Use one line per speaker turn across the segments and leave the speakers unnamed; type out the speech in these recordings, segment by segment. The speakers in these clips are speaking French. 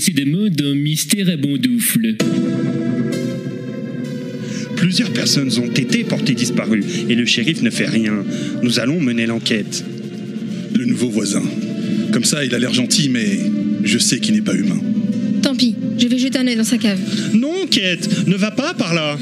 précédemment dans Mystère à Bondoufle.
Plusieurs personnes ont été portées disparues et le shérif ne fait rien. Nous allons mener l'enquête.
Le nouveau voisin. Comme ça, il a l'air gentil, mais je sais qu'il n'est pas humain.
Tant pis, je vais jeter un œil dans sa cave.
Non, Kate, ne va pas par là.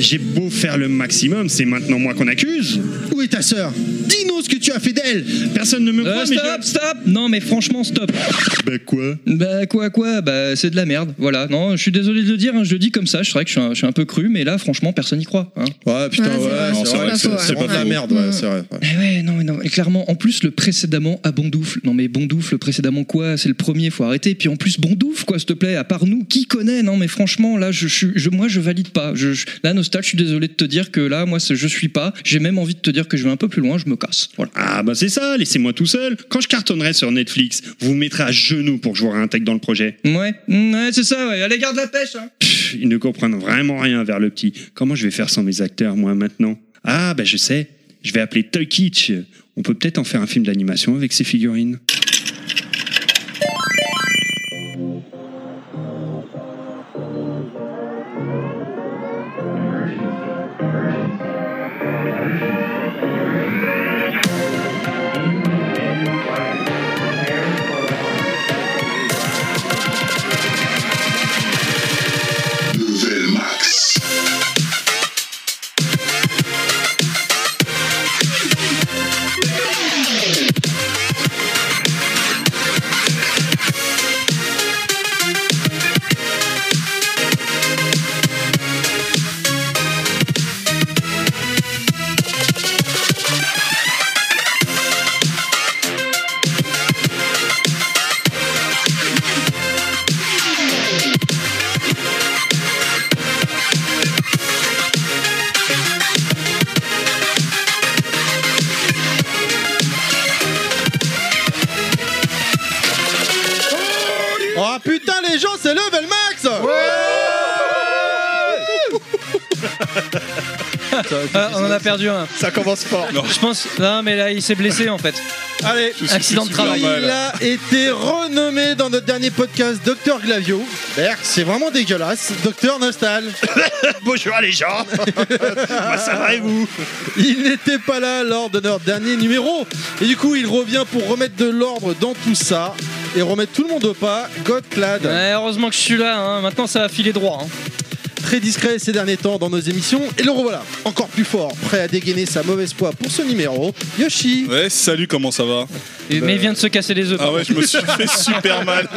J'ai beau faire le maximum, c'est maintenant moi qu'on accuse.
Où est ta sœur Dis-nous ce que tu as fait d'elle
Personne ne me croit,
Euh,
mais
stop, stop Non mais franchement, stop
je... Bah quoi
Bah quoi quoi Bah c'est de la merde, voilà. Non, je suis désolé de le dire, hein, je le dis comme ça, je serais que je suis un, je suis un peu cru, mais là franchement personne n'y croit. Hein.
Ouais, Ah, putain,
Ouais, c'est
ouais,
vrai,
non,
c'est
c'est
pas
vrai que
faux,
c'est c'est
ouais.
pas de la
Ouais.
merde, ouais,
Mm.
c'est vrai. ouais.
Eh ouais, non, mais non, mais clairement, en plus le précédemment à Bondoufle. Non mais Bondoufle, précédemment quoi C'est le premier, faut arrêter. Puis en plus Bondoufle, quoi, s'il te plaît, à part nous, qui connaît Non mais franchement, là, je, suis, je moi je valide pas. Je, je- là, Nostal, je suis désolé de te dire que là, moi, c'est- je suis pas. J'ai même envie de te dire que je vais un peu plus loin, je me casse. Voilà.
Ah bah c'est ça, laissez-moi tout seul. Quand je cartonnerai sur Netflix, vous vous mettrez à genoux pour jouer un tech dans le projet.
Ouais, Mm, ouais, c'est ça, ouais. Allez, garde la pêche, hein
Pff, ils ne comprennent vraiment rien vers le petit. Comment je vais faire sans mes acteurs, moi, maintenant Ah bah je sais, je vais appeler Toy Kitsch. On peut peut-être en faire un film d'animation avec ces figurines.
Level Max.
Oh putain, les gens, c'est level max
Ah, on en a perdu un.
Ça commence fort.
Je pense. Non, mais là, il s'est blessé en fait.
Allez,
Accident de travail.
il a été renommé dans notre dernier podcast Docteur Glavio. Berk, c'est vraiment dégueulasse. Docteur Nostal.
Bonjour les gens Bah ça va et vous
Il n'était pas là lors de notre dernier numéro. Et du coup, il revient pour remettre de l'ordre dans tout ça. Et remettre tout le monde au pas. Godclad.
Ouais, heureusement que je suis là. hein. Maintenant, ça va filer droit. hein.
Très discret ces derniers temps dans nos émissions. Et le revoilà. Encore plus fort. Prêt à dégainer sa mauvaise foi pour ce numéro. Yoshi.
Ouais, salut, comment ça va
Bah,
Mais il vient de se casser les œufs.
Ah ouais, je me suis fait super mal.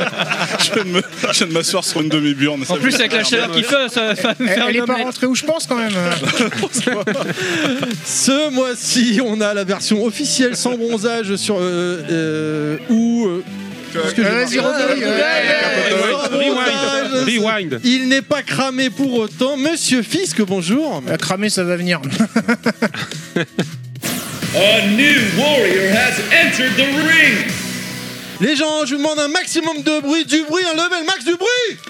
Je viens de me- je viens de m'asseoir sur une de mes burnes.
En plus,
Ah,
avec la chaleur
bah,
qu'il fait, ça va faire
Elle, elle
une
est pas
omelette.
rentrée où je pense quand même. hein.
Ce mois-ci, on a la version officielle sans bronzage sur. Euh, euh, ou. euh, parce que j'ai
Euh,
marqué-
vas-y, rebondis, euh,
Sans bronzage.
Rewind.
Il n'est pas cramé pour autant. Monsieur Fisk, bonjour.
Euh, Cramer, ça va venir.
Les gens, je vous demande un maximum de bruit, du bruit, un level max du
Euh,
bruit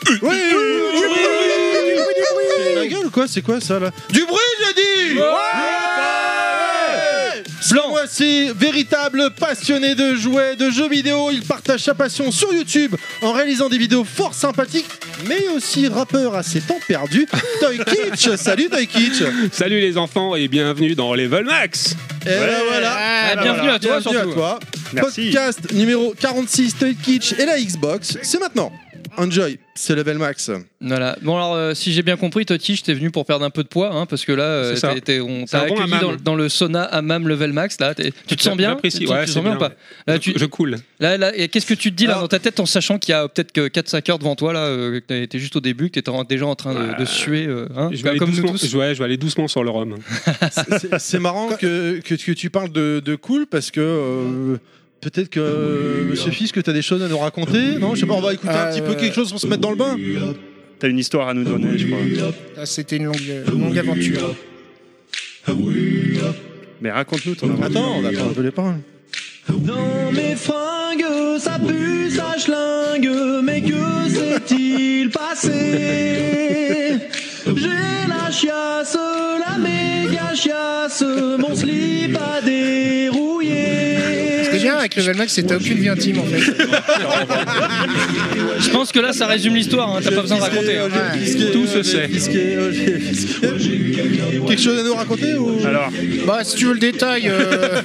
Oui, oui, oui, oui, oui, oui, oui. La gueule, quoi C'est quoi ça là Du bruit, j'ai dit Blanc. Voici véritable passionné de jouets, de jeux vidéo. Il partage sa passion sur YouTube en réalisant des vidéos fort sympathiques, mais aussi rappeur à ses temps perdus. Toy Kitsch, salut Toy Kitsch.
Salut les enfants et bienvenue dans Level Max.
Et ben voilà.
Ah, bienvenue à toi,
Bienvenue à
surtout.
toi. hein.
Merci.
Podcast numéro 46 Toy Kitsch et la Xbox. C'est maintenant. Enjoy, c'est level max.
Voilà. Bon, alors, euh, si j'ai bien compris, Toti, je t'es venu pour perdre un peu de poids, hein, parce que là, euh,
C'est ça.
t'es- t'es- on
C'est
t'a
un bon
accueilli
hammam.
dans, dans le sauna Hammam Level Max. Là, T'es- tu te sens bien
J'apprécie.
Tu-
Ouais,
tu te
c'est
sens bien ou
bien.
pas Là, tu,
Je coule.
là, là, et qu'est-ce que tu te dis là
Alors-
dans ta tête en sachant qu'il y a peut-être que 4-5 heures devant toi, là, euh, que t'es juste au début, que t'es en- déjà en train de, de suer, euh, hein,
Je vais, aller
comme nous
doucement,
tous.
je- ouais, je vais aller doucement sur le rhum.
C'est- c'est- C'est marrant que, que, que tu parles de, de cool parce que euh, peut-être que euh, Monsieur Fisk, tu as des choses à nous raconter. Non, je sais pas, on va écouter un
Euh,
petit peu quelque chose pour se mettre dans le bain.
T'as une histoire à nous donner, je crois.
Ah, C'était une longue,
euh,
une longue aventure.
Mais raconte-nous ton aventure.
Attends, on attend un peu les paroles.
Dans mes fringues, ça pue, ça schlingue, mais que s'est-il passé J'ai la chiasse, la méga chiasse, mon slip a dérouillé.
C'est bien, avec Level Max, c'est t'as aucune vie intime en fait.
Je pense que là, ça résume l'histoire, hein, t'as pas besoin de raconter. hein.
Tout se sait.
Quelque chose à nous raconter ou...
Alors,
Bah, si tu veux le détail, euh,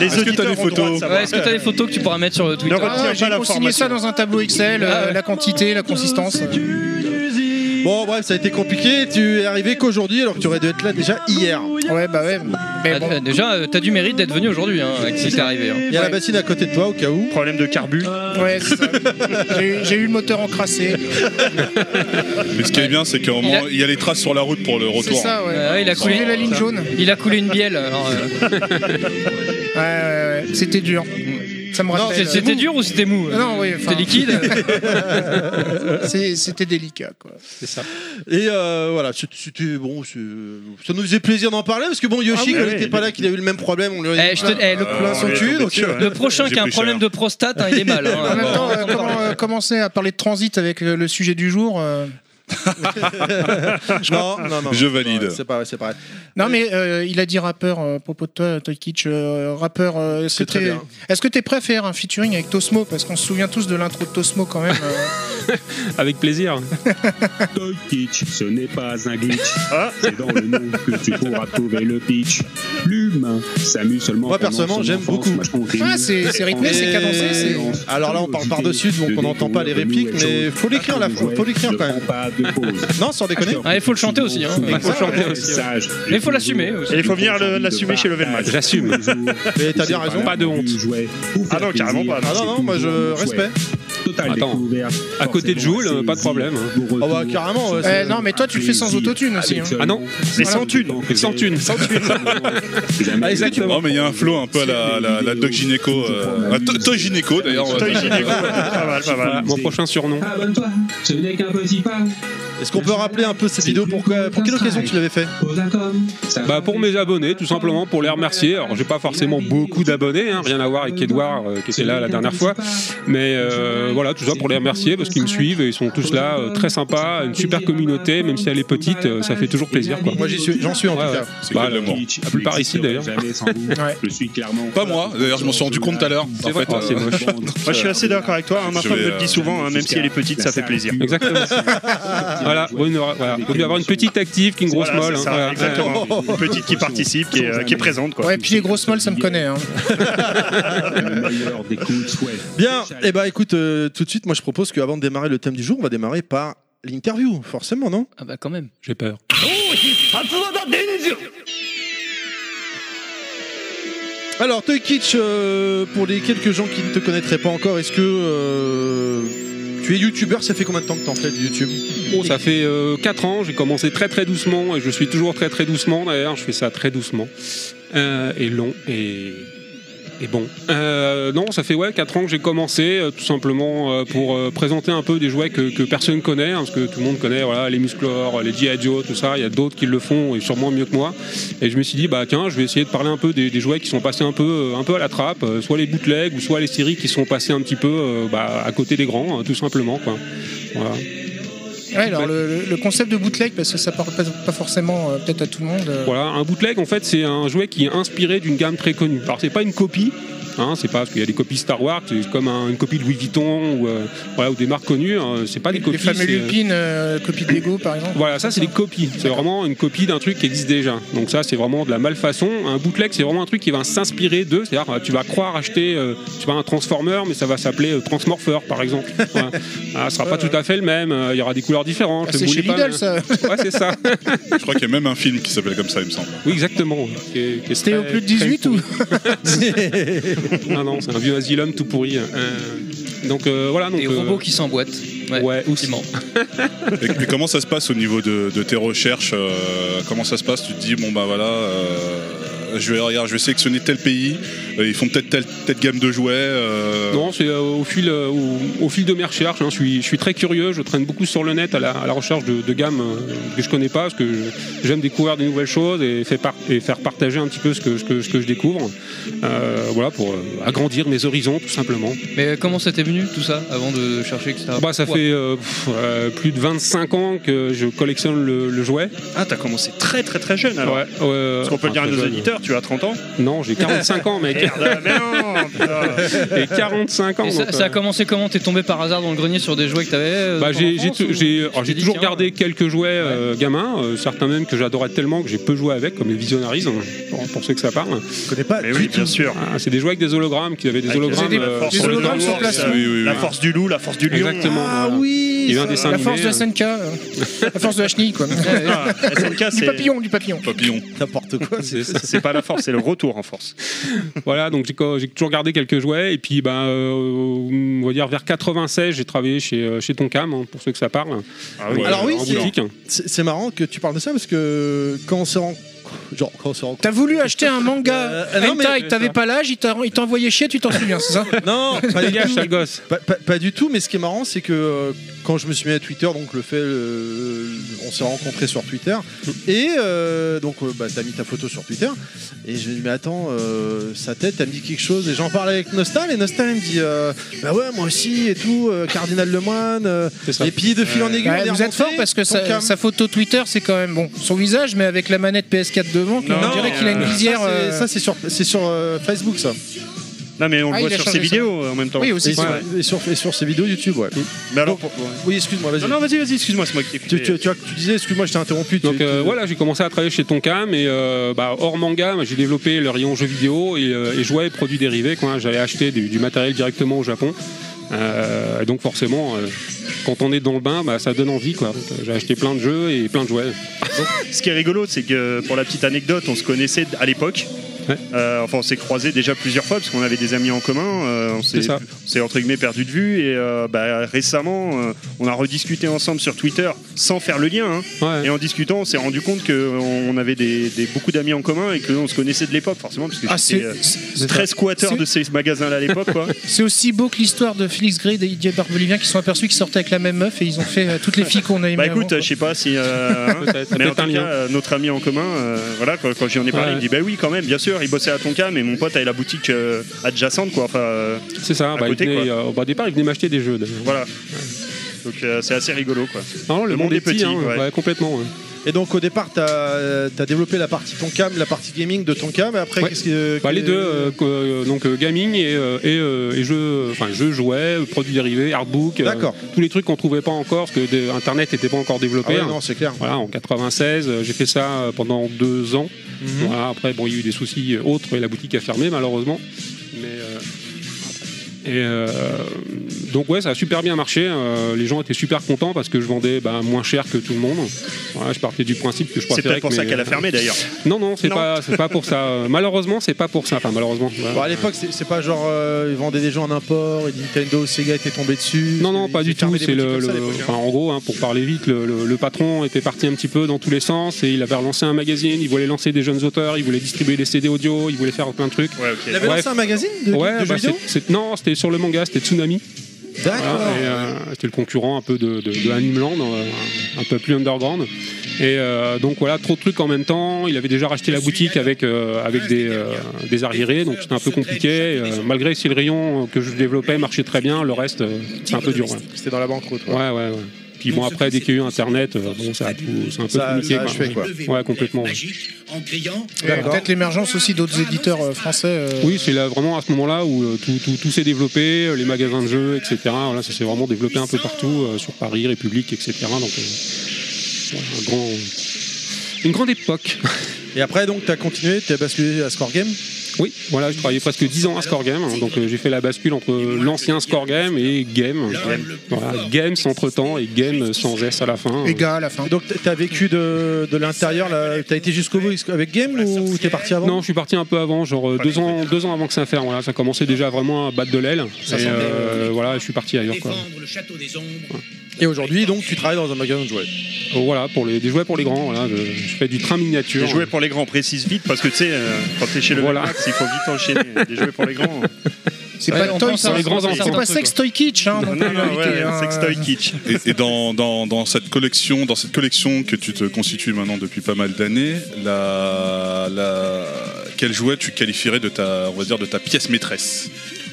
les auditeurs ont le droit de savoir.
Ouais, Est-ce que t'as des photos que tu pourras mettre sur le Twitter
Ne retiens
ah,
pas
j'ai consigné
l'information.
ça dans un tableau Excel,
Ah
euh, la quantité, la consistance.
Bon, bref, ça a été compliqué. Tu es arrivé qu'aujourd'hui, alors que tu aurais dû être là déjà hier.
Ouais, bah ouais. Mais
Ah,
bon,
euh, Déjà, euh, t'as du mérite d'être venu aujourd'hui, hein, avec ce qui t'est arrivé. hein.
Il y a la
Ouais.
bassine à côté de toi, au cas où.
Problème de carbu.
ouais, c'est ça. J'ai eu- J'ai eu le moteur encrassé.
Mais ce qui est bien, c'est qu'au
Il a-
moins, il y a les traces sur la route pour le
C'est
retour.
ça, ouais.
Bah Ouais, il a
Suivez
coulé.
la ligne jaune.
Il a coulé une bielle. alors, euh,
Ouais, ouais, ouais. C'était dur. Ça me rappelle. euh, Ah
C'était dur ou c'était mou euh
Non, oui, enfin,
C'était liquide
c'est- C'était délicat, quoi.
Et euh, voilà, c'est- c'était bon. c'est- Ça nous faisait plaisir d'en parler parce que bon, Yoshi,
Ah oui,
quand
oui,
il était pas là, qu'il a eu le même problème. On lui a
Eh,
dit ah.
je te- eh, le,
plein son
on est
cul.
tombé
donc,
dessus,
euh,
le prochain qui a un
J'ai plus
problème de
cher.
prostate, hein, il est mal. hein.
En même temps,
On
euh,
entend
comment,
parler.
euh, commencer à parler de transit avec euh, le sujet du jour. euh,
non, non, non, non.
Je valide.
Ouais, C'est pas, c'est pas. vrai.
Non, mais euh, il a dit rappeur euh, à propos de toi, Toy Kitsch. euh, rappeur, euh, est-ce que
C'est très
t'es
bien.
est-ce que t'es prêt à faire un featuring avec Tosmo Parce qu'on se souvient tous de l'intro de Tosmo quand même. euh.
Avec plaisir.
Toy Kitsch, ce n'est pas un glitch. C'est dans le nom que tu pourras trouver le pitch. L'humain s'amuse seulement.
Moi,
pendant
personnellement,
son
j'aime
enfance.
beaucoup.
Moi, je continue.
Ah, c'est c'est rythmé, c'est
Et-
cadencé. c'est-
Alors là, on parle par-dessus, donc on n'entend pas les répliques, mais faut l'écrire la faut l'écrire quand même. Non, sans déconner.
Ah, il faut le chanter aussi. Hein.
Il
faut chanter
aussi. Mais il faut l'assumer aussi.
Et il faut venir le- l'assumer chez Level Max.
J'assume.
Mais t'as bien raison.
Pas de honte.
Ah non, carrément pas.
Ah non, non, moi je respecte.
Attends. À côté de Joule, pas de problème. hein.
Ah bah carrément. ouais,
Euh,
c'est-
non, mais toi, tu le fais sans autotune aussi. hein.
Ah non,
Mais sans thune.
sans thune. Bah,
Ah, est-ce que tu-
Non, Oh, mais il y a un flow un peu à la, la, la Doc Gynéco. Euh, à To- Toy Gynéco, d'ailleurs. on va-
Toy Gynéco. Pas mal, pas
Voilà,
mal.
mon prochain surnom.
Abonne-toi, ce n'est qu'un petit pas.
Est-ce qu'on peut rappeler un peu cette vidéo pour, que- pour quelle occasion tu l'avais fait
Bah pour mes abonnés, tout simplement pour les remercier. Alors j'ai pas forcément beaucoup d'abonnés, hein, rien à voir avec Edouard euh, qui était là la dernière fois, mais euh, voilà tout ça pour les remercier parce qu'ils me suivent et ils sont tous là, euh, très sympas, une super communauté, même si elle est petite, euh, ça fait toujours plaisir quoi.
Moi j'y suis, j'en suis en
Ouais,
tout cas.
ouais.
C'est
Bah,
que de l'amour.
la plupart ici d'ailleurs.
Ouais.
Je suis clairement.
Pas moi, d'ailleurs, je m'en suis rendu compte tout à l'heure. En
C'est vrai.
fait,
Ah, c'est
euh,
moche.
Moi je suis assez d'accord avec toi, hein, ma
Je
femme
vais,
me le dit
euh,
souvent, hein, même si elle est petite, ça fait plaisir.
Exactement. voilà, vaut mieux voilà. vaut mieux avoir une petite active qu'une grosse
Voilà,
molle.
c'est
hein,
ça,
voilà.
Exactement. Une petite qui participe, qui est, euh, qui est présente. Quoi.
Ouais, puis les grosses molles, ça me connaît. hein.
Bien, et bah écoute, euh, tout de suite, moi je propose qu'avant de démarrer le thème du jour, on va démarrer par l'interview, forcément, non
Ah bah quand même.
J'ai peur.
Alors, Toy Kitsch, euh, pour les quelques gens qui ne te connaîtraient pas encore, est-ce que euh, tu es youtubeur Ça fait combien de temps que t'en fais de YouTube
Bon, ça fait 4 ans, j'ai commencé très très doucement et je suis toujours très très doucement d'ailleurs, je fais ça très doucement Euh, et long et, et bon. Euh, non, ça fait ouais, 4 ans que j'ai commencé euh, tout simplement euh, pour euh, présenter un peu des jouets que, que personne connaît, hein, parce que tout le monde connaît voilà, les Musclor, les G.I. Joe, tout ça, il y a d'autres qui le font et sûrement mieux que moi. Et je me suis dit, bah tiens, je vais essayer de parler un peu des, des jouets qui sont passés un peu, euh, un peu à la trappe, euh, soit les bootlegs ou soit les séries qui sont passées un petit peu euh, bah, à côté des grands, hein, tout simplement. Quoi. Voilà.
Ouais, alors, le, le- le concept de bootleg, parce que ça parle pas, pas forcément euh, peut-être à tout le monde. euh.
Voilà, un bootleg en fait c'est un jouet qui est inspiré d'une gamme très connue. Alors c'est pas une copie, hein, c'est pas parce qu'il y a des copies Star Wars, c'est comme un- une copie de Louis Vuitton ou, euh, voilà, ou des marques connues, hein, c'est pas des
les
copies.
fameux
c'est-
Lupin, euh, copie de Lego, par exemple.
Voilà, ça c'est des copies, c'est vraiment une copie d'un truc qui existe déjà. Donc ça c'est vraiment de la malfaçon. Un bootleg c'est vraiment un truc qui va s'inspirer d'eux, c'est-à-dire euh, tu vas croire acheter euh, je sais pas, un Transformer mais ça va s'appeler euh, Transmorpher par exemple. Voilà. Ah, ce sera pas tout à fait le même, euh, il y aura des couleurs différentes.
Ah,
le
c'est
moule
chez
est pas
Lidl,
le-
ça.
Ouais c'est ça,
je crois qu'il y a même un film qui s'appelle comme ça, il me semble.
oui exactement. Qui est- qui est
C'était au
très-
plus de
très
18 ou
Non, non, c'est un vieux asylum tout pourri. Euh, donc euh, voilà. Donc,
Des
euh,
robots qui s'emboîtent. Ouais.
Ouais, aussi.
effectivement.
Et, et comment ça se passe au niveau de, de tes recherches euh, Comment ça se passe Tu te dis, bon bah voilà, euh, je, vais, regarde, je vais sélectionner tel pays, euh, ils font peut-être telle, telle gamme de jouets. euh,
Non, c'est euh, au fil, euh, au, au fil de mes recherches. hein. je, suis, je suis très curieux. Je traîne beaucoup sur le net à la, à la recherche de, de gammes euh, que je connais pas, parce que je- j'aime découvrir des nouvelles choses et, fait par- et faire partager un petit peu ce que, ce que, ce que je découvre. Euh, voilà, pour euh, agrandir mes horizons, tout simplement.
Mais comment ça t'est venu tout ça avant de chercher etc.
Bah, ça
Ouais.
fait euh, pff, euh, plus de 25 ans que je collectionne le, le jouet.
Ah, t'as commencé très très très jeune alors.
Ouais, ouais,
Parce qu'on peut
enfin,
le dire à
très
nos
jeune.
auditeurs,
tu as 30 ans Non, j'ai 45 ans, mec. Et 45 ans.
Et ça,
donc,
ça
euh,
a commencé comment T'es tombé par hasard dans le grenier sur des jouets que t'avais euh,
bah,
dans
j'ai j'ai
l'enfance
tou-
ou- hein,
j'ai- alors,
tu t'es
j'ai
dit,
toujours
tiens,
gardé quelques jouets euh, gamins, euh, certains même que j'adorais tellement que j'ai peu joué avec, comme les Visionaries, hein, pour, pour ceux que ça parle.
Je connais pas.
Mais oui, bien sûr. c'est des jouets avec des hologrammes, qui avaient des
Ah,
Avec des-
hologrammes. euh,
des- des hologrammes sur place.
Oui, oui, oui.
La force du loup, la force du lion.
Exactement.
Ah
voilà.
oui,
Il y avait un
ça-
dessin
La force de
animé, euh,
SNK, euh, la force de la chenille, quoi. du papillon, du papillon.
papillon.
N'importe quoi.
C'est pas la force, c'est le retour en force. voilà, donc j'ai co- j'ai toujours gardé quelques jouets. Et puis, ben, euh, on va dire vers 96, j'ai travaillé chez, euh, chez Tonkam, hein, pour ceux que ça parle. Ouais,
Alors oui,
en
c'est-
boutique. hein.
c'est c'est marrant que tu parles de ça parce que quand on s'est rencontrés. Genre, quand on s'est rencontrés.
T'as voulu acheter un manga
euh, non, mais-
hentai, t'avais pas l'âge, il t'a il t'a envoyé chier, tu t'en souviens, c'est ça
Non, pas du,
Dégage,
tout.
sale
Pas, pas- pas du tout, mais ce qui est marrant, c'est que euh, quand je me suis mis à Twitter, donc le fait, euh, on s'est rencontrés sur Twitter, et euh, donc euh, bah, t'as mis ta photo sur Twitter, et je me dis, mais attends, euh, sa tête, t'as mis quelque chose, et j'en parlais avec Nostal, et Nostal il me dit, euh, bah ouais, moi aussi, et tout, euh, Cardinal Lemoine, euh, et puis de fil en aiguille, on
Ouais,
est
vous êtes
remonté,
fort parce que
donc,
sa,
euh,
sa photo Twitter, c'est quand même bon. Son visage, mais avec la manette PS4 devant, on dirait qu'il a une
euh,
visière.
ça, c'est-
euh,
Ça, c'est sur, c'est sur euh, Facebook, ça.
Non, mais on
Ah,
le voit
il a
sur
changé
ses
ça.
vidéos euh, en même temps.
Oui, aussi,
Et, sur,
ouais.
et, sur, et sur ses vidéos YouTube, ouais.
Mais Bah alors, pourquoi
Oui, excuse-moi, vas-y.
Non, non, vas-y, vas-y, excuse-moi, c'est moi qui t'ai
Tu,
coupé.
tu, tu vois, tu disais, excuse-moi, je t'ai interrompu. tu-
Donc euh,
tu-
voilà, j'ai commencé à travailler chez Tonkam et euh, bah, hors manga, moi, j'ai développé le rayon jeux vidéo et, euh, et jouets et produits dérivés. quoi, hein. J'avais acheté du, du matériel directement au Japon. Euh, et donc forcément, euh, quand on est dans le bain, bah, ça donne envie. quoi. Donc, euh, J'ai acheté plein de jeux et plein de jouets.
Ce qui est rigolo, c'est que pour la petite anecdote, on se connaissait à l'époque. Euh, enfin, on s'est croisés déjà plusieurs fois parce qu'on avait des amis en commun. euh, on s'est-
C'est ça.
on s'est entre guillemets perdu de vue et euh, bah, récemment, euh, on a rediscuté ensemble sur Twitter sans faire le lien. hein. Et en discutant, on s'est rendu compte qu'on avait des, des- beaucoup d'amis en commun et qu'on se connaissait de l'époque forcément parce que
Ah,
j'étais
c'est-
euh,
c'est-
13 squatteurs
c'est-
de ces magasins-là à l'époque. quoi.
C'est aussi beau que l'histoire de Félix Gray et Didier Barbelivien qui se sont aperçus qu'ils sortaient avec la même meuf et ils ont fait euh, toutes les filles qu'on a aimées.
Bah écoute,
avant,
euh, je sais pas si. euh, hein,
Peut-être, ça
mais
peut
en
être un
tout
lien.
cas, euh, notre ami en commun, euh, voilà, quand, quand j'en ai parlé,
Ouais.
il me dit bah oui, quand même, bien sûr, il bossait à Tonka, mais mon pote avait la boutique euh, adjacente, quoi. Enfin, euh,
C'est ça,
à
bah, il
côté,
venait,
quoi.
euh, bah, au départ, ils venaient m'acheter des jeux. d'ailleurs.
Voilà. Donc euh, c'est assez rigolo, quoi.
Non, le, monde, est petit, hein, ouais, complètement. ouais.
Et donc au départ, t'as as développé la partie Tonkam, la partie gaming de Tonkam, et après,
Ouais.
qu'est-ce que.
Bah, les deux, euh, que- euh, donc euh, gaming et, euh, et, euh, et jeux, enfin jeux, jouets, euh, produits dérivés, artbook, euh,
D'accord.
tous les trucs qu'on trouvait pas encore, parce que de- Internet n'était pas encore développé.
Ah ouais,
hein.
non, c'est clair.
Voilà, en 96, euh, j'ai fait ça euh, pendant deux ans.
Mhm.
Voilà, après, bon, il y a eu des soucis euh, autres et la boutique a fermé malheureusement. Mais euh, et euh, donc ouais, ça a super bien marché. Euh, les gens étaient super contents parce que je vendais bah, moins cher que tout le monde. Voilà, je partais du principe que je
C'est
préférais.
peut-être pour
que
ça
mes-
qu'elle a fermé, d'ailleurs.
Non, non, c'est
Non.
pas, c'est pas pour ça. Euh, Malheureusement, c'est pas pour ça. Enfin, malheureusement.
Bon, à
Voilà.
l'époque, c'est c'est pas genre euh, ils vendaient des jeux en import, et Nintendo, Sega était tombé dessus.
Non, non, pas du tout.
fermaient des
C'est le,
boutiques comme ça,
le-
à l'époque,
enfin, en gros, hein, pour parler vite, le, le- le patron était parti un petit peu dans tous les sens et il avait relancé un magazine. Il voulait lancer des jeunes auteurs, il voulait distribuer des CD audio, il voulait faire plein de trucs.
Il avait lancé un magazine de,
Ouais,
de
bah,
jeux vidéo
c'est- c'est- non, c'était sur le manga, c'était Tsunami.
D'accord.
Voilà, et, euh, c'était le concurrent un peu de, de, de Animeland, euh, un peu plus underground. Et euh, donc voilà, trop de trucs en même temps. Il avait déjà racheté la boutique avec, euh, avec des, euh, des arriérés, donc c'était un peu compliqué. Euh, malgré si le rayon que je développais marchait très bien, le reste, euh, c'est un peu dur. ouais.
C'était dans la banqueroute.
Ouais, ouais, ouais. Puis bon, après, dès qu'il y a eu Internet, euh, bon, ça a tout, c'est un peu
Ça-
compliqué.
ça a achevé, quoi.
Ouais, complètement. ouais.
quoi. Et Peut-être l'émergence aussi d'autres éditeurs euh, français. euh,
Oui, c'est là, vraiment à ce moment-là où euh, tout, tout- tout s'est développé, euh, les magasins de jeux, etc. Voilà, ça s'est vraiment développé un peu partout, euh, sur Paris, République, etc. Donc, euh, voilà, un grand- une grande époque.
Et après, donc, t'as continué, t'as basculé à Score Game
Oui, voilà, je travaillais presque 10 ans à Score Game, hein, donc euh, j'ai fait la bascule entre l'ancien Score Game et Game. Voilà, Games entre temps et Game sans S à la fin.
Et gars, à la fin.
Donc, t'as- t'as vécu de, de l'intérieur, là, t'as été jusqu'au bout avec Game ou t'es parti avant
Non, je suis parti un peu avant, genre euh, deux ans, deux ans avant que ça ferme. Voilà, ça commençait déjà vraiment à battre de l'aile.
Ça
et
sentait.
euh, voilà, je suis parti ailleurs. Quoi.
Et aujourd'hui, donc, tu travailles dans un magasin de jouets.
Donc, Oh, Voilà, pour les, des jouets pour les grands. Voilà, je, je fais du train miniature.
Des jouets pour les grands, précise vite, parce que tu sais, euh, quand t'es chez le
Voilà.
Max, il faut vite enchaîner. Des jouets pour les grands.
C'est pas Toy, c'est
les grands
C'est
enfants.
pas Sex Toy Kitsch,
Ah,
hein, non,
Non,
plus,
non,
en réalité,
ouais,
hein.
sextoy kitsch.
Et, et dans, dans, dans cette collection, dans cette collection que tu te constitues maintenant depuis pas mal d'années, la, la, quel jouet tu qualifierais de ta, on va dire, de ta pièce maîtresse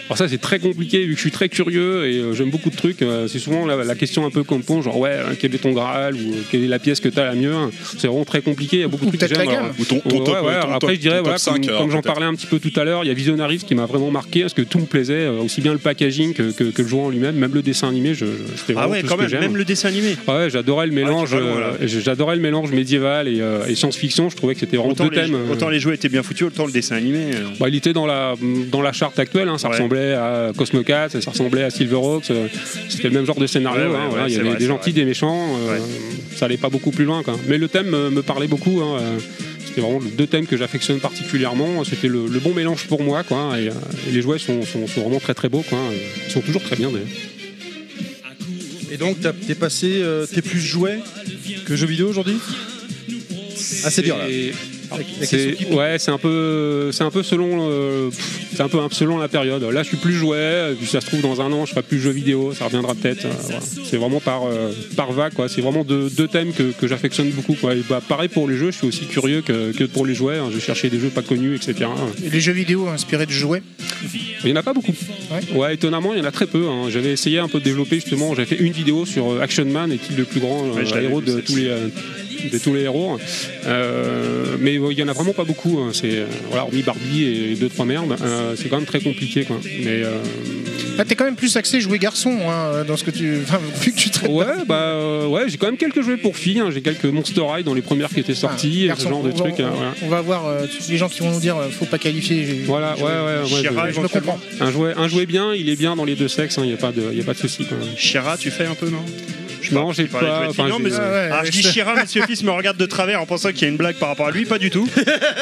Alors ça c'est très compliqué vu que je suis très curieux et euh, j'aime beaucoup de trucs. Euh, c'est souvent la, la question un peu comme pont, genre ouais euh, quel est ton Graal ou euh, quelle est la pièce que t'as la mieux. hein. C'est vraiment très compliqué. Il y a beaucoup de
Ou
trucs que
peut-être
j'aime.
la
alors,
gamme.
Ou ton- ton
ouais,
top,
ouais,
ton
Après
top-
je dirais
ton
voilà,
top
comme,
cinq, alors,
comme j'en
peut-être.
parlais un petit peu tout à l'heure, il y a Visionaries qui m'a vraiment marqué parce que tout me plaisait euh, aussi bien le packaging que, que- que le joueur en lui-même, même le dessin animé. Je, je- c'était
Ah
vraiment
ouais,
tout ce
quand
que
même,
j'aime. Ah
même le dessin animé.
Ouais, j'adorais le mélange.
c'est pas loin, là.
euh, j'adorais le mélange médiéval et, euh, et science-fiction. Je trouvais que c'était vraiment
Autant
deux
les,
thèmes. euh,
autant les jeux étaient bien foutus, autant le dessin animé. euh.
bah, il était dans la, dans la charte actuelle, hein, ça
Ouais.
ressemblait à Cosmo 4, ça ressemblait à Silver Hawks, euh, c'était le même genre de scénario,
Ouais, ouais,
hein,
ouais,
voilà, il y
c'est
avait
vrai,
des
c'est
gentils, des méchants, euh, ça allait pas beaucoup plus loin. quoi. Mais le thème euh, me parlait beaucoup, hein, euh, c'était vraiment deux thèmes que j'affectionne particulièrement, c'était le, le bon mélange pour moi, quoi, et, euh, et les jouets sont, sont, sont vraiment très très beaux, quoi, hein, ils sont toujours très bien d'ailleurs.
Et donc, t'as- t'es passé, euh, t'es plus jouet que jeux vidéo aujourd'hui Ah, c'est dur là. La question
C'est
qui-
ouais, c'est un peu, c'est un peu selon, euh, pff, c'est un peu selon la période. Là, je suis plus jouet. Puis ça se trouve dans un an, je ferai plus jeu vidéo. Ça reviendra peut-être. euh, voilà. C'est vraiment par euh, par vague quoi. C'est vraiment deux, deux thèmes que, que j'affectionne beaucoup quoi. Et bah, pareil pour les jeux, je suis aussi curieux que, que pour les jouets. hein. Je vais chercher des jeux pas connus, hein. etc.
Et Les jeux vidéo inspirés de jouets.
Il n'y en a pas beaucoup.
Ouais.
étonnamment, il y en a très peu. hein. J'avais essayé un peu de développer justement, j'avais fait une vidéo sur euh, Action Man et qui est le plus grand euh,
Ouais, je l'avais
héros
vu,
de
celle-ci.
tous les euh, de tous les héros. Euh, mais ouais, il y en a vraiment pas beaucoup. hein. C'est euh, voilà, hormis Barbie et deux trois merdes, euh, c'est quand même très compliqué quoi. Mais euh,
Là, t'es quand même plus axé jouer garçon hein, dans ce que tu. Enfin, vu que tu traites.
ouais, bah euh, ouais, j'ai quand même quelques jeux pour filles. hein. J'ai quelques Monster High dans les premières qui étaient sorties, et ce
Ah, Garçon,
genre de
on va-
trucs. hein,
on,
voilà.
on va voir euh, tous les gens qui vont nous dire euh, faut pas qualifier. j'ai-
Voilà, ouais,
jouer.
ouais, ouais,
Chira,
je-
je me comprends.
Un jouet, un jouet bien, il est bien dans les deux sexes, hein. il n'y a pas de, y a pas de souci. quoi.
Chira, tu fais un peu, non
Je non, j'ai
Par les
pas.
jouets de
enfin,
filles. Non,
j'ai-
mais- Ah, je dis Chira, Monsieur Fils me regarde de travers en pensant qu'il y a une blague par rapport à lui, pas du tout.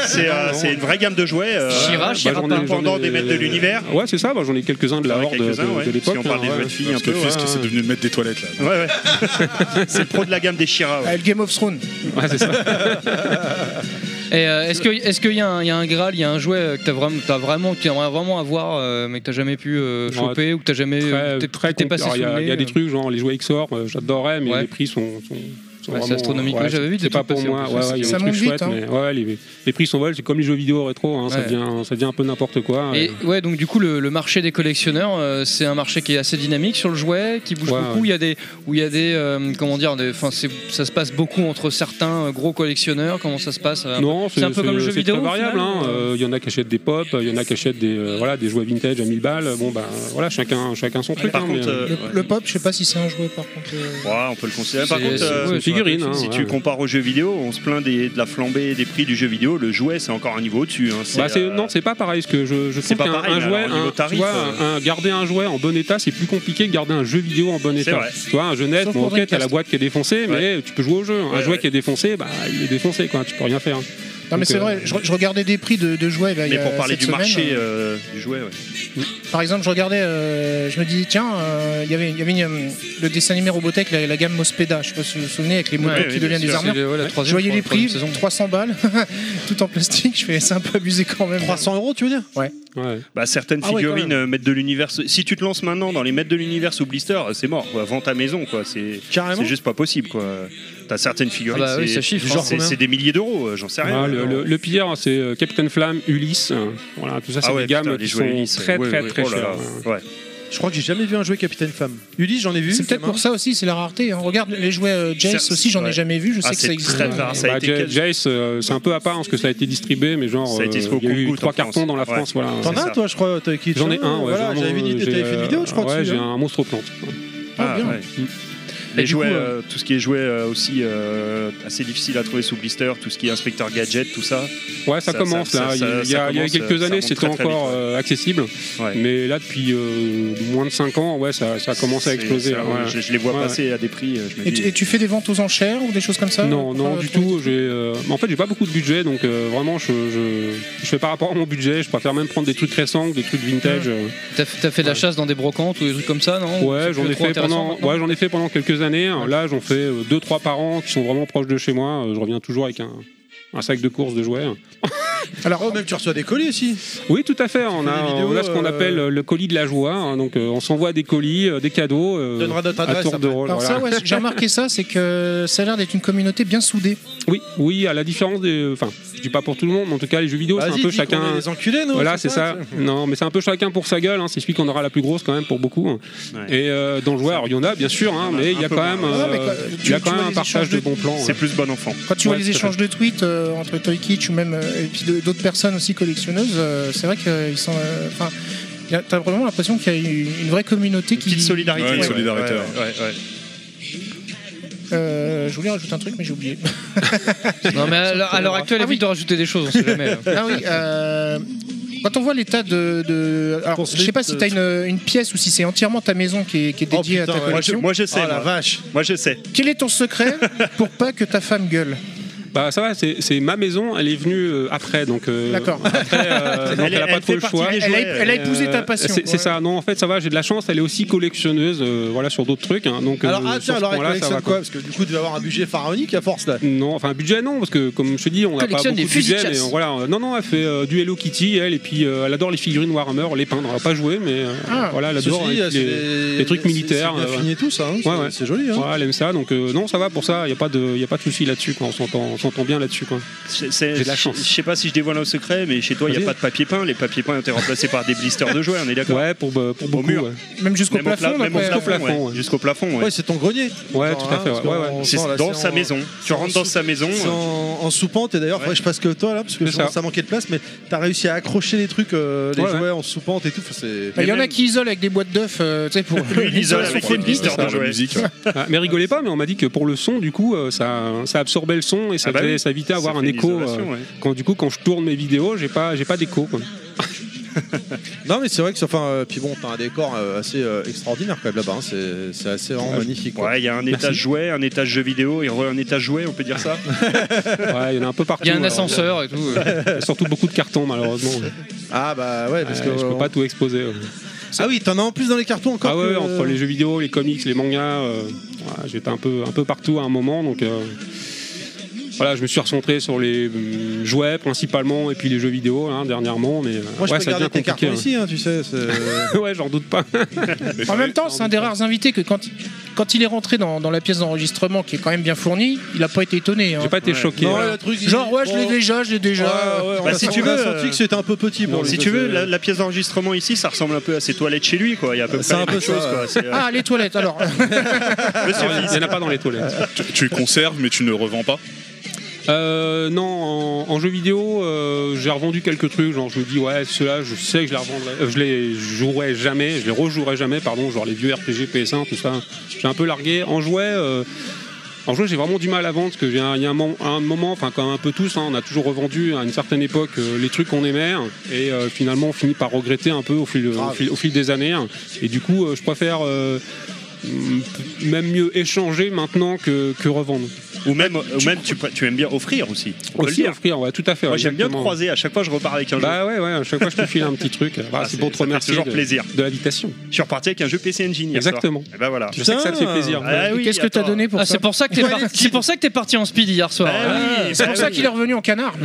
C'est euh, c'est une vraie gamme de jouets. euh,
Chira, Chira, pas.
indépendant des maîtres de l'univers.
Ouais, c'est ça, bah, j'en ai quelques-uns de la
Ouais,
horde de,
quelques-uns, ouais.
de l'époque.
Si on parle
hein,
des
ouais.
jouets de filles, un
Parce
peu,
que
ouais,
Fisk,
ouais.
c'est devenu-
de mettre des toilettes là.
Ouais, ouais. c'est le pro de la gamme des Chira. ouais.
Ah, le Game of Thrones.
Ouais, c'est ça.
Et, euh, est-ce que est-ce qu'il y, a un- il y a un Graal, il y a un jouet euh, que t'as vraiment, t'as vraiment, tu aimerais vraiment avoir, euh, mais que t'as jamais pu euh, choper ou que t'as jamais, euh, t'es-
Très
t'es
compl-
passé
Alors, Il y,
sous
a-
le
il y a
nez,
des
euh.
trucs, genre les jouets XOR, euh, j'adorais, mais les prix sont. sont- sont
Ouais, c'est
vraiment-
astronomique.
ouais,
Ouais, j'avais vu
c'est
des
pas
trucs
pour
passer,
moi.
en plus.
Ouais,
Ça,
ouais, il y a
ça
des
monte
trucs
vite,
chouettes,
hein.
mais ouais, les, les prix sont vols, c'est comme les jeux vidéo rétro, hein, ça,
Ouais.
devient, ça devient un peu n'importe quoi.
Et ouais, donc du coup, le, le marché des collectionneurs, euh, c'est un marché qui est assez dynamique sur le jouet, qui bouge
Ouais,
beaucoup.
ouais.
Il y a des, où il y a des, euh, comment dire, des- enfin, c'est- ça se passe beaucoup entre certains euh, gros collectionneurs. Comment ça se passe euh,
Non,
c'est un peu comme le jeu
c'est
vidéo.
très
au final,
variable. hein.
ou-
Euh, Il y en a qui achètent des pop, il y en a qui achètent des, euh, voilà, des jouets vintage à 1000 balles. Bon, bah voilà, chacun, chacun son truc.
par
hein,
contre,
mais,
euh,
euh,
Le pop, je sais pas si c'est un jouet par contre. euh.
Ouais, on peut le considérer. Par
C'est-
contre, euh,
c'est- c'est une figurine, hein,
si
ouais.
tu compares aux jeux vidéo, on se plaint des- de la flambée des prix du jeu vidéo. Le jouet, c'est encore un niveau au-dessus. hein.
Bah, c'est-
euh,
non, c'est pas pareil. Parce que je, je
C'est
trouve
pas
qu'un
pareil,
un
mais
jouet,
alors, au niveau
un- tu
tarif,
vois,
euh,
un- garder un jouet en bon état, c'est plus compliqué que garder un jeu vidéo en bon
C'est
état.
vrai.
Tu vois, un jeu net,
Sauf
bon,
pour
ok, t'as
Dreamcast.
la boîte qui est défoncée, mais tu peux jouer au jeu. Un
Ouais,
jouet
ouais.
qui est défoncé, bah, il est défoncé, quoi. Tu peux rien faire.
Non, mais
Donc,
c'est
euh,
vrai, je, re- je regardais des prix de, de jouets. là, il y
Mais
a
pour parler
cette
du
semaine,
marché
euh,
euh, du jouet, ouais.
Par exemple, je regardais, euh, je me dis, tiens, euh, il y avait, il y avait une, euh, le dessin animé Robotech, la, la gamme Mospeda, je sais pas si vous vous souvenez, avec les motos
Ouais,
qui
oui,
deviennent
bien
des
sûr.
armures.
C'est le- ouais, la troisième,
je voyais
je
les
crois, la
prix,
troisième
300 balles, tout en plastique, je fais, c'est un peu abusé quand même.
300 Ah, euros, tu veux dire
Ouais.
Bah, certaines
Ah ouais, quand
figurines
même.
euh, maîtres de l'univers. Si tu te lances maintenant dans les maîtres de l'univers sous blister, euh, c'est mort. Quoi. Vends ta maison, quoi. C'est
Ah
c'est juste pas possible, quoi. T'as certaines figurines,
Ah bah oui,
c'est-
ça chiffre,
c'est-
hein.
c'est c'est des milliers d'euros. euh, J'en sais rien.
Ah, le, le- le pire, c'est euh, Captain Flamme, Ulysse. euh, Voilà, tout ça, c'est
Ah ouais,
des gammes
putain, les
qui
jouets
sont
Ulysse,
très,
ouais,
très,
ouais,
très
oh là
chères.
là, ouais.
Je crois que j'ai jamais vu un jouet Capitaine Femme. Ulysse, j'en ai vu.
C'est peut-être pour ça aussi, c'est la rareté. hein. Regarde les jouets euh, Jace
C'est-
aussi, j'en ai
ouais.
jamais vu, je
Ah,
sais que
c'est
ça existe.
très rare, ça a
Bah,
été
Ja-
quel-
Jace, euh, c'est un peu à part parce que ça a été distribué, mais genre,
Ça a été
euh,
ce
il y a eu
concombre
trois
en France.
cartons dans la
Ouais.
France. Voilà.
T'en
C'est
as,
ça.
toi, je crois, Toy Kitchen
J'en ai un, ouais.
Voilà,
j'en ai-
j'avais une idée,
j'ai, euh,
t'avais fait une vidéo, je crois,
Ouais,
dessus,
j'ai
hein.
un monstre au plante.
Ah,
bien.
ouais.
Mm.
Les
Et du coup,
jouets,
euh,
euh, tout ce qui est jouet euh, aussi euh, assez difficile à trouver sous blister, tout ce qui est inspecteur gadget, tout ça.
Ouais, ça, commence
ça-
là. Il y a-
ça-
il y
ça
a, il y a
commence, euh,
quelques
ça
années,
monte
c'était
très, très vite,
encore
ouais.
euh, accessible. Mais là, depuis euh, moins de 5 ans, ouais, ça, ça commence à
C'est-
exploser.
ça,
là, ouais.
je, je les vois
Ouais.
passer à des prix. euh, Je me
Et
dis,
tu, et tu fais des ventes aux enchères ou des choses comme ça
Non, non,
Enfin,
du tout. J'ai, euh, en fait, j'ai pas beaucoup de budget, donc euh, vraiment, je, je, je fais par rapport à mon budget. Je préfère même prendre des trucs récents que des trucs
Mmh.
vintage. euh.
T'as t'as fait de la chasse dans des brocantes ou des trucs comme ça, non
Ouais,
C'est
j'en
plus
ai
trop
fait
intéressant
pendant,
maintenant
ouais, j'en ai fait pendant quelques années. Là, j'en fais 2 trois par an qui sont vraiment proches de chez moi. Euh, Je reviens Euh, toujours avec un, un sac de course de jouets.
Alors, oh, même tu reçois des colis aussi
Oui, tout à fait. On a, on a ce
euh,
qu'on appelle euh, le colis de la joie. hein. donc, euh, on s'envoie des colis, euh, des cadeaux. euh,
Donnera notre
à
adresse
tour de
après.
rôle.
Alors
voilà.
ça,
Ouais, J'ai remarqué ça, c'est que ça a l'air d'être une communauté bien soudée.
Oui, oui, à la différence des. euh, Enfin, je dis pas pour tout le monde, mais en tout cas, les jeux vidéo, c'est un
Vas-y,
peu
dis
chacun.
qu'on est des enculés, nous,
Voilà,
c'est
c'est
ça,
Oh,
ça. Non, mais c'est un peu chacun pour sa gueule. hein. C'est celui qu'on aura la plus grosse, quand même, pour beaucoup. Et euh, dans le joueur, il y en a, bien sûr, hein, mais il y a quand même,
Ouais, mais
euh,
quoi,
il y a
tu-
quand
tu
même
vois
un
les
partage
échanges
de
de-
bons plans.
C'est
plus bon enfant.
Quand tu vois
Ouais,
les
tout à
échanges
fait.
de tweets euh, entre Toy Kitsch ou même euh, et puis de- d'autres personnes aussi collectionneuses, euh, c'est vrai qu'ils sont. euh, Enfin, y a- t'as vraiment l'impression qu'il y a une, une vraie communauté qui.
Petite solidarité.
Ouais,
ouais.
solidarité,
Ouais,
ouais.
ouais, ouais.
Euh, je voulais rajouter un truc, mais j'ai oublié.
Non, mais à l'heure à l'heure actuelle, évite de rajouter des choses, on sait jamais. hein. là.
Ah oui, euh, quand on voit l'état de, de- alors je sais pas si t'as une, une pièce ou si c'est entièrement ta maison qui est, qui est
Oh,
dédiée à ta
moi, je,
collection.
moi, je sais.
Oh la
moi.
vache.
Moi je sais.
Quel est ton secret pour pas que ta femme gueule
Bah ça va, c'est c'est ma maison, elle est venue euh, après, donc. euh,
D'accord.
après, euh, donc
Elle-
elle, a
elle
pas trop
fait
le
partie
choix.
des Elle a- jouets, elle a épousé
Euh,
ta passion,
C'est c'est
ouais.
ça. Non, en fait, ça va. J'ai de la chance. Elle est aussi collectionneuse, euh, voilà, sur d'autres trucs. hein, donc.
Alors,
euh,
ah
sur
tiens,
ce
alors elle
point-là, ça
collectionne
va,
quoi, Parce que du coup, tu vas avoir un budget pharaonique à force là.
Non, enfin budget non, parce que comme je te dis, on n'a pas beaucoup
Collectionne
de
des fusils
budget.
de chasse.
mais, euh, voilà, euh, non, non, elle fait euh, du Hello Kitty, elle, et puis euh, elle adore les figurines Warhammer, les peindre. Elle va pas jouer, mais euh,
Ah,
voilà, elle
ceci
adore
dit,
et puis
c'est
les,
des-
les trucs
c'est-
militaires.
c'est bien
euh,
fini tout ça, hein,
ouais,
c'est-
ouais.
c'est joli, hein.
Ouais, elle aime ça, donc euh, non, ça va pour ça. Il y a pas de, il y a pas de souci là-dessus. quoi, On s'entend, on s'entend bien là-dessus. quoi.
C'est- c'est-
J'ai de la chance.
Je sais pas si je dévoile un secret, mais chez toi, il n'y
Vas-y.
a pas de papier peint. Les papiers peints ont été remplacés par des blisters de jouets, on est d'accord
Ouais, pour, bah, pour
beaucoup.
Même jusqu'au plafond,
Même au
d'après.
plafond,
Jusqu'au plafond,
ouais. Jusqu'au plafond, ouais.
Ouais, c'est ton grenier.
Ouais,
Genre,
tout à
hein,
fait,
parce
ouais,
qu'on
ouais.
sent,
C'est
là,
dans
c'est
sa
en-
maison. Tu
c'est
rentres dans sa maison,
c'est
euh,
En, en soupente, et d'ailleurs, faudrait que je passe que toi là, hein, parce que
C'est
je commence
ça.
à manquer de place, mais t'as réussi à accrocher les trucs, euh, les
Ouais,
jouets en soupente et tout. enfin, c'est-
Il y en a qui isolent avec des boîtes d'œufs, euh, tu sais, pour.
il isole
sur
avec
son
des
fils.
blisters de jouets. Ah, mais rigolez pas, mais on m'a dit que pour le son, du coup, euh, ça, ça absorbait le son et ça,
Ah bah
faisait-
oui.
ça évitait
Ça
avoir un
fait une
écho. euh,
isolation, ouais.
Quand du coup, quand je tourne mes vidéos, j'ai pas, j'ai pas d'écho. quoi.
Non, mais c'est vrai que, c'est- enfin, euh, puis bon, t'as un décor euh, assez euh, extraordinaire quand même là-bas. hein, c'est- C'est assez vraiment magnifique. quoi.
Ouais, il y a un étage jouet, un étage jeu vidéo et re- un étage jouet, on peut dire ça
Ouais, il y en a un peu partout.
Il y a un
alors.
ascenseur et tout, ouais.
Il y a Surtout beaucoup de cartons, malheureusement.
Ah bah ouais, parce que-
je peux pas tout exposer. ouais.
Ah oui, t'en as en plus dans les cartons encore.
Ah ouais,
que-
entre les jeux vidéo, les comics, les mangas, euh, voilà, j'étais un peu, un peu partout à un moment, donc euh, voilà, je me suis recentré sur les hum, jouets principalement et puis les jeux vidéo hein, dernièrement, mais euh,
Moi, je
ouais,
peux
ça
garder
devient
tes cartons
compliqué.
ici,
hein.
hein, tu sais. c'est-
ouais, j'en doute pas.
En même temps, c'est un des rares invités que quand, quand il est rentré dans, dans la pièce d'enregistrement qui est quand même bien fournie, il a pas été étonné. hein.
J'ai pas été Ouais. choqué, euh. Non, voilà. le
truc, il-
Genre, ouais, je l'ai
bon.
déjà, je l'ai déjà.
Ouais, ouais, on
Bah,
a
si
senti-
tu
on a
veux,
senti
euh,
que c'était un peu petit. pour
Non,
lui,
si
parce
tu
que-
veux, la, la pièce d'enregistrement ici, ça ressemble un peu à ses toilettes chez lui, quoi. Il y a à peu
C'est
près
un
la
peu
même
ça,
chose,
ouais.
quoi. C'est, euh,
Ah, les toilettes, alors.
Il n'y en a pas dans les toilettes.
Tu, tu conserves, mais tu ne revends pas.
Euh, non, en, en jeu vidéo, euh, j'ai revendu quelques trucs. Genre, je me dis, ouais, ceux-là, je sais que je les revendrai, euh, je les jouerai jamais, je les rejouerai jamais, pardon, genre les vieux RPG, PS1, tout ça. J'ai un peu largué. En jouet, euh, en jouet, j'ai vraiment du mal à vendre parce que j'ai un- il y a un, mom- un moment, enfin, quand un peu tous, hein, on a toujours revendu à une certaine époque euh, les trucs qu'on aimait et euh, finalement on finit par regretter un peu au fil, au fil, au fil des années. hein. Et du coup, euh, je préfère. euh, m- même mieux échanger maintenant que, que revendre.
Ou même, ou même tu, pr- tu aimes bien offrir aussi. On peut le
Aussi
dire.
offrir, ouais, tout à fait.
Moi, j'aime bien te
exactement.
croiser. À chaque fois, je repars avec un
Bah
jeu.
ouais, ouais, à chaque fois je te file un petit truc. Voilà,
Ah,
c'est pour te
ça fait
remercier
toujours
de,
plaisir.
de l'invitation.
Je suis reparti avec un jeu PC Engine. hier soir.
Exactement.
Eh ben voilà.
Je sais que ça te fait plaisir.
Ah oui,
Qu'est-ce que t'as
attends.
donné pour
Ah,
ça
c'est pour ça que t'es
Ouais,
par-
les
c'est pour ça que t'es parti en speed hier soir.
Ah,
Ah,
C'est pour ça qu'il est revenu en canard.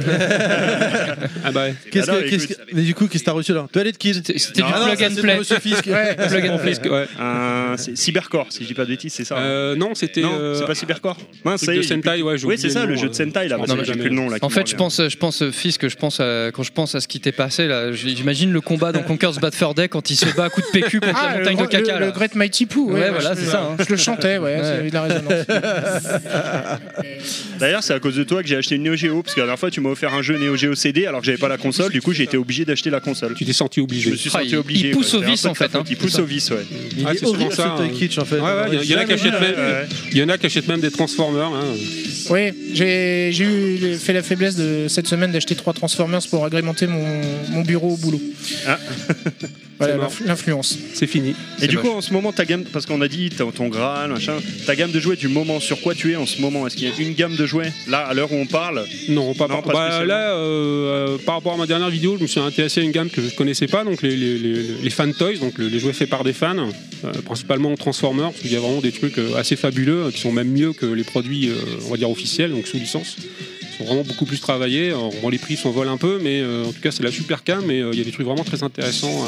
Ah bah ouais.
Qu'est-ce
Bah
que,
non,
qu'est-ce
écoute,
que- Mais du coup, qu'est-ce que t'as reçu là Toilette Kid
c'était du
Ah
plug and play. Ouais, plug and play.
Ouais.
Un- c'est Cybercore, si je dis pas de bêtises, c'est ça.
Euh, non, c'était.
Non,
euh,
c'est pas Cybercore.
un
Mince,
truc
ça y est,
de
j'ai plus-
Sentai, ouais, j'ai
Oui,
oublié
Ah, c'est ça,
le
le
nom,
jeu de
euh,
Sentai là.
je
parce
m'en
que J'ai
souviens
plus le
jamais.
nom là. qui
En
me
fait, je
revient.
pense, je pense, euh, fils, que je pense, à- quand je pense à ce qui t'est passé là, j'imagine le combat dans Conker's Bad Fur Day quand il se bat à coups de PQ contre
Ah,
la montagne
le,
de caca.
le-
là.
le Great Mighty Pooh. ouais,
Ouais,
ouais,
voilà,
je-
c'est ça, hein.
Je le chantais, ouais,
Ouais.
ça avait de la résonance.
D'ailleurs, c'est à cause de toi que j'ai acheté une Neo Geo parce que la dernière fois tu m'as offert un jeu Neo Geo CD alors que j'avais pas la console. Du coup, j'ai été obligé d'acheter la console.
Tu t'es senti
Je
obligé.
me suis
Ah,
senti
il-
obligé.
il pousse
ouais.
au
C'est un peu
vis,
de
en
ta
fait, hein.
faute. Il pousse au vis, ouais.
Il
Ah,
est
c'est souvent
horrible, ce
ça.
Toy
hein.
Kitsch, en fait.
Ouais, ouais, Il y a- il y en a qui
Jamais
achètent
vu,
même-
ouais.
il y en a qui achètent même des Transformers. hein.
Oui, j'ai j'ai eu fait la faiblesse de cette semaine d'acheter trois Transformers pour agrémenter mon, mon bureau au boulot.
Ah.
Voilà,
C'est mort.
l'inf- l'influence.
C'est fini.
Et du coup, en ce moment, ta gamme, parce qu'on a dit ton, ton Graal, machin, ta gamme de jouets du moment, sur quoi tu es en ce moment Est-ce qu'il y a une gamme de jouets là, à l'heure où on parle
Non, pas, par-
pas
bah,
spécialement.
là, euh, euh, par rapport à ma dernière vidéo, je me suis intéressé à une gamme que je ne connaissais pas, donc les, les, les, les fan toys, donc le- les jouets faits par des fans, euh, principalement Transformers, parce qu'il y a vraiment des trucs euh, assez fabuleux, euh, qui sont même mieux que les produits, euh, on va dire, officiels, donc sous licence. sont vraiment beaucoup plus travaillés. Alors, bon, les prix s'envolent un peu, mais euh, en tout cas, c'est la super cam et euh, il y a des trucs vraiment très intéressants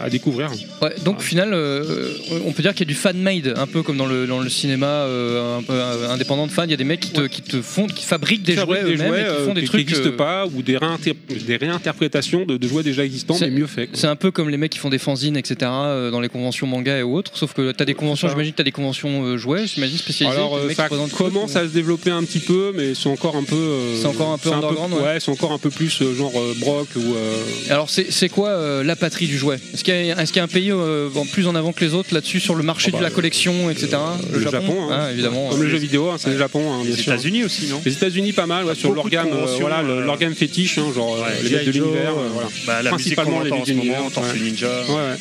à, à découvrir.
Ouais, donc
Ah
au final, euh, on peut dire qu'il y a du fan-made, un peu comme dans le, dans le cinéma euh, un peu euh, indépendant de fan. Il y a des mecs qui te, qui te font, qui fabriquent des
Ils fabriquent
jouets eux-mêmes et qui
euh,
font des trucs.
n'existent
euh,
pas ou des, réinter- des réinterprétations de, de jouets déjà existants, mais mieux faits.
C'est un peu comme les mecs qui font des fanzines, etc., euh, dans les conventions manga et autres. Sauf que t'as des conventions,
ça.
j'imagine que t'as des conventions euh, jouets, j'imagine spécialisées.
Alors,
les
euh,
mecs
ça
qui présentent-
commence à se développer un petit peu, mais c'est encore un peu. euh,
C'est encore un peu
c'est
underground, ouais.
ouais. c'est encore un peu plus euh, genre euh, Brock ou. euh,
Alors, c'est c'est quoi euh, la patrie du jouet Est-ce qu'il y, a- est-ce qu'il y a un pays euh, en plus en avant que les autres là-dessus sur le marché de la collection, etc.
Oh bah, le Japon, hein.
Ah, évidemment.
Comme
Euh,
le jeu vidéo, hein, c'est le Japon. Hein, bien
Les
sûr.
États-Unis aussi, non
Les États-Unis, pas mal, ouais, sur
Beaucoup
l'organe
de
euh,
conventions,
voilà, le-
euh,
l'organe fétiche, hein, genre euh, les
G.I.
mecs de
Joe,
l'univers.
euh,
euh, voilà.
bah, la musique
Principalement
qu'on
les
entend en
mecs
ce
de l'univers.
moment, Tortue
ouais.
Ninja. Ah
Ouais, ouais.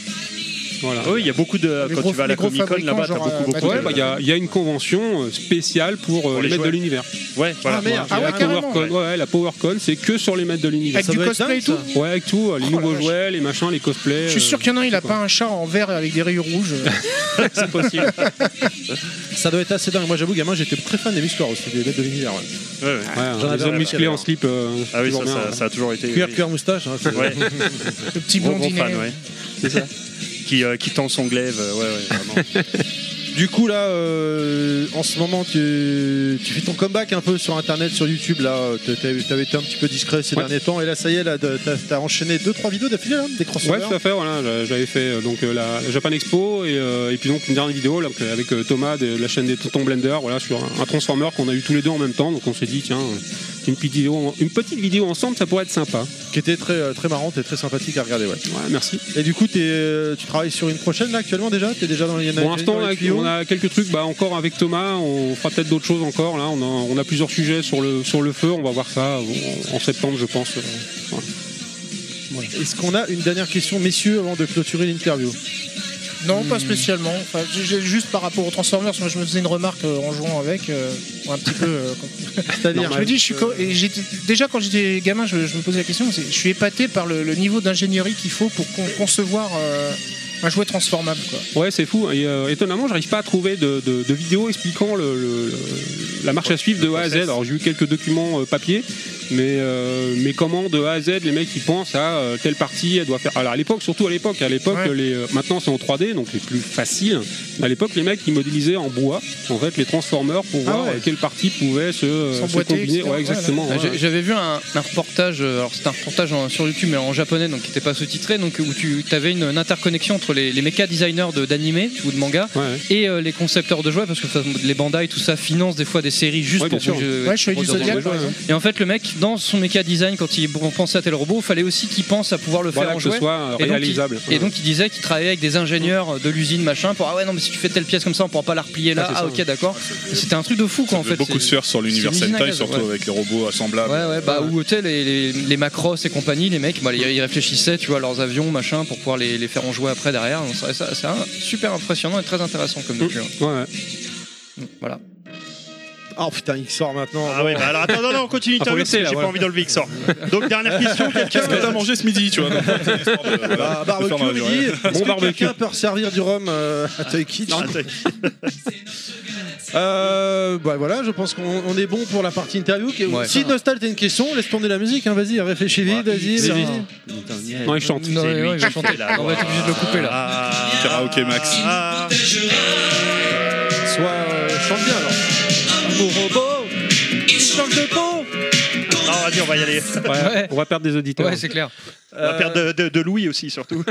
Voilà.
Oui, il y a beaucoup de. euh,
Les
Quand
gros-
tu vas à
les
la
gros
Comic Con,
fabricants,
là-bas, t'as
genre,
beaucoup,
euh,
beaucoup
Ouais, bah, il y a- il y, a une convention euh, spéciale pour, euh,
Pour
les,
les
maîtres de
jouets. Ah
l'univers.
Ouais, voilà.
Ah
la Power Con,
ouais.
ouais, la PowerCon, c'est que sur les maîtres de l'univers.
Avec Ça du doit être cosplay dingue, et tout
Ouais, avec tout, euh,
Oh
les nouveaux jouets, les machins, les cosplays.
Je suis sûr qu'il y en a un, il a pas un chat en vert avec des rayures rouges.
c'est possible.
Ça doit être assez dingue. Moi, j'avoue, gamin, j'étais très fan des muscleurs aussi, des bêtes de l'univers. ouais.
Ouais, ouais.
J'en avais
hein. les hommes
un
musclés en
petit
slip. euh, c'est
Ah oui,
toujours
ça,
bien,
ça,
hein.
ça a toujours été.
Cuir,
oui.
cuir, moustache. hein, c'est-
Ouais.
Le petit
Gros, gros
blondinet.
fan, ouais.
C'est ça.
Qui, euh, qui tend son glaive, euh, ouais, ouais, vraiment.
Du coup, là, euh, en ce moment, tu, tu fais ton comeback un peu sur Internet, sur YouTube. Là, Euh, t'as- t'as- t'avais été un petit peu discret ces
Ouais.
derniers temps. Et là, ça y est, là, t'as- t'as t'as enchaîné 2-3 vidéos d'affilée, là, des crossovers.
Ouais, tout à fait. Voilà, j'a- j'avais fait euh, donc euh, la, la Japan Expo et, euh, et puis donc une dernière vidéo là, que- avec euh, Thomas de la chaîne des Tontons Blender, voilà sur un, un Transformer qu'on a eu tous les deux en même temps. Donc on s'est dit tiens, euh, une petite vidéo, en- une petite vidéo ensemble, ça pourrait être sympa.
Qui était très, euh, très marrante et très sympathique à regarder, ouais.
merci.
Et du coup, t'es, euh, tu travailles sur une prochaine, là, actuellement, déjà T'es déjà dans les
Pour l'instant,
dans
là,
les tuyaux
on a quelques trucs. Bah, encore avec Thomas, on fera peut-être d'autres choses encore. Là, on a, on a plusieurs sujets sur le sur le feu. On va voir ça euh, en, en septembre, je pense. Euh, voilà.
Est-ce qu'on a une dernière question, messieurs, avant de clôturer l'interview
Non, pas spécialement. Enfin, j- j- juste par rapport aux Transformers, moi je me faisais une remarque euh, en jouant avec, euh, un petit peu. euh, comme-
C'est-à-dire,
je me dis, je suis co- et j'étais- déjà quand j'étais gamin, je, je me posais la question. c'est- Je suis épaté par le, le niveau d'ingénierie qu'il faut pour con- concevoir euh, un jouet transformable. Quoi.
Ouais, c'est fou. Et euh, étonnamment, j'arrive pas à trouver de, de- de vidéos expliquant le, le- le- la marche à suivre de A à Z. Alors, j'ai eu quelques documents euh, papier, mais, euh, mais comment de A à Z, les mecs ils pensent à euh, telle partie, elle doit faire. Alors, à l'époque, surtout à l'époque, à l'époque, les, euh, maintenant c'est en 3D, donc les plus faciles. À l'époque, les mecs ils modélisaient en bois, en fait, les transformers pour voir euh, quelle partie pouvait se, euh, se
Ah S'emboîter,
combiner.
etc.
Ouais, exactement.
Ah,
ouais.
j'ai- J'avais vu un, un reportage, euh, alors c'était un reportage en- sur YouTube mais en japonais donc qui n'était pas sous-titré, donc où tu avais une, une interconnexion entre les, les méca designers de- d'animé ou de manga et euh, les concepteurs de jouets parce que ça, les Bandai tout ça finance des fois des séries juste
Ouais,
pour
bien sûr.
bouger- euh,
Ouais, je fais
pour
du
bouger
Zodiac,
des
par
jouets.
exemple.
Et en fait le mec dans son méca design quand il pensait à tel robot, fallait aussi qu'il pense à pouvoir le
Voilà,
faire en
que ce
jouet.
soit, euh,
Et donc, il-
réalisable.
Et donc, il disait qu'il travaillait avec des ingénieurs de l'usine machin pour ah ouais non mais si tu fais telle pièce comme ça on pourra pas la replier là
Ah,
ah,
c'est ça,
ok
ouais.
d'accord. Et C'était un truc de fou quoi en
Il y a
fait. c'est-
beaucoup de faire sur l'univers
c'est une usine à
Sentai,
gaz,
surtout
ouais.
avec les robots assemblables.
Ouais, ouais, bah, ou tu sais, les, les, les Macross et compagnie, les mecs, bah, ils ils réfléchissaient, tu vois, leurs avions, machin, pour pouvoir les, les faire en jouer après derrière. Donc, ça, ça- c'est un- super impressionnant et très intéressant comme docu. hein. Mm,
Ouais, ouais.
Voilà.
Oh putain, il sort maintenant.
Ah oui, bah alors attends, non, non, on continue
Ah, faut
l'interview, parce
laisser,
que
là,
j'ai pas
voilà.
envie d'enlever Xor. Donc, dernière question, quelqu'un. euh, Ah,
Qu'est-ce que t'as mangé ce midi, tu vois donc,
Bah,
de
barbecue
euh, faire ma
au
journée.
midi. Est-ce
Bon
que
barbecue.
Quelqu'un peut servir du rhum euh, à Toy Kitsch Euh, bah voilà, je pense qu'on on est bon pour la partie interview. Qui-
Ouais.
Si Nostal, t'as une question, laisse tourner la musique, hein, vas-y, réfléchis vite, vas-y.
c'est-
vas-y.
Non, il chante.
Non,
C'est
ouais,
lui
ouais,
qui
je
fait
chantais.
la Ah,
On va être obligé de le couper là.
Ah.
Karaoke Max.
Soit euh, chante bien alors.
Mon robot, il change de peau
Non, vas-y, on va y aller.
Ouais,
Ouais.
On va perdre des auditeurs.
Ouais, c'est clair.
On va perdre de, de, de Louis aussi, surtout.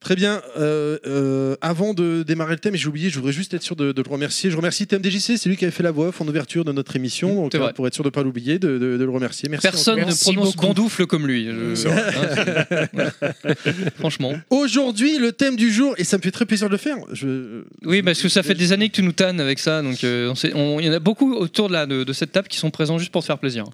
Très bien. euh, euh, avant de démarrer le thème, et j'ai oublié, je voudrais juste être sûr de, de le remercier. Je remercie TMDJC, c'est lui qui avait fait la voix off en ouverture de notre émission. Donc,
C'est
euh,
vrai.
pour être sûr de ne pas l'oublier, de, de- de le remercier. Merci.
Personne
encore.
ne prononce bandoufle comme lui. Je- hein, c'est- ouais. Franchement.
Aujourd'hui, le thème du jour, et ça me fait très plaisir de le faire. Je...
Oui, parce que ça fait des années que tu nous tannes avec ça, donc euh, on sait- on- il y en a beaucoup autour de, la, de, de cette table qui sont présents juste pour te faire plaisir.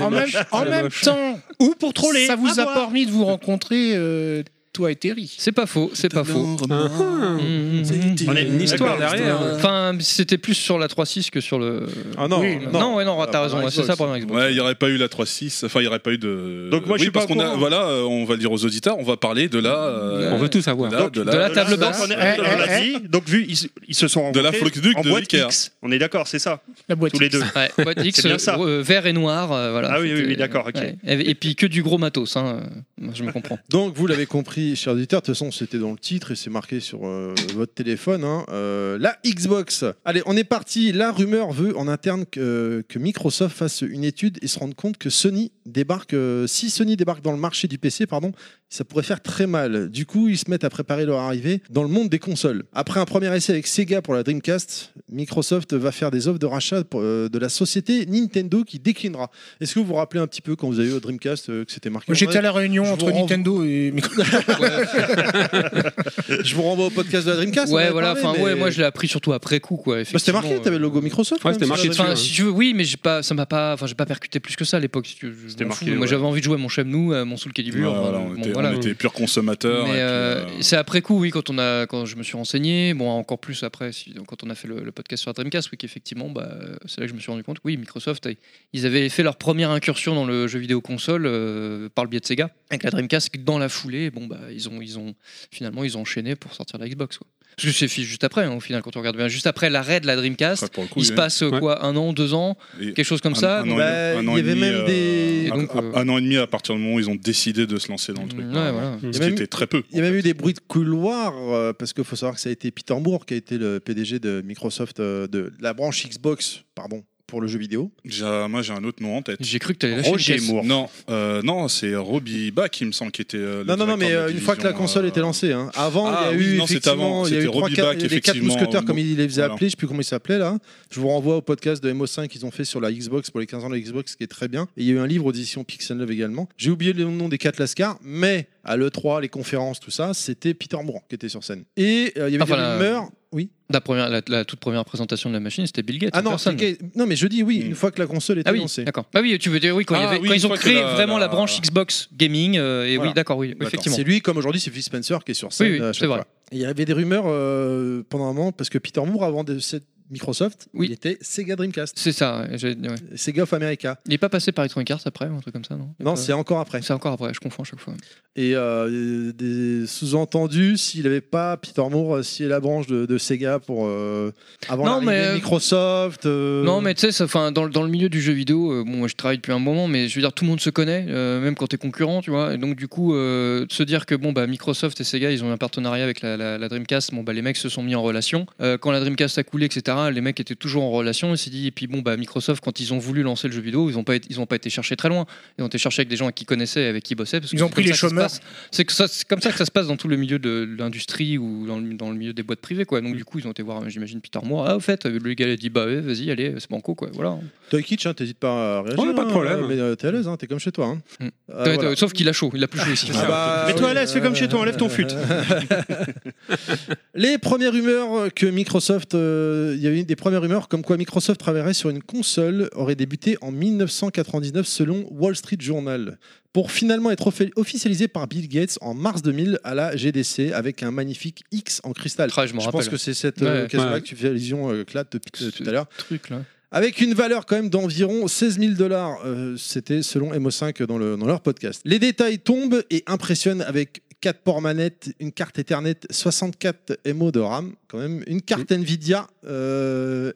en même, en même temps, ou pour
troller,
ça vous
à
a
boire.
permis de vous rencontrer euh, toi et Terry.
C'est pas faux, c'est pas faux.
Ah
Mmh,
On a une histoire derrière.
Enfin, c'était plus sur la 3.6 que sur le.
Ah non,
Oui,
non.
non, ouais, non,
Ah,
t'as raison,
bah,
ouais, c'est ça pour Xbox.
Ouais, il n'y aurait pas eu la 3.6, enfin il n'y aurait pas eu de.
Donc moi, je
Oui,
suis
parce
pas au
qu'on a-
courant.
Voilà, euh, on va le dire aux auditeurs, on va parler de la. euh,
On veut tout savoir.
de
Donc, de la table
de la-
basse.
on est-
Eh,
on l'a
eh,
dit.
Si, Donc vu, ils, ils se sont
De
rencontrés
la Flocduc
en
de
boîte
Ikea.
X. On est d'accord, c'est ça.
boîte
Tous les deux.
Ouais, boîte X,
C'est bien ça.
euh, vert et noir, euh, voilà.
Ah oui, oui,
C'était-
oui, d'accord, ok.
ouais. Et, et puis que du gros matos, hein, euh, moi, je me comprends.
Donc vous l'avez compris, chers auditeurs, de toute façon c'était dans le titre et c'est marqué sur euh, votre téléphone, hein, euh, la Xbox. Allez, on est parti, la rumeur veut en interne que, que Microsoft fasse une étude et se rende compte que Sony débarque, euh, si Sony débarque dans le marché du PC, pardon, ça pourrait faire très mal. Du coup, ils se mettent à préparer leur arrivée dans le monde des consoles. Après un premier essai avec Sega pour la Dreamcast, Microsoft va faire des offres de rachat pour, euh, de la société Nintendo qui déclinera. Est-ce que vous vous rappelez un petit peu quand vous avez eu la Dreamcast euh, que c'était marqué en
J'étais
red
à la réunion
Je vous
entre
renvoie-
Nintendo et
je vous renvoie au podcast de la Dreamcast. on en
ouais,
avait
voilà,
parlé,
enfin,
mais-
ouais, moi je l'ai appris surtout après coup, quoi.
Bah, c'était
effectivement,
marqué,
euh.
t'avais le logo Microsoft. hein,
Ouais,
quand
c'était
même,
marqué
sur la
dessus.
dessus.
Si tu veux, oui, mais j'ai pas, ça m'a pas, enfin, j'ai pas percuté plus que ça à l'époque. Si tu veux, je m'en
marqué,
fous, Moi,
ouais.
j'avais envie de jouer à mon Chemnou, à mon Soul Calibur.
Ouais,
enfin,
voilà, on
bon,
était,
voilà. euh,
on était pur consommateur.
Mais euh, c'est après coup, oui, quand on a, quand je me suis renseigné, bon, encore plus après, si- quand on a fait le, le podcast sur la Dreamcast, oui, qu'effectivement, bah, c'est là que je me suis rendu compte, oui, Microsoft, ils avaient fait leur première incursion dans le jeu vidéo console euh, par le biais de Sega, avec la Dreamcast dans la foulée, bon, bah, ils ont, ils ont, finalement, ils ont enchaîné pour sortir la Xbox, quoi. Parce que c'est fi- juste après, hein, au final, quand on regarde bien, juste après l'arrêt de la Dreamcast,
coup,
il se
ouais.
passe euh, quoi, un an, deux ans, quelque chose comme ça. donc- Et donc, euh,
Un an et demi à partir du moment où ils ont décidé de se lancer dans le truc.
ouais, voilà.
Il
Ce
y a
qui
même-
était très peu.
Il y a même eu des bruits de couloir, euh, parce qu'il faut savoir que ça a été Peter Moore qui a été le PDG de Microsoft, euh, de la branche Xbox, pardon, pour le jeu vidéo.
J'ai- moi j'ai un autre nom en tête.
J'ai cru que t'allais
lâcher une caisse.
Non, euh, non c'est Robbie Bach, il me semble, qui était. euh, le
Non, non, non,
directeur
mais
de
euh, une fois que la
division,
console était lancée, hein. avant,
Ah
il y a
oui,
eu
non, c'était
effectivement,
avant,
il y a eu
c'était
trois,
Robbie
quatre-
Bach,
les quatre
effectivement,
mousquetaires, comme
bon,
il les faisait
voilà.
appeler, je sais plus comment ils s'appelaient là. Je vous renvoie au podcast de MO5 qu'ils ont fait sur la Xbox pour les 15 ans de la Xbox, qui est très bien. Et il y a eu un livre audition Pixel 9 également. J'ai oublié le nom des quatre Lascars, mais à l'E3, les conférences, tout ça, c'était Peter Moore qui était sur scène. Et euh, il y avait
Enfin,
des
la-
rumeurs. Oui.
La, première, la, la toute première présentation de la machine, c'était Bill Gates.
Ah
en
non,
personne.
Bill Gates- non, mais je dis oui, une fois que la console était
Ah oui,
lancée.
d'accord. Ah oui, tu veux dire oui quand, il y
Ah
avait-
oui,
quand
une
ils ont
fois que
créé
la-
vraiment la,
la-
branche Xbox Gaming. euh, et
Voilà.
oui, d'accord, oui, effectivement.
C'est lui, comme aujourd'hui, c'est Phil Spencer qui est sur
Oui,
scène.
oui,
à chaque
c'est vrai.
fois. Et Il y avait des rumeurs euh, pendant un moment, parce que Peter Moore, avant de cette Microsoft, il était Sega Dreamcast.
C'est ça. ouais, j'ai- ouais.
Sega of America.
Il est pas passé par Electronic Arts après, ou un truc comme ça, non Euh,
Non, c'est encore après.
C'est encore après, je confonds à chaque fois.
Et euh, des sous-entendus, s'il n'avait pas Peter Moore, euh, s'il est la branche de, de Sega pour euh, avant
Non,
l'arrivée
mais,
de
euh,
Microsoft. euh,
Non, mais tu sais, ça- 'fin, dans, le- dans le milieu du jeu vidéo, euh, bon, moi je travaille depuis un moment, mais je veux dire, tout le monde se connaît, euh, même quand t'es concurrent, tu vois. Et donc, du coup, euh, de se dire que bon, bah, Microsoft et Sega, ils ont eu un partenariat avec la, la- la Dreamcast, bon, bah, les mecs se sont mis en relation. Euh, quand la Dreamcast a coulé, etc., les mecs étaient toujours en relation. Et, s'est dit, et puis, bon, bah, Microsoft, quand ils ont voulu lancer le jeu vidéo, ils n'ont pas, été- ils ont pas été chercher très loin. Ils ont été chercher avec des gens qui connaissaient, et avec qui ils bossaient. Parce que
Ils ont
c'est
pris
comme
les
ça que ça se
chômeurs.
passe. C'est que ça- c'est comme ça que ça se passe dans tout le milieu de l'industrie ou dans le, dans le milieu des boîtes privées. Quoi. Donc, du coup, ils ont été voir, j'imagine, Peter Moore. Ah, au fait, le gars il a dit Bah, ouais, vas-y, allez, c'est banco. Quoi. Voilà.
Toy Kitsch, hein, t'hésites pas à réagir.
Ouais, Oh, pas de
hein,
problème. Mm.
Mais euh, t'es à l'aise, hein, t'es comme chez toi. hein. Euh,
T'as- t'as-
voilà.
Sauf qu'il a chaud, il a plus chaud ici.
Ah bah,
Mets-toi
oui.
à l'aise, fais comme chez toi, enlève ton fut.
Les premières rumeurs que Microsoft, euh, il y a eu des premières rumeurs comme quoi Microsoft travaillerait sur une console aurait débuté en 1999 selon Wall Street Journal, pour finalement être offi- officialisé par Bill Gates en mars 2000 à la GDC avec un magnifique X en cristal.
Ah, je m'en
pense
rappelle.
que c'est cette
Ouais.
euh, occasion-là
Ouais.
que tu fais allusion, euh, Clad, depuis euh, tout à l'heure.
Truc là.
Avec une valeur quand même d'environ 16 000 dollars, euh, c'était selon MO5 dans, le- dans leur podcast. Les détails tombent et impressionnent avec 4 ports manettes, une carte Ethernet, 64 MO de RAM quand même, une carte Nvidia euh,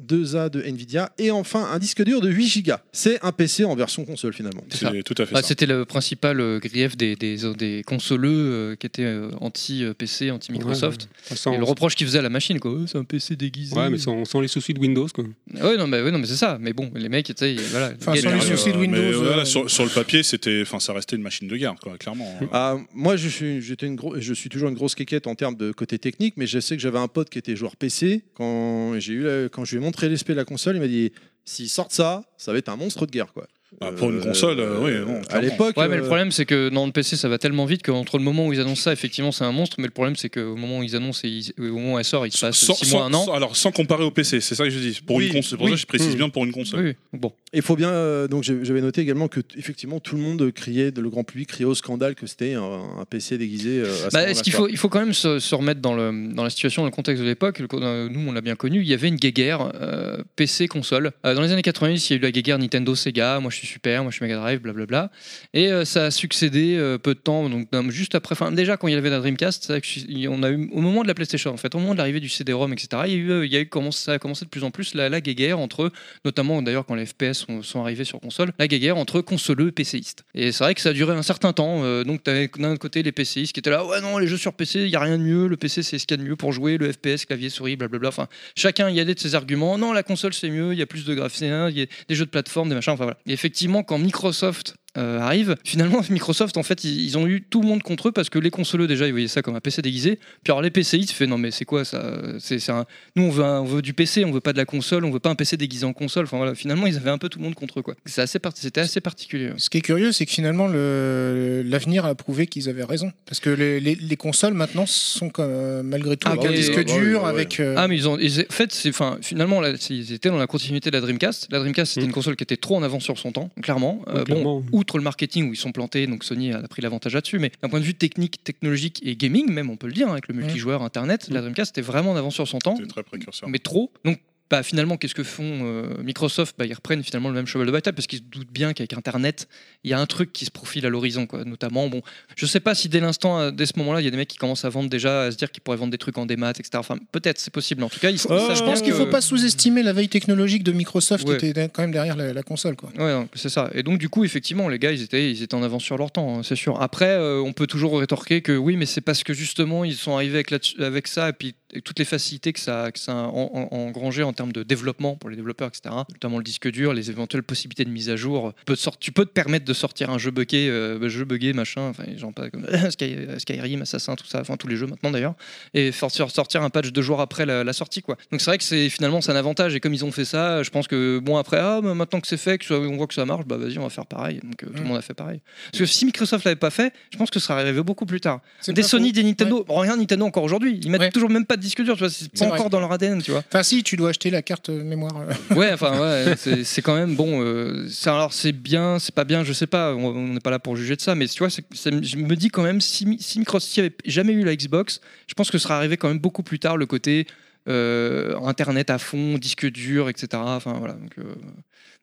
NV2A de Nvidia et enfin un disque dur de 8 Go. C'est un PC en version console finalement.
C'est tout à fait
Bah,
ça.
C'était le principal euh, grief des, des, des consoleux euh, qui étaient euh, anti-PC, anti-Microsoft.
Ouais, ouais. Sans-
Et le reproche qu'ils faisaient à la machine, quoi. Ouais, c'est un PC déguisé.
Ouais, mais sans, sans les soucis de Windows, quoi.
Ouais, non, mais, ouais, non, mais c'est ça. Mais bon, les mecs, tu sais, voilà. Gates-
Mais, euh, mais, voilà, sur, sur le papier, c'était, enfin, ça restait une machine de guerre, quoi, clairement.
Ah, moi, je suis, j'étais une gro- je suis toujours une grosse quéquette en termes de côté technique, mais je sais que j'avais un pote qui était joueur PC. Quand, j'ai eu la- quand je lui ai montré l'esprit de la console, il m'a dit S'ils sortent ça, ça va être un monstre de guerre. quoi.
Bah, pour une console, euh, oui, non,
à l'époque,
Ouais, mais le
euh,
problème, c'est que dans le PC, ça va tellement vite qu'entre le moment où ils annoncent ça, effectivement, c'est un monstre. Mais le problème, c'est qu'au moment où ils annoncent et ils- au moment où elle sort, il se passe 6 mois, 1 an.
sans- alors sans comparer au PC, c'est ça que je dis. Pour
Oui.
une console, pour
Oui.
ça que je précise
Mm.
bien pour une console.
Oui, bon.
Il faut bien. euh, donc j'ai- j'avais noté également que t- effectivement tout le monde criait, de le grand public criait au scandale que c'était un, un PC déguisé. euh, à ce
Bah,
moment-là,
est-ce qu'il
quoi.
faut, il faut quand même se, se remettre dans, le, dans la situation, le contexte de l'époque. Le co- euh, Nous, on l'a bien connu. Il y avait une guéguerre euh, PC-console. Euh, dans les années 90, il y a eu la guéguerre Nintendo-Sega. Moi, je suis Super, moi, je suis Mega Drive, blablabla. Et euh, ça a succédé euh, peu de temps, donc d'un- juste après. Enfin, déjà, quand il y avait la Dreamcast, ça, il- on a eu, au moment de la PlayStation, en fait, au moment de l'arrivée du CD-ROM, etc., il y a eu, euh, il y a eu commencé- ça a commencé de plus en plus la, la guéguerre entre, notamment d'ailleurs quand les FPS sont, sont arrivés sur console, la guéguerre entre consoleux et PCistes. Et c'est vrai que ça a duré un certain temps. euh, donc, tu d'un côté les PCistes qui étaient là, ouais, non, les jeux sur PC, il n'y a rien de mieux, le PC c'est ce qu'il y a de mieux pour jouer, le FPS, clavier, souris, blablabla. Enfin, chacun y allait de ses arguments. Non, la console c'est mieux, il y a plus de graphismes, il y a des jeux de plateforme, des machins. Enfin, voilà. Et effectivement, quand Microsoft. euh, arrive. Finalement, Microsoft, en fait, ils, ils ont eu tout le monde contre eux parce que les consoleux, déjà, ils voyaient ça comme un PC déguisé. Puis alors, les PCistes, fait non, mais c'est quoi ça C'est c'est un... Nous, on veut, un- on veut du PC, on veut pas de la console, on veut pas un PC déguisé en console. Enfin, voilà. Finalement, ils avaient un peu tout le monde contre eux, quoi. C'est assez parti- C'était assez particulier.
Ce qui est curieux, c'est que finalement, le- l'avenir a prouvé qu'ils avaient raison. Parce que les, les- les consoles, maintenant, sont quand même, malgré tout avec un disque dur, avec... euh,
Ah, mais ils ont. ils- en fait, c'est, enfin, finalement, là, c'est- ils étaient dans la continuité de la Dreamcast. La Dreamcast, c'était une console qui était trop en avance sur son temps, clairement.
Oui,
Euh,
clairement.
Bon, outre le marketing où ils sont plantés, donc Sony a pris l'avantage là-dessus, mais d'un point de vue technique, technologique et gaming, même, on peut le dire, hein, avec le multijoueur Internet, la Dreamcast était vraiment en avance sur son temps.
très précurseur.
Mais trop. Donc, bah, finalement, qu'est-ce que font euh, Microsoft bah, Ils reprennent finalement le même cheval de bataille parce qu'ils se doutent bien qu'avec Internet, il y a un truc qui se profile à l'horizon. quoi. Notamment, bon, je sais pas si dès l'instant, euh, dès ce moment-là, il y a des mecs qui commencent à vendre déjà, à se dire qu'ils pourraient vendre des trucs en démat, etc. Enfin, peut-être, c'est possible. En tout cas, ils
Faut- je pense Euh, qu'il ne faut pas sous-estimer la veille technologique de Microsoft
Ah, Ouais.
qui était quand même derrière la, la console. Quoi.
Ouais, non, c'est ça. Et donc, du coup, effectivement, les gars, ils étaient, ils étaient en avance sur leur temps, hein, c'est sûr. Après, euh, on peut toujours rétorquer que oui, mais c'est parce que justement, ils sont arrivés avec, là-dessus- avec ça et puis avec toutes les facilités que ça, que ça a en- en- engrangé en termes de développement pour les développeurs, etc. Notamment le disque dur, les éventuelles possibilités de mise à jour. Tu peux te, sort- tu peux te permettre de sortir un jeu buggé, euh, jeu buggé, machin, enfin, genre pas comme Sky- euh, Skyrim, Assassin, tout ça, enfin, tous les jeux maintenant d'ailleurs et sortir, sortir un patch deux jours après la, la sortie quoi. Donc c'est vrai que c'est finalement c'est un avantage et comme ils ont fait ça, je pense que bon après ah bah, maintenant que c'est fait, que ça- on voit que ça marche, bah vas-y on va faire pareil. Donc euh, tout le monde a fait pareil. Parce que si Microsoft l'avait pas fait, je pense que ça serait arrivé beaucoup plus tard.
C'est
Des
pas
Sony,
faux.
des Nintendo, rien Nintendo encore aujourd'hui, ils mettent toujours même pas de disque dur, tu vois, c'est
C'est
pas
vrai.
encore dans leur ADN, tu vois.
Enfin, si, tu dois acheter la carte euh, mémoire. euh.
Ouais, enfin, ouais, c'est- c'est quand même bon. euh, ça, alors, c'est bien, c'est pas bien, je sais pas, on on n'est pas là pour juger de ça, mais tu vois, c'est- ça me- je me dis quand même, si, Mi- si Microsoft s'il y avait jamais eu la Xbox, je pense que ça serait arrivé quand même beaucoup plus tard le côté euh, Internet à fond, disque dur, etc. Enfin, voilà. Donc, euh,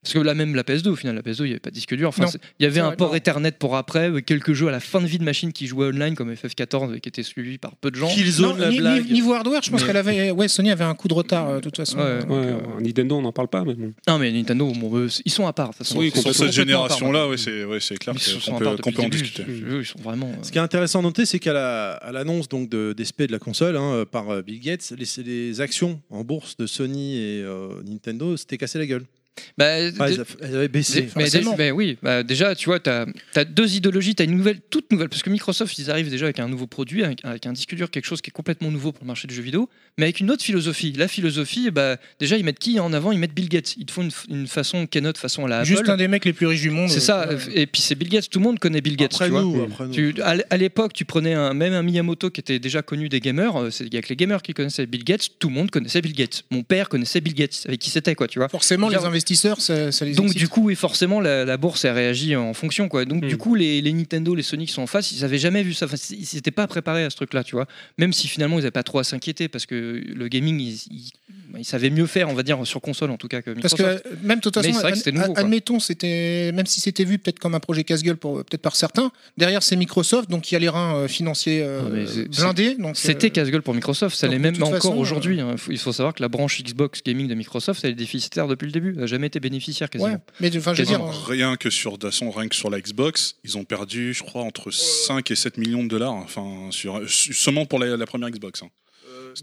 parce que là, même la PS2, au final, la PS2, il n'y avait pas de disque dur. Enfin,
Non.
c'est- il y avait
C'est
un
vrai,
port Ethernet pour après, euh, quelques jeux à la fin de vie de machines qui jouaient online, comme FF14, euh, qui était suivi par peu de gens.
Non, ni- ni- Niveau hardware, je pense
Mais-
qu'elle avait. Ouais, Sony avait un coup de retard, euh, de toute façon.
Ouais,
Ouais, euh, Nintendo, on n'en parle pas, mais bon.
Non, mais Nintendo, bon, eux, ils sont à part. de toute façon.
Oui,
Ils sont
complètement-
Sur cette
complètement à part,
génération-là, ouais, c'est ouais, c'est clair
Ils se
que-
sont
qu'on
à
peut,
part
qu'on
depuis
peut en
le début.
discuter.
Eux, ils sont vraiment. euh,
Ce qui est intéressant à noter, c'est qu'à la- à l'annonce donc de, des SP de la console hein, euh, par euh, Bill Gates, les, c'est les actions en bourse de Sony et euh, Nintendo s'étaient cassées la gueule.
Bah,
Ah,
dé-
elles, a- elles avaient baissé.
dé- mais, dé-
forcément.
mais oui, bah, déjà, tu vois, tu as, deux idéologies, tu as une nouvelle, toute nouvelle, parce que Microsoft, ils arrivent déjà avec un nouveau produit, avec, avec un disque dur, quelque chose qui est complètement nouveau pour le marché du jeu vidéo, mais avec une autre philosophie. La philosophie, bah, déjà, ils mettent qui en avant Ils mettent Bill Gates. Ils te font une, f- une façon Keynote, façon à la Apple.
Euh, Juste un des mecs les plus riches du monde. euh, Bah,
C'est ça, euh, et puis c'est Bill Gates, tout le monde connaît Bill Gates.
Après
tu
nous,
vois.
après nous.
Mm.
Euh,
Tu- à l- à l'époque, tu prenais un, même un Miyamoto qui était déjà connu des gamers, euh, c'est- il y a que les gamers qui connaissaient Bill Gates, tout le monde connaissait Bill Gates. Mon père connaissait Bill Gates, avec qui c'était, quoi, tu vois.
Forcément, les
Genre-
investisseurs, ça, ça les
donc
excite.
du coup, et forcément, la, la bourse a réagi en fonction. Quoi. Donc
Mm.
du coup, les, les Nintendo, les Sony qui sont en face, ils n'avaient jamais vu ça. Enfin, c- ils n'étaient pas préparés à ce truc-là, tu vois. Même si finalement, ils n'avaient pas trop à s'inquiéter parce que le gaming, ils, ils- ils savaient mieux faire, on va dire, sur console en tout cas que
Parce
Microsoft.
que euh, même de toute
Mais
façon,
c'est vrai que
ad-
c'était nouveau.
ad-
quoi.
admettons, c'était même si c'était vu peut-être comme un projet casse-gueule pour euh, peut-être par certains. Derrière, c'est Microsoft, donc il y a les reins euh, financiers euh,
Non, mais c'est-
blindés.
c'est-
donc,
C'était
euh,
casse-gueule pour Microsoft, ça
donc,
l'est
de
même
toute
encore
façon, euh,
aujourd'hui. hein. Faut- Il faut savoir que la branche Xbox Gaming de Microsoft, elle est déficitaire depuis le début. Elle n'a jamais été bénéficiaire quasiment.
Ouais, mais enfin, je veux
Quasiment.
dire,
Rien que sur de toute façon, rien que sur la Xbox, ils ont perdu,
ah,
je crois, entre 5 et 7 millions de dollars, enfin, sur, seulement pour la, la première Xbox. hein.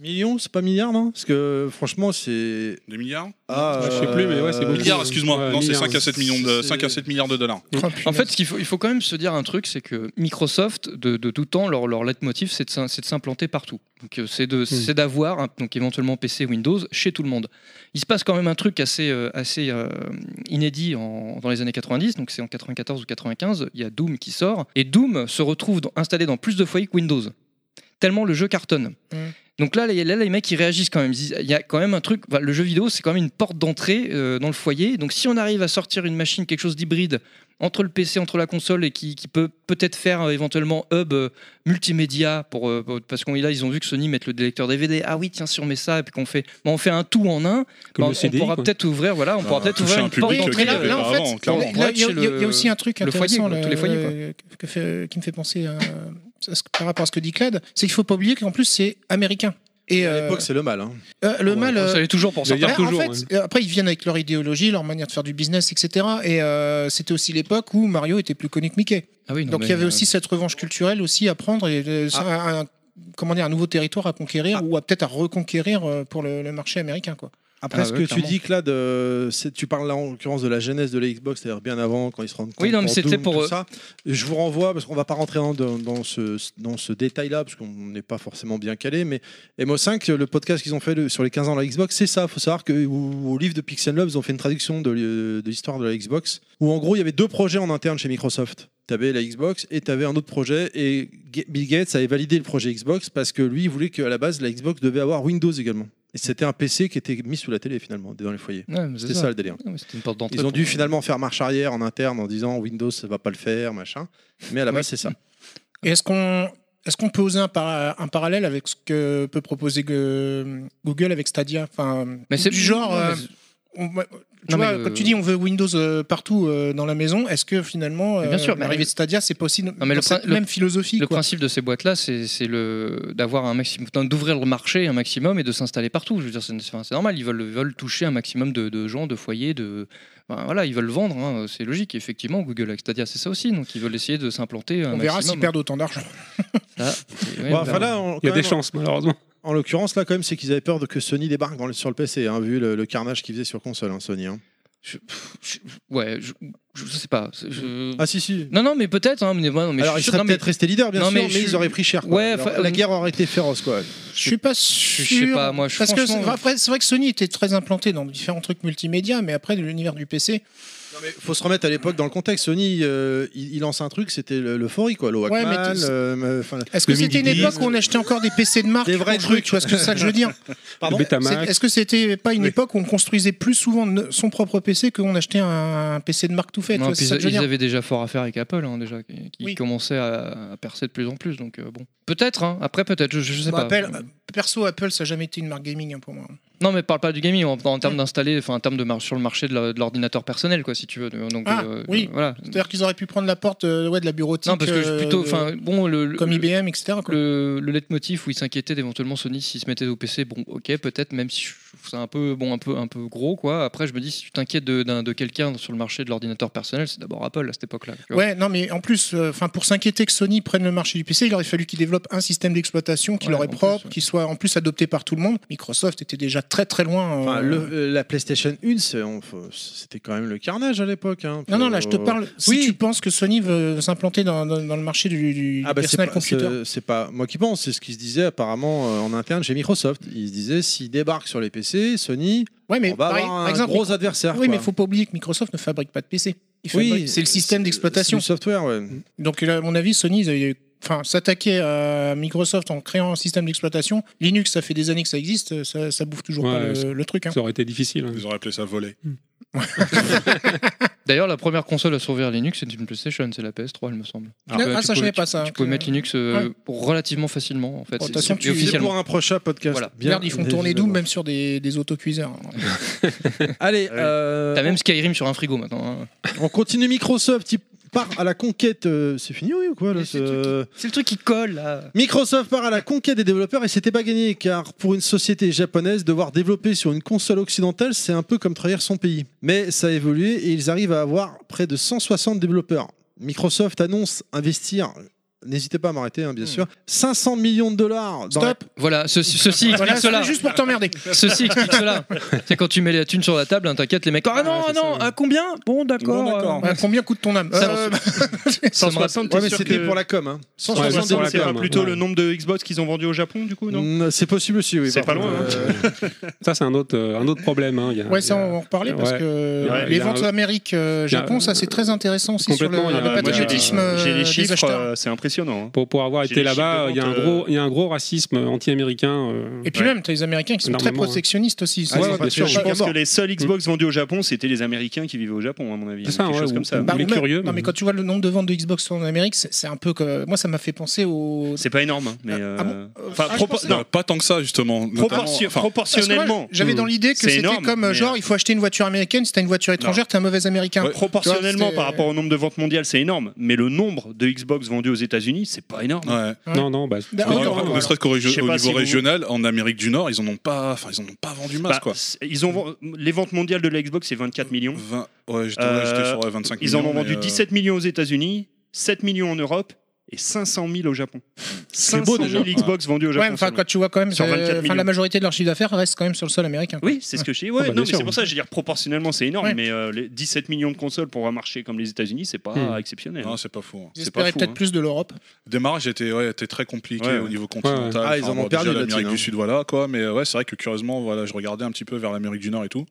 Millions, c'est pas milliards, non Parce que franchement, c'est.
Des milliards
Ah,
Ouais,
euh,
Milliards, excuse-moi. non, c'est 5 à 7 millions de,
c'est-
5 à 7 milliards de dollars.
euh, oh,
En fait, ce qu'il faut, il faut quand même se dire un truc, c'est que Microsoft, de, de tout temps, leur, leur leitmotiv, c'est de s'im- c'est de s'implanter partout. Donc, euh, c'est de- c'est d'avoir, un- donc éventuellement PC, Windows, chez tout le monde. Il se passe quand même un truc assez, euh, assez euh, inédit en- dans les années 90, donc c'est en 94 ou 95, il y a Doom qui sort, et Doom se retrouve dans- installé dans plus de foyers que Windows. Tellement le jeu cartonne. Donc là, les- là, les mecs, ils réagissent quand même. Ils disent, Il y a quand même un truc. enfin, le jeu vidéo, c'est quand même une porte d'entrée euh, dans le foyer. Donc si on arrive à sortir une machine, quelque chose d'hybride entre le PC, entre la console et qui, qui peut peut-être faire euh, éventuellement hub euh, multimédia pour, euh, pour- parce qu'on là ils ont vu que Sony met le lecteur DVD. Ah oui, tiens, si on met ça et puis qu'on fait, bah, on fait un tout en un. bah,
Comme le
on
CDI,
pourra
quoi.
peut-être ouvrir. Voilà, on
Bah,
pourra peut-être
toucher
ouvrir
un
une
public
porte
qui
d'entrée.
avait
euh,
Là, en fait,
avant,
là,
clairement.
il y, a- il y a- il y a aussi un truc
le foyer,
intéressant
quoi, tous
là,
les foyers, quoi.
euh, que fait- qui me fait penser à- à ce que- par rapport à ce que dit Clad, c'est qu'il faut pas oublier qu'en plus c'est américain. Et
À l'époque, c'est le mal. Hein.
Euh, le mal.
ça
euh,
l'est toujours pour
bah,
certains.
en
Toujours,
fait,
ouais.
euh, Après, ils viennent avec leur idéologie, leur manière de faire du business, etc. Et euh, c'était aussi l'époque où Mario était plus connu que Mickey.
non,
Donc il y
mais,
avait
euh, Ah.
aussi cette revanche culturelle aussi à prendre et euh, ça, un, un- comment dire, un nouveau territoire à conquérir ou à peut-être à reconquérir euh, pour le, le marché américain. Quoi.
Après,
Ah
ce que tu dis que là, de, c'est- tu parles là en l'occurrence de la genèse de la Xbox, c'est-à-dire bien avant, quand ils se rendent compte.
Oui, non, mais
pour
c'était
Doom,
pour,
tout
euh,
ça. Je vous renvoie, parce qu'on va pas rentrer dans, dans- dans ce, dans ce détail-là, parce qu'on n'est pas forcément bien calé, mais MO5, le podcast qu'ils ont fait de- sur les 15 ans de la Xbox, c'est ça. faut savoir qu'au livre de Pixel Love, ils ont fait une traduction de, l'hi- de l'histoire de la Xbox, où en gros, il y avait deux projets en interne chez Microsoft. Tu avais la Xbox et tu avais un autre projet, et Ga- Bill Gates avait validé le projet Xbox parce que lui, il voulait qu'à la base, la Xbox devait avoir Windows également. Et c'était un PC qui était mis sous la télé finalement, dans les foyers.
euh, Ouais, mais c'est
c'était ça.
ça
le délire.
Ouais, mais c'était une porte d'entrée
Ils ont dû
pour-
finalement faire marche arrière en interne en disant Windows ça va pas le faire, machin. Mais à la base c'est ça.
Et Est-ce qu'on est-ce qu'on peut oser un, par- un parallèle avec ce que peut proposer euh, Google avec Stadia enfin,
Mais c'est-
Du genre,
non,
euh,
mais-
on- tu
Non,
vois,
mais le-
quand tu dis on veut Windows euh, partout euh, dans la maison, est-ce que finalement
Mais
euh,
bien sûr, mais-
l'arrivée de Stadia c'est possible
Non, mais le prin- le-
même philosophie
Le
quoi.
principe de ces boîtes-là, c'est c'est le d'avoir un maximum, enfin, d'ouvrir le marché un maximum et de s'installer partout. Je veux dire, c'est enfin, c'est normal. Ils veulent, ils veulent toucher un maximum de, de gens, de foyers, de enfin, voilà, ils veulent vendre. hein, c'est logique. Et effectivement, Google avec Stadia, c'est ça aussi. Donc, ils veulent essayer de s'implanter.
On verra s'ils perdent autant d'argent.
Bon,
bah,
enfin, là, on- quand même,
malheureusement.
En l'occurrence là quand même c'est qu'ils avaient peur de que Sony débarque dans le- sur le PC, hein, vu le, le carnage qu'ils faisaient sur console, hein, Sony.
Mm.
hein.
Ouais, je, je sais pas. c'est- je-
Ah si si.
Non, non, mais peut-être. hein, mais, ouais, non, mais
Alors
je
ils
suis
seraient
sûr- non, mais-
peut-être restés leaders bien
non,
sûr, mais,
je-
ils auraient pris cher. quoi.
Ouais,
Alors,
enfin, euh,
la guerre aurait été féroce quoi.
Je suis pas sûr.
je sais pas, moi, je-
parce que c'est
franchement-
après, c'est vrai que Sony était très implanté dans différents trucs multimédia, mais après l'univers du PC.
faut se remettre à l'époque dans le contexte. Sony, euh, il, il lance un truc, c'était le, le Fori quoi, le
Ouais, mais
Walkman.
t'es-
euh, enfin,
Est-ce que c'était une époque où on achetait encore des PC de marque
Des vrais
pour jouer,
trucs.
Tu vois ce que c'est ça que je veux dire
Pardon
C'est- Est-ce que c'était pas une époque où on construisait plus souvent ne- son propre PC qu'on achetait un, un PC de marque tout fait tu
Non,
vois,
puis
c'est ça que
ils,
je veux dire
avaient déjà fort à faire avec Apple, hein, déjà, qui, qui commençait à, à percer de plus en plus. Donc, euh, bon. Peut-être, hein, après, peut-être, je, je- je sais
Bon,
pas. Mm.
Apple- perso, Apple, ça n'a jamais été une marque gaming hein, pour moi.
Non, mais parle pas du gaming, en, en
Mm.
termes d'installer, enfin, en termes de mar- sur le marché de la- de l'ordinateur personnel, quoi, si tu veux. Donc,
Ah,
euh,
oui.
voilà.
C'est-à-dire qu'ils auraient pu prendre la porte euh, ouais, de la bureautique.
Non, parce que je-
euh,
plutôt,
de-
enfin, bon, le, le-
comme IBM, etc.
Le, le leitmotiv où ils s'inquiétaient d'éventuellement Sony s'ils se mettaient au PC, bon, ok, peut-être, même si je trouve ça un peu, bon, un peu, un peu gros, quoi. Après, je me dis, si tu t'inquiètes de, d'un- de quelqu'un sur le marché de l'ordinateur personnel, c'est d'abord Apple à cette époque-là. tu vois.
Ouais, non, mais en plus, euh, enfin, pour s'inquiéter que Sony prenne le marché du PC, il aurait fallu qu'il développe un système d'exploitation qui
Ouais,
leur est
en plus,
propre, qui soit en plus adopté par tout le monde. Microsoft était déjà très très loin. euh,
Enfin, le- euh, la PlayStation 1, c'est- on- faut- c'était quand même le carnage à l'époque. hein.
Non, non, là,
Faut-
je te parle. Si tu penses que Sony veut s'implanter dans, dans- dans le marché du, du
Ah bah, c'est
personnel
pas,
computer.
c'est- c'est pas moi qui pense, c'est ce qui se disait apparemment euh, en interne chez Microsoft. Ils se disaient s'ils débarquent sur les PC, Sony, on va
Pareil,
avoir
par
un
exemple,
gros
Micro-
adversaire.
Oui,
quoi.
mais faut pas oublier que Microsoft ne fabrique pas de PC. Il
Oui,
fabrique- c'est le système d'exploitation.
C'est du software, ouais.
Donc, là, à mon avis, Sony, ils avaient- enfin, s'attaquer à Microsoft en créant un système d'exploitation. Linux, ça fait des années que ça existe, ça, ça bouffe toujours pas le, le truc. hein.
Ça aurait été difficile.
Ils auraient appelé ça voler.
D'ailleurs, la première console à survivre Linux, c'est une PlayStation, c'est la PS3, il me semble.
Ah,
bah,
Donc, euh,
ah,
tu
ça, je
pouvais-
savais pas ça.
Tu, tu pouvais
Que-
mettre Linux euh,
Ouais.
relativement facilement, en fait.
Bon, de
C'est-
toute façon,
c'est-
tu-
C'est pour un prochain podcast.
Voilà.
Bien
Regarde, ils font tourner
évidemment.
Doom même sur des, des autocuiseurs.
Allez, euh,
T'as même Skyrim sur un frigo maintenant. hein.
on continue Microsoft. Il part à la conquête. euh, c'est fini oui, ou quoi là, ce-
C'est le truc qui colle là.
Microsoft part à la conquête des développeurs et c'était pas gagné car pour une société japonaise, devoir développer sur une console occidentale, c'est un peu comme trahir son pays. Mais ça a évolué et ils arrivent à avoir près de 160 développeurs. Microsoft annonce investir N'hésitez pas à m'arrêter,
Hmm.
hein, bien sûr. 500 millions de dollars. dans
Stop.
Voilà, ce- ceci explique
Voilà,
cela.
c'est juste pour t'emmerder.
Ceci explique cela. C'est quand tu mets la thune sur la table, hein, t'inquiète les mecs. Ah non, ah non, à combien Bon, d'accord. euh,
Ouais, Bah, combien coûte ton âme
Ça-
Euh,
Ça me rappelle-
Ouais, mais c'était pour la com. Hein.
160
170
c'est pas
ouais.
plutôt le nombre de Xbox qu'ils ont vendu au Japon, du coup, non
Mm, C'est possible aussi, oui.
C'est
par
pas
contre,
loin, hein.
euh,
Ça, c'est un autre, euh, un autre problème. hein. Il y a-
Ouais, ça, on va en reparler parce
Ouais.
que
Il y a-
les
il y a
ventes
un-
Amérique-Japon, ça c'est très intéressant aussi sur le,
Complètement, il y a-
le
moi, j'ai des-
patriotisme euh,
J'ai les
des
chiffres,
acheteurs.
euh, c'est impressionnant. hein.
Pour, pour avoir
J'ai
été
les chiffres
là-bas,
de
il y, a un
vente,
gros- il y a un gros racisme anti-américain. euh,
Et puis
ouais.
même, t'as les Américains qui sont très
Énormément, hein.
protectionnistes aussi. ça,
Ouais,
c'est
ouais,
pas
bien sûr,
sûr.
je pense que les seuls Xbox vendus au Japon, c'était les Américains qui vivaient au Japon, à mon avis.
C'est ça,
quelque
ouais,
chose
ou-
comme ça.
ou
Bah, ou même- non, mais quand tu vois le nombre de ventes de Xbox en Amérique, c'est c'est un peu que. Moi, ça m'a fait penser au.
C'est pas énorme, hein, mais. euh,
Enfin,
Ah, je
propo-
pensais-
non, pas tant que ça, justement. Notamment-
Proportion-
enfin,
Parce que moi, J'avais dans l'idée que
C'est
c'était
énorme,
comme euh,
mais-
genre, il faut acheter une voiture américaine, si t'as une voiture étrangère, t'es un mauvais américain. Tu vois,
Proportionnellement
c'était-
par rapport au nombre de ventes mondiales, c'est énorme, mais le nombre de Xbox vendus aux États-Unis, c'est pas énorme.
Ouais. Non,
non, bah,
Bah,
Mais
autant,
alors,
voilà.
ne serait-ce qu'au
Je sais
régi- au
pas
niveau
si vous-
régional, en Amérique du Nord, ils en ont pas, enfin, ils en ont pas vendu masse,
Bah,
quoi.
c'est- ils ont ven- les ventes mondiales de la Xbox c'est 24 millions.
Ouais, j'étais ouais, j'étais sur euh, 25
ils en ont
millions,
vendu
mais, euh,
17 millions aux États-Unis, 7 millions en Europe et 500 000 au Japon.
C'est
500
beau,
000
déjà.
Xbox vendus au
Ouais,
Japon.
enfin,
seulement.
quand tu vois quand même,
Sur
euh,
24
enfin,
millions.
la majorité de leur chiffre d'affaires reste quand même sur le sol américain.
Oui, c'est ce que je dis. Ouais,
Ah bah,
non,
bien
mais
sûr.
c'est pour ça, que je veux dire, proportionnellement, c'est énorme,
Ouais.
mais euh, les 17 millions de consoles pour un marché comme les États-Unis, c'est pas
Hmm.
exceptionnel.
Non, c'est pas faux. hein.
Ils espéraient peut-être plus de l'Europe.
Le démarrage était, ouais, était très compliqué
Ouais.
au niveau continental.
Ouais, ouais. Ah, ils en ont
déjà,
perdu, la
L'Amérique
Chine, hein.
du Sud, voilà quoi. Mais euh, ouais, c'est vrai que curieusement, voilà, je regardais un petit peu vers l'Amérique du Nord et tout.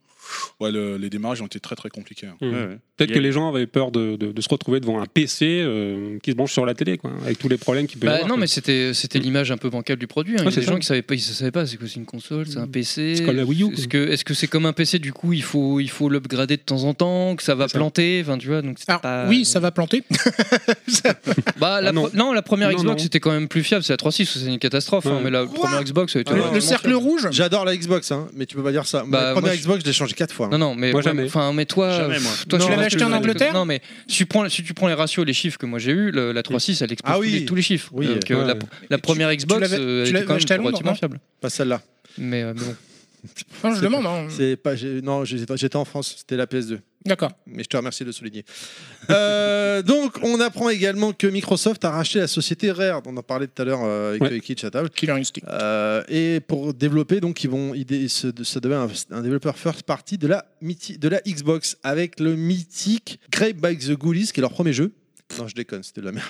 Ouais, le- les démarrages ont été très très compliqués. hein.
Hmm. Peut-être que les gens avaient peur de, de- de se retrouver devant un PC euh, qui se branche sur la télé, quoi, avec tous les problèmes qu'il peut y
Bah,
avoir.
non,
quoi.
mais c'était c'était l'image un peu bancale du produit. hein.
Ouais,
Il y a
c'est
des
ça.
gens qui savaient pas, ils se savaient pas. C'est quoi, c'est une console, c'est un PC.
C'est comme la Wii U,
Est-ce que est-ce que c'est comme un PC du coup, il faut il faut l'upgrader de temps en temps, que ça va planter, enfin tu vois. Donc c'est pas...
Oui, ça va planter.
Bah, la
Ah, non.
pro- non. la première
Non,
Xbox
non.
c'était quand même plus fiable. C'est la 3.6 c'est une catastrophe. hein,
Ouais.
mais la première Xbox, ça a
Ah,
été
Le-
vraiment
le cercle
fiable.
rouge.
J'adore la Xbox, hein, mais tu peux pas dire ça.
Bah,
Moi, la
moi,
première
je-
Xbox, je l'ai changée 4 fois. hein.
Non, non, mais
Moi,
ouais,
jamais.
Enfin, mais toi,
Jamais, moi.
toi
Tu
je
l'avais
pense
acheté
que-
en Angleterre
Non, mais si tu prends, si tu prends les ratios, les chiffres que moi j'ai eu, le- la 3.6 elle explose
Ah
tous,
oui.
les, tous les chiffres.
Oui.
Donc, euh,
Ouais.
la, la première Xbox, euh,
l'avais- tu
elle était
l'avais
quand même
acheté à Londres,
relativement
non
fiable.
Pas celle-là.
Mais, euh, mais bon.
Non, je
C'est
demande.
pas-
Hmm.
hein.
c'est pas- j'ai- non, j'étais j'étais en France, c'était la PS2.
D'accord.
Mais je te remercie de le souligner. Euh, donc, on apprend également que Microsoft a racheté la société Rare, dont on en parlait tout à l'heure euh, avec
Ouais.
Kitsch à table.
Killer Instinct.
Euh, et pour développer, donc, ils vont, ils dé- se- ça devient un, un développeur first party de la, mythi- de la Xbox avec le mythique Grape by the Ghoulies, qui est leur premier jeu. Non, je déconne, c'était de la merde.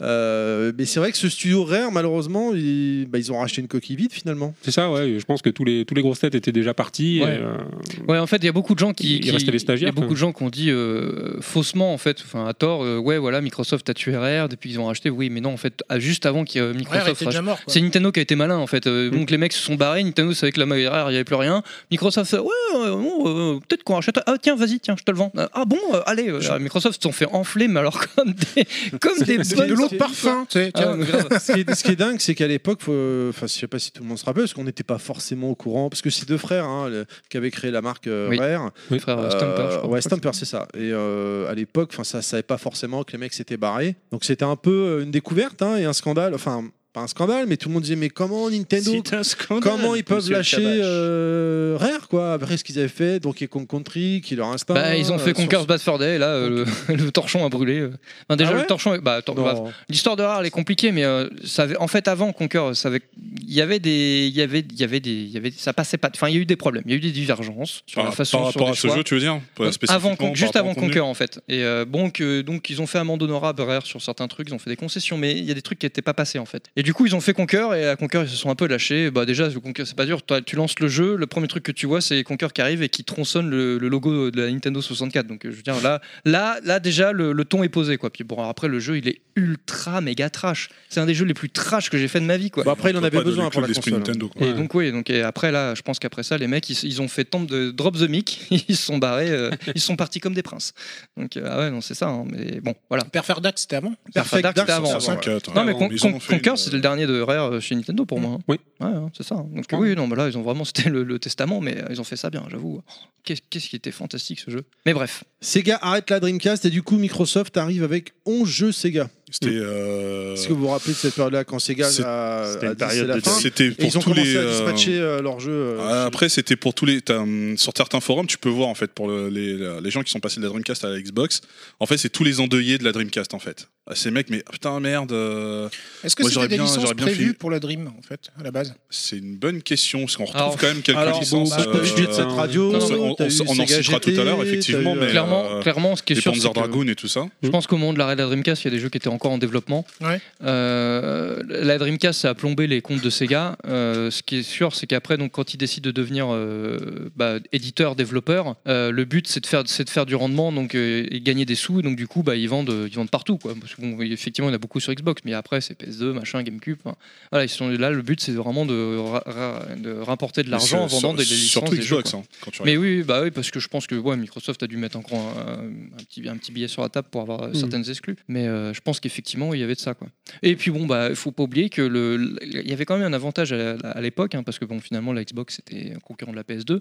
Euh, mais c'est vrai que ce studio Rare, malheureusement, ils, bah, ils ont racheté une coquille vide finalement.
C'est ça, ouais. Je pense que tous les, tous les grosses têtes étaient déjà partis.
Ouais.
et, euh,
Ouais, en fait, il y a beaucoup de gens qui.
Il
qui-
restait les stagiaires,
Il y a beaucoup
quoi.
de gens qui ont dit euh, faussement, en fait, enfin, à tort, euh, ouais, voilà, Microsoft a tué RR, depuis ils ont racheté. Oui, mais non, en fait, à- juste avant que euh,
RR était
Microsoft
déjà
rachète.
mort, quoi.
C'est Nintendo qui a été malin, en fait. Euh, Donc les mecs se sont barrés, Nintendo savait que la maille RR, il n'y avait plus rien. Microsoft, fait, ouais, euh, bon, euh, peut-être qu'on rachète. Ah, tiens, vas-y, tiens, je te le vends. Euh, Ah bon, euh, allez. euh, alors, Microsoft se sont fait enfler, mais alors comme des. Comme des
C'est
bonnes
de l'eau de
sorties,
parfum,
quoi.
tu sais,
Ah,
tiens.
mais grave.
Euh, ce, qui est, ce qui est dingue, c'est qu'à l'époque, faut- enfin, je sais pas si tout le monde se rappelle, parce qu'on n'était pas forcément au courant, parce que c'est deux frères hein, le- qui avaient créé la marque euh,
Oui.
Rare.
Oui, frère, euh, Stamper, je crois.
ouais, Stamper, c'est ça. Et euh, à l'époque, enfin, ça savait pas forcément que les mecs s'étaient barrés. Donc c'était un peu euh, une découverte hein, et un scandale. Enfin, pas un scandale, mais tout le monde disait mais comment Nintendo
C'est un scandale,
Comment ils peuvent
monsieur
lâcher
Kabash.
euh, Rare quoi Après ce qu'ils avaient fait, Donkey Kong Country, Killer Instinct.
Bah, ils ont fait
euh, sur-
Conker's Bad Fur Day, là, euh, le, le torchon a brûlé. euh. Enfin, déjà,
Ah ouais
le torchon. est- Bah, tor-
Non.
bah, L'histoire de Rare, elle est compliquée, mais euh, ça avait- en fait, avant Conker, ça avait- il y avait des. Il y avait, il y avait des il y avait, ça passait pas. Enfin, il y a eu des problèmes, il y a eu des divergences sur
Par-
la façon.
par
sur
rapport
les
à ce
choix.
jeu, tu veux dire Pas
Donc,
spécifiquement,
avant, Con-
par
Juste
rapport au
avant
contenu
Conker, en fait. Et euh, bon, que- donc, ils ont fait amende honorable à Rare sur certains trucs, ils ont fait des concessions, mais il y a des trucs qui n'étaient pas passés, en fait. Et du coup, ils ont fait Conker, et à Conker, ils se sont un peu lâchés. Bah, déjà, le Conker, c'est pas dur. Toi, tu lances le jeu, le premier truc que tu vois, c'est Conker qui arrive et qui tronçonne le, le logo de la Nintendo 64. Donc, euh, je veux dire, là, là, là déjà, le, le ton est posé, quoi. Puis bon, après, le jeu, il est ultra méga trash. C'est un des jeux les plus trash que j'ai fait de ma vie, quoi.
Bah, après, il en avait besoin pour la
d'esprit
console.
Nintendo, quoi.
Et donc oui, donc et après là, je pense qu'après ça, les mecs ils, ils ont fait tant de drop the mic, ils se sont barrés, euh, ils sont partis comme des princes. Donc euh, ah ouais non c'est ça, hein, mais bon voilà.
Perfect Dark, c'était avant
Perfect Dark c'était avant. hein.
sur 64,
Non
ouais,
mais
Euh,
avant,
Con-
ils en ont
Con-
fait une,
Conker c'était le dernier de Rare euh, chez Nintendo pour moi. hein.
Oui.
Ouais, hein, c'est ça. Donc oui non mais là ils ont vraiment c'était le, le testament, mais euh, ils ont fait ça bien, j'avoue. qu'est- qu'est-ce qui était fantastique ce jeu. Mais bref.
Sega arrête la Dreamcast et du coup Microsoft arrive avec 11 jeux Sega.
C'était. euh,
Est-ce que vous vous rappelez de cette période-là quand Sega
C'est-
a,
c'était
a
une
dit c'est
période
la
de-
fin
c'était
Hein et
pour
ils ont
tous
commencé
les,
à dispatcher
euh,
euh, leurs jeux. euh,
Ah, Après, c'était pour tous les. t'as, hum, sur certains forums, tu peux voir, en fait, pour le- les, les gens qui sont passés de la Dreamcast à la Xbox, en fait, c'est tous les endeuillés de la Dreamcast, en fait. Ah, Ces mecs, mais ah, putain, merde. euh,
Est-ce que
moi,
c'était
j'aurais
des
bien-
licences
j'aurais bien
prévues
fait-
pour la Dream, en fait, à la base
C'est une bonne question, parce qu'on retrouve
Alors,
quand même quelques
alors,
licences.
bah, t'as eu de cette radio,
Euh, on, se-
t'as
on- on
eu
se- on en
Sega
citera tout à l'heure,
GT,
effectivement.
t'as eu-
mais,
clairement,
euh,
clairement, ce qui est
les
sûr,
Panzer
c'est que-
Dragoon et tout ça.
Je pense qu'au moment de l'arrêt de la Dreamcast, il y a des jeux qui étaient encore en développement.
Ouais.
Euh, la Dreamcast, ça a plombé les comptes de Sega. Euh, ce qui est sûr, c'est qu'après, donc, quand ils décident de devenir euh, bah, éditeur, développeur, euh, le but, c'est de faire, c'est de faire du rendement, donc euh, et gagner des sous. Et donc, du coup, bah, ils vendent, euh, ils vendent partout, quoi. Parce que, bon, effectivement, il y en a beaucoup sur Xbox, mais après, c'est PS2, machin, GameCube. hein. Voilà, ils sont là. Le but, c'est vraiment de, ra- ra- de rapporter de
Mais
l'argent en
sur-
vendant des, des
sur-
licences.
surtout
des jeux,
Xbox,
quoi.
hein, quand tu
mais oui, oui, bah oui, parce que je pense que ouais, Microsoft a dû mettre encore un, un petit, un petit billet sur la table pour avoir euh,
Mhm.
certaines exclus. Mais euh, je pense qu'effectivement, il y avait de ça. Quoi. Et puis bon, bah, il faut pas oublier que le, le- il y avait quand même un avantage à, la- à l'époque, hein, parce que bon, finalement, la Xbox était un concurrent de la PS2. Euh,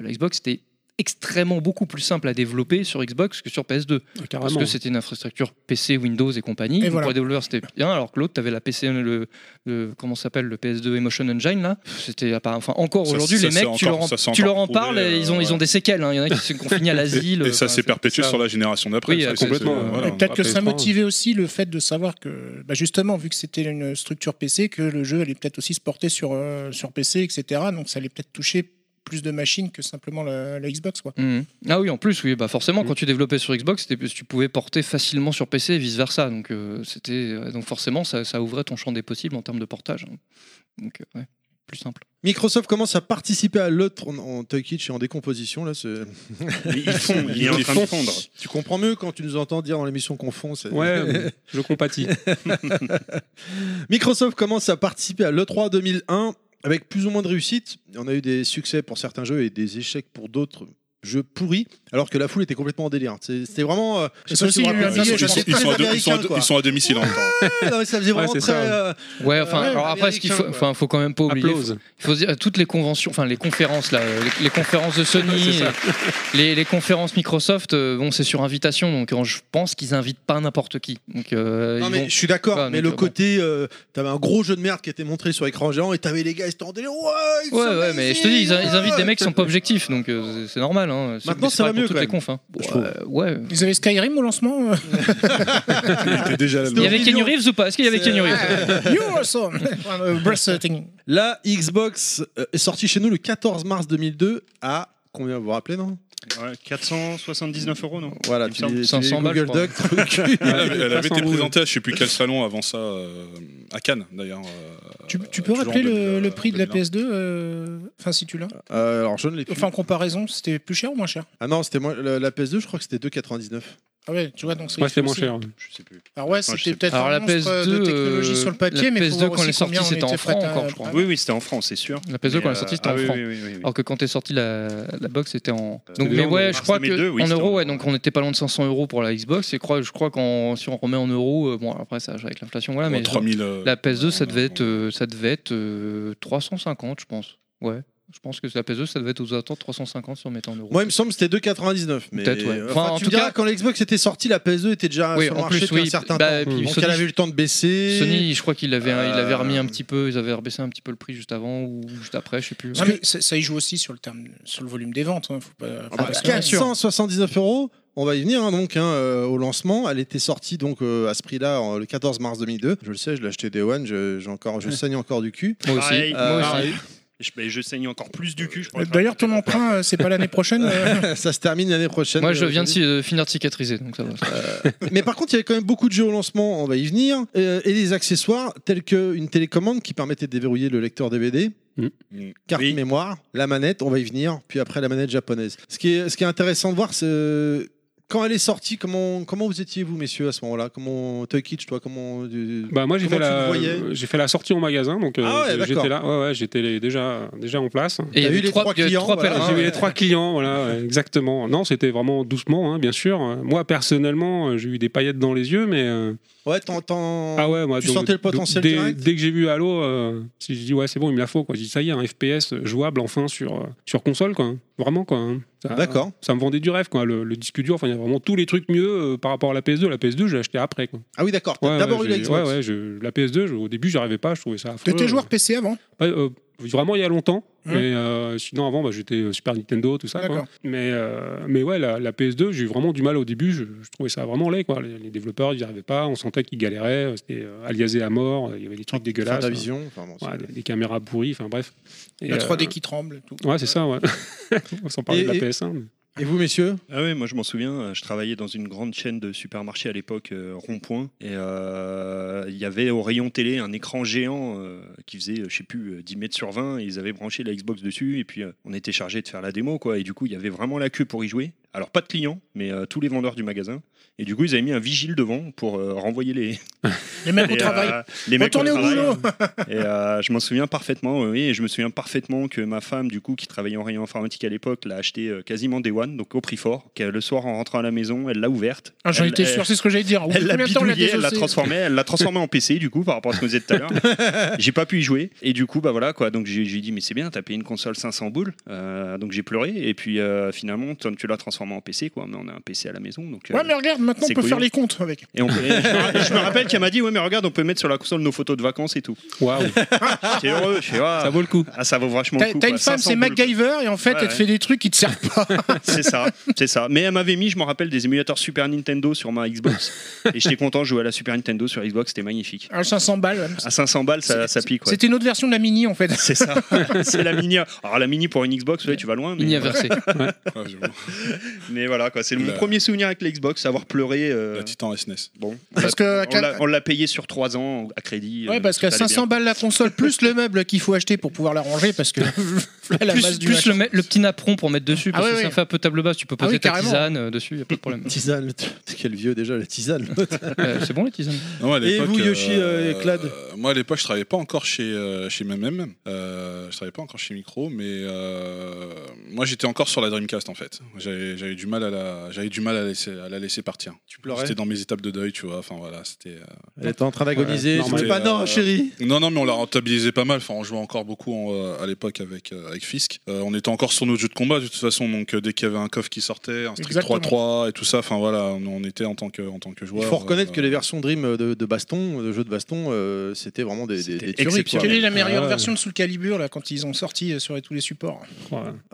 la Xbox était extrêmement beaucoup plus simple à développer sur Xbox que sur PS2 parce
carrément.
que c'était une infrastructure PC Windows et compagnie
Et
Donc,
voilà.
pour les développeurs c'était bien alors que l'autre t'avais la PC le, le- comment ça s'appelle le PS2 Emotion Engine là c'était apparent- enfin encore
Ça-
aujourd'hui
ça
les
s'est
mecs tu leur
encore-
en,
ça s'est
tu leur
encore
en parles
prouvé,
et ils ont
euh,
ils ont des séquelles hein. il y en a qui se confinent à l'asile
Et, et ça
enfin,
s'est
c'est-
perpétué
ça-
sur la génération d'après.
Oui,
ça,
euh, c'est-
complètement.
c'est-
voilà.
Et Peut-être que ça
Après,
motivait aussi le fait de savoir que, bah, justement, vu que c'était une structure PC, que le jeu allait peut-être aussi se porter sur, euh, sur PC, etc. Donc ça allait peut-être toucher plus de machines que simplement la, la Xbox, quoi.
Mhm. Ah oui, en plus, oui, bah forcément,
Mm.
quand tu développais sur Xbox, c'était- tu pouvais porter facilement sur PC et vice versa. Donc, euh, c'était, euh, donc forcément, ça, ça ouvrait ton champ des possibles en termes de portage. hein. Donc, euh, ouais, plus simple.
Microsoft commence à participer à l'autre en, en Toy Kitsch et en décomposition. Là, c'est-
ils fondent, il est en train de fondre.
Tu comprends mieux quand tu nous entends dire dans l'émission qu'on fond. c'est-
Ouais, je compatis.
Microsoft commence à participer à l'E3 2001 avec plus ou moins de réussite. On a eu des succès pour certains jeux et des échecs pour d'autres jeux pourris, alors que la foule était complètement en délire. C'est- C'était vraiment. euh, je sais pas si vous vous rappelez,
ils sont-
c'était
ils sont-
très
ils sont à deux- ils sont à
américain,
deux-
quoi.
ils sont à domicile en même temps.
Ouais, non, mais ça faisait
Ouais,
vraiment
c'est
très.
ça.
euh,
Ouais, enfin,
euh,
alors après, ce qu'il faut,
américain, quoi.
enfin, faut quand même pas oublier. Il faut,
Applause.
il faut se dire, euh, toutes les conventions, enfin, les conférences, là, euh, les, les conférences de
C'est
Sony,
ça.
et les, les conférences Microsoft, euh, bon, c'est sur invitation, donc euh, je pense qu'ils invitent pas n'importe qui. Donc, euh,
Non
ils
mais
vont-
je suis d'accord,
Enfin,
mais
donc,
le
euh, bon.
côté, euh, t'avais un gros jeu de merde qui était montré sur écran géant et t'avais les gars ils étaient en délire, ouais, ils
Ouais,
sont
ouais, mais je te dis, ils,
magnifiques,
ils invitent
ouais.
des mecs qui sont pas objectifs, donc euh, c'est- c'est normal. Hein. C'est-
Maintenant,
c'est
ça va
pareil pour
mieux,
toutes
quand
les
même,
confs. hein. Bon, euh, ouais.
Ils avaient Skyrim au lancement euh
déjà
Il y avait Kenny Reeves ou pas Est-ce qu'il y avait
C'est-
euh,
Kenny Reeves
You're awesome Euh, Breathtaking.
La Xbox euh, est sortie chez nous le 14 mars 2002 à combien vous vous rappelez non
Ouais, 479 euros, non
Voilà,
Il me
tu
semble.
dis- tu dis 500 balles, Google je crois. Doc, truc.
Elle avait, elle avait été
300 boules.
présentée à je sais plus quel salon avant ça, euh, à Cannes d'ailleurs. euh,
Tu, tu peux
toujours
rappeler
en
le,
2000,
le prix de la
2001.
PS2 euh, Enfin, si tu l'as.
Euh, Alors je ne l'ai plus.
Enfin, en comparaison, c'était plus cher ou moins cher
Ah non c'était moins- la, la PS2 je crois que c'était 2,99.
Ah ouais, tu vois, donc c'est.
Ouais, c'était moins
aussi.
cher.
Je sais plus.
Alors ouais,
Enfin, je
c'était
sais
peut-être
pas.
un
Alors, la
monstre
PS2,
de technologie
euh,
sur le papier,
la
mais faut
PS2
voir
quand elle est
aussi combien
sortie,
on
c'était en
était prêt
franc
à-
encore, je crois.
Oui, oui, c'était en franc, c'est sûr.
La PS2
Mais,
quand elle
euh,
est sortie, c'était
ah
en
oui,
franc.
oui, oui, oui, oui.
Alors que quand est sortie la, la box, c'était en.
Euh,
Donc,
oui,
mais
en
ouais,
mars
je crois que
2002, oui,
en
c'était
euros,
en-
ouais, donc on était pas loin de 500 euros pour la Xbox. Et crois, je crois qu'en si on remet en euros, euh, bon après ça avec l'inflation, voilà,
En
Ah, mais
3000, euh,
la PS2 ça devait être euh, ça devait être euh, 350, je pense. Ouais, je pense que la PS2 ça devait être aux attentes 350 si on mettait en euros.
Moi il me semble que c'était 2,99 mais
Peut-être, ouais.
enfin,
Enfin, en
tu
tout
me diras
cas-
quand la Xbox était sortie la PS2 était déjà
Oui,
sur le
en
marché
plus,
depuis
oui.
un certain
Bah, et
temps.
puis
Donc
Sony-
elle avait eu le temps de baisser.
Sony, je crois qu'il avait,
Euh,
il avait remis un petit peu, ils avaient rebaissé un petit peu le prix juste avant ou juste après, je sais plus.
Non, mais ça, ça y joue aussi sur le terme, sur le volume des ventes. hein, faut pas- faut
Ah
pas
bah,
se mentir.
479 euros. On va y venir hein, donc hein, euh, au lancement. Elle était sortie donc euh, à ce prix-là en- le 14 mars 2002. Je le sais, je l'ai acheté Day One. Je, j'ai encore, je saigne encore du cul.
Pareil,
Euh,
pareil. Je, mais je saigne encore plus du cul. Je pourrais faire-
D'ailleurs, ton emprunt, euh, c'est pas l'année prochaine. euh,
ça se termine l'année prochaine.
Moi, je
euh,
viens de,
Sony.
ci- de finir de cicatriser, donc ça va.
Mais par contre, il y avait quand même beaucoup de jeux au lancement, on va y venir, euh, et des accessoires tels qu'une télécommande qui permettait de déverrouiller le lecteur DVD,
Mm.
carte mémoire, la manette, on va y venir, puis après la manette japonaise. Ce qui est, ce qui est intéressant de voir, c'est euh, quand elle est sortie, comment, comment vous étiez vous, messieurs, à ce moment-là Comment Toy Kitsch, toi, comment euh,
Bah moi j'ai fait
comment tu le
la
voyais
j'ai fait la sortie en magasin donc euh,
Ah ouais,
j'ai-
d'accord.
j'étais là ouais ouais j'étais les- déjà déjà en place.
Et il y
T'as
avait
eu les
trois,
trois
il y avait
clients,
trois
voilà.
pèlerins.
J'ai eu
ouais.
les trois clients, voilà, ouais, exactement. Non, c'était vraiment doucement, hein, bien sûr. Moi, personnellement, euh, j'ai eu des paillettes dans les yeux, mais euh,
Ouais, t'entends.
Ah ouais, moi,
tu
donc,
sentais le
donc,
potentiel
dès,
direct
dès que j'ai vu Halo, euh, si je dis ouais, c'est bon, il me la faut. Quoi. Je dis ça y est, un FPS jouable enfin sur, euh, sur console, quoi. Vraiment, quoi. hein. Ça-
D'accord.
Ça me vendait du rêve, quoi. Le, le disque dur, enfin, il y a vraiment tous les trucs mieux euh, par rapport à la PS2. La PS2, je l'ai acheté après, quoi.
Ah oui, d'accord. T'as
Ouais,
d'abord
ouais,
eu la
j'ai-
Xbox.
Ouais, ouais, je- la PS2, je- au début, j'y arrivais pas, je trouvais ça affreux.
T'étais joueur PC avant
Ouais, euh, vraiment il y a longtemps.
Hmm.
Mais euh, sinon avant bah, j'étais euh, Super Nintendo tout ça. quoi.
D'accord.
Mais euh, mais ouais la, la PS2 j'ai eu vraiment du mal au début. Je, je trouvais ça vraiment laid quoi. Les, les développeurs ils n'y arrivaient pas. On sentait qu'ils galéraient. euh, C'était euh, aliasé à mort. euh, Il y avait des trucs dégueulasses. hein.
ta vision, enfin, bon,
Ouais, des, des caméras pourries. Enfin bref. Et,
La 3D
euh,
qui tremble. Tout.
Ouais c'est ça ouais. On s'en parlait de la
Et- et-
PS1. mais-
Et vous, messieurs
Ah oui, moi je m'en souviens, euh, je travaillais dans une grande chaîne de supermarchés à l'époque, euh, Rond-Point, et euh, il y avait au rayon télé un écran géant euh, qui faisait, euh, je sais plus, euh, 10 mètres sur 20, et ils avaient branché la Xbox dessus, et puis euh, on était chargé de faire la démo, quoi, et du coup il y avait vraiment la queue pour y jouer. Alors pas de clients, mais euh, tous les vendeurs du magasin, et du coup ils avaient mis un vigile devant pour euh, renvoyer les...
Les mecs
Et,
au
euh,
travail.
les mecs au
Retournez au
travail.
boulot.
Et euh, je m'en souviens parfaitement, oui, et je me souviens parfaitement que ma femme, du coup, qui travaillait en rayon informatique à l'époque, l'a acheté euh, quasiment des one, donc au prix fort. Que le soir, en rentrant à la maison, elle l'a ouverte.
Ah, J'en
Elle-
étais
elle-
sûr, c'est ce que j'allais dire. Au bout de
Elle l'a
combien de temps on
bidouillée, elle l'a
désossé
transformée, elle l'a transformée en PC du coup par rapport à ce qu'on disait tout à l'heure. J'ai pas pu y jouer et du coup bah voilà quoi. Donc j'ai j'ai dit mais c'est bien, t'as payé une console 500 boules, Euh, donc j'ai pleuré et puis euh, finalement tu tu l'as transformée en PC quoi. Mais on a un PC à la maison donc. euh,
Ouais, mais regarde, maintenant on
c'est
peut faire
couillon.
les comptes avec.
Et on peut- et je, me, je me rappelle qu'elle m'a dit ouais mais regarde on peut mettre sur la console nos photos de vacances et tout.
Waouh.
Ah.
J'étais heureux. ça vaut le coup. Ah ça vaut vachement
T'as
le coup.
t'as une
quoi.
femme,
500
c'est
boules, quoi.
MacGyver, et en fait,
Ouais,
elle te
ouais.
fait des trucs qui te servent pas.
c'est ça, c'est ça. Mais elle m'avait mis, je me rappelle, des émulateurs Super Nintendo sur ma Xbox. Et j'étais content, je jouais à la Super Nintendo sur Xbox, c'était magnifique.
Ah, 500 balles. ouais.
À 500 balles, ça, ça pique. ouais.
C'était une autre version de la Mini, en fait.
C'est ça. c'est la mini. Alors la mini pour une Xbox, ouais, tu vas loin. Mais...
euh,
Mini inversée.
Ouais. mais voilà, quoi. C'est mon
La-
premier souvenir avec la Xbox, avoir pleuré. La
Titan SNES.
euh, Bon.
Bah, Parce que-
on l'a- on l'a payé sur 3 ans à crédit.
Ouais,
euh,
parce
tout
qu'à
allait
500
bien.
balles la console, plus le meuble qu'il faut acheter pour pouvoir la ranger, parce que la
plus
masse du
plus
machin.
le, ma- le petit napperon pour mettre dessus,
Ah
parce
ouais,
que ça
ouais.
fait un peu table basse. Tu peux
Ah
poser
oui,
ta
carrément.
tisane euh, dessus, y a pas de problème.
tisane, le t- quel vieux déjà, la tisane.
Euh, c'est bon les tisanes
Non, à
Et
l'époque,
vous, Yoshi euh,
euh,
et Clad
euh, Moi, à l'époque, je travaillais pas encore chez, euh, chez MMM. Euh, je travaillais pas encore chez Micro, mais euh, moi, j'étais encore sur la Dreamcast, en fait. J'avais j'avais du mal à la, j'avais du mal à, laisser, à la laisser partir. Tu
pleurais
C'était dans mes étapes de deuil, tu vois. Enfin, voilà, c'était... euh,
Elle était en train d'agoniser. tu
Normal.
dis pas non,
Euh,
chérie.
Non, non, mais on l'a rentabilisé pas mal. Enfin, on jouait encore beaucoup en, euh, à l'époque avec, euh, avec Fisk. Euh, on était encore sur nos jeux de combat de toute façon. Donc, euh, dès qu'il y avait un coff qui sortait, un Street
Exactement.
3-3 et tout ça, enfin voilà, on, on était en tant que, en tant que joueur. euh,
Il faut reconnaître que les versions Dream euh, de, de baston, de jeux de baston, euh, c'était vraiment des, des, des tueries. quoi.
Quelle est la meilleure
Ah ouais.
version de Soul Calibur là, quand ils ont sorti euh, sur tous les supports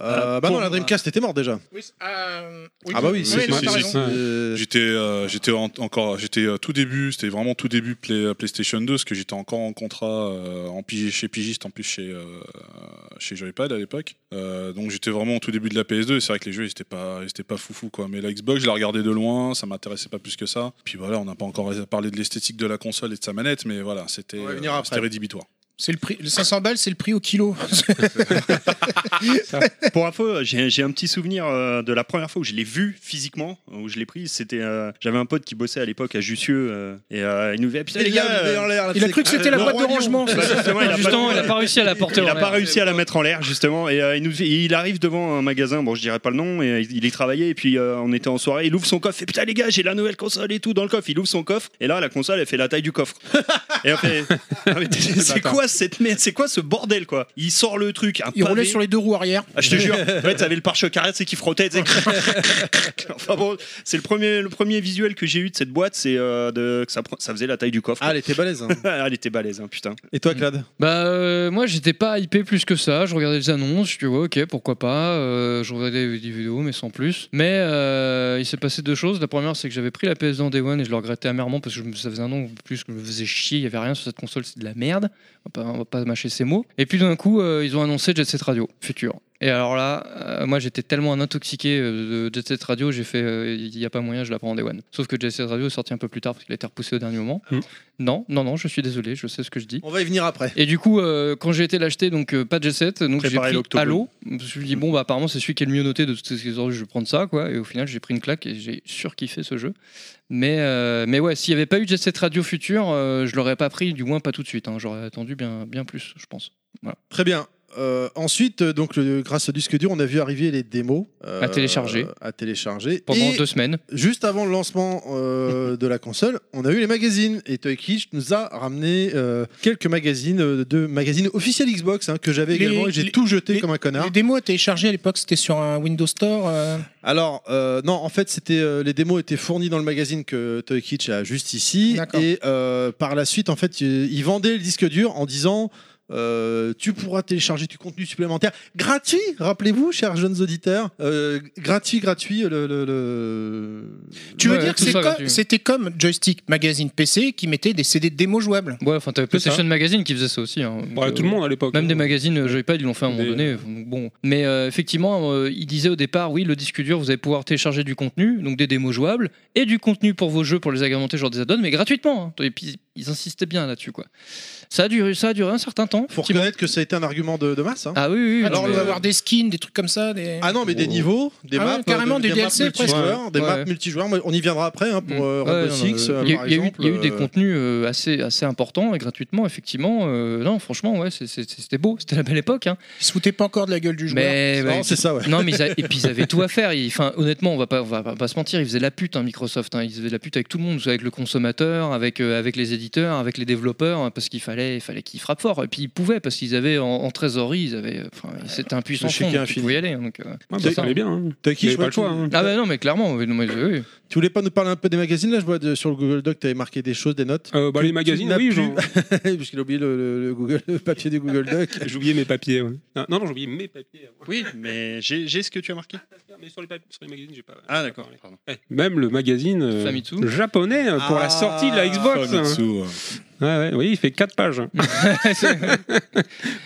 Euh, Bah non, la Dreamcast était morte déjà.
Oui,
Ah bah oui,
oui,
c'est
non, t'as
Si, si, si.
raison.
J'étais, euh, j'étais en- encore, j'étais euh, tout début, c'était vraiment tout début Play- euh, PlayStation 2, parce que j'étais encore en contrat euh, en pigi- chez Pigiste, en plus chez euh, chez Joypad à l'époque. Euh, donc j'étais vraiment au tout début de la PS2. et C'est vrai que les jeux, ils étaient pas, ils étaient pas foufou quoi. Mais la Xbox, je la regardais de loin, ça m'intéressait pas plus que ça. Puis voilà, on n'a pas encore parlé de l'esthétique de la console et de sa manette, mais voilà, c'était,
va venir
euh,
après.
c'était rédhibitoire.
C'est le prix, le 500 balles, c'est le prix au kilo.
Pour info, j'ai j'ai un petit souvenir euh, de la première fois où je l'ai vu physiquement, où je l'ai prise. C'était, euh, j'avais un pote qui bossait à l'époque à Jussieu euh, et euh, il nous disait, putain
Et
les
il a
gars,
le nez en l'air, là,
Il a cru que c'était la
le
boîte
roi
de rangement.
Bah, justement, il a
Justement,
pas-
il a pas réussi à la porter
il
en
n'a
l'air.
pas réussi à la mettre en l'air justement et euh, il, nous, il arrive devant un magasin bon je dirais pas le nom et il y travaillait et puis euh, on était en soirée il ouvre son coffre et putain les gars j'ai la nouvelle console et tout dans le coffre il ouvre son coffre et là la console elle fait la taille du coffre et on fait, Ah, mais t'es- c'est quoi cette merde c'est quoi ce bordel quoi il sort le truc un
Il roulait
pavé.
sur les deux roues arrière.
Ah, je te jure, en fait, t'avais le pare-choc arrière, c'est qui frottait. tu sais, crac, crac, crac, crac. Enfin bon, c'est le premier, le premier visuel que j'ai eu de cette boîte, c'est euh, de- que ça, pre- ça faisait la taille du coffre. Ah,
elle était balèze. Mm.
elle était balèze, hein, putain.
Et toi, Clad
Bah euh, moi j'étais pas hypé plus que ça, je regardais les annonces, je dis ouais, ok pourquoi pas, Euh, je regardais des vidéos mais sans plus. Mais euh, il s'est passé deux choses, la première c'est que j'avais pris la PS dans Day One et je le regrettais amèrement parce que je me- ça faisait un an ou plus que je me faisais chier, il y avait rien sur cette console, c'est de la merde, on va pas, on va pas mâcher ces mots. Et puis d'un coup euh, ils ont annoncé Jet Set Radio, futur. Et alors là, euh, moi j'étais tellement un intoxiqué euh, de Jet Set Radio, j'ai fait, euh, il n'y a pas moyen, je la prends en Day One. Sauf que Jet Set Radio est sorti un peu plus tard parce qu'il a été repoussé au dernier moment. Non, non, non, je suis désolé, je sais ce que je dis.
On va y venir après.
Et du coup, euh, quand j'ai été l'acheter, donc euh, pas de G7, donc j'ai
Préparer
pris
l'octogone.
Halo. Je me suis dit, bon, bah apparemment, c'est celui qui est le mieux noté de toutes ces ordres, je vais prendre ça, quoi. Et au final, j'ai pris une claque et j'ai surkiffé ce jeu. Mais, euh, mais ouais, s'il n'y avait pas eu G7 Radio Future, euh, je l'aurais pas pris, du moins pas tout de suite. hein. J'aurais attendu bien, bien plus, je pense. Voilà.
Très bien. Euh, ensuite, euh, donc, le- grâce au disque dur, on a vu arriver les démos euh,
À télécharger.
À télécharger
Pendant
Et
deux semaines.
Juste avant le lancement euh, de la console, on a eu les magazines et Toy Kitsch nous a ramené euh, quelques magazines euh, de magazines officiels Xbox hein, que j'avais
Les-
également et j'ai
les-
tout jeté comme un connard.
Les démos étaient chargées à l'époque, c'était sur un Windows Store. euh,
Alors, euh, non, en fait, c'était euh, les démos étaient fournies dans le magazine que Toy Kitsch a juste ici. Et euh, par la suite, en fait, euh, ils vendaient le disque dur en disant. euh, tu pourras télécharger du contenu supplémentaire gratuit, rappelez-vous, chers jeunes auditeurs, euh, gratuit, gratuit. Le, le- le-
Tu veux
Ouais,
dire que
tout
c'est
ça
comme-
gratuit.
c'était comme, Joystick Magazine PC qui mettait des CD de démos jouables.
Ouais, enfin, t'avais PlayStation Magazine qui faisait ça aussi. hein. Donc,
tout le monde à l'époque.
Même des magazines euh, Joypad, ils l'ont fait à un moment donné. Donc, Bon. Mais euh, effectivement, euh, ils disaient au départ oui, le disque dur, vous allez pouvoir télécharger du contenu, donc des démos jouables, et du contenu pour vos jeux, pour les agrémenter, genre des add-ons, mais gratuitement. hein. Et puis, ils insistaient bien là-dessus, quoi. Ça a duré, ça a duré un certain temps.
Faut reconnaître que ça a été un argument de, de masse. hein.
Ah oui, oui, oui,
Alors,
non,
on
mais-
va avoir des skins, des trucs comme ça. Des...
Ah non, mais des niveaux, des
Ah ouais,
maps,
carrément
euh,
des,
des, maps
DLC presque.
multijoueurs, des
Ouais.
maps multijoueurs. Moi, On y viendra après hein, pour euh,
hmm. Ouais,
Rainbow
non,
Six.
non,
euh,
il y a-
par
il y a eu-
exemple,
il y a eu des
euh,
contenus euh, assez, assez importants et gratuitement, effectivement. euh, non, franchement, ouais, c'est- c'est- c'était beau, c'était la belle époque. Hein.
Ils se foutaient pas encore de la gueule du joueur. Bah,
hein.
Mais, bah,
Non,
ouais,
c'est ça, ouais.
Non, mais ils a- et puis ils avaient tout à faire. Ils- Enfin, honnêtement, on va pas, on va pas, pas se mentir, ils faisaient la pute, hein, Microsoft. hein. ils faisaient la pute avec tout le monde, avec le consommateur, avec, euh, avec les éditeurs, avec les développeurs, hein, parce qu'il fallait, il fallait qu'ils frappent fort. Et puis ils pouvaient, parce qu'ils avaient en, en trésorerie, ils avaient, euh, enfin, c'était un puissant
Le chéquier
fond, donc ils
infini.
pouvaient y aller. hein, donc, euh,
bah,
c'est
fallait bien, hein. T'as qui,
Il y avait
je vois
pas le choix.
tout.
hein. Ah bah non, mais clairement, mais- mais- oui.
Tu voulais pas nous parler un peu des magazines là Je vois de- sur le Google Doc, tu avais marqué des choses, des notes.
bah,
Tu-
les
tu
magazines,
n'as
oui,
plus-
genre.
Parce qu'il a oublié le, le- le Google, le papier du Google Doc.
J'ai oublié mes papiers. ouais. Ah, Non, non, j'ai oublié mes papiers.
Oui, mais j'ai j'ai ce que tu as marqué.
Mais sur les, papiers- sur les magazines, j'ai pas.
Ah d'accord. pardon.
Eh, Même le magazine euh,
Famitsu.
japonais euh, pour
Ah,
la sortie de la Xbox.
Famitsu,
hein. Ouais, ouais, oui, il fait 4 pages.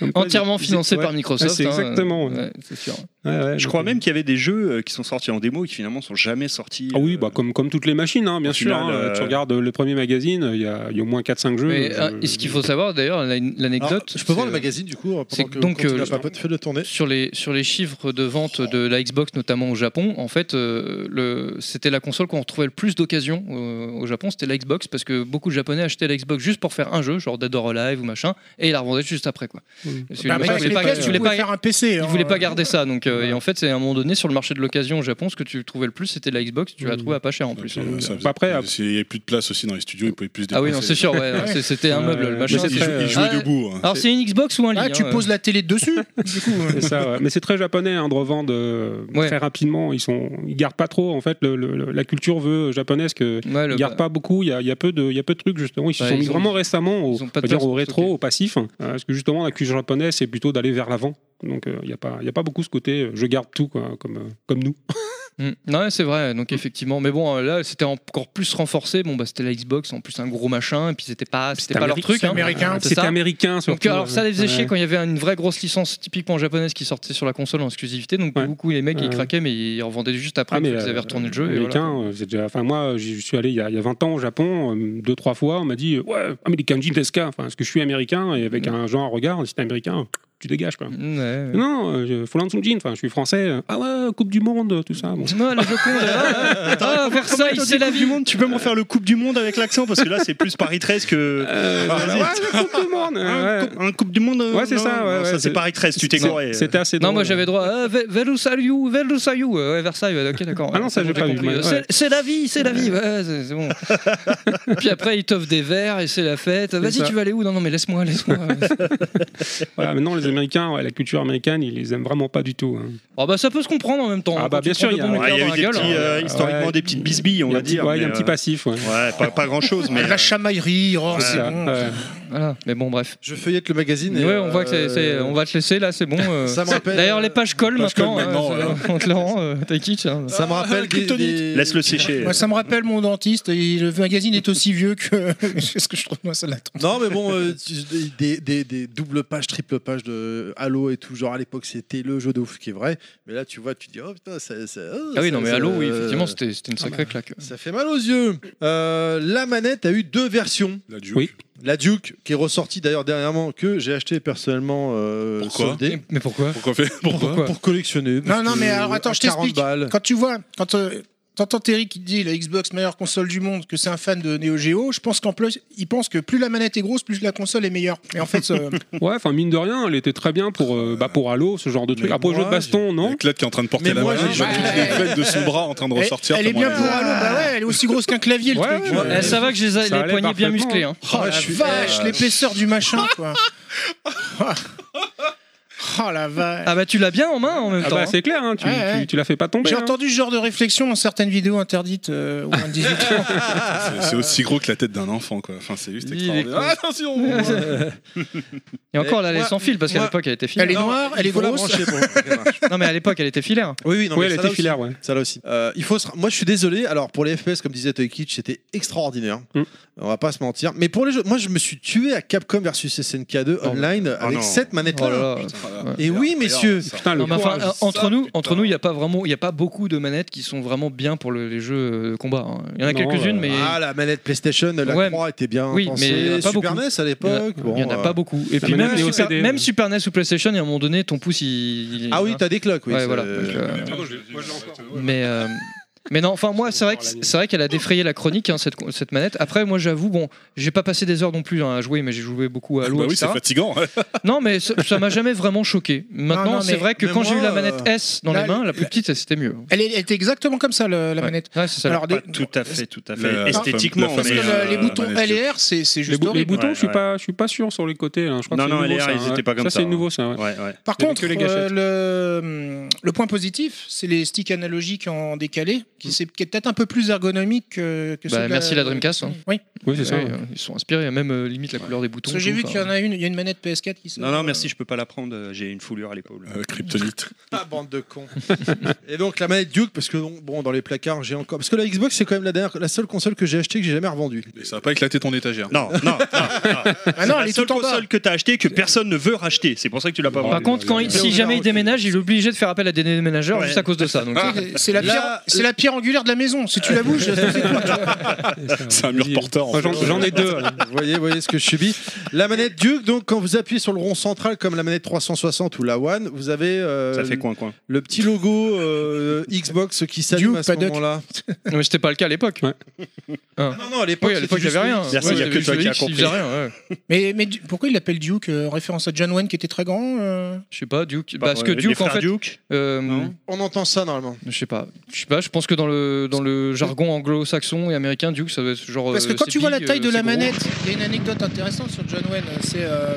Comme quoi,
Entièrement
ils-
financé
ouais,
par Microsoft.
ouais, c'est
hein,
exactement.
euh, ouais, c'est sûr.
je crois même qu'il y avait des jeux euh, qui sont sortis en démo et qui finalement sont jamais sortis. euh.
Ah oui, bah comme, comme toutes les machines, hein, bien
au
sûr.
final,
hein,
euh,
Tu regardes le premier magazine, il y, a il y a au moins 4-5 jeux.
Mais
euh,
euh, et ce qu'il faut savoir d'ailleurs, la-
Alors,
l'anecdote.
je peux voir
c'est, euh,
le magazine du coup.
c'est
Pendant
que
que,
donc,
donc,
euh,
fais le tourner.
sur les, sur les chiffres de vente de la Xbox, notamment au Japon, en fait, euh, le- c'était la console qu'on retrouvait le plus d'occasions euh, au Japon, c'était la Xbox, parce que beaucoup de Japonais achetaient la Xbox juste pour faire un jeu, genre Dead or Alive ou machin, et ils la revendaient juste après. Quoi.
Mm.
Parce que
Bah,
le mec, il
après,
voulait
avec
pas-
les caisses,
il
tu
voulait
pouvais
pas-
faire un PC,
Il
hein.
voulait pas garder ça, donc euh, et en fait, c'est à un moment donné sur le marché de l'occasion au Japon, ce que tu trouvais le plus, c'était la Xbox,
Mm.
tu la trouvais à pas cher en plus.
euh, ça faisait-
Pas après,
Il y avait plus de place aussi dans les studios, ils pouvaient plus se
Ah oui,
déplacer.
non, c'est sûr, ouais, non, c'est- c'était un meuble, le machin.
Mais ils
c'est-
jouaient- ils jouaient
Ah,
debout. hein.
Alors c'est une Xbox ou un lit
Ah, tu
hein,
poses
euh.
la télé dessus, du coup.
C'est ça, ouais. mais c'est très japonais hein, de revendre euh, très rapidement. Ils sont, ils gardent pas trop en fait le- le- le- la culture veut japonaise que
euh, Ouais, le-
ils gardent pas beaucoup. Il y a, il y a peu de, il y a peu de trucs justement. Ils se
Ouais,
sont
ils
mis
ont-
vraiment récemment au,
ont pas de
on va dire,
place
au
pour
rétro, au passif, hein, parce que justement la culture japonaise c'est plutôt d'aller vers l'avant. Donc euh, il y a pas, il y a pas beaucoup ce côté euh, je garde tout quoi, comme euh, comme nous.
Mm. Non, ouais, c'est vrai, donc effectivement. Mais bon, euh, là, c'était encore plus renforcé. Bon, bah, c'était la Xbox, en plus un gros machin, et puis c'était pas, c'était pas leur
améric-
truc.
c'est
hein.
américain.
C'est
C'était
ça.
américain,
Donc,
surtout,
alors, ça les faisait
ouais.
chier quand il y avait une vraie grosse licence typiquement japonaise qui sortait sur la console en exclusivité. Donc, beaucoup, les mecs,
Ouais.
ils craquaient, mais ils en vendaient juste après
Ah, mais,
qu'ils avaient
euh,
retourné le jeu. et voilà.
américain, euh, c'est déjà- enfin moi j'y suis allé il y, a, il y a 20 ans au Japon, euh, deux trois fois, on m'a dit euh, ouais American Jim Deska, enfin est-ce que je suis américain et
Mm.
avec un genre regard, si t'es américain, tu dégages quoi.
Ouais, ouais.
Non, euh, Fulan Sunjin, enfin je suis français, euh, ah ouais Coupe du Monde, euh, tout ça. Bon.
Non, la Joconde, ah, ah, ah, Versailles, c'est la vie.
du monde. Tu peux me refaire le Coupe du Monde avec l'accent parce que là c'est plus Paris 13 que.
Euh, voilà.
Ah,
Vas-y.
Ouais, la Coupe du Monde.
Un
Euh, ouais.
coupe- un Coupe du Monde. euh,
Ouais, c'est
non,
ça, ouais,
non,
ouais,
c'est
c'est-
Paris
Ah,
13. Tu euh. t'es
c'est-
gouré.
c'était assez
Non,
drôle. hein.
moi j'avais droit à euh, Velusaliou, Velusaliou, euh, ouais, Versailles, ouais, ok, d'accord.
Ah non, ça,
C'est
j'ai
bon,
pas vu,
compris.
ouais.
C'est- C'est la vie, c'est la vie, ouais, c'est c'est bon. Puis après, ils t'offrent des verres et c'est la fête. Vas-y,
ça.
tu vas aller où Non, non, mais laisse-moi, laisse-moi.
Voilà, maintenant les Américains, ouais, la culture américaine, ils les aiment vraiment pas du tout. hein.
Oh, bah, ça peut se comprendre en même temps.
Ah bah
Quand tu
bien sûr,
prends
il
deux
y
bombes
a,
nucléaires dans la gueule, hein.
euh, historiquement des petites bisbilles, on
Il y a
va
un petit-
dire,
ouais, il y a un
mais,
petit
euh,
passif. Ouais.
Ouais, pas, grand chose, mais.
La chamaillerie, oh,
Ouais,
c'est
ouais.
bon.
Ouais.
Voilà, mais bon, bref.
Je feuillette le magazine.
Ouais,
et,
on voit que c'est,
euh,
c'est- on va te laisser là, c'est bon. euh.
Ça me rappelle- euh,
D'ailleurs, les pages collent
Pages collent
maintenant.
maintenant,
hein,
voilà.
ça- on te le rend, euh, t'as qui, tiens.
Ça me
Ah,
rappelle des, des-
Laisse-le sécher.
Moi, ça me rappelle mon dentiste. et le magazine est aussi vieux que c'est ce que je trouve moi ça l'attend.
Non, mais bon, euh, tu- des, des- des doubles pages, triples pages de Halo et tout. Genre à l'époque, c'était le jeu de ouf qui est vrai. Mais là, tu vois, tu dis, oh putain, ça. ça- oh,
Ah oui,
ça- euh, ah
non, mais
ça-
allô, oui, effectivement, c'était, c'était une sacrée claque.
Ça fait mal aux yeux. Euh, la manette a eu deux versions.
La Duke.
Oui.
La Duke, qui est ressortie d'ailleurs dernièrement, que j'ai acheté personnellement. euh,
Pourquoi
soldée.
Mais pourquoi
Pourquoi faire-
Pour,
Pourquoi
pour collectionner.
Non,
parce
Euh,
non, mais
que
alors attends,
à
je t'explique.
40 balles.
Quand tu vois, quand euh, T'entends Terry qui te dit la Xbox meilleure console du monde, que c'est un fan de Neo Geo. Je pense qu'en plus, il pense que plus la manette est grosse, plus la console est meilleure. Et en fait, ça-
Ouais, enfin mine de rien, elle était très bien pour, euh, bah, pour Halo, ce genre de truc. Après,
moi,
jeu de baston, non
Claude qui est en train de porter la main, il a toutes les fêtes de son bras en train de
Eh,
Elle-
ressortir.
elle est
comme
bien
un-
pour
Halo, bah ouais, elle est aussi grosse qu'un clavier, le
Ouais,
truc.
ouais, ouais. Eh, ça va que j'ai les- Ça les allait poignets bien parfaitement. musclés, hein.
Oh,
Oh,
la
je suis-
vache,
euh,
l'épaisseur du machin, quoi. oh la vache.
Ah
bah tu l'as bien en main en même
Ah bah, c'est clair, hein, tu,
Ouais, ouais.
tu- tu la fais pas tomber.
J'ai
hein.
entendu ce genre de réflexion dans certaines vidéos interdites euh, au moins de 18 ans.
C'est- C'est aussi gros que la tête d'un enfant, quoi. Enfin, c'est juste extraordinaire. Ah,
attention
Et encore, là, elle est
Moi-
sans fil parce qu'à
moi-
l'époque, elle était filaire.
Elle est noire, elle est grosse.
non, mais à l'époque, elle était filaire.
Oui, oui, non, mais ça là aussi.
ouais.
Ça là aussi. Euh, il faut se- Moi, je suis désolé. Alors, pour les FPS, comme disait Toy Kitch, c'était extraordinaire.
Mm.
On va pas se mentir. Mais pour les jeux, moi, je me suis tué à Capcom versus SNK 2 online
Ah
avec
non.
cette manette-là.
Oh là là.
Et oui, messieurs. Ah,
Non, mais enfin, euh, entre nous, entre nous, il n'y a pas vraiment, il y a pas beaucoup de manettes qui sont vraiment bien pour le- les jeux de combat. hein. Il y en a quelques-unes, mais
Ah, la manette PlayStation, la
Ouais.
3 était bien.
oui,
pensée.
mais il y en a pas
Super
beaucoup.
NES à l'époque.
Il y en a- il y en a
bon, euh,
pas beaucoup. Et puis même, Super, même Super NES ou PlayStation, il y a un moment donné, ton pouce, il. il-
Ah oui, t'as des cloques, oui,
Ouais,
ça-
voilà. Donc, euh,
Moi, je l'ai encore.
Mais, euh, mais non, enfin moi c'est vrai que c'est vrai qu'elle a défrayé la chronique hein, cette, cette manette. Après moi j'avoue bon j'ai pas passé des heures non plus hein, à jouer mais j'ai joué beaucoup à Halo.
Bah oui,
etc.
c'est fatigant.
Non mais ça ça m'a jamais vraiment choqué.
Non,
Maintenant
non,
c'est
mais-
vrai que
mais
quand j'ai eu
moi,
la manette
euh,
S dans
là,
les mains
le-
la plus petite c'était mieux.
Elle, est- elle était exactement comme ça, le- la manette.
ça.
des-
Pas tout à fait, tout à fait.
La-
Esthétiquement,
la fameuse-
mais,
Parce que
euh,
le- les boutons
manette.
L et R, c'est c'est
Les,
juste
bou- les
horrible.
boutons, je suis
ouais.
pas, je suis pas sûr sur les côtés. Là. Je crois
Non,
que
non,
c'est nouveau,
LR,
ça,
ils
ouais.
étaient pas comme ça,
c'est
hein.
nouveau, ça. ouais.
Par
Il y avait
contre,
que les
euh,
gâchettes.
le, hum, le point positif, c'est les sticks analogiques en décalé, qui, c'est- qui est peut-être un peu plus ergonomique que, que
Bah,
ceux de
merci la Dreamcast, hein.
Oui.
Oui, c'est ça, ouais.
Ils sont inspirés même euh, limite la couleur des boutons.
Parce que j'ai
tout,
vu
enfin.
qu'il y en a une, il y a une manette PS4 qui se.
Non, non, merci, je peux pas la prendre, euh, j'ai une foulure à l'épaule.
Kryptonite.
Ah, bande de cons. et donc la manette Duke, parce que bon, bon, dans les placards, j'ai encore. Parce que la Xbox, c'est quand même la, dernière, la seule console que j'ai achetée que j'ai jamais revendue.
Et ça va pas éclater ton étagère.
Non, non, non.
Ah
C'est la seule console que t'as acheté que personne ne veut racheter. C'est pour ça que tu l'as pas
Par contre quand il, si jamais il déménage il est obligé de faire appel à des déménageurs juste à cause de ça. donc,
Ah,
c'est-
C'est la,
Là,
pierre- c'est la pierre angulaire de la maison. Si tu la bouges, c'est quoi
C'est un mur porteur. en fait.
vous voyez, voyez ce que je subis. La manette Duke, donc quand vous appuyez sur le rond central comme la manette 360 ou la One, vous avez euh,
Ça fait coin-coin.
le petit logo euh, Xbox qui s'allume à ce moment-là.
Non, mais c'était pas le cas à l'époque. Ah.
non, à l'époque,
Oui, à l'époque, il y
c'était
avait rien.
juste
Ouais,
il y a
c'était
que
juste
toi
le X,
qui as
il
compris.
faisait rien, ouais.
Mais, mais du- pourquoi il l'appelle Duke euh, en référence à John Wayne qui était très grand euh
Je sais pas, Duke.
Bah,
Parce que
ouais, les
Duke, en
frères
fait.
Duke
euh,
On entend ça normalement.
Je sais pas. Je sais pas. Je pense que dans le dans le jargon anglo-saxon et américain, Duke, ça doit être genre.
Parce que
euh,
quand
c'est
tu vois
big,
la taille
euh,
de la
c'est gros.
manette, il y a une anecdote intéressante sur John Wayne. C'est euh,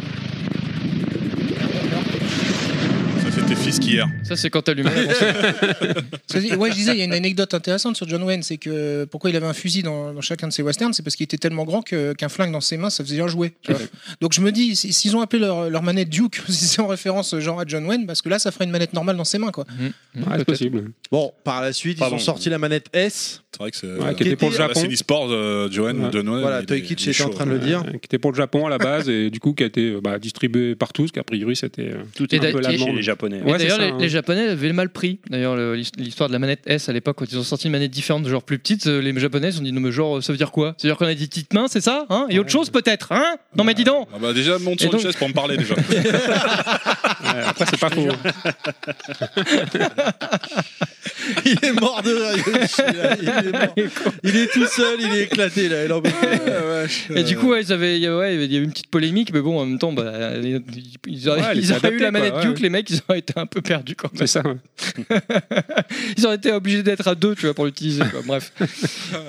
Ça fait tes fils qu'hier.
Ça c'est quand t'allumes.
Parce que- ouais, je disais, il y a une anecdote intéressante sur John Wayne, c'est que pourquoi il avait un fusil dans, dans chacun de ses westerns, c'est parce qu'il était tellement grand que- qu'un flingue dans ses mains, ça faisait un jouet. tu vois. Donc je me dis, si- s'ils ont appelé leur, leur manette Duke, si c'est en référence euh, genre à John Wayne, parce que là, ça ferait une manette normale dans ses mains, quoi.
Ouais, c'est possible.
Bon, par la suite, ils
Pardon.
ont sorti la manette S.
C'est vrai que c'est. euh,
Ouais, qui était pour le
Là,
Japon.
C'est l'e-sport, euh, Johan, de Noël.
Voilà,
il est-
Toy
il est
Kitch était en
chaud.
train de le dire.
Euh, Qui était pour le Japon à la base et du coup qui a été euh, bah, distribué par tous, qu'a priori c'était euh,
Et d'a- et-
l'allemand.
et
Ouais,
Et
c'est
D'ailleurs,
ça,
les,
hein.
les Japonais avaient mal pris. D'ailleurs, le- l'hist- l'histoire de la manette S à l'époque, quand ils ont sorti une manette différente, genre plus petite, euh, les Japonais se sont dit non mais genre ça veut dire quoi Ça veut dire qu'on a des petites mains, c'est ça hein Et autre chose peut-être, hein Non mais dis donc.
Ah bah déjà, monte sur
Et donc-
une chaise pour me parler déjà.
Ouais, après, c'est pas faux.
Il est mort de rire. Il est, mort. Il est tout seul, il est éclaté là. Il en peut plus. Ah, vache.
Et du
Euh.
coup, ouais, ils avaient- il y a- ouais, il y a eu une petite polémique, mais bon, en même temps, bah, ils ils auraient,
Ouais, elle
ils
était
auraient eu
adaptée,
la manette
quoi, ouais,
Duke,
ouais.
les mecs, ils auraient été un peu perdus quand même.
C'est ça. ouais.
Ils auraient été obligés d'être à deux, tu vois, pour l'utiliser, quoi. Bref.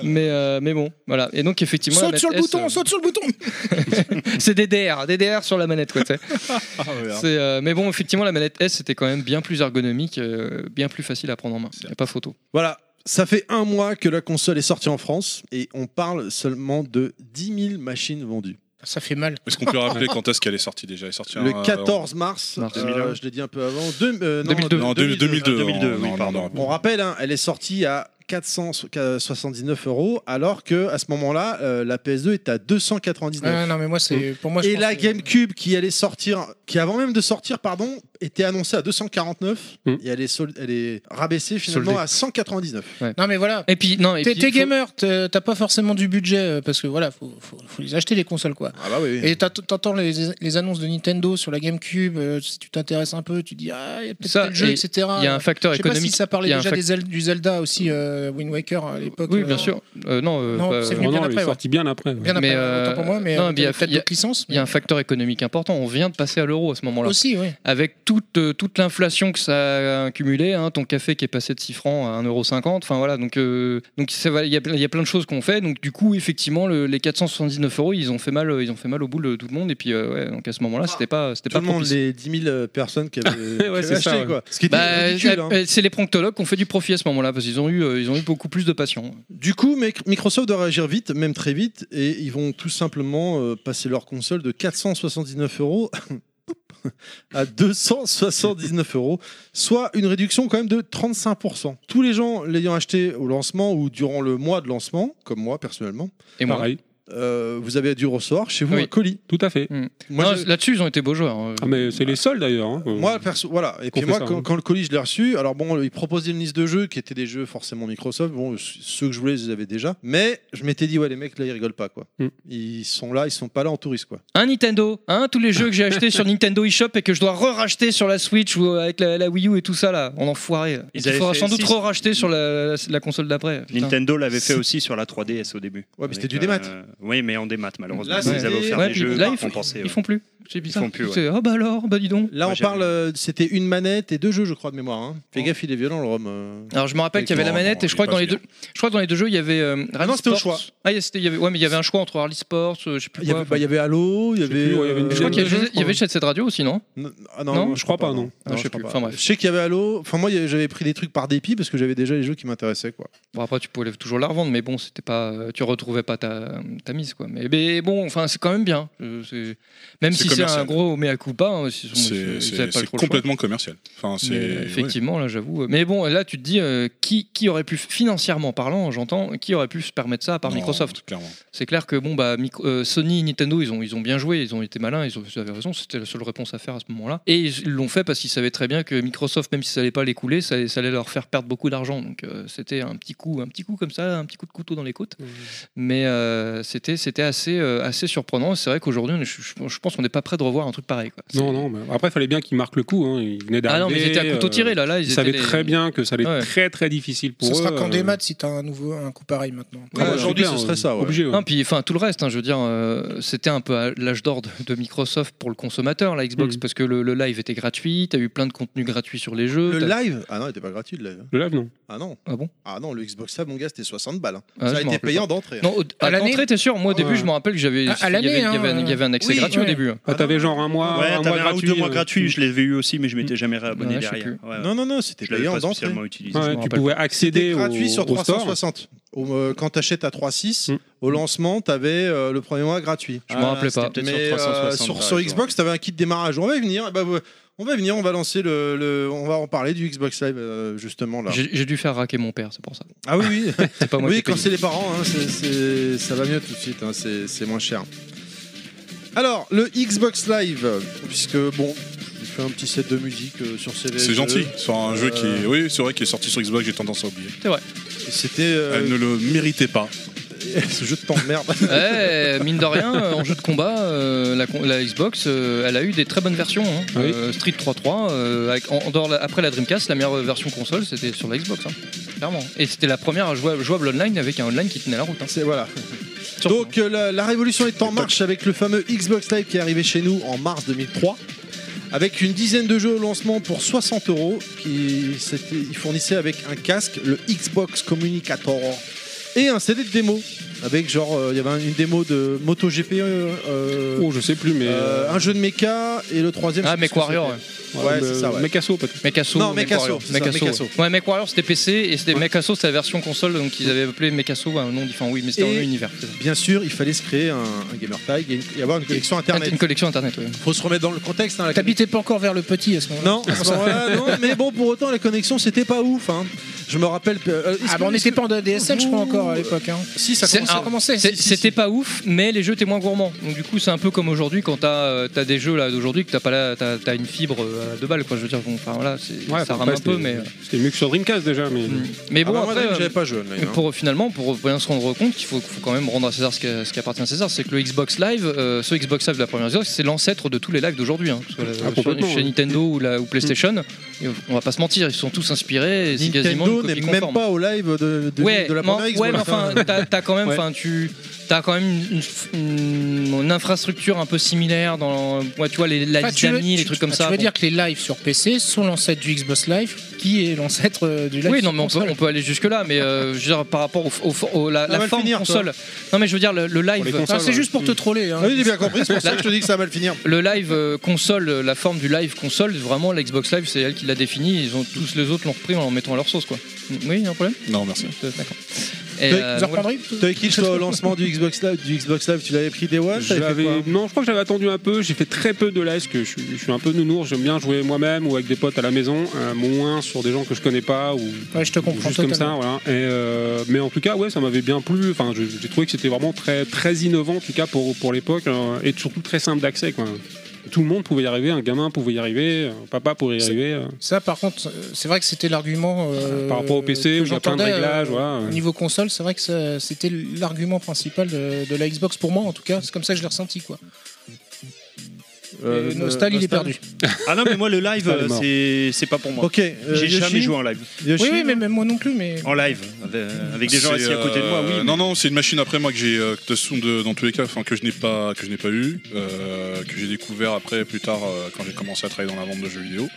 mais, euh, mais bon, voilà. Et donc, effectivement. la manette
saute sur le
S,
bouton,
euh,
saute sur le bouton
C'est DDR, DDR sur la manette, quoi, tu sais.
merde.
C'est, euh, mais bon, effectivement, la manette S, c'était quand même bien plus ergonomique, euh, bien plus facile à prendre en main. Y a pas photo.
Voilà. Ça fait un mois que la console est sortie en France et on parle seulement de 10 000 machines vendues.
Ça fait mal.
Est-ce qu'on peut rappeler quand est-ce qu'elle est sortie déjà Elle est sortie
Le
en-
14 mars, euh,
2001.
je l'ai dit un peu avant, deux- euh, non,
Non, deux- 2002.
2002, oui,
non,
pardon.
non, non.
On rappelle, hein, elle est sortie à 479 euros, alors que à ce moment-là, euh, la PS2 est à 299.
Ah, non, mais moi, c'est- pour moi, je
Et
pense
la
que-
GameCube qui allait sortir, qui avant même de sortir, pardon, était annoncée à 249
Hmm.
et elle est, sol- elle est rabaissée finalement
Soldée.
à 199.
Non mais voilà.
Et puis non.
T'es t'es gamer, t'es- t'as pas forcément du budget euh, parce que voilà, faut, faut, faut les acheter les consoles quoi.
Ah bah oui.
Et t'as- t'entends les, les annonces de Nintendo sur la GameCube, euh, si tu t'intéresses un peu, tu dis ah il y a peut-être
Ça,
tel jeu,
et
etc.
il y a un facteur
euh, Je sais pas
économique.
si ça parlait
Il y a un
déjà
fac-
des Zel- du Zelda aussi, euh, Wind Waker à l'époque.
Oui,
euh,
bien sûr. Euh, non, euh,
Non,
pas-
c'est venu bien après, ouais. Bien après,
Mais,
autant pour moi, mais,
non,
euh,
il y a-
peut-être
il y a-
d'autres licences,
Il y a un facteur économique important. On vient de passer à l'euro à ce moment-là.
Aussi, oui.
Avec toute, euh, toute l'inflation que ça a accumulé, hein, ton café qui est passé de 6 francs à 1,50€, enfin voilà, donc euh, donc ça va- il y, a- il y a plein de choses qu'on fait. Donc du coup, effectivement, le- les 479 euros, ils ont fait mal, euh, ils ont fait mal au boule de tout le monde. Et puis euh, ouais, donc à ce moment-là, c'était pas, c'était
Tout
pas
le monde,
propice.
les 10 000 personnes qui avaient,
Ouais,
qui avaient
c'est
acheté,
ça, ouais.
quoi. Ce qui était
Bah,
ridicule.
euh,
hein.
euh, C'est les pronctologues qui ont fait du profit à ce moment-là parce qu'ils ont eu, euh, ils ont eu beaucoup plus de patients.
Du coup, Mic- Microsoft doit réagir vite, même très vite, et ils vont tout simplement euh, passer leur console de 479 euros à 279 euros, soit une réduction quand même de 35%. Tous les gens l'ayant acheté au lancement ou durant le mois de lancement, comme moi personnellement,
Et moi. Pareil.
euh, vous avez dû recevoir chez vous
Oui.
un colis.
Tout à fait.
Moi,
Non,
je-
Là-dessus, ils ont été beaux joueurs. hein.
Ah, mais c'est les seuls d'ailleurs. hein. Euh,
Moi, perso, voilà. Et
qu'on
puis
fait
moi,
ça,
quand,
hein.
quand le colis, je l'ai reçu. Alors bon, il proposait une liste de jeux qui étaient des jeux forcément Microsoft. Bon, ceux que je voulais, je les avais déjà. Mais je m'étais dit, ouais, les mecs, là, ils rigolent pas, quoi.
Mm.
Ils sont là, ils sont pas là en touriste, quoi.
Un Nintendo, hein, tous les jeux que j'ai achetés sur Nintendo eShop et que je dois re-racheter sur la Switch ou avec la, la Wii U et tout ça là, on enfoiré.
Ils
Il
avaient
faudra
fait
sans doute
six-
re-racheter sur la, la- la console d'après. Putain.
Nintendo l'avait fait aussi sur la 3DS au début.
Ouais, mais
Avec,
c'était du démat.
euh, oui, mais en démat, malheureusement.
Là,
ils avaient
c'était-
offert
Ouais,
des
puis
jeux
là,
par
ils font-
compensé,
Ils
ouais.
font plus. C'est bizarre.
font plus, ouais.
C'est, Ah bah alors, bah dis donc.
Là, on parle, euh, c'était une manette et deux jeux, je crois, de mémoire. hein.
Oh.
Fais gaffe, il est violent, le ROM. euh.
Alors je me rappelle qu'il y avait la
Non,
manette et
il est
je crois que
pas
dans les deux,
violent.
je crois que dans les deux jeux il y avait. euh, Rally
non, c'était au
Sports.
choix.
Ah, il y a- c'était- il y avait, ouais, mais il y avait un choix entre Rally Sports, euh, je sais plus
Il y
quoi.
avait, bah, il y avait Halo, il y avait. euh,
je crois qu'il y avait, il y avait chez cette radio aussi, non
Ah non,
Non,
non,
je crois pas, non.
non.
Non, je sais plus.
crois
Enfin,
pas.
bref.
Je sais qu'il y avait Halo. Enfin, moi, il y avait- j'avais pris des trucs par dépit parce que j'avais déjà les jeux qui m'intéressaient, quoi.
Bon après tu pouvais toujours la revendre mais bon c'était pas euh, tu retrouvais pas ta, ta mise quoi mais, mais bon enfin c'est quand même bien Euh, c'est- même
C'est
si c'est un
commercial.
gros mea culpa hein, si- si- si-
C'est-
si vous avez
C'est
pas
c'est
trop le choix.
complètement commercial. Enfin, c'est-
Mais,
ouais.
effectivement là j'avoue euh, mais bon là tu te dis euh, qui, qui aurait pu financièrement parlant j'entends qui aurait pu se permettre ça à part
Non,
Microsoft
clairement.
c'est clair que bon bah micro- euh, Sony et Nintendo ils ont ils ont bien joué ils ont été malins ils, ont, ils avaient raison c'était la seule réponse à faire à ce moment-là et ils l'ont fait parce qu'ils savaient très bien que Microsoft même si ça allait pas les couler ça, ça allait leur faire perdre beaucoup d'argent donc euh, c'était un petit coup un petit coup comme ça un petit coup de couteau dans les
Mmh.
côtes mais euh, c'était c'était assez euh, assez surprenant c'est vrai qu'aujourd'hui on est- je, je- je pense qu'on n'est pas prêt de revoir un truc pareil quoi.
Non, non, mais après, il fallait bien qu'ils marquent le coup. Hein. Ils venaient
Ah
d'arriver.
non, mais ils étaient à couteau
euh,
tiré, là, là, ils
ils
étaient
savaient
les-
très bien que ça allait
Ouais.
être très, très difficile pour
Ça
eux.
sera qu'en
euh,
démat si t'as un nouveau un coup pareil maintenant.
euh,
Ouais, ouais, aujourd'hui, ce serait ça, ouais. euh, Obligé, ouais.
Non, puis enfin tout le reste, hein, je veux dire, euh, c'était un peu à l'âge d'or de, de Microsoft pour le consommateur, la Xbox,
Hmm.
parce que le, le live était gratuit, t'as eu plein de contenus gratuits sur les jeux.
Le
t'as-
live Ah non, il était pas gratuit, le live. hein.
Le live, non.
Ah non.
Ah bon
Ah non, le Xbox Live, mon gars, c'était 60 balles. hein.
Ah, je
ça a
m'en
été
rappelle
payant
pas.
d'entrée. hein.
Non, au- à
Euh, l'année
l'entrée, t'es sûr Moi, au début,
Ouais.
je me rappelle que j'avais,
À- à
il y avait-
l'année,
il y avait un-
hein.
il y avait un accès
Oui,
gratuit au
ouais.
début. hein.
Ah, t'avais genre un mois,
Ouais,
un
t'avais
mois
un ou
gratuit.
deux mois
euh,
gratuits, je l'avais eu aussi, mais je m'étais jamais réabonné
Ouais, je sais
derrière.
plus.
Ouais, ouais.
Non, non, non, c'était
Je l'avais
payant
pas
d'entrée.
spécialement utilisé.
Ouais, tu pouvais accéder
C'était
au,
gratuit sur
au store.
360. Au- euh, quand t'achètes à 3.6, au lancement, t'avais euh, le premier mois gratuit.
Mm. Je m'en
Ah,
rappelais
c'était
pas.
peut-être
Mais,
sur,
euh,
360,
sur-
sur,
sur
Xbox, t'avais un kit démarrage. On va y venir. eh ben, vous- on va y venir. On va lancer le, le- On va en parler du Xbox Live euh, justement là.
J'ai j'ai dû faire raquer mon père, c'est pour ça.
Ah oui, oui.
C'est pas moi qui ai
oui, quand
payé.
c'est les parents, hein, c'est- c'est- ça va mieux tout de suite. hein, c'est c'est moins cher. Alors, le Xbox Live, puisque bon, j'ai fait un petit set de musique euh, sur CVS.
C'est gentil. Sur un jeu qui.
Euh.
est- Oui, c'est vrai qu'il est sorti sur Xbox, j'ai tendance à oublier.
C'est vrai.
C'était. euh,
Elle ne le méritait pas.
Ce jeu de t'emmerde.
Ouais, mine de rien, euh, en jeu de combat, euh, la, con- la Xbox, euh, elle a eu des très bonnes versions. hein. Euh, Street 3.3, euh, avec- en, en dehors la- après la Dreamcast, la meilleure version console, c'était sur la Xbox, hein, clairement. Et c'était la première jouable, jouable online avec un online qui tenait la route. hein.
C'est voilà. Donc euh, la, la révolution est en marche avec le fameux Xbox Live qui est arrivé chez nous en mars 2003. Avec une dizaine de jeux au lancement pour 60 euros, qui c'était- ils fournissaient avec un casque, le Xbox Communicator, et un CD de démo. Avec genre, euh, il y avait une démo de MotoGP. euh, euh,
Oh, je sais plus, mais.
euh, un jeu de mecha et le troisième.
Ah,
je sais plus ce que
MechWarrior,
c'était.
ouais.
Ouais,
Ouais,
c'est
mais-
ça. Ouais.
Mechasso, peut-être.
Mechasso,
Non, Mechasso,
MechWarrior.
c'est ça, Mechasso.
ouais. Ouais, MechWarrior, c'était PC et c'était Mechasso, c'était la version console, donc ils avaient appelé Mechasso à un nom différent. Oui, mais c'était dans
Et-
le même univers. c'est ça.
Bien sûr, il fallait se créer un, un gamer tag et, une- et avoir une collection internet.
Une collection internet, oui.
Faut se remettre dans le contexte. hein, la
T'habitais pas encore vers le petit à ce moment-là.
Non, à ce moment-là, non, mais bon, pour autant, la connexion, c'était pas ouf. hein. Je me rappelle. euh, est-ce
Ah,
que-
bah on
est-ce
n'était
que-
pas en DSL, je crois, encore à l'époque. hein.
Si, ça
C'est-
commençait.
alors,
commençait,
c'est-
si, si,
C'était pas ouf, mais les jeux étaient moins gourmands. Donc du coup, c'est un peu comme aujourd'hui quand t'as euh, t'as des jeux là d'aujourd'hui que t'as pas là, t'as t'as une fibre euh, à deux balles quoi. Je veux dire, bon, enfin voilà, c'est-
Ouais,
ça
faut
rame
pas,
un peu,
c'était-
mais. euh,
C'était mieux que sur Dreamcast déjà, mais.
Mais bon,
Ah bah, moi,
après,
Dream,
euh,
j'avais pas joué, Online, hein.
pour euh, finalement, pour bien se rendre compte qu'il faut, faut quand même rendre à César ce qui, ce qui appartient à César, c'est que le Xbox Live, euh, ce Xbox Live de la première génération, c'est l'ancêtre de tous les lives d'aujourd'hui. hein. Parce que, euh,
Ah,
sur-
complètement,
chez
ouais.
Nintendo ou, la-
Mm.
ou PlayStation, et on va pas se mentir, ils sont tous inspirés. et C'est quasiment une
Nintendo
copie
n'est
conforme.
même pas au live de, de-
ouais,
de la
mais en-
première Xbox.
ouais, mais enfin, t'as t'as quand même,
Ouais.
enfin, tu as quand même une, une- une infrastructure un peu similaire dans, ouais, tu vois, les, la
Enfin,
liste
tu veux-
d'amis, les
tu- ah,
trucs comme
tu
ça. bon.
veux dire que les lives sur PC sont l'ancêtre du Xbox Live, qui est l'ancêtre euh, du live
Oui,
sur
non, mais on peut,
console.
on peut aller jusque-là, mais euh, je veux dire, par rapport au, au- au- la,
Ça
la
va le
forme
finir, toi.
console. Non, mais je veux dire, le, le live.
Ah, c'est juste pour te troller. Hein.
Ah Oui, j'ai bien compris, c'est pour ça que je te dis que ça va le finir.
Le live euh, console, euh, la forme du live console, vraiment, l'Xbox Live, c'est elle qui l'a défini. Ils ont tous les autres l'ont repris en en mettant à leur sauce, quoi. Mm. Oui, il y a un problème
Non, merci.
D'accord.
Toi,
euh,
vous en
voilà.
reprendrez Toi, Kitsch, toi, au lancement du Xbox Live, du Xbox Live, tu l'avais pris des One t'avais fait
J'avais-
quoi
non, je crois que j'avais attendu un peu. J'ai fait très peu de live parce que je, suis- je suis un peu nounours. J'aime bien jouer moi-même ou avec des potes à la maison, euh, moins sur des gens que je connais pas ou
Ouais, je te comprends
juste comme ça.
totalement.
Voilà. Et, euh, mais en tout cas, ouais, ça m'avait bien plu. Enfin, je- j'ai trouvé que c'était vraiment très très innovant en tout cas pour pour l'époque euh, et surtout très simple d'accès. quoi. Tout le monde pouvait y arriver. Un gamin pouvait y arriver. Un papa pouvait y arriver. euh.
Ça, par contre, euh, c'est vrai que c'était l'argument. euh,
Par rapport au PC,
que
où il y a plein de
j'entendais, euh,
réglages, voilà.
Au niveau console, c'est vrai que ça- c'était l'argument principal de, de la Xbox pour moi, en tout cas. C'est comme ça que je l'ai ressenti, quoi.
Euh,
Et Nostal, il est
Nostal.
perdu.
Ah non, mais moi, le live,
Ah, il est
euh,
mort.
c'est c'est pas pour moi.
Ok, euh,
J'ai jamais
Yoshi
joué en live.
Yoshi,
oui, oui, mais même moi non plus, mais.
En live, avec, avec des gens
C'est,
assis à côté de moi, oui.
euh, Non, non, c'est une machine après moi que j'ai, euh, de toute façon, de- dans tous les cas, enfin, que je n'ai pas, que je n'ai pas eu, euh, que j'ai découvert après, plus tard, euh, quand j'ai commencé à travailler dans la vente de jeux vidéo.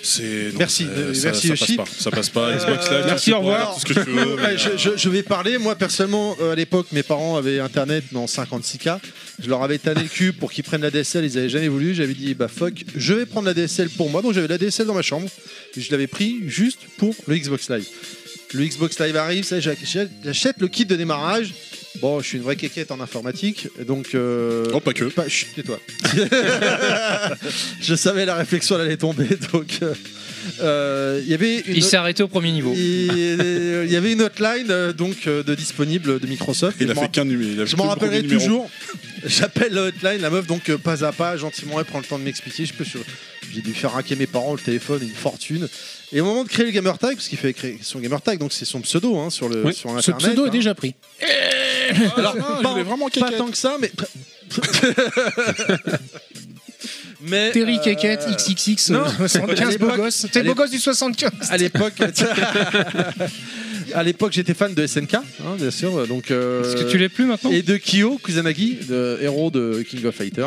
C'est non,
Merci,
ça-
euh,
ça,
merci,
ça
Yoshi. Euh,
passe pas. Ça passe pas. Xbox Live.
merci,
c'est
au
pour
revoir.
avoir tout ce que tu veux, mais,
Euh,
euh,
Ouais, je, je- je vais parler. Moi, personnellement, euh, à l'époque, mes parents avaient internet, mais en 56K. Je leur avais tanné le cul pour qu'ils prennent la DSL. Ils avaient jamais voulu. J'avais dit, bah fuck, je vais prendre la DSL pour moi. Donc, j'avais la DSL dans ma chambre. Et je l'avais pris juste pour le Xbox Live. Le Xbox Live arrive, ça, j'achète j'achète le kit de démarrage. Bon, je suis une vraie quéquette en informatique, donc. Euh,
Oh, pas que.
chut, tais-toi. je savais la réflexion elle allait tomber, donc. euh, euh, Il y avait une.
Il s'est arrêté au premier niveau.
Il il y avait une hotline euh, donc euh, de disponible de Microsoft.
Il
Et
a
je m'en
fait qu'un numéro. il a
je
fait
m'en
que le
rappellerai
premier numéro.
toujours. J'appelle la hotline, la meuf donc euh, pas à pas, gentiment, elle prend le temps de m'expliquer. Je peux sur- J'ai dû faire raquer mes parents le téléphone, une fortune. Et au moment de créer le gamer tag, parce qu'il fallait créer son gamer tag, donc c'est son pseudo hein, sur le
Oui,
sur
ce
internet.
pseudo est
hein.
déjà pris.
Alors
Non, Ah, je
pas,
voulais vraiment
pas
quéquette.
tant que ça, mais. mais
Terry
euh,
Keket, XXX,
non.
euh, 75
À
beau
l'époque-
gosse. T'es le beau gosse du 75.
à l'époque. à l'époque, j'étais fan de SNK, hein, bien sûr. Donc, euh,
Est-ce que tu l'es plus maintenant
Et de Kyo Kusanagi, de héros de King of Fighter.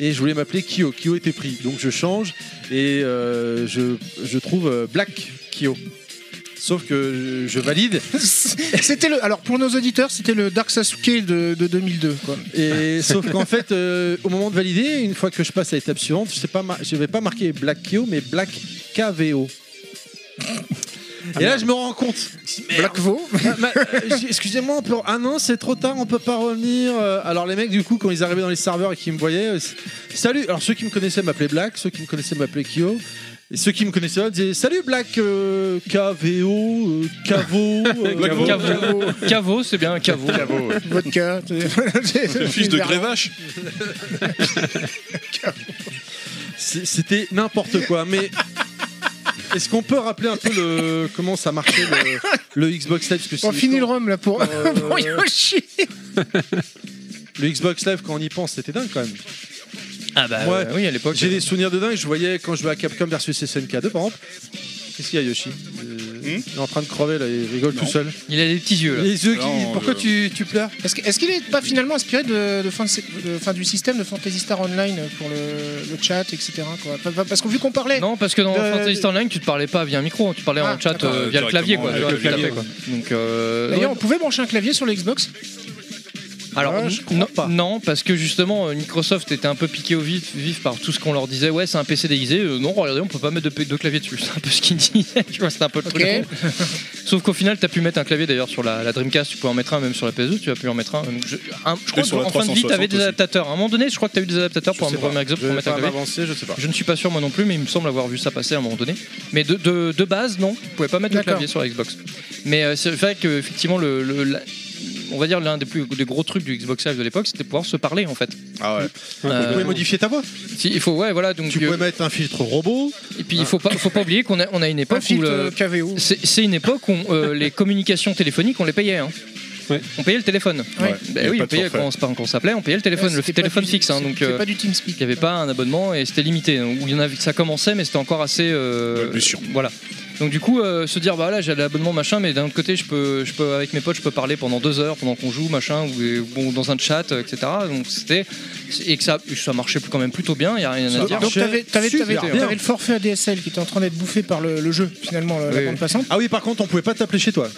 Et je voulais m'appeler Kyo. Kyo était pris, donc je change et euh, je, je trouve euh, Black Kyo. Sauf que je, je valide.
C'était le. Alors pour nos auditeurs, c'était le Dark Sasuke de, de 2002. Quoi.
Et sauf qu'en fait, euh, au moment de valider, une fois que je passe à l'étape suivante, je sais pas, mar- je vais pas marquer Black Kyo, mais Black KVO.
Ah,
Et là, je me rends compte.
Black Vo.
Ah, bah, euh, j'ai- Excusez-moi, on peut- ah non, c'est trop tard, on peut pas revenir. Euh, Alors les mecs, du coup, quand ils arrivaient dans les serveurs et qu'ils me voyaient, euh, c'est- salut. Alors ceux qui me connaissaient m'appelaient Black, ceux qui me connaissaient m'appelaient Kyo. Et ceux qui me connaissaient pas disaient Salut Black, euh, KVO, euh, Cavo. euh,
Cavo, Cavo, Cavo, c'est bien, Cavo.
euh,
Vodka.
Le
Le
fils de Grévache.
C'est- C'était n'importe quoi. Mais est-ce qu'on peut rappeler un peu le comment ça marchait le, le Xbox Live parce que
On
c'est-
finit le rhum là pour,
Euh,
pour Yoshi.
le Xbox Live quand on y pense, c'était dingue quand même.
Ah bah
Moi,
euh, oui, à l'époque.
J'ai des souvenirs de dingue. Je voyais quand je jouais à Capcom versus SNK2, par exemple. Qu'est-ce qu'il y a, Yoshi Euh, Il est en train de crever là, il rigole tout seul.
Il a des petits yeux là.
Les yeux qui-
Non,
Pourquoi
je-
tu, tu pleures
Est-ce que- est-ce qu'il est pas finalement inspiré de, de fin de sé- de- fin du système de Fantasy Star Online pour le, le chat, etc. quoi Pa- pa- Parce qu'on vu qu'on parlait.
Non, parce que dans
Euh,
Fantasy Star Online, tu te parlais pas via micro, tu parlais
Ah,
en chat
d'accord.
euh, via le clavier quoi.
Directement,
tu vois,
avec le
tu tapais,
clavier.
quoi. Donc, euh,
D'ailleurs, on pouvait brancher un clavier sur l'Xbox
Alors,
Ah, je crois
non,
pas.
non, parce que justement, euh, Microsoft était un peu piqué au vif, vif par tout ce qu'on leur disait. Ouais, c'est un PC déguisé. Euh, non, regardez, on peut pas mettre de, de clavier dessus. C'est un peu ce qu'ils disaient. Tu vois, c'était un peu le truc. con. Sauf qu'au final, t'as pu mettre un clavier d'ailleurs sur la, la Dreamcast. Tu pouvais en mettre un, même sur la PS2, tu as pu en mettre un. Donc, je, un- je
Et sur
crois
la
qu'en fin de vie,
360
t'avais des
aussi.
adaptateurs. À un moment donné, je crois que t'as eu des adaptateurs pour un
sais
premier
pas.
exemple
Je
pour
vais
mettre un
pas
clavier.
m'avancer, je sais pas.
Je ne suis pas sûr moi non plus, mais il me semble avoir vu ça passer à un moment donné. Mais de, de, de base, non, tu pouvais pas mettre le
D'accord.
clavier sur la Xbox. Mais euh, c'est vrai que effectivement, le, le- la- on va dire l'un des plus des gros trucs du Xbox Live de l'époque, c'était pouvoir se parler en fait. Euh,
Ah ouais.
Tu pouvais modifier ta voix.
Si, il faut, ouais, voilà. Donc euh,
Tu pouvais mettre un filtre robot.
Et puis il faut pas, faut pas oublier qu'on a, on a une époque où
filtre,
euh,
le- c'est c'est une époque où euh, les communications téléphoniques, on les payait. hein. On payait le téléphone.
Ouais.
Bah
Il y a
oui,
pas
on
de
payait
forfait.
quand on, se- quand on s'appelait, on payait le téléphone,
Ouais,
le
c'était pas
téléphone
du-
fixe. hein, donc
c'était
euh,
pas du TeamSpeak.
Il n'y avait pas un abonnement et c'était limité. Donc, où il y en avait, ça commençait, mais c'était encore assez. euh, voilà. Donc du coup, euh, se dire bah là j'ai l'abonnement machin, mais d'un autre côté je peux, je peux avec mes potes je peux parler pendant deux heures pendant qu'on joue machin ou, ou dans un chat euh, etc. Donc c'était et que ça, ça marchait quand même plutôt bien. Il y a rien à dire.
Donc t'avais t'avais-
Super
t'avais-
bien.
t'avais le forfait ADSL qui était en train d'être bouffé par le, le jeu finalement la, la
Oui,
bande
oui.
passante.
Ah oui par contre on pouvait pas t'appeler chez toi.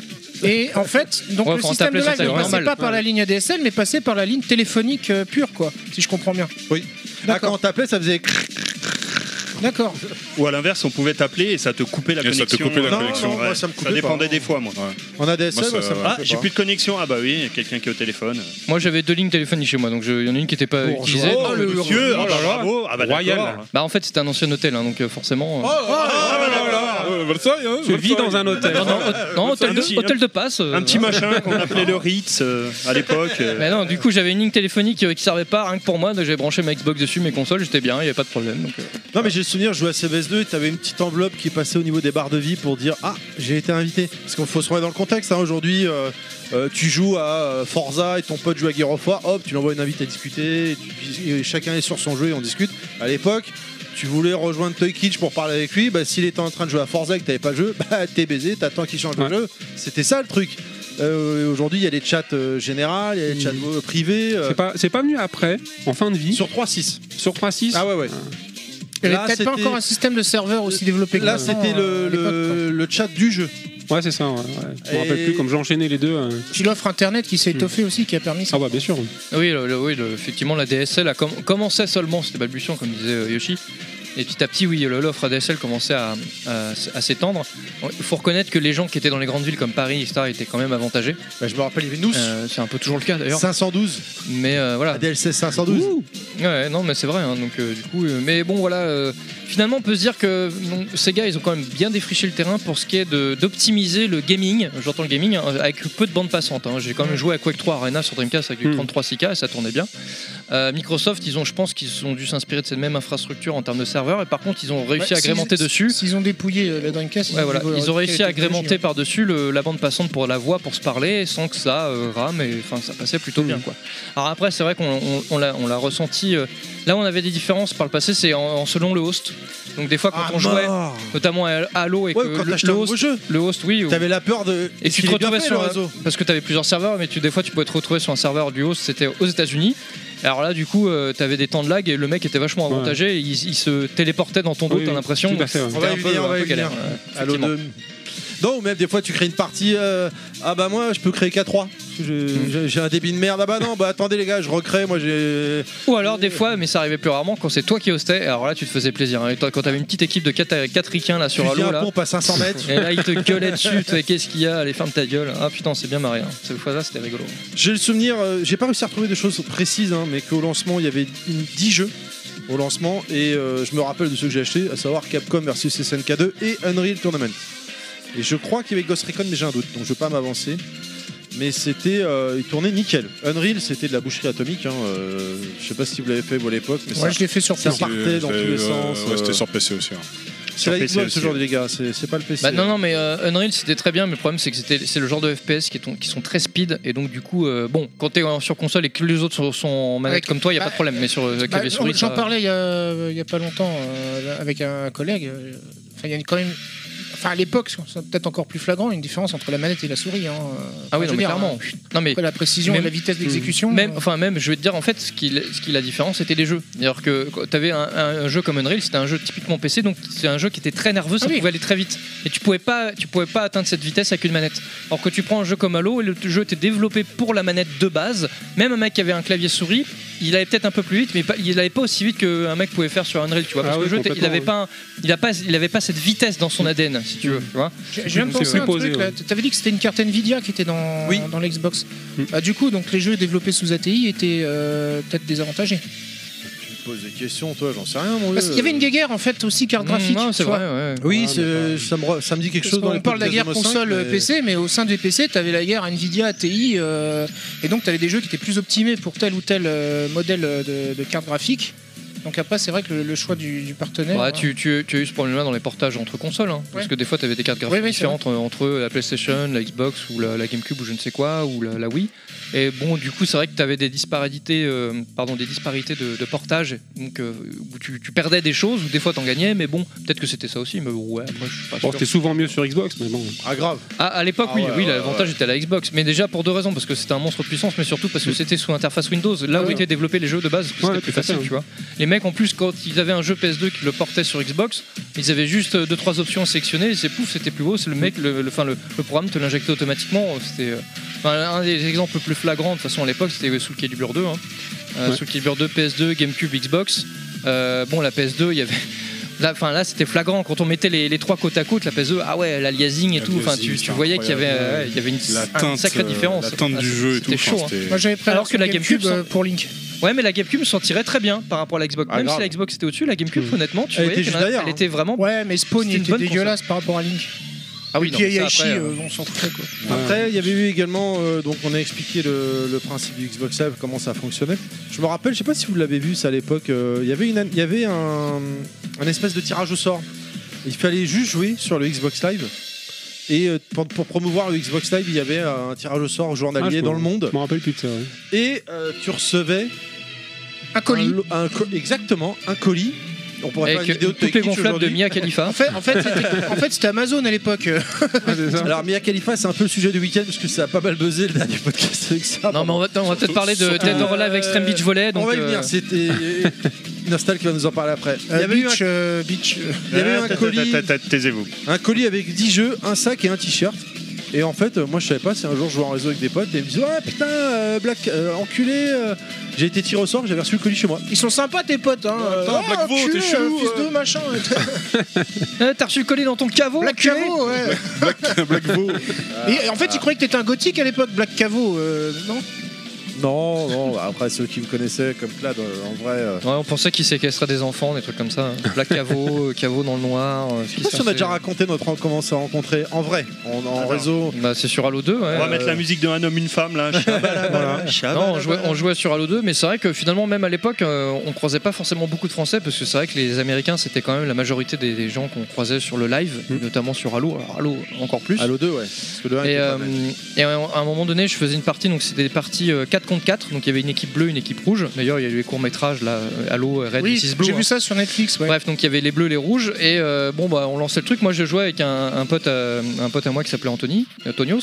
Et en fait donc
Ouais,
le
faut en
système de
taper sur
live
ta
ne
ligne
passait
normale.
pas par la ligne ADSL mais passait par la ligne téléphonique euh, pure quoi si je comprends bien.
Oui. Ah, quand on t'appelait ça faisait.
D'accord.
Ou à l'inverse, on pouvait t'appeler et ça te coupait la
Et ça te
connexion.
coupait la
euh,
connexion.
ouais.
Moi, ça me coupait
dépendait
pas.
des fois, moi.
En ADSL,
moi, ça me
Ah,
coupait
j'ai
pas.
plus de connexion. Ah bah oui, il y a quelqu'un qui est au téléphone.
Moi j'avais deux lignes téléphoniques chez moi, donc je- il y en a une qui n'était pas
Bourgeois.
utilisée.
Oh, le monsieur,
oh
ah bah bravo, ah bah d'accord.
Bah en fait c'était un ancien hôtel, hein, donc euh, forcément.
Oh,
euh,
Oh,
Tu vis dans un hôtel.
Non, non, non, hôtel, de, hôtel de passe. euh,
Un petit
voilà.
machin qu'on appelait le Ritz euh, à l'époque. euh.
Mais non, du coup j'avais une ligne téléphonique euh, qui servait pas rien que pour moi, donc j'avais branché ma Xbox dessus, mes consoles, j'étais bien, il n'y avait pas de problème. Donc, euh,
Non mais j'ai le souvenir, je jouais à CBS2 et t'avais une petite enveloppe qui passait au niveau des barres de vie pour dire ah j'ai été invité. Parce qu'il faut se remettre dans le contexte. hein, Aujourd'hui, euh, euh, tu joues à euh, Forza et ton pote joue à Gear of War, hop, tu l'envoies une invite à discuter. et tu- et chacun est sur son jeu et on discute. À l'époque, tu voulais rejoindre Toy Kitsch pour parler avec lui. Bah s'il était en train de jouer à Forza et que t'avais pas le jeu, bah t'es baisé. T'attends qu'il change de jeu. C'était ça le truc. Euh, Aujourd'hui, il y a les chats euh, généraux, il y a les chats euh, privés. euh,
Mmh. C'est pas, c'est pas venu après, en fin de vie.
Sur 3.6.
Sur 3.6
Ah ouais, ouais.
Il n'y
Là,
avait peut-être pas
c'était-
encore un système de serveur aussi développé que
Là,
maintenant,
c'était le,
euh, à l'époque.
le, le chat du jeu.
Ouais, c'est ça. ouais, ouais. Je me rappelle
Et-
plus comme j'ai enchaîné les deux. euh.
Puis l'offre internet qui
Hmm.
s'est étoffée aussi qui a permis ça.
Ah bah bien sûr.
Oui, le- le- oui le- effectivement, la DSL a comm- commençait seulement, c'était balbutiant comme disait euh, Yoshi. Et petit à petit, oui, le- l'offre ADSL commençait à, à s- à s'étendre. Bon, Il faut reconnaître que les gens qui étaient dans les grandes villes comme Paris, etc., étaient quand même avantagés.
Bah,
Euh,
je me rappelle, il y avait Ah, nous.
c'est un peu toujours le cas d'ailleurs.
512.
Mais euh, voilà.
ADLC 512.
Ouais, non, mais c'est vrai. hein, donc euh, du coup, euh, mais bon, voilà. euh, finalement, on peut se dire que non, Sega, ils ont quand même bien défriché le terrain pour ce qui est de- d'optimiser le gaming. J'entends le gaming hein, avec peu de bandes passantes. hein. J'ai quand même joué à Quake 3 Arena sur Dreamcast avec du 33 6K et ça tournait bien. Euh, Microsoft, ils ont, je pense, qu'ils ont dû s'inspirer de cette même infrastructure en termes de serveurs. Et par contre, ils ont réussi
Ouais,
à
s'ils-
agrémenter dessus.
S'ils ont dépouillé euh, la Dreamcast,
Ouais, voilà. Ils ont
euh,
réussi à agrémenter
par
par-dessus le- la bande passante pour la voix, pour se parler, sans que ça euh, rame, et enfin ça passait plutôt
Mm.
bien. quoi. Alors après, c'est vrai qu'on on- on l'a on l'a ressenti. euh, là, on avait des différences par le passé, c'est en, en selon le host. Donc des fois, quand
Ah,
on jouait,
mort.
notamment à Halo, et
Ouais,
que
quand
le,
t'achetais
le
un nouveau
host,
jeu.
le host, oui, ou-
T'avais la peur de.
et tu
qu'il
te
ait bien
retrouvais
fait,
sur
le
un-
réseau.
parce que tu avais plusieurs serveurs, mais tu, des fois tu pouvais te retrouver sur un serveur du host, c'était aux États-Unis. Alors là, du coup, tu avais des temps de lag et le mec était vachement avantagé. et Il, il se téléportait dans ton dos,
Oui,
t'as l'impression.
tout à fait, ouais.
C'était
On va
un
y
peu-
venir,
un
on va
peu
y
galère,
venir.
ouais,
À l'eau
effectivement.
de- Non, ou même des fois tu crées une partie. euh, ah bah moi je peux créer qu'à 3. J'ai j'ai un débit de merde. Ah bah non, bah attendez les gars, je recrée. Moi j'ai.
Ou alors des fois, mais ça arrivait plus rarement, quand c'est toi qui hostais, alors là tu te faisais plaisir. hein. Et toi, quand t'avais une petite équipe de 4, ricains là sur
Tu dis
Halo,
un
là,
pompe à 500 mètres.
et là ils te gueulaient dessus, tu fais, qu'est-ce qu'il y a, allez ferme ta gueule. Ah putain, c'est bien marré, hein. cette fois-là c'était rigolo.
J'ai le souvenir, euh, j'ai pas réussi à retrouver de choses précises, hein, mais qu'au lancement, il y avait une- 10 jeux au lancement, et euh, je me rappelle de ceux que j'ai achetés, à savoir Capcom versus SNK2 et Unreal Tournament. Et je crois qu'il y avait Ghost Recon, mais j'ai un doute, donc je veux pas m'avancer. Mais c'était, euh, il tournait nickel. Unreal, c'était de la boucherie atomique. hein, euh, je sais pas si vous l'avez fait vous à l'époque, mais
Ouais,
ça-
je l'ai fait sur
ça
PC.
partait dans tous les
Euh,
sens.
Ouais, c'était
euh,
sur PC aussi. hein.
C'est la
Sur PC
Xbox
aussi,
aujourd'hui, les gars. C'est c'est pas le PC.
Bah, non, non, mais euh, Unreal c'était très bien, mais le problème c'est que c'était- c'est le genre de FPS qui, est ton- qui sont très speed, et donc du coup, euh, bon, quand t'es en- sur console et que les autres sont, sont en manette
Ouais,
comme toi, y a
bah,
pas de problème, mais sur euh,
Bah,
clavier souris,
J'en
ça-
Euh, parlais il y, a, il y a pas longtemps euh, avec un collègue. euh, Enfin, il y a quand même. enfin à l'époque, c'est peut-être encore plus flagrant, une différence entre la manette et la souris. hein.
Ah oui,
Enfin, je
non,
veux
mais
dire,
clairement. Non, mais
la précision et la vitesse d'exécution. euh,
Même, enfin, même, je vais te dire en fait ce qui, ce qui la différence, c'était les jeux. C'est-à-dire que tu avais un, un jeu comme Unreal, c'était un jeu typiquement PC, donc c'est un jeu qui était très nerveux, ça
Ah
pouvait aller très vite. Et tu pouvais pas, tu pouvais pas atteindre cette vitesse avec une manette. Alors que tu prends un jeu comme Halo, et le jeu était développé pour la manette de base. Même un mec qui avait un clavier souris, il allait peut-être un peu plus vite, mais pas- il allait pas aussi vite qu'un mec pouvait faire sur Unreal, tu vois. Parce
Ah
que
oui,
le jeu, était- il
complètement,
avait
oui.
pas, un- il a pas, il avait pas cette vitesse dans son ADN, si tu veux, tu vois.
J'ai- J'ai même pensé à un truc, là. T'avais dit que c'était une carte Nvidia qui était dans, dans l'Xbox.
Hmm.
Bah, du coup, donc les jeux développés sous ATI étaient euh, peut-être désavantagés.
Tu me poses des questions, toi, j'en sais rien, mon
Parce
vieux. Ah,
qu'il y avait une guerre en fait aussi carte graphique. tu vois.
Oui, c'est- ça, me, re- ça me dit quelque
Parce
chose dans
qu'on
les
parle de la guerre
PlayStation 5,
console euh,
mais-
PC, mais au sein du PC, tu avais la guerre Nvidia, ATI, euh, et donc tu avais des jeux qui étaient plus optimés pour tel ou tel euh, modèle de, de carte graphique. Donc après, c'est vrai que le, le choix du, du partenaire.
Bah,
hein.
tu, tu- tu as eu ce problème-là dans les portages entre consoles, hein, parce que des fois tu avais des cartes graphiques
Oui, oui, c'est
différentes euh, entre la PlayStation, la Xbox ou la, la GameCube ou je ne sais quoi ou la, la Wii. Et bon, du coup, c'est vrai que tu avais des disparités, euh, pardon, des disparités de, de portage, donc euh, où tu, tu perdais des choses ou des fois t'en gagnais, mais bon, peut-être que c'était ça aussi. Mais ouais, moi je suis pas
Bon,
sûr.
c'était souvent mieux sur Xbox, mais bon.
Ah, grave.
Ah, à l'époque,
Ah
oui,
ouais,
oui
ouais,
l'avantage
ouais. Mm.
était à la Xbox. Mais déjà pour deux raisons, parce que c'était un monstre de puissance, mais surtout parce que c'était sous interface Windows, là où étaient développés les jeux de base, c'était plus
tout à fait,
facile,
hein.
tu vois. Les mecs, en plus, quand ils avaient un jeu PS2 qui le portait sur Xbox, ils avaient juste euh, deux trois options sélectionnées, et c'est pouf, c'était plus beau, c'est le mec, le, le- enfin, le, le programme te l'injectait automatiquement. euh, C'était euh, enfin, un des exemples les plus flagrants, de toute façon, à l'époque, c'était Soul Calibur 2. hein. Euh,
Ouais.
Soul Calibur 2, PS2, GameCube, Xbox. Euh, bon, la PS2, il y avait. Là, enfin, là c'était flagrant quand on mettait les, les trois côte à côte la PS2 ah ouais l'aliasing et tout enfin tu, tu voyais qu'il y avait euh, il y avait une,
La
une
teinte,
sacrée
euh,
différence
la teinte
Ah,
du
c'est-
jeu et
c'était
tout,
chaud,
enfin,
hein.
c'était-
Moi, j'avais pris la
alors que la
version
GameCube
GameCube,
s'en-
euh, pour Link
ouais mais la GameCube s'en tirait très bien par rapport à la Xbox
Ah,
même si
grave.
la Xbox était au-dessus la GameCube honnêtement tu
Elle
voyais
était
qu'elle
juste derrière,
elle était vraiment
Ouais, mais Spawn
C'était
il
une
était
bonne console.
dégueulasse par rapport à Link.
ah oui
Et
non,
puis
ça,
Ayashi,
après,
euh, on s'en foutait quoi.
Après, il y avait eu également, euh, donc on a expliqué le, le principe du Xbox Live, comment ça fonctionnait. Je me rappelle, je sais pas si vous l'avez vu, ça à l'époque, euh, il y avait, une, an- il y avait un, un espèce de tirage au sort. Il fallait juste jouer sur le Xbox Live. Et euh, pour, pour promouvoir le Xbox Live, il y avait un tirage au sort
Ah,
journalier
je
dans
me-
le monde.
Je me rappelle plus de ça, ouais.
Et euh, tu recevais
un
colis. co- exactement, un colis. On pourrait
Avec euh,
faire une vidéo de
toutes les
Toy Kitsch
gonflables de
aujourd'hui.
Mia Khalifa. En fait-
En fait, c'était- en fait, c'était Amazon à l'époque.
Alors Mia Khalifa c'est un peu le sujet du week-end parce que ça a pas mal buzzé le dernier podcast avec ça.
Non mais on va, on va peut-être parler de
Ah, Surtout-
Dead or Alive Extreme Beach Volley donc
on va y
euh,
venir, c'était Nostal qui va nous en parler après. Il y
Euh,
avait eu un-
Beach, euh, Beach, euh,
il y avait eu un
Ah,
colis,
ta- ta- ta- ta- Taisez-vous.
un colis avec 10 jeux, un sac et un t-shirt. Et en fait, euh, moi je savais pas si un jour je jouais en réseau avec des potes et ils me disaient Ah putain, euh, Black, euh, enculé, euh, j'ai été tiré au sort, j'avais reçu le colis chez moi.
Ils sont sympas tes potes, hein.
attends,
Ah,
Black Vaut,
enculé,
t'es chelou,
euh, Fils
euh.
de machin.
euh, t'as reçu le colis dans ton caveau
Black
enculé
Caveau, ouais. Et et en fait, ils croyaient que t'étais un gothique à l'époque, Black Caveau, euh, non
Non, non, bah, après ceux qui me connaissaient comme Clad, euh, en vrai. euh,
Ouais, on pensait qu'il séquestrait des enfants, des trucs comme ça. hein. Black Caveau, euh, Caveau dans le noir. euh, ce
Je
qui
sais pas si
se
on a
passait.
déjà raconté notre, comment on s'est rencontrés en vrai, en, en réseau.
Bah, c'est sur Halo 2. ouais.
On va mettre
Euh,
la musique d'un homme, une femme là. Chabalabala,
Ah, bah,
Non,
chabalabala.
on jouait, on jouait sur Halo 2, mais c'est vrai que finalement, même à l'époque, euh, on croisait pas forcément beaucoup de Français, parce que c'est vrai que les Américains, c'était quand même la majorité des, des gens qu'on croisait sur le live, notamment sur Halo. Alors, Halo, encore plus.
Hmm. Halo 2, ouais. Parce que le un
Et,
était pas
euh,
mal.
et à un moment donné, je faisais une partie, donc c'était des parties euh, 4 contre 4, donc il y avait une équipe bleue, une équipe rouge. D'ailleurs, il y a eu les courts-métrages, là, euh, Halo, Red,
Oui,
This is Blue,
j'ai
hein.
vu ça sur Netflix, ouais.
Bref, donc il y avait les bleus, les rouges, et euh, bon bah on lançait le truc. Moi je jouais avec un, un pote, à, un pote à moi qui s'appelait Anthony, euh, Tonios,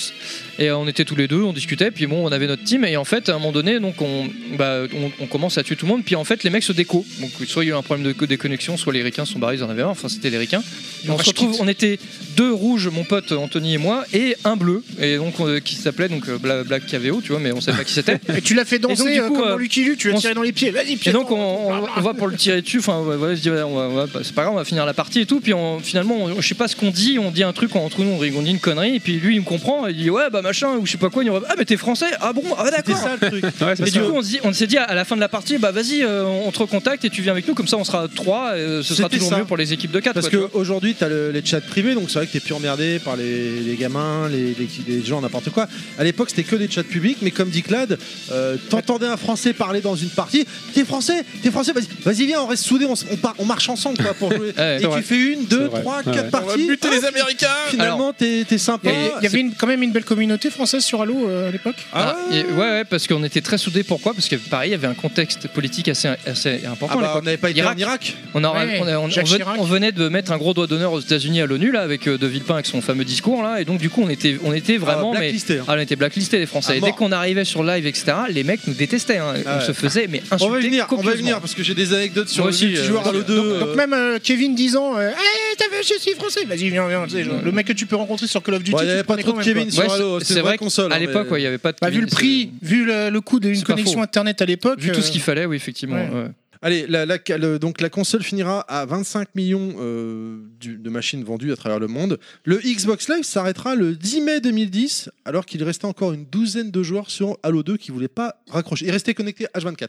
et euh, on était tous les deux, on discutait, puis bon on avait notre team, et en fait à un moment donné donc on, bah, on, on commence à tuer tout le monde, puis en fait les mecs se déco. Donc soit il y a eu un problème de co- déconnexion, soit les ricains sont barrés, ils en avaient un, enfin c'était les ricains. Et on se retrouve, on était deux rouges, mon pote Anthony et moi, et un bleu, et donc euh, qui s'appelait donc euh, Bla- Black Caveo, tu vois, mais on savait pas qui c'était.
Et tu l'as fait
donc,
danser
du
euh,
coup,
comme
euh,
dans Lucky Luke, tu l'as
on s-
tiré dans les pieds. Vas-y,
et
pied.
donc on, on- on va pour le tirer dessus, enfin ouais, voilà, je dis, ouais, on va- on va- bah, c'est pas grave, on va finir la partie et tout. Puis on- finalement, on- je sais pas ce qu'on dit, on dit un truc entre nous, on, rigole, on dit une connerie, et puis lui il me comprend, il dit ouais bah machin ou je sais pas quoi, il dit ah mais t'es français, ah bon, ah
euh,
d'accord.
ça, le truc.
Ouais, c'est
et du
ça.
coup on se dit- on s'est dit, à la fin de la partie, bah vas-y, euh, on te recontacte et tu viens avec nous, comme ça on sera trois, euh, ce sera
C'était
toujours
ça.
mieux pour les équipes de quatre.
Parce
quoi, tu vois.
qu'aujourd'hui, t'as le- les chats privés, donc c'est vrai que t'es plus emmerdé par les, les gamins, les, les- les gens, n'importe quoi. À l'époque, c'était que des chats publics, mais comme dit Clad, euh, t'entendais un Français parler dans une partie, t'es Français, t'es Français, vas-y, vas-y, viens, on reste soudés, on, s- on, part- on marche ensemble quoi, pour jouer.
Ouais,
Et
c'est
tu
vrai.
fais une,
C'est
deux,
vrai.
trois,
Ouais,
quatre
ouais.
parties.
buter
Ah,
les
Américains Finalement,
Alors,
t'es t'es sympa.
Il y, a- il y avait une- quand même une belle communauté française sur Halo euh, à l'époque.
Ah, et- ouais, ouais, parce qu'on était très soudés. Pourquoi Parce que pareil, il y avait un contexte politique assez, assez important.
Ah
à
bah,
l'époque.
on n'avait pas été en Irak.
On, a-
Ouais,
on a- on- on
Jacques
ven-
Chirac.
on venait de mettre un gros doigt d'honneur aux États-Unis à l'ONU là avec euh, de Villepin avec son fameux discours là, et donc du coup on était, on était vraiment, mais
blacklistés, hein.
Ah, on était blacklistés les Français.
À
et dès
mort.
qu'on arrivait sur live etc, les mecs nous détestaient, hein.
Ah
on
ouais.
se faisait mais
On va y
insulter
venir, on va y
copieusement.
venir parce que j'ai des anecdotes sur
Moi
le
aussi,
multijoueur
euh,
Halo 2.
Donc,
euh,
donc même euh, Kevin disant euh, Eh, t'as vu, je suis français Vas-y, viens, viens. tu sais, genre, le mec que tu peux rencontrer sur Call of Duty.
Ouais, Bah,
tu
il y avait
le
pas
prenais
trop
quand
de
même,
Kevin sur
quoi.
Ouais, Halo, c'est- c'est c'est une vraie vrai console,
À
hein,
l'époque,
mais-
ouais, il y avait pas de.
Bah, vu le
c'est-
prix, vu le, le coût d'une
pas
connexion
faux.
internet à l'époque.
Vu tout ce
euh,
qu'il fallait, oui, effectivement.
ouais.
ouais.
Allez, la, la- le- donc la console finira à 25 millions euh, du- de machines vendues à travers le monde. Le Xbox Live s'arrêtera le 10 mai 2010, alors qu'il restait encore une douzaine de joueurs sur Halo 2 qui voulaient pas raccrocher. Ils restaient connectés H24.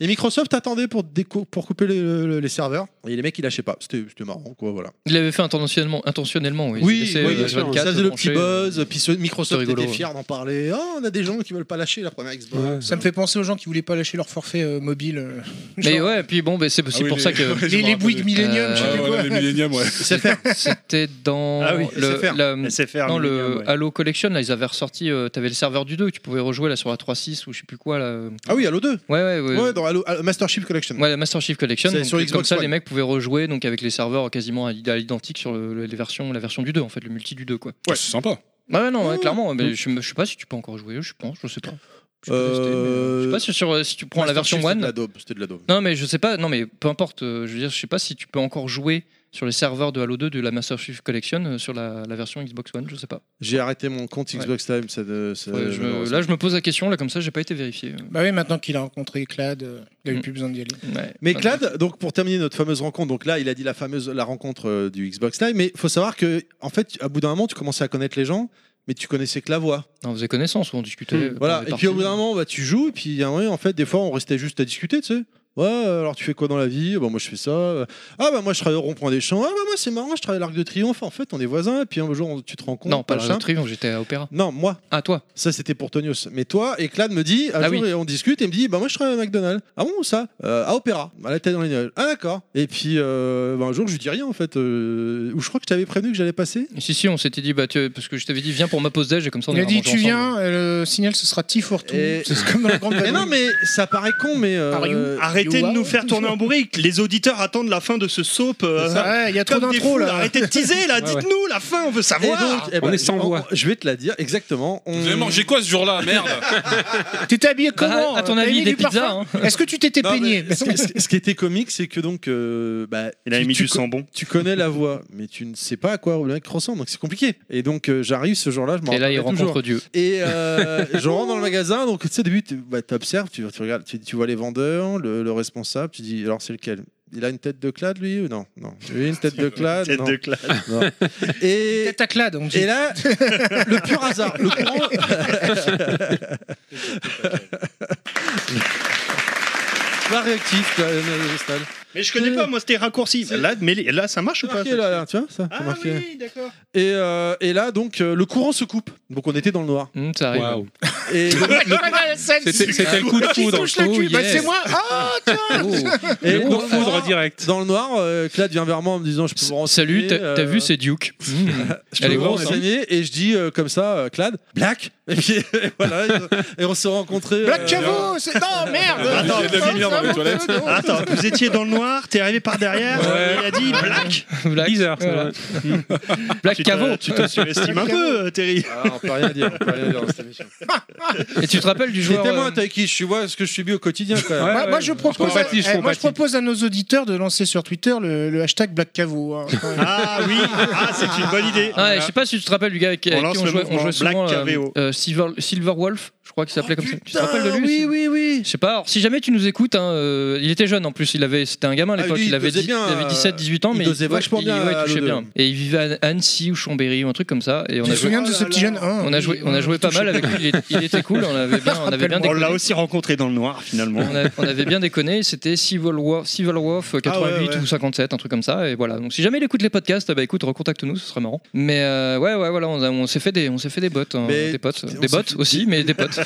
Et Microsoft attendait pour, déco- pour couper les, le- les serveurs. Et les mecs, ils lâchaient pas. C'était c'était marrant, quoi, voilà.
Il l'avait fait intentionnellement, intentionnellement oui.
Oui,
Il s'est laissé,
oui,
euh,
bien sûr.
24,
ça faisait le
branché.
petit buzz, puis ce- Microsoft
C'était euh, rigolo,
était fier d'en parler. Oh, on a des gens qui veulent pas lâcher la première Xbox.
Ça me fait penser aux gens qui voulaient pas lâcher leur forfait euh, mobile. euh,
Mais
genre-
ouais, puis bon, bah, c'est aussi
Ah oui,
pour
les-
ça que.
les- les Bouygues Millennium, je sais
Ah,
plus quoi.
SFR.
C'était dans
Ah oui,
le,
SFR.
la-
SFR
dans le
Millennium, ouais.
Halo Collection, là, ils avaient ressorti, euh, t'avais le serveur du 2, tu pouvais rejouer là sur la 3.6 ou je sais plus quoi. Là. euh.
Ah oui, Halo 2
Ouais, ouais,
Ouais,
ouais.
dans Halo- Halo- Master Chief Collection.
Ouais, la Master Chief Collection.
C'est
donc, euh,
sur
comme
Xbox
ça,
One.
les mecs pouvaient rejouer donc avec les serveurs quasiment à l'identique sur le- les versions, la version du 2, en fait, le multi du 2, quoi.
Ouais, c'est sympa.
Ouais, non, ouais, clairement. Mais je, me- je sais pas si tu peux encore jouer, je pense, je sais pas. euh, Je sais
Euh,
pas si, sur- si tu prends la version
C'était de
One.
la daube, c'était de la daube.
Non, mais je sais pas, non, mais peu importe. euh, je veux dire, je sais pas si tu peux encore jouer sur les serveurs de Halo 2 de la Master Chief Collection euh, sur la, la version Xbox One, je sais pas.
J'ai arrêté mon compte Xbox Time. Ça, de- ça-
Ouais, je me-
Euh, malheureusement.
là, je me pose la question, là, comme ça, j'ai pas été vérifié.
Bah oui, maintenant qu'il a rencontré Clad, euh, il
Mm.
a eu plus besoin d'y aller.
Ouais.
Mais Clad, donc pour terminer notre fameuse rencontre, donc là il a dit la fameuse la rencontre euh, du Xbox Live, mais faut savoir que en fait à bout d'un moment tu commençais à connaître les gens, mais tu connaissais que la voix.
On faisait connaissance, on discutait.
Mmh. Voilà. Et puis au bout d'un moment bah, tu joues et puis hein, ouais, en fait des fois on restait juste à discuter, tu sais. Ouais, euh, alors tu fais quoi dans la vie Bah moi je fais ça. Euh, Ah bah moi je travaille au rond-point des champs. Ah bah moi c'est marrant, je travaille à l'Arc de Triomphe. En fait on est voisins. Et puis un jour on- tu te rends compte.
Non, pas
machin.
le Triomphe, j'étais à Opéra.
Non, moi.
Ah, toi
Ça, c'était pour Tonios. Mais toi, et Clad me dit, un
Ah
jour,
oui.
et on discute, et il me dit, bah moi, je travaille à McDonald's. Ah bon, où ça Euh, À Opéra, à la tête dans les nuages. Ah d'accord. Et puis, euh, bah, un jour, je lui dis rien, en fait. euh, ou je crois que je t'avais prévenu que j'allais passer.
Si, si, on s'était dit, bah, tu- parce que je t'avais dit, viens pour ma pause déj, et comme ça on
Il a
ira
dit
manger
tu
ensemble. Bah,
viens, euh, le signal ce sera T for tout.
Et-
C'est comme dans la grande
mais Eh Bah, non, mais ça paraît con, mais. euh,
Are you-
Arrêtez
You
de nous
are-
faire tourner en bourrique. Les auditeurs attendent la fin de ce soap. euh,
C'est ça. Ouais, il y a trop
comme des
d'intro,
foules.
là.
Arrêtez de teaser là.
Ouais, ouais.
Dites-nous la fin. On veut
Et
savoir.
donc, eh ben, je- Je vais te la dire, exactement. On...
Vous avez mangé quoi ce jour-là Merde
T'étais habillé comment
à ton
euh,
T'as
avis,
mis
des
du parfum
pizzas, hein.
Est-ce que tu t'étais
Non, mais
peigné
Bah, ce, qui- ce- ce qui était comique, c'est que donc. euh, bah,
Il avait
tu-
mis
tu
du
co-
sang bon.
Tu connais la voix, mais tu ne sais pas à quoi le mec ressemble, donc c'est compliqué. Et donc, euh, j'arrive ce jour-là, je m'en
Et là, il
rappellerai
rencontre
bah, toujours.
Dieu.
Et euh, je rentre dans le magasin, donc tu sais, au début, tu bah, observes, tu, tu regardes, tu, tu vois les vendeurs, le, le responsable, tu dis, alors c'est lequel il a une tête de clade lui ou non Non. Lui une tête de clade.
Tête
Ah, non.
de clade.
Non. Et
Tête à Clad, on dit.
et là, le pur hasard, le grand- Pas réactif, euh, euh, Stan.
Mais je connais pas. Moi, c'était raccourci. Là, mais les- là, ça marche ou pas
Marqué, là, là, tu vois ça
Ah
marqué.
oui, d'accord.
Et, euh, et là, donc, euh, le courant se coupe. Donc, on était dans le noir.
Mmh, ça arrive.
Et donc, le-
C'était- c'était
Ah,
le coup de
Qui
foudre.
touche la
Oh,
cuisse Bah,
yes.
c'est moi Ah, tiens
Oh.
et
Le coup de
dans le
foudre
noir-
direct.
Dans le noir, euh, Clad vient vers moi en me disant Je peux vous renseigner.
Salut, t'as t'as
euh,
vu, c'est Duke. Mmh.
Je
Elle
peux
est
vous
grande,
renseigner. Et je dis euh, comme ça euh, Clad, Black. Et puis voilà. Et on s'est rencontrés.
Black
euh,
Chavo c'est- Non, merde
Attends,
Oh,
il y a de la
ça
lumière dans les
monte,
toilettes.
ça monte.
Attends, vous étiez dans le noir, t'es arrivé par derrière,
Ouais.
il a dit black.
Black.
Bizarre. ça,
Voilà.
ouais.
Black
Tu te-
Caveau.
Tu te surestimes un peu, euh, Terry.
ah, on peut rien dire. On peut rien dire dans cette émission.
Et tu te rappelles du
J'étais
joueur.
tellement
euh,
attaqué, je suis vois ce que je subis au quotidien. Quand même.
Ouais,
Moi,
ouais,
moi, je propose, à,
compatis, je
eh, moi, je
compatis.
propose à nos auditeurs de lancer sur Twitter le, le hashtag Black Caveau. hein.
Ah oui, ah, c'est une bonne idée.
Ah, je sais pas si tu te rappelles du gars avec,
On
avec
lance
qui on
le
jouait, on
mouvement,
jouait souvent,
Black
euh,
KVO.
euh, Silver, Silver Wolf, je crois qu'il s'appelait comme ça. Tu te rappelles de
Putain,
lui
Ah, oui, oui, oui.
Je sais pas, alors, si jamais tu nous écoutes, hein, euh, il était jeune en plus, il avait, c'était un gamin à
Ah,
l'époque,
lui, il
il, avait
pesait
dix-
bien, euh,
il avait 17, 18 ans,
il
mais
pesait vachement
il-
bien
ouais, il
à
touchait
l'O2.
bien. Et il vivait à Annecy ou Chambéry ou un truc comme ça, et on a
Tu te
joué,
souviens de ce petit jeune hein,
on a joué, on a joué pas mal avec lui, il est- il était cool, on avait bien, on avait bien
On l'a
déconné.
aussi rencontré dans le noir finalement.
On, a- on avait bien déconné, c'était Civil War, Civil War 88
Ah ouais, ouais.
ou 57, un truc comme ça. Et voilà. Donc si jamais il écoute les podcasts, bah écoute, recontacte-nous, ce serait marrant. Mais euh, ouais, ouais, voilà, on, a- on s'est fait des, on s'est fait des bottes, hein,
Mais
des potes,
on
des
s'est
bottes
fait-
aussi, mais des potes.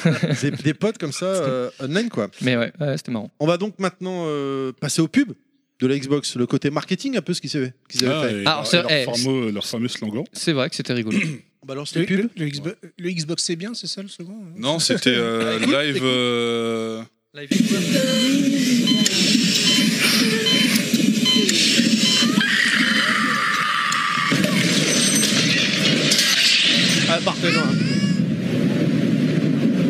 Des, des potes comme ça, euh, online quoi.
mais ouais, ouais, c'était marrant.
On va donc maintenant euh, passer au pub de la Xbox, le côté marketing un peu ce qu'ils avaient, qu'ils avaient fait.
Ah, et
Alors,
leur-
c'est-
leur,
eh,
fameux, leur fameux slogan.
C'est vrai que c'était rigolo.
On balance
Le,
les pubs.
le Xbox, le Xbox, c'est bien, c'est ça le second hein
Non, c'était euh, live. euh,
Ah, parfait, non.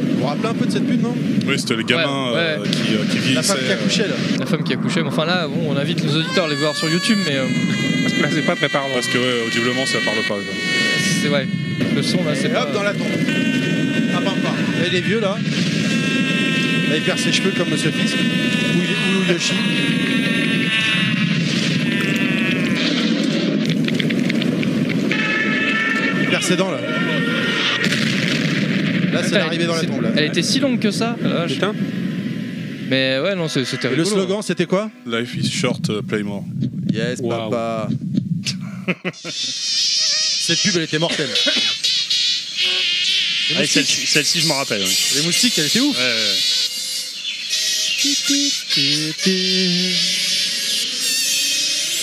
Vous vous rappelez un peu de cette pub, non
Oui, c'était le gamin euh, qui, euh, qui vieillissait.
là.
La femme qui a couché. Mais enfin là, bon, on invite les auditeurs à les voir sur YouTube, mais euh, parce que là, c'est pas préparant.
Parce que, ouais, audiblement, ça parle pas.
C'est vrai. Le son là, c'est
Et
pas.
hop, dans la tombe. Ah, bam, bam. Et les vieux, là, là, ils perdent ses cheveux comme Monsieur Fisk. Ou, ou Yoshi. Il perd ses dents, là. Là, c'est
Putain,
l'arrivée dans la
c'est-
tombe, là.
Elle était si longue que ça. Ah, la vache. Mais ouais, non, c'est- c'était
Et le
rigolo. hein.
slogan, c'était quoi
Life is short, euh, play more.
Yes, papa. Cette pub, elle était mortelle. Les
Ah, et
moustiques.
celle-ci, celle-ci, je m'en rappelle. oui.
Les moustiques, elle était ouf.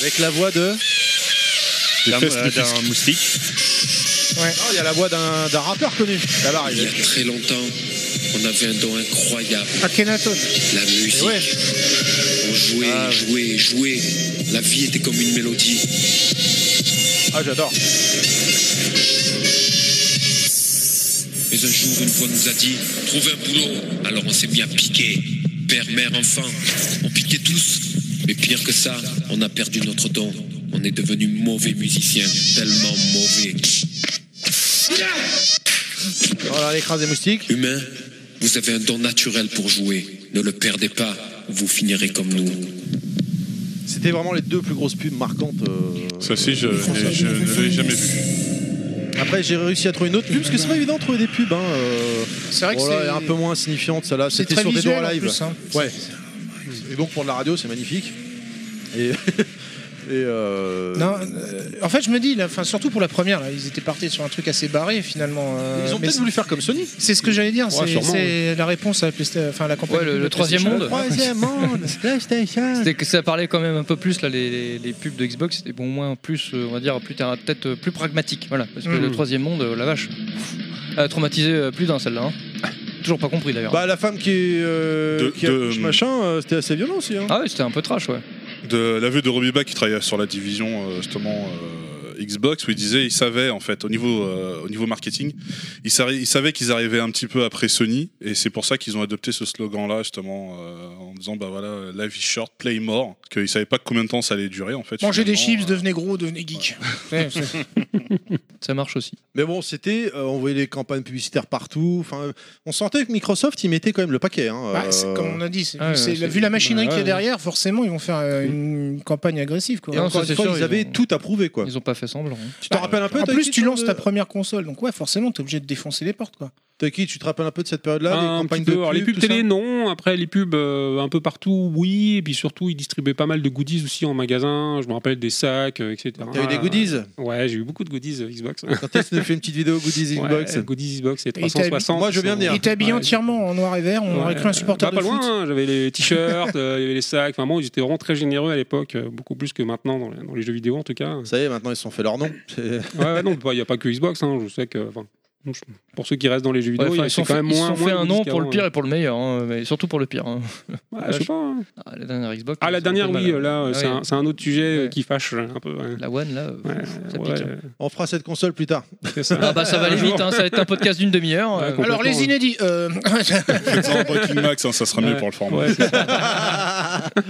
Avec la voix de.
D'un-
fesses,
euh,
des
D'un
fesses.
moustique.
Non, Ah, il y a la voix d'un d'un rappeur connu. Ça va
Il y
arriver.
a très longtemps, on avait un don incroyable.
Akhenaton.
La musique.
Eh ouais.
On jouait, jouait, jouait. La vie était comme une mélodie.
Ah, j'adore.
Mais un jour, une fois, on nous a dit trouve un boulot. Alors on s'est mis à piquer. Père, mère, enfant. On piquait tous. Mais pire que ça, on a perdu notre don. On est devenu mauvais musiciens. Tellement mauvais.
Voilà, Oh, l'écrase des moustiques.
Humain, vous avez un don naturel pour jouer. Ne le perdez pas. Vous finirez comme nous.
C'était vraiment les deux plus grosses pubs marquantes. euh.
Ça aussi, je, je ne l'ai jamais vu.
Après, j'ai réussi à trouver une autre pub parce que c'est pas évident de trouver des pubs. Hein. Oh C'est
vrai que c'est-
un peu moins signifiante celle-là.
c'est
C'était
très
sur des
visuel,
doigts
en
live.
plus, hein.
Ouais. Et donc pour de la radio, c'est magnifique. Et. et euh,
Non, en fait, je me dis, là, enfin, surtout pour la première, là, ils étaient partis sur un truc assez barré finalement. euh,
Ils ont
mais
peut-être
c'est-
voulu faire comme Sony.
C'est ce que j'allais dire,
Ouais,
c'est-
sûrement,
c'est la réponse à la, Playsta- enfin, à la campagne.
Ouais, le-
de
le troisième
PlayStation.
monde. Le troisième
monde, PlayStation.
C'était que ça parlait quand même un peu plus là les, les- les pubs de Xbox c'était bon au moins plus euh, on va dire plus terre à tête euh, plus pragmatique voilà parce que
Mhm.
le troisième monde euh, la vache pff, a traumatisé euh, plus d'un celle-là hein. toujours pas compris d'ailleurs
Bah la femme qui, euh,
De-
qui accouche,
de-
machin, euh, c'était assez violent aussi. Hein.
ah ouais c'était un peu trash ouais
de la vue de Robbie Bach qui travaillait sur la division euh, justement euh, Xbox où il disait il savait en fait au niveau euh, au niveau marketing il, savait il savait qu'ils arrivaient un petit peu après Sony et c'est pour ça qu'ils ont adopté ce slogan là justement euh, en disant bah voilà life is short play more qu'ils savaient pas combien de temps ça allait durer en fait
Mangez des
finalement. euh,
chips,
euh,
devenez gros, devenez geek. Ouais, c'est-
ça marche aussi.
Mais bon, c'était, euh, on voyait les campagnes publicitaires partout. Enfin, euh, on sentait que Microsoft, il mettait quand même le paquet. Hein,
Bah, c'est
euh.
comme on a dit, c'est-
Ah ouais,
c'est-
c'est-
vu la machinerie
bah,
qu'il y a
ouais.
derrière, forcément, ils vont faire euh, une campagne agressive. Quoi.
Mm. Et encore une fois, ils avaient tout approuvé. Quoi.
ils ont pas fait semblant hein.
Tu t'en rappelles un peu
En
Taiki,
plus, tu
sur
lances
le-
ta première console, donc ouais, forcément, t'es obligé de défoncer les portes. quoi.
Taki, tu te rappelles un peu de cette période-là des
Un petit
campagnes
peu.
de
Alors, les
pub,
pubs
tout
télé,
ça
non. Après, les pubs euh, un peu partout, oui. Et puis surtout, ils distribuaient pas mal de goodies aussi en magasin. Je me rappelle des sacs, euh, etc.
T'as eu des goodies
Ouais, j'ai eu beaucoup de goodies euh, Xbox.
Quand est-ce que tu fais une petite vidéo Goodies
Ouais,
Inbox
Goodies Xbox, c'est
Et il t'habille-
360.
Il t'habille
Ouais.
entièrement en noir et vert, on aurait cru un supporter
Bah,
de
pas
foot.
loin, hein. j'avais les t-shirts, euh, il y avait les sacs, vraiment ils étaient vraiment très généreux à l'époque, euh, beaucoup plus que maintenant dans les, dans les jeux vidéo en tout cas.
Ça y est, maintenant ils se sont fait leur nom. C'est-
Ouais, ouais, non, bah, il n'y a pas que Xbox, hein, je sais que enfin, bon, je- pour ceux qui restent dans les jeux
Ouais,
vidéo,
enfin,
il y a-
ils
c'est
sont
quand
fait,
même
ils se
moins.
sont fait
moins
un
de
nom
goodies
pour le
qu'avant,
pire et pour le meilleur hein, mais surtout pour le pire hein.
ouais. Ouais, je sais pas, hein.
Ah, la dernière Xbox
Ah, la
c'est un peu
dernière, oui,
mal,
euh, là,
hein.
euh,
Ah
c'est
oui.
un, c'est un autre sujet euh, qui fâche euh, un peu. ouais.
la One là euh,
Ouais,
ça pique,
ouais,
hein.
On fera cette console plus tard.
ça.
ah bah ça va aller vite hein, ça va être un podcast d'une demi-heure euh,
hein.
Alors, les inédits. euh,
Faites-en un Breaking Max hein, ça sera mieux pour le format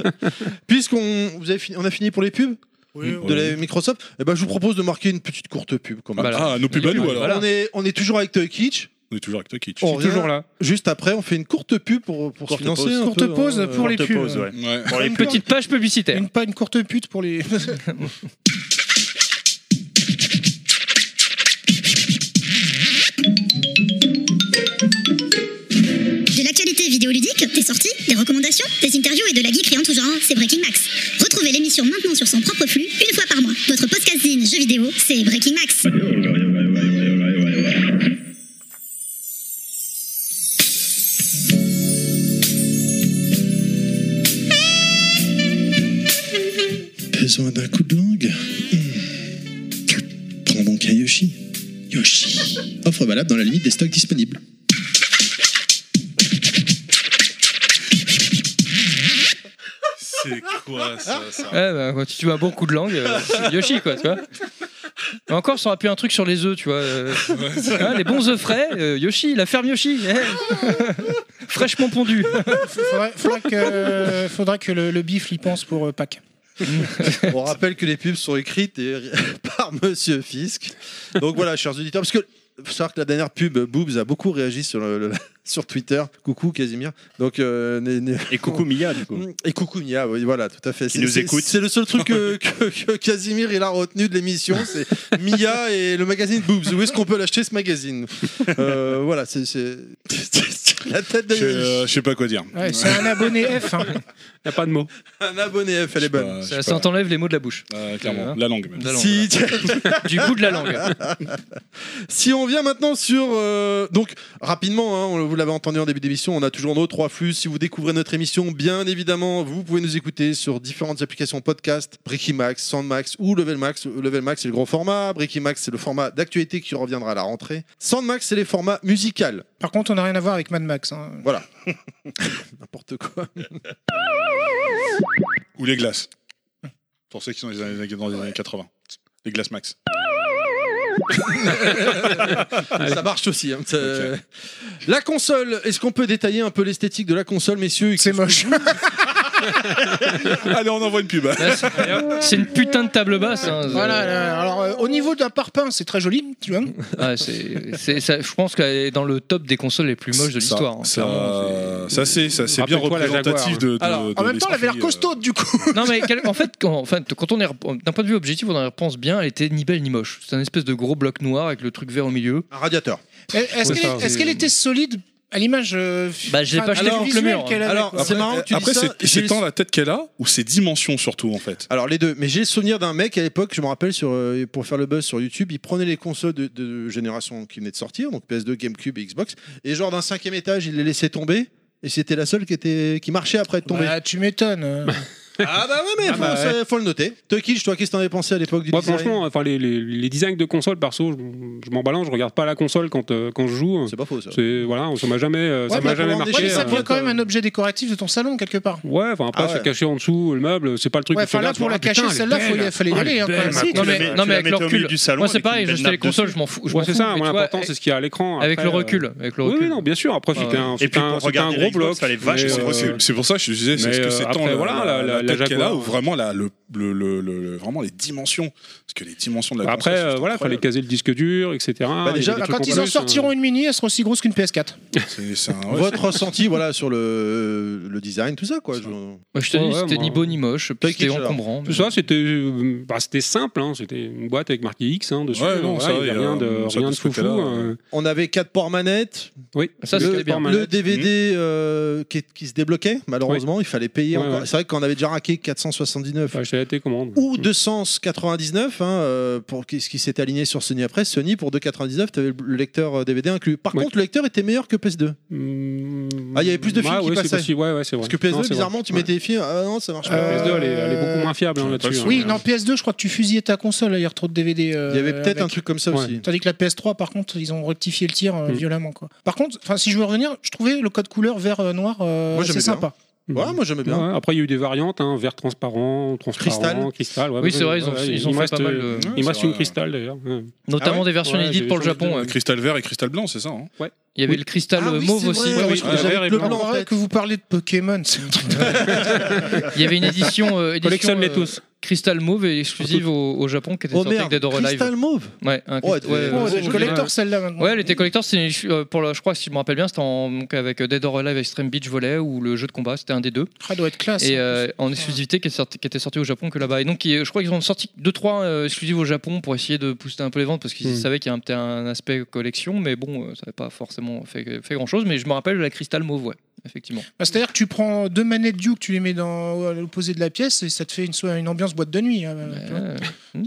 Puisqu'on vous avez fini- on a fini pour les pubs
oui.
de la Microsoft, eh ben, je vous propose de marquer une petite courte pub. Quand même.
ah nos pubs à nous alors
On, est, on est toujours avec Toy Kitsch.
on est toujours avec toi Kitch
On revient Juste après, on fait une courte pub pour, pour se
Courte
financer.
pause.
un
Courte
peu,
pause
hein,
pour les
courte
pubs.
pause, ouais.
Ouais.
Pour les
une
pubs.
petite page publicitaire
Une, pas une courte pute pour les.
De l'actualité vidéoludique, des sorties, des recommandations, des interviews et de la geekerie en tout genre, c'est Breaking Max. Retrouvez l'émission maintenant sur son propre flux, une fois par mois. Votre podcasting jeux vidéo, c'est Breaking Max.
Besoin d'un coup de langue Hmm. Prends donc un Yoshi. Yoshi. Offre valable dans la limite des stocks disponibles.
c'est quoi ça, ça
Eh, Ouais, bah, quand tu tues un bon coup de langue, euh, c'est Yoshi quoi, tu vois. Mais Encore, ça aurait pu un truc sur les œufs, tu vois. euh, hein, les bons œufs frais, euh, Yoshi, la ferme Yoshi, eh. fraîchement pondu.
Faudrait, faudrait que, faudrait que le, le bif y pense pour euh, Pâques.
On rappelle que les pubs sont écrites et- par Monsieur Fisk. Donc voilà, chers auditeurs, parce que faut savoir que la dernière pub Boobs a beaucoup réagi sur, le- le- sur Twitter. Coucou Casimir. Donc et coucou
Mia du coup.
Et coucou Mia, oui, voilà, tout à fait. C'est-
nous
c'est-
écoute.
C'est le seul truc que, que- que Casimir il a retenu de l'émission, c'est Mia et le magazine Boobs. Où est-ce qu'on peut l'acheter ce magazine Euh, Voilà, c'est c'est- la tête de.
Je euh, je sais pas quoi dire.
Ouais, c'est un abonné F. hein.
Y a pas de mots.
Un abonné F, elle est bonne.
Ça, ça t'enlève les mots de la bouche.
clairement.
Euh,
La langue, même.
de la langue,
Si-
voilà. du bout de la langue.
Si on vient maintenant sur. euh, donc, rapidement, hein, on- vous l'avez entendu en début d'émission, on a toujours nos trois flux. Si vous découvrez notre émission, bien évidemment, vous pouvez nous écouter sur différentes applications podcast Bricky Max, Sandmax ou Level Max. Level Max, c'est le grand format. Bricky Max, c'est le format d'actualité qui reviendra à la rentrée. Sandmax, c'est les formats musicaux.
Par contre, on n'a rien à voir avec Mad Max. hein.
Voilà. N'importe quoi.
Ou les glaces. Pour ceux qui sont dans les années, dans les années 80. Les glaces max.
ça marche aussi. hein, ça- La console, est-ce qu'on peut détailler un peu l'esthétique de la console, messieurs C'est
moche.
Allez, on envoie une pub.
C'est une putain de table basse. hein.
Voilà, là, alors euh, au niveau d'un parpaing, c'est très joli, tu vois.
Ouais, c'est- c'est- ça- je pense qu'elle est dans le top des consoles les plus moches de
Ça-
l'histoire. hein.
Ça, ça, c'est ça, c'est bien
Rappelle-toi la Jaguar,
représentatif de, de-
hein.
de
En même temps, elle avait l'air
l'esprit, euh,
Costaud, du coup.
Non mais quel- en fait, quand, enfin, quand on est d'un point de vue objectif, on en repense bien. Elle était ni belle ni moche. C'est un espèce de gros bloc noir avec le truc vert au milieu.
Un radiateur.
euh,
Est-ce
Ouais,
qu'elle
ça,
est-ce
c'est-
qu'elle était solide à l'image euh,
Bah, je l'ai
enfin,
pas acheté
du
contre le
visuel
mur, hein.
qu'elle avait, quoi.
après- Après, c'est- c'est tant la tête qu'elle a ou ses dimensions surtout en fait.
Alors les deux, mais j'ai le souvenir d'un mec à l'époque, je me rappelle, sur, euh, pour faire le buzz sur YouTube, il prenait les consoles de, de génération qui venaient de sortir, donc PS2, GameCube et Xbox, et genre d'un cinquième étage, il les laissait tomber, et c'était la seule qui, était, qui marchait après être tombée.
Bah, tu m'étonnes. euh.
ah bah ouais, mais
Ah
faut,
bah
ça-
ouais.
faut le noter. Tokic, toi, qu'est-ce que t'en avais pensé à l'époque du
Moi,
design
franchement, enfin, les, les- les designs de console, perso, je, je m'en balance, je regarde pas la console quand, euh, quand je joue.
C'est pas faux, ça.
Voilà, ça m'a jamais, euh,
Ouais,
ça m'a
mais
jamais
ouais,
marqué.
mais ça
euh.
devient quand même un objet décoratif de ton salon quelque part.
Ouais, enfin après,
Ah ouais.
c'est caché en dessous, le meuble, c'est pas le truc
Ouais,
que tu
enfin, là,
regardes,
pour
tu
la
regardes,
cacher,
putain, elle est
celle-là, faut y-
belle.
fallait y
Ah,
aller,
elle est
hein, quand
belle,
même.
maintenant.
Si, tu
Non,
la
mais-
mets-
non,
tu la
mais avec
mets
le
au
recul.
milieu du salon
Moi,
avec
c'est pareil,
une
je
belle
sais les
nappe
consoles,
dessus.
je m'en fous. je
Ouais,
m'en
c'est
fous,
ça,
mais
moi
tu vois,
l'important c'est ce qu'il y a à l'écran.
Avec
Après,
le recul,
euh,
avec le recul.
Oui, oui, non,
bien sûr, après
c'était un-
c'était un, c'était un gros bloc. mais, euh,
C'est pour ça que je disais, c'est
mais,
ce que
euh,
c'est tant
après,
la,
voilà,
la,
la- la- la
tête qu'elle a
Jaguar. euh.
ou vraiment, la, le, le, le- le- vraiment les dimensions. Parce que les dimensions de la
Après,
console,
euh,
c'est
voilà, fallait
incroyable.
caser le disque dur, etc. Il y a des trucs
quand ils
plus,
en
hein.
sortiront une mini, elle sera aussi grosse qu'une PS4.
C'est- c'est un- ouais,
Votre
c'est-
ressenti, voilà, sur le, le design, tout ça, quoi. je-
Moi, je te
Ouais,
dis,
ouais,
c'était
moi.
ni beau ni moche. puis
Tokic,
C'était
alors.
encombrant.
Tout ça, c'était euh, bah, c'était simple. hein, C'était une boîte avec marqué X hein, dessus.
Ouais, non,
voilà,
ça,
il y avait
il y a-
rien de,
ça,
rien
de
de
ce côté-là,
foufou. euh.
On avait quatre ports manettes.
Oui, ça,
le,
c'était pas mal.
le DVD euh, qui, qui se débloquait, malheureusement, il fallait payer
Ouais,
encore.
ouais.
C'est vrai qu'on avait déjà raqué 479.
Ouais, J'étais à la télécommande.
ou 299 hein, euh, pour qui- ce qui s'est aligné sur Sony après Sony pour 299 tu avais le lecteur euh, DVD inclus par contre le lecteur était meilleur que PS2 ah il y avait plus de films
Ouais,
qui
ouais, c'est
passaient
possible, ouais, ouais, c'est
parce
vrai.
que PS2
Non, c'est vrai.
bizarrement tu
Ouais.
mettais les films ah non ça marche pas
Euh, PS2, elle est- elle est beaucoup moins fiable hein, là-dessus. hein.
Oui, non, PS2, je crois que tu fusillais ta console, il y a trop de DVD. euh,
Il y avait peut-être
avec.
un truc comme ça Ouais. aussi.
Tandis que la PS3, par contre, ils ont rectifié le tir euh, violemment. Quoi. Par contre, enfin, si je veux revenir, je trouvais le code couleur euh, vert-noir
Moi, j'aimais
c'est
bien.
sympa.
ouais moi j'aimais bien
Ouais, après, il y a eu des variantes, hein, vert transparent, transparent,
Cristal.
cristal. ouais,
Oui, c'est
ouais,
vrai, ils ont-
ouais,
ils
il
ont
me
fait
reste,
pas mal de-
euh,
Ouais,
Il
c'est
m'a su une
vrai.
cristal d'ailleurs. ouais.
Notamment des versions
Ouais,
inédites
j'ai
pour le
vu ça,
Japon. ouais.
Cristal vert et cristal blanc, c'est ça hein
Ouais.
Il y avait le cristal
Ah
euh,
oui,
mauve
c'est
aussi.
vrai,
Ouais,
oui,
je
j'avais
crois que j'avais
le
blanc.
blanc.
Encore euh, que vous parlez de Pokémon, c'est un truc
Il y avait une édition, euh, édition,
Collectionne-les
euh,
tous.
Cristal Mauve et exclusive au, au Japon qui était
oh
sortie avec
merde
Dead or Alive.
cristal mauve
Ouais, un
Oh,
crist- ouais,
elle
ouais,
était-
ouais.
collector celle-là maintenant.
Ouais, elle était collector, c'est euh, pour le- je crois si je me rappelle bien, c'était en- donc avec Dead or Alive Extreme Beach Volley ou le jeu de combat, c'était un des deux.
Ah, doit être classe.
Et euh, en exclusivité qui, est sorti- qui était sorti au Japon que là-bas. Et donc, ils- je crois qu'ils ont sorti 2-3 exclusives au Japon pour essayer de pousser un peu les ventes parce qu'ils
Mm.
savaient qu'il y a un- peut-être un aspect collection, mais bon, euh, ça n'avait pas forcément fait, fait grand-chose. Mais je me rappelle la Crystal Mauve, ouais, effectivement.
Bah, C'est-à-dire que tu prends deux manettes Duke, tu les mets dans, à l'opposé de la pièce et ça te fait une, so- une ambiance boîte de nuit. hein, tu vois.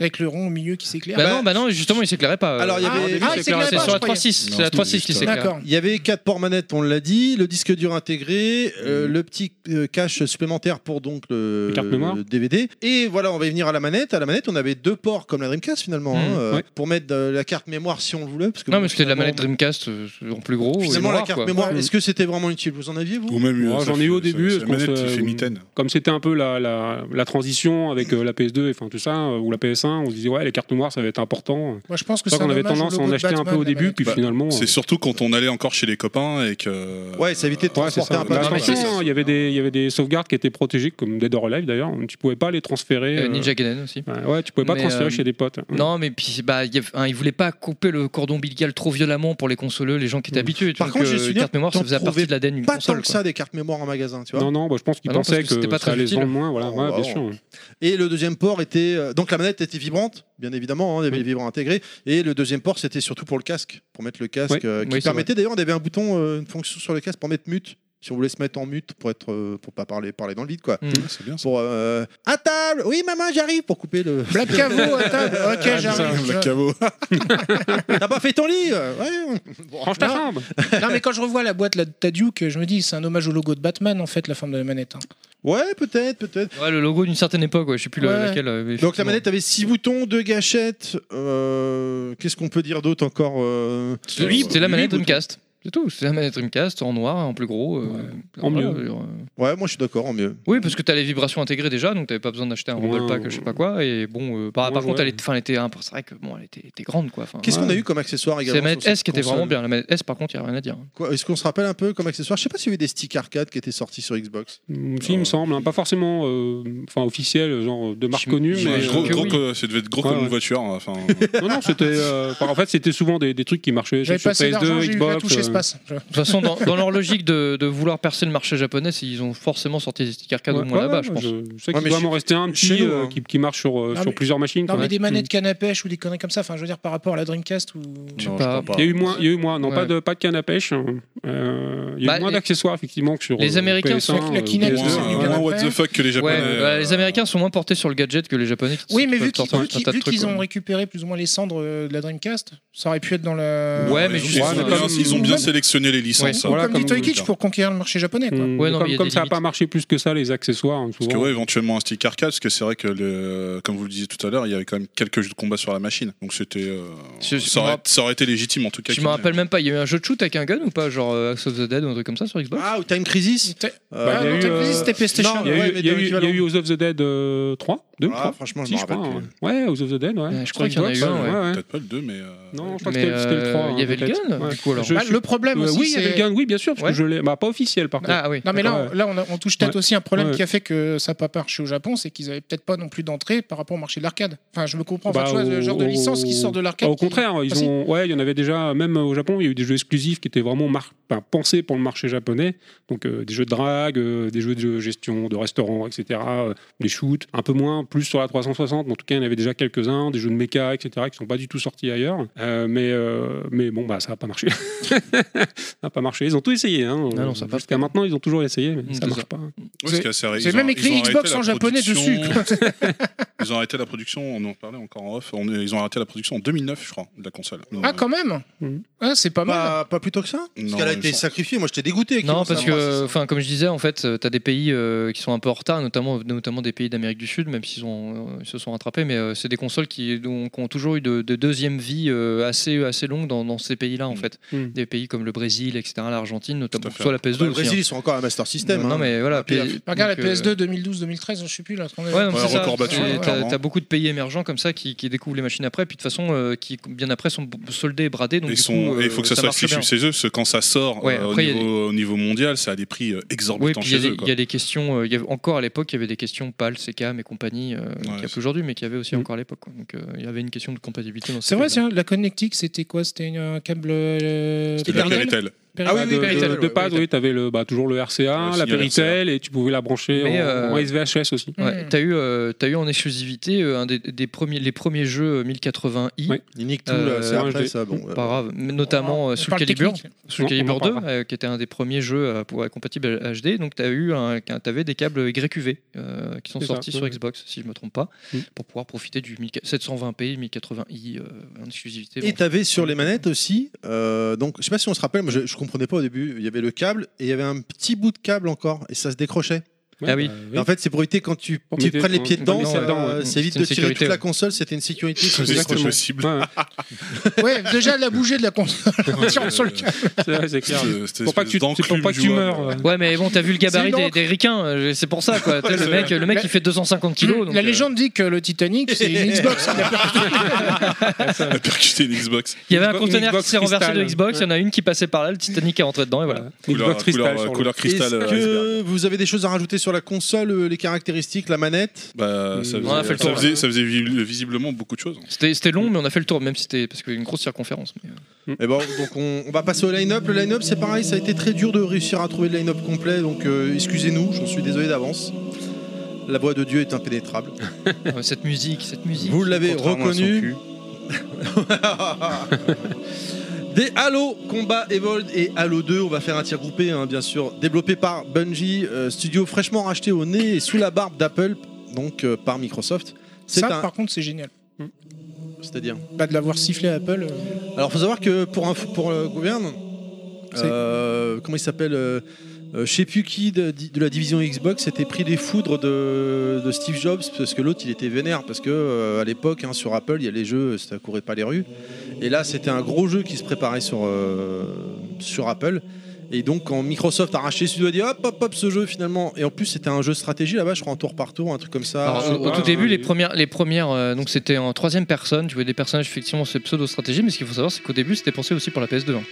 Avec le rond au milieu qui s'éclère.
Euh, hmm. Bah, non, bah non, justement, il s'éclairait pas.
Alors, il y
Ah,
avait-
au début,
Ah, il
c'est
s'éclairait
c'est
pas,
sur la
je croyais.
3.6,
Non,
c'est la
c'était
3.6 qui
juste- euh,
s'éclaire.
D'accord.
Il y avait quatre ports manettes, on l'a dit, le disque dur intégré, euh, le petit euh, cache supplémentaire pour donc le,
Les cartes mémoire.
le DVD. Et voilà, on va y venir à la manette. À la manette, on avait deux ports comme la Dreamcast finalement,
Mm,
hein, euh,
ouais.
pour mettre de la carte mémoire si on le voulait. Parce que
Non,
bon,
mais c'était de la
finalement-
manette Dreamcast euh, en plus gros. et
Finalement, la
noir,
carte
quoi.
mémoire, est-ce que c'était vraiment utile Vous en en aviez vous
Ou même,
Moi,
euh, ça
j'en
fait-
ai eu au
ça-
début. euh,
c'est
parce
la
qu'on
manette
se-
qui fait mitaine.
Comme c'était un peu la, la, la transition avec euh, la PS2 et enfin tout ça, euh, ou la PS1, on se disait ouais les cartes noires ça va être important.
Moi, je pense que
c'est
c'est
qu'on
un
avait
hommage au
tendance à
logo
en
de
acheter un peu
Batman,
au
la
début,
manette.
puis
Bah,
Oh,
finalement. euh,
C'est surtout quand on allait encore chez les copains et que.
Ouais, ça évitait de
transporter
un peu de temps,
Bah, hein, il y avait des il y avait des sauvegardes qui étaient protégées comme Dead or Alive d'ailleurs, tu pouvais pas les transférer.
Euh, Ninja
Gaiden aussi. Ouais, tu pouvais pas
Mais,
transférer
euh,
chez des potes.
Mm.
Non, mais puis bah, il y avait- hein, ils voulaient pas couper le cordon ombilical trop violemment pour les consoleux, les gens qui étaient habitués.
Par
Donc,
contre, j'ai
euh,
le
les
souvenir
cartes mémoire, ça
t'en
faisait partie
trouvais
de l'ADN d'une
pas
console.
tant que
quoi.
ça des cartes mémoire en magasin, tu vois.
Non, non, bah, je pense qu'ils
Ah non,
pensaient
parce que
que,
c'était pas
ça
très
allait se
utile. Oh,
vendre moins. Voilà, ouais, bien sûr.
Et le deuxième port était euh, donc la manette était vibrante, bien évidemment, hein, il y avait les vibrants intégrés. Et le deuxième port c'était surtout pour le casque, pour mettre le casque,
Oui.
euh, qui
Oui, c'est
permettait d'ailleurs on avait un bouton, euh, une fonction sur le casque pour mettre mute. Si on voulait se mettre en mute pour être euh, pour pas parler parler dans le vide quoi.
C'est bien.
Pour euh, à table, oui maman j'arrive pour couper le.
Black Caveau, à table. Ok,
Ah,
j'arrive.
Black Caveau. T'as pas fait ton lit Ouais.
Range ta chambre.
non, mais quand je revois la boîte là, de Taduke, je me dis, c'est un hommage au logo de Batman, en fait, la forme de la manette. hein.
Ouais, peut-être, peut-être.
Ouais, le logo d'une certaine époque, ouais, je sais plus le-
Ouais.
laquelle. euh, mais
Donc la
effectivement.
manette avait 6 boutons, 2 gâchettes. euh, Qu'est-ce qu'on peut dire d'autre encore euh,
C'était la
huit
manette
boutons.
Dreamcast. C'est tout, c'est la manette Dreamcast en noir, en plus gros. euh,
En
voilà,
mieux.
genre, euh.
Ouais, moi je suis d'accord, en mieux.
Oui, parce que t'as les vibrations intégrées déjà, donc t'avais pas besoin d'acheter un
Moins-
rumble pack, je sais pas quoi. Et bon, euh, par, par
Moins,
contre,
ouais.
elle était, enfin, elle était, hein, c'est vrai que bon, elle était, était grande quoi. enfin,
Qu'est-ce qu'on
ouais.
a eu comme accessoire
C'est
également
la manette
sur
S
cette
qui était vraiment
console
bien. La manette S, par contre, y a rien à dire.
Quoi, Est-ce qu'on se rappelle un peu comme accessoire Je sais pas s'il y avait des sticks arcade qui étaient sortis sur Xbox.
Mm, Si, il me semble, hein, pas forcément euh, enfin officiel, genre de marque connue,
Ouais,
mais
gros,
euh,
gros
oui.
que- ça devait être gros
Ouais,
comme
ouais.
une voiture. hein, Enfin,
Non, non, c'était. euh, enfin, en fait, c'était souvent des, des trucs qui marchaient sur
J'avais
sur
pas assez d'argent,
PS2,
j'ai eu la
Xbox.
touche
euh.
espace.
De toute façon, dans, dans leur logique de, de vouloir percer le marché japonais, c'est- ils ont forcément sorti des stickers arcade
Ouais,
au moins
ouais,
là-bas,
ouais,
je pense.
Je sais qu'il doit m'en rester un petit euh, qui, qui marche sur, euh,
Non,
sur
mais-
plusieurs machines.
Non,
quoi.
mais des
Mm.
manettes canne à pêche ou des conneries comme ça, enfin, je veux dire, par rapport à la Dreamcast ou.
Je sais pas. Il y a eu moins, il y a eu moins. non
Ouais.
pas de pas de canne à pêche. hein. Euh, il y a eu
Bah,
moins
les-
d'accessoires effectivement que sur.
les
euh,
Américains
PS1,
sont-
euh,
la Kinect,
PS2,
c'est
euh,
venu bien
moins
après. Ouais, bah,
euh,
les Américains sont moins portés sur le gadget que les Japonais. qui
Oui, mais
peuvent
vu qu'ils
sortir
vu
tout un
qu'ils-
tas de
vu
trucs,
qu'ils
quoi.
hein.
ont récupéré plus ou moins les cendres euh, de la Dreamcast, ça aurait pu être dans la.
Ouais, mais
ils,
justement,
ont
mais
bien,
comme-
ils ont bien
Ouais.
sélectionné les licences.
Ouais.
hein.
Ou comme dit Toy Kitsch pour conquérir le marché japonais. Quoi.
Mm,
Ouais, non,
comme-
mais il y a
comme
des
ça a
limites. pas marché plus que ça les accessoires. hein,
Parce que
souvent.
ouais, éventuellement un stick arcade, parce que c'est vrai que le, comme vous le disiez tout à l'heure, il y avait quand même quelques jeux de combat sur la machine. Donc c'était, euh,
Je- je
ça,
me
aurait,
rapp-
ça aurait été légitime en tout cas.
Je
qu'il
me
y en ait.
rappelle même pas, il y a eu un jeu de shoot avec un gun ou pas Genre euh, Axe of the Dead ou un truc comme ça sur Xbox
Ah, ou Time Crisis
Bah,
ah
il y a eu, euh, non, Il y a eu- il y a eu- il y a eu House of the Dead euh, 3 2
Ah,
3
franchement, je
Si,
me
crois,
rappelle
hein. Ouais, House of the Dead, ouais.
je crois qu'il y en a eu
Xbox,
un, ouais.
Peut-être pas le 2, mais. euh,
Non, je crois que
Mais,
c'était c'était le
euh,
3.
il y avait le gun, du coup, alors.
Je
Bah,
suis-
le problème
Euh,
aussi,
Oui, il y avait
c'est-
le gun, oui, bien sûr, parce
Ouais.
que je l'ai. Bah, pas officiel
Ah,
par contre.
Non, mais là,
D'accord,
on,
ouais.
là, on, a- on touche peut-être
Ouais.
aussi un problème
Ouais.
qui a fait que ça n'a pas marché au Japon, c'est qu'ils avaient peut-être pas non plus d'entrée par rapport au marché de l'arcade. Enfin, je me comprends. Enfin,
Bah,
tu vois, le
au-
genre de licence qui sort de l'arcade.
Au
qui-
contraire,
Ah,
ils
si.
ont, ouais, il y en avait déjà, même au Japon, il y a eu des jeux exclusifs qui étaient vraiment mar- enfin, pensés pour le marché japonais. Donc euh, des jeux de drague, euh, des jeux de gestion, de restaurants, etc. euh, des shoots, un peu moins, plus sur la 360. Mais en tout cas, il y en avait déjà quelques-uns, des jeux de méca, etc. qui sont pas du tout sortis ailleurs. Euh, mais, euh, mais bon, bah, ça n'a pas marché. ça n'a pas marché. Ils ont tout essayé. Hein.
Ah non, ça a pas Mmh,
Jusqu'à maintenant, ils ont toujours essayé, mais ça
c'est
marche
ça.
pas.
Ouais, parce que c'est vrai,
j'ai
ils ont-
même
ils
écrit
ont arrêté
Xbox
la
en japonais
production.
dessus,
ils ont arrêté la production, on en parlait encore en off. on- ils ont arrêté la production en 2009, je crois, de la console.
Ah, quand même
Mm.
Ah, C'est pas
Bah,
mal.
Pas, pas plutôt que ça Parce
Non,
qu'elle a
il me
été
semble.
sacrifiée, moi j'étais dégoûté. qu'ils
Non,
lancent
parce
la
que, enfin, comme je disais, en fait, euh, t'as des pays euh, qui sont un peu en retard, notamment, notamment des pays d'Amérique du Sud, même s'ils ont, euh, ils se sont rattrapés, mais euh, c'est des consoles qui, dont- qui ont toujours eu de, de deuxième vie euh, assez, assez longue dans, dans ces pays-là, en fait.
Mm.
Des pays comme le Brésil, etc., l'Argentine, notamment,
fait.
soit la PS2
Bah, le
aussi,
Brésil,
hein.
ils sont encore à Master System.
Non,
hein.
mais voilà, puis-
Regarde
donc,
la
euh,
PS2 2012-2013, je sais plus. Là,
Ouais, non, c'est ça.
Ouais, ouais.
Et T'as t'as beaucoup de pays émergents comme ça qui, qui découvrent les machines après, puis de toute façon, euh, qui bien après sont b- soldés et bradés. Donc
Et
du
son-
coup,
et il
euh,
faut que ça, soit
marche
fichu
bien.
chez eux, parce que quand ça sort
Ouais,
euh, au,
après, il y a
niveau, au niveau mondial, ça a des prix euh,
Oui,
exorbitants
puis il y, a
chez
des-
eux.
il
quoi.
y a des questions, euh, il y avait, encore à l'époque, il y avait des questions PAL, CCAM et compagnie, euh, qu'il y a plus aujourd'hui, mais qu'il y avait
Mm.
aussi encore à l'époque. quoi. Donc euh, il y avait une question de compatibilité dans ces
C'est vrai,
pays-là.
tiens, la connectique, c'était quoi C'était une- un câble. euh,
C'était la
Péritel
Péritel.
Péritel.
Ah oui, de, de, de pads, oui, t'avais le, bah, toujours le RCA,
Le
la
signal
Péritel, et tu pouvais la brancher
Mais,
en,
euh,
en SVHS aussi.
Ouais,
Mm.
T'as eu, euh, t'as eu en exclusivité euh, un des, des premiers, les premiers jeux euh, 1080i.
Ils niquent tout, là, c'est après ça, bon,
Pas
euh,
grave. Mais notamment
on
euh, Soul
parle
Calibur,
technique.
Soul
On- on en
Calibur 2,
parlera.
euh, qui était un des premiers jeux euh, pour, compatible HD. Donc t'as eu, un- qu'un- t'avais des câbles YQV euh, qui sont
C'est ça,
sortis
ouais.
sur Xbox, si je me trompe pas,
Mm.
pour pouvoir profiter du 1000 720p 1080i euh, en exclusivité.
Et
Bon.
t'avais sur les manettes aussi, euh, donc je sais pas si on se rappelle, moi je, je comprenais pas au début, il y avait le câble et il y avait un petit bout de câble encore et ça se décrochait. Ah oui.
Euh,
en fait, c'est pour éviter quand tu,
On
tu
mettait-
prennes les pieds
on- on
dedans,
glissait dedans,
euh,
ouais.
c'est vite
C'est une
de tirer
sécurité,
toute la
ouais.
console. C'était une sécurité.
C'est
Exactement.
possible.
Ouais, déjà la bouger de la console. On tire sur le câble.
C'est vrai, c'est clair.
C'est-
Pour pas que tu, c'est pour pas que tu meurs. euh, ouais.
hein.
Ouais, mais bon, t'as vu le gabarit
C'est une
des,
encre.
des ricains, euh, c'est pour ça quoi. Tu sais, le, mec, le mec, il fait 250 kilos. donc,
la
euh,
légende dit que le Titanic, c'est une Xbox.
a percuté une Xbox.
euh, Il y avait un
Une
conteneur qui
Xbox
s'est renversé de
cristal.
Xbox, il y en a une qui passait par là, le Titanic est rentré dedans et voilà.
Couleur- Xbox cristal couleur- sur le- couleur cristal,
Est-ce
euh,
que vous avez des choses à rajouter sur la console, euh, les caractéristiques, la manette
Bah, ça
On a fait
faisait,
le
ça
tour,
faisait-
ouais.
ça faisait vi- visiblement beaucoup de choses.
C'était c'était long, mais on a fait le tour, même si c'était parce qu'il y avait une grosse circonférence. mais-
Et bon, Eh ben, donc on, on va passer au line-up. Le line-up, c'est pareil, ça a été très dur de réussir à trouver le line-up complet, donc euh, excusez-nous, j'en suis désolé d'avance. La voix de Dieu est impénétrable.
euh, Ouais, cette musique, cette musique.
Vous l'avez
Contrairement à son
reconnu.
cul.
Des Halo Combat Evolved et Halo 2, on va faire un tir groupé, hein, bien sûr, développé par Bungie, euh, studio fraîchement racheté au nez et sous la barbe d'Apple, donc euh, par Microsoft. C'est
Ça,
un-
par contre, c'est génial.
C'est-à-dire
Pas de l'avoir sifflé à Apple. euh,
Alors, faut savoir que pour, un, pour le gouverne, euh, comment il s'appelle euh, euh, je sais plus qui de, de la division Xbox s'était pris des foudres de, de Steve Jobs parce que l'autre il était vénère parce que euh, à l'époque hein, sur Apple il y a les jeux ça courait pas les rues et là c'était un gros jeu qui se préparait sur, euh, sur Apple et donc quand Microsoft a racheté celui-là dit hop hop hop ce jeu finalement et en plus c'était un jeu de stratégie là-bas je crois en tour par tour un truc comme ça
Alors, euh, au, au tout début, les premières, les premières euh, donc c'était en troisième personne. Tu vois des personnages effectivement, c'est pseudo stratégie, mais ce qu'il faut savoir, c'est qu'au début, c'était pensé aussi pour la PS2. hein.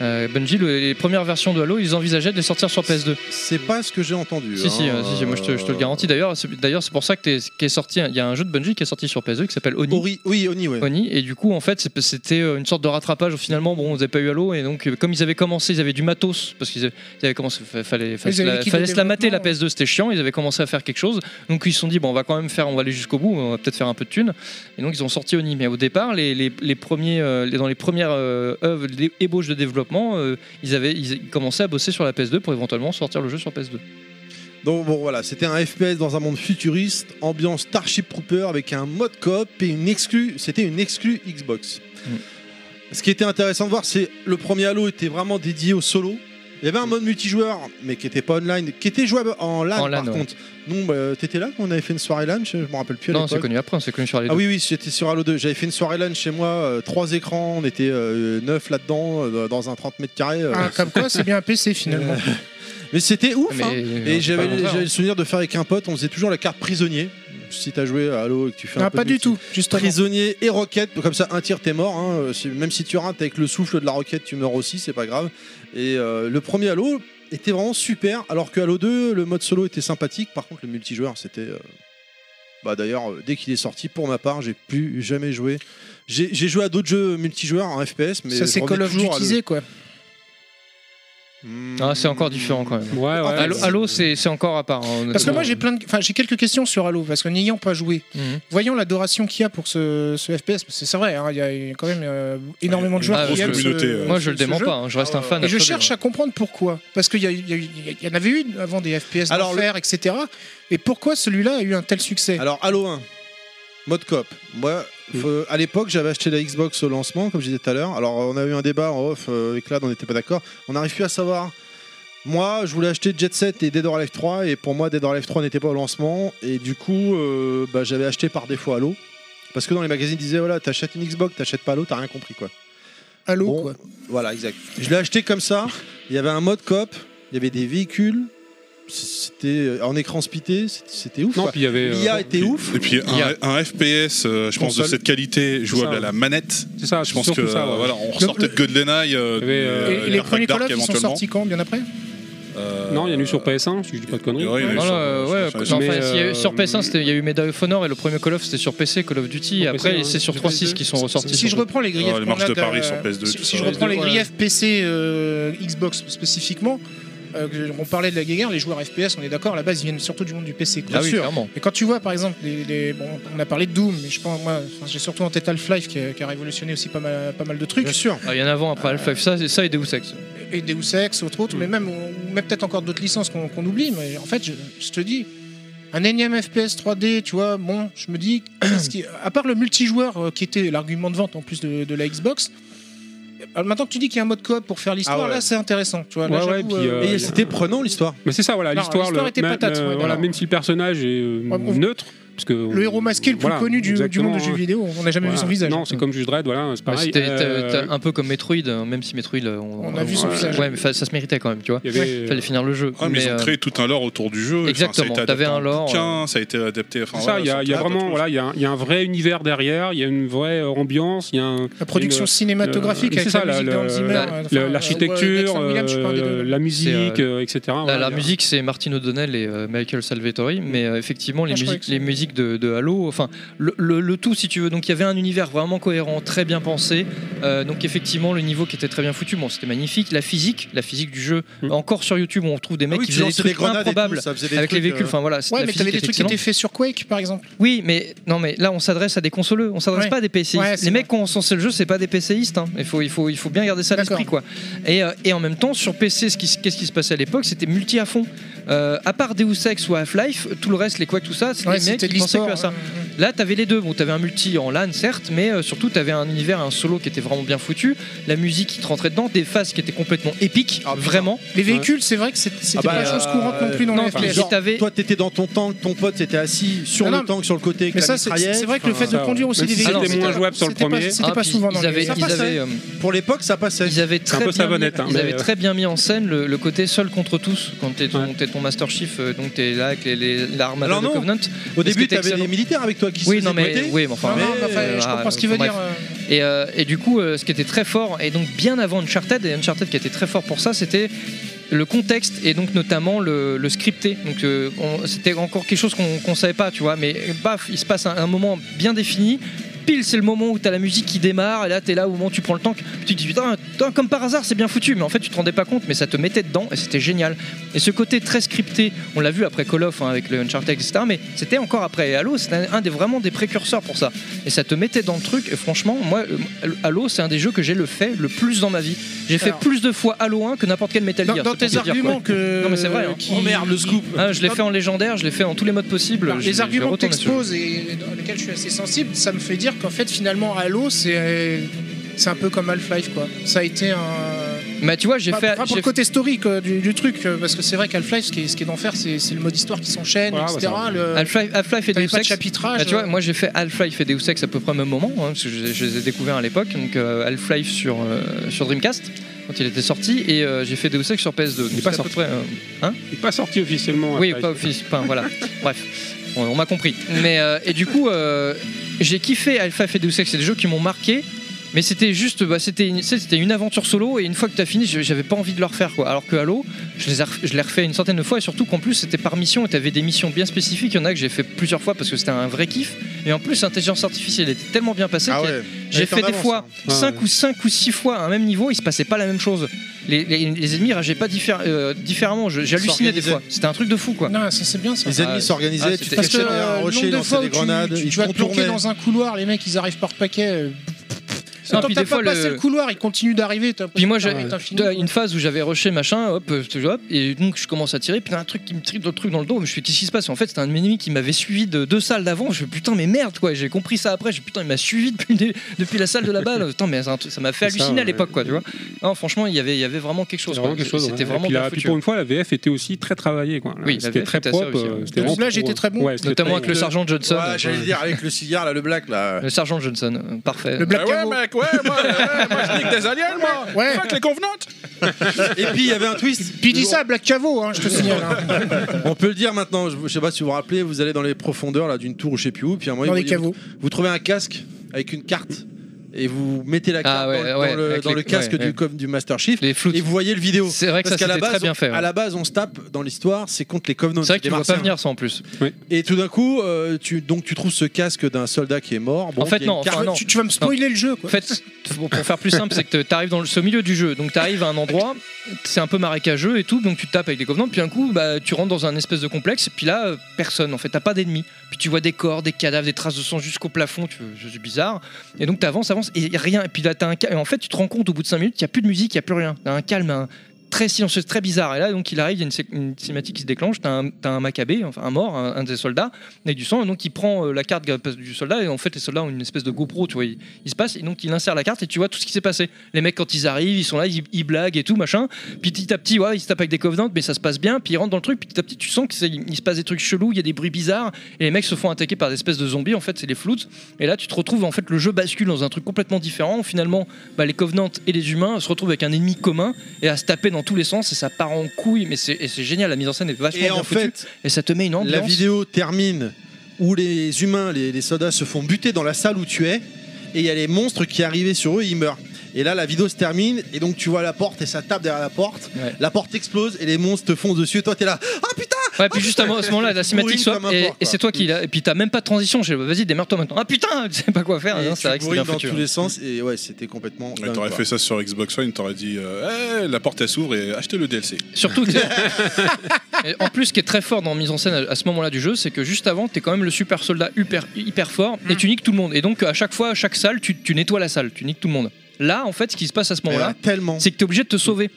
Euh, Bungie, le- les premières versions de Halo, ils envisageaient de les sortir sur PS2.
C'est pas ce que j'ai entendu.
Si,
hein,
si, euh, si, si, moi je te, je te le garantis. D'ailleurs, c'est, d'ailleurs, c'est pour ça que t'es- qu'est sorti. Il y a un jeu de Bungie qui est sorti sur PS2 qui s'appelle Oni.
oui, Oni, ouais.
Oni, et du coup, en fait, c'est- c'était euh, une sorte de rattrapage. Finalement, bon, on n'avait pas eu Halo, et donc, euh, comme ils avaient commencé, ils avaient du matos, parce qu'ils avaient, ils avaient commencé, fa- fallait, fallait,
Ils avaient
la-
l'équipe de
fallait se la mater, la PS2, c'était chiant, ils avaient commencé à faire quelque chose. Donc, ils se sont dit, bon, on va quand même faire, on va aller jusqu'au bout, on va peut-être faire un peu de thunes. Et donc, ils ont sorti Oni. Mais au départ, les, les- les premiers, euh, les- dans les premières euh, œuvres, les ébauches de développement, euh, ils, avaient, ils ils commençaient à bosser sur la PS2 pour éventuellement sortir le jeu sur PS2.
Donc bon voilà, c'était un FPS dans un monde futuriste, ambiance Starship Trooper avec un mode coop et une exclue, c'était une exclue Xbox.
Mm.
Ce qui était intéressant de voir, c'est le premier Halo était vraiment dédié au solo. Il y avait un mode multijoueur, mais qui était pas online, qui était jouable en LAN,
En LAN,
par
ouais.
contre. Non, bah, t'étais là quand on avait fait une soirée LAN, je je me rappelle plus. à
Non,
l'époque.
c'est connu après, c'est connu sur les
Ah
deux.
oui, oui, j'étais sur Halo 2. J'avais fait une soirée LAN chez moi, euh, trois écrans, on était euh, neuf là-dedans, euh, dans un 30 mètres carrés. euh.
Ah, comme quoi, c'est bien un PC finalement.
Mais c'était ouf,
Mais,
hein.
euh,
Et
c'est
j'avais
pas le contraire,
j'avais
hein.
le souvenir de faire avec un pote, on faisait toujours la carte prisonnier. Si t'as joué à Halo et que tu fais un
Ah,
peu
pas
de
du
multi.
tout, justement.
Prisonnier et roquette, comme ça un tir t'es mort. hein. Euh, si- Même si tu rates avec le souffle de la roquette, tu meurs aussi, c'est pas grave. Et euh, le premier Halo était vraiment super, alors que Halo 2, le mode solo était sympathique. Par contre, le multijoueur, c'était. euh, Bah d'ailleurs, euh, dès qu'il est sorti, pour ma part, j'ai plus jamais joué. J'ai j'ai joué à d'autres jeux multijoueurs en FPS, mais
Ça,
je
c'est
revenais
Call of
toujours à Hmm. Halo.
Duty, quoi.
Ah, c'est encore différent quand même.
Ah,
Halo, Halo, c'est c'est encore à part. hein,
Parce que
honnêtement.
moi j'ai plein de... enfin, j'ai quelques questions sur Halo parce que n'ayant pas joué,
Mhm.
voyons l'adoration qu'il y a pour ce, ce FPS, parce que c'est vrai, hein, il y a quand même euh, énormément de joueurs
Ah,
qui
je-
aiment
communauté,
ce-
euh. Moi, je le
ce
dément
jeu.
pas, hein, je reste un fan
Et je
absolu,
cherche à comprendre pourquoi, parce qu'il y, a eu- il y a eu- il y en avait eu avant des FPS
Alors,
d'enfer, etc. Et pourquoi celui-là a eu un tel succès
Alors Halo 1, mode coop. Moi, faut- à l'époque, j'avais acheté la Xbox au lancement, comme je disais tout à l'heure. Alors on a eu un débat en off euh, avec Lad, on n'était pas d'accord. On n'arrive plus à savoir. Moi, je voulais acheter Jet Set et Dead or Alive 3, et pour moi, Dead or Alive 3 n'était pas au lancement, et du coup, euh, bah, j'avais acheté par défaut Halo. Parce que dans les magazines, ils disaient voilà, t'achètes une Xbox, t'achètes pas Halo, t'as rien compris quoi.
Halo
quoi. Voilà, exact. Je l'ai acheté comme ça. Il y avait un mode coop, il y avait des véhicules, c'était euh, en écran spité, c'était- c'était ouf.
Non,
quoi.
puis il y avait, euh,
L'IA était ouf.
Et puis un,
L'IA.
un FPS, euh, je pense, de
Console.
cette qualité,
C'est
jouable
ça.
à la manette.
C'est ça,
Ah, je pense
surtout
que
ça, ouais.
voilà, on
Le-
ressortait de GoldenEye. euh,
Il y avait, euh,
de-
Et- et
de
les
Dark
premiers
Dark
Call of ils sont
éventuellement.
sortis quand Bien après
euh,
Non, il y en a eu sur PS1, si je dis pas de conneries.
Ouais, il y en a eu
Voilà,
sur-
euh,
sur-
ouais,
sur-
enfin,
sur-
enfin,
mais,
s'il y a eu-
euh,
sur PS1, c'était- il y a eu Medal of Honor et le premier Call of c'était sur PC, Call of Duty. Et après,
PC,
c'est sur
ouais.
3.6 qui sont ressortis.
Si je
surtout.
reprends les griefs qu'on a d'un- si, si je reprends les griefs PC euh, Xbox spécifiquement, euh, que- on parlait de la guerre, les joueurs FPS, on est d'accord, à la base ils viennent surtout du monde du PC. quoi.
Bien Ah oui, sûr. clairement.
Et quand tu vois par exemple, les, les- bon, on a parlé de Doom, mais je pense moi, enfin, j'ai surtout en tête Half-Life qui, a- qui a révolutionné aussi pas mal, pas mal de trucs.
Bien sûr.
Ah, Il y en a avant, après Half-Life, ça, c'est- ça et Deus Ex.
Et Deus Ex, autre autre,
Mm.
mais même, ou même peut-être encore d'autres licences qu'on qu'on oublie, mais en fait je, je te dis. Un énième FPS 3D, tu vois, bon, je me dis, parce qu'il- à part le multijoueur euh, qui était l'argument de vente en plus de, de la Xbox, Alors, maintenant que tu dis qu'il y a un mode coop pour faire l'histoire,
Ah ouais.
là c'est intéressant. Tu vois, là,
Ouais, ouais,
j'avoue,
puis,
euh,
euh,
C'était prenant l'histoire.
Mais c'est ça, voilà,
Non,
l'histoire.
l'histoire
le-
était
même, euh,
patate, ouais,
voilà,
d'accord.
même si le personnage est euh,
Ouais, on-
neutre. Parce que on-
Le héros masqué le plus
voilà,
connu du, du
exactement,
monde de jeux
hein.
vidéo, on n'a jamais vu
Voilà.
son visage.
Non, c'est comme Judge Dredd, voilà, c'est
Bah,
pareil.
c'était-
Euh,
t'as- t'as un peu comme Metroid, hein, même si Metroid, euh, on,
On a vu son visage.
Ouais, mais fa- ça se méritait quand même, tu vois.
Il y avait-
Fallait finir le jeu.
Ah, mais, ils ont
euh,
créé tout un lore autour du jeu. Enfin, ça a été
Exactement,
adapté
t'avais
en
un lore,
bouquin, ça a été adapté. Enfin,
euh, C'est ça,
voilà,
il y a,
sur
il y a
plein d'autres
vraiment, voilà, il y, a un- il y a un vrai univers derrière, il y a une vraie euh, ambiance, il y a un-
La production
une- euh,
cinématographique
c'est
avec
ça,
la musique de Hans Zimmer,
la-
euh, enfin,
la-
euh,
l'architecture,
Wes Anderson, je sais pas, un des
euh,
deux.
la musique,
C'est,
euh, etc.
la,
voilà,
Ah, la
il y a-
musique, c'est Martin O'Donnell et euh, Michael Salvatore,
Mm.
mais euh, effectivement,
Ah,
les
je croyais
musiques, les musiques de, de Halo, enfin, le, le- le tout, si tu veux. Donc, il y avait un univers vraiment cohérent, très bien pensé. Euh, donc, effectivement, le niveau qui était très bien foutu, bon, c'était magnifique. La physique, la physique du jeu. Encore sur YouTube, on retrouve des mecs
Mm. Ah oui,
qui
tu
faisaient des
lançais des
trucs
grenades et tout,
improbables
ça faisait des
avec les
trucs,
véhicules.
euh,
Enfin, voilà, c'était
Ouais,
la
mais t'avais
physique
des
était
trucs qui étaient
excellente.
faits sur Quake, par exemple.
Oui, mais non, mais là on s'adresse à des consoleux, on s'adresse
Ouais.
pas à des PCistes.
Ouais, c'est
les mecs qui ont censé le jeu, c'est pas des PCistes. hein. Il faut, il faut, il faut bien garder ça à l'esprit, quoi. Et, euh, et en même temps, sur PC, ce qui s- qu'est-ce qui se passait à l'époque, c'était multi à fond. Euh, à part Deus Ex ou Half-Life, tout le reste, les quoi, tout ça, c'était
Ouais,
les mecs
c'était de
qui pensaient que à
l'histoire,
ça. Là, t'avais les deux. Bon, t'avais un multi en LAN, certes, mais euh, surtout t'avais un univers, un solo qui était vraiment bien foutu, la musique qui te rentrait dedans, des phases qui étaient complètement épiques,
Ah,
vraiment.
Les véhicules, c'est vrai que c'est- c'était
Ah bah,
pas chose
euh,
courante non plus dans
non,
les
enfin,
FPS.
genre, Toi, t'étais dans ton tank, ton pote était assis sur
Non, non,
le tank, sur le côté. avec
mais
la
ça, c'est-
mitraillette.
c'est vrai que le fait de
Enfin,
conduire aussi Même des si véhicules, c'était moins c'était- jouable sur le c'était pas- premier. c'était pas souvent dans
Ah, ils
les-
avaient,
ça hein.
ils
passait.
avaient, euh,
Pour l'époque, ça passait.
Ils avaient très,
peu
bien,
savonnette,
mis,
hein,
ils
mais,
avaient
euh,
très bien mis en scène le, le côté seul contre tous quand t'es ton, t'es ton Master Chief, euh, donc t'es là avec les- les- l'armada
Alors
de
non,
Covenant.
au
Mais ce
début,
qui était
t'avais des
excellent-
militaires avec toi qui se
oui, non,
faisaient
mais,
boiter.
oui, mais enfin.
Non, non,
mais,
mais enfin, je comprends ce qu'il
enfin,
veut
euh, bref.
dire,
Et, euh, et du coup, euh, ce qui était très fort, et donc bien avant Uncharted, et Uncharted qui était très fort pour ça, c'était le contexte et donc notamment le, le scripté donc euh, on- c'était encore quelque chose qu'on qu'on savait pas tu vois mais euh, baf il se passe un, un moment bien défini pile c'est le moment où t'as la musique qui démarre et là t'es là au moment où tu prends le tank tu te dis putain, putain, comme par hasard c'est bien foutu mais en fait tu te rendais pas compte mais ça te mettait dedans et c'était génial et ce côté très scripté on l'a vu après Call of hein, avec le Uncharted etc mais c'était encore après Halo c'était un, un des vraiment des précurseurs pour ça et ça te mettait dans le truc et franchement moi euh, Halo c'est un des jeux que j'ai le fait le plus dans ma vie j'ai fait
Alors-
plus de fois Halo 1 que n'importe quel Metal
Dans-
Gear
dans
c'est pour
tes
te dire, quoi.
arguments que-
non mais c'est vrai hein.
qui- Oh merde, le scoop.
Ah, je l'ai fait en légendaire je l'ai fait en tous les modes possibles
Alors,
je- je
les
vais
arguments que
retourner dessus.
t'exposes et dans lesquels je suis assez sensible, ça me fait dire qu'en fait, finalement, Halo, c'est euh, c'est un peu comme Half-Life, quoi. Ça a été un.
Bah, tu vois, j'ai
Pas-
fait-
pas pour
j'ai-
le côté historique euh, du, du truc, euh, parce que c'est vrai qu'Half-Life, ce qui est, ce qui est d'enfer, c'est c'est le mode histoire qui s'enchaîne,
Voilà,
etc.
bah, ça-
le-
Half-Life Half-Life et
t'avais
Deus
pas de
Ex.
chapitrage,
Bah, tu vois,
euh.
moi j'ai fait Half-Life et Deus Ex à peu près au même moment, hein, parce que je, je les ai découverts à l'époque. Donc euh, Half-Life sur, euh, sur Dreamcast quand il était sorti et euh, j'ai fait Deus Ex sur PS2. Donc,
Il est pas
c'est à peu
sorti.
près, euh, hein
Il est pas sorti officiellement.
Oui,
après.
pas office. Enfin, voilà. Bref, on, on m'a compris. Mais euh, et du coup, euh, j'ai kiffé Alpha et Deus Ex. C'est des jeux qui m'ont marqué. Mais c'était juste, bah, c'était une, tu sais, c'était une aventure solo et une fois que t'as fini, je- j'avais pas envie de le refaire quoi. Alors que Halo, je les, ai ref- je l'ai refait une centaine de fois et surtout qu'en plus c'était par mission et t'avais des missions bien spécifiques. Il y en a que j'ai fait plusieurs fois parce que c'était un vrai kiff. Et en plus l'intelligence artificielle était tellement bien passée
Ah
que
ouais. Elle
j'ai
était en
fait des
avance,
fois
hein.
5
Ah ouais.
ou 5 ou 6 fois à un même niveau, il se passait pas la même chose. Les, les- les ennemis réageaient pas diffé- euh, différemment. Je- J'hallucinais des fois.
S'organiser.
C'était un truc de fou quoi.
Non, ça c'est bien ça.
Les ennemis
Ah,
s'organisaient,
ah,
tu
c'était-
te cachais
Parce que,
derrière
euh,
un
le
rocher,
nombre
ils
de
lançaient
fois
des
où tu-
grenades,
tu,
ils
tu vas te planquer
contournaient.
dans un couloir, les mecs ils arrivent par paquet. euh,
Non,
Tant
puis
que t'as
des fois,
pas passé
le-
le couloir, ils continuent d'arriver. t'as
Puis moi, j'ai
l'impression que t'as fini.
t'as une phase où j'avais rushé machin, hop, euh, hop, et donc je commence à tirer, puis t'as un truc qui me tripe dans le truc dans le dos. Je me suis dit, qu'est-ce qui se passe En fait, c'était un ennemi qui m'avait suivi de deux salles d'avant. Je fais, putain, mais merde, quoi. J'ai compris ça après. Je fais, putain, il m'a suivi depuis, des- depuis la salle de là-bas. là. Putain, mais c'est un truc- ça m'a fait
C'est ça,
halluciner à
ouais.
l'époque, quoi, tu vois. Non, franchement, il y avait- il y avait vraiment quelque chose.
C'est vraiment
quoi.
quelque chose,
C'était
ouais.
vraiment
Et puis, la-
bien
puis
foutu.
pour une fois, la VF était aussi très travaillée. Quoi.
Oui, la
c'était
Vf
très
était assez
propre.
réussie, ouais.
euh, c'était
Le
vraiment
doublage
propre.
était très bon.
Ouais, c'était
hein. Notamment
très
avec le
bon.
Sergent Johnson.
Ouais, j'allais dire avec le cigare, là, le black, là.
Le sergent Johnson, euh, parfait.
Bah ouais, mec, ouais, moi, ouais, moi, je nique des aliens, moi.
Ouais.
Fuck les convenantes.
Et puis il y avait un twist.
Puis dis ça à Black Cavo, hein, je te signale. hein.
On peut le dire maintenant, je, je sais pas si vous vous rappelez, vous allez dans les profondeurs là d'une tour ou je sais plus où, puis à un moment
Dans
il
les
vous-
caveaux.
Vous, trouvez un casque avec une carte et vous mettez la carte
Ah ouais,
dans, le-
ouais,
dans le,
avec
dans
les-
le casque
ouais,
du,
ouais.
com- du Master Chief et vous voyez le vidéo.
C'est vrai que
Parce
ça,
qu'à la
c'était
base,
très bien fait, ouais.
À la base, on se tape dans l'histoire, c'est contre les Covenants.
C'est vrai
des
qu'il ne pas
Martiens.
venir ça en plus.
Et tout d'un coup, euh, tu, donc tu trouves ce casque d'un soldat qui est mort. Bon,
en fait,
il y a
non,
une carte-
enfin, non. Non. En fait, pour, pour faire plus simple, c'est que tu arrives dans le, au milieu du jeu. Donc, tu arrives à un endroit, c'est un peu marécageux et tout. Donc, tu te tapes avec des covenants. Puis, un coup, bah, tu rentres dans un espèce de complexe. Et puis là, euh, personne. En fait, t'as pas d'ennemis. Puis, tu vois des corps, des cadavres, des traces de sang jusqu'au plafond. tu- C'est bizarre. Et donc, tu avances, avances. Et y a rien. Et puis là, t'as un ca- Et en fait, tu te rends compte au bout de 5 minutes qu'il n'y a plus de musique, il n'y a plus rien. T'as un calme, un- très silencieuse, très bizarre. Et là, donc, il arrive, il y a une, sé- une cinématique qui se déclenche. T'as un, t'as un Maccabée, enfin un mort, un, un des soldats, et du sang. Et donc, il prend euh, la carte du soldat. Et en fait, les soldats ont une espèce de GoPro, tu vois. Il, il se passe, et donc, il insère la carte et tu vois tout ce qui s'est passé. Les mecs, quand ils arrivent, ils sont là, ils, ils blaguent et tout, machin. Puis petit à petit, ouais, ils se tapent avec des covenants, mais ça se passe bien. Puis ils rentrent dans le truc. Petit à petit, tu sens qu'il se passe des trucs chelous, il y a des bruits bizarres. Et les mecs se font attaquer par des espèces de zombies. En fait, c'est les floods. Et là, tu te retrouves, en fait, le jeu bascule dans un truc complètement différent. Finalement, bah, les covenants et les humains se retrouvent avec un ennemi commun et à se taper dans tous les sens. Et ça part en couille. Mais c'est et c'est génial, la mise en scène est vachement
Et
bien
en
foutue.
fait,
et ça te met une ambiance.
La vidéo termine où les humains, les, les soldats se font buter dans la salle où tu es, et il y a les monstres qui arrivaient sur eux, et ils meurent. Et là, la vidéo se termine, et donc tu vois la porte, et ça tape derrière la porte, la porte explose, et les monstres te foncent dessus, et toi t'es là. Ah putain
Ouais, puis juste à mo- à ce moment-là, la cinématique
Bourrine
soit.
comme un
Et,
porc,
et c'est toi qui. l'a- Et puis t'as même pas de transition. J'ai vas-y, démerde-toi maintenant. Ah putain, tu sais pas quoi faire.
Et
Non,
tu
c'est vrai que c'est
bourrines
bien
dans
foutu,
tous
hein.
les sens, et ouais, c'était complètement.
Ouais, t'aurais fait ça sur Xbox One, t'aurais dit euh, Eh, la porte elle s'ouvre et achetez le DLC.
Surtout que. Et en plus, ce qui est très fort dans mise en scène à à ce moment-là du jeu, c'est que juste avant, t'es quand même le super soldat hyper, hyper fort
Mm.
et tu niques tout le monde. Et donc, à chaque fois, à chaque salle, tu, tu nettoies la salle, tu niques tout le monde. Là, en fait, ce qui se passe à ce moment-là, c'est que t'es obligé de te sauver.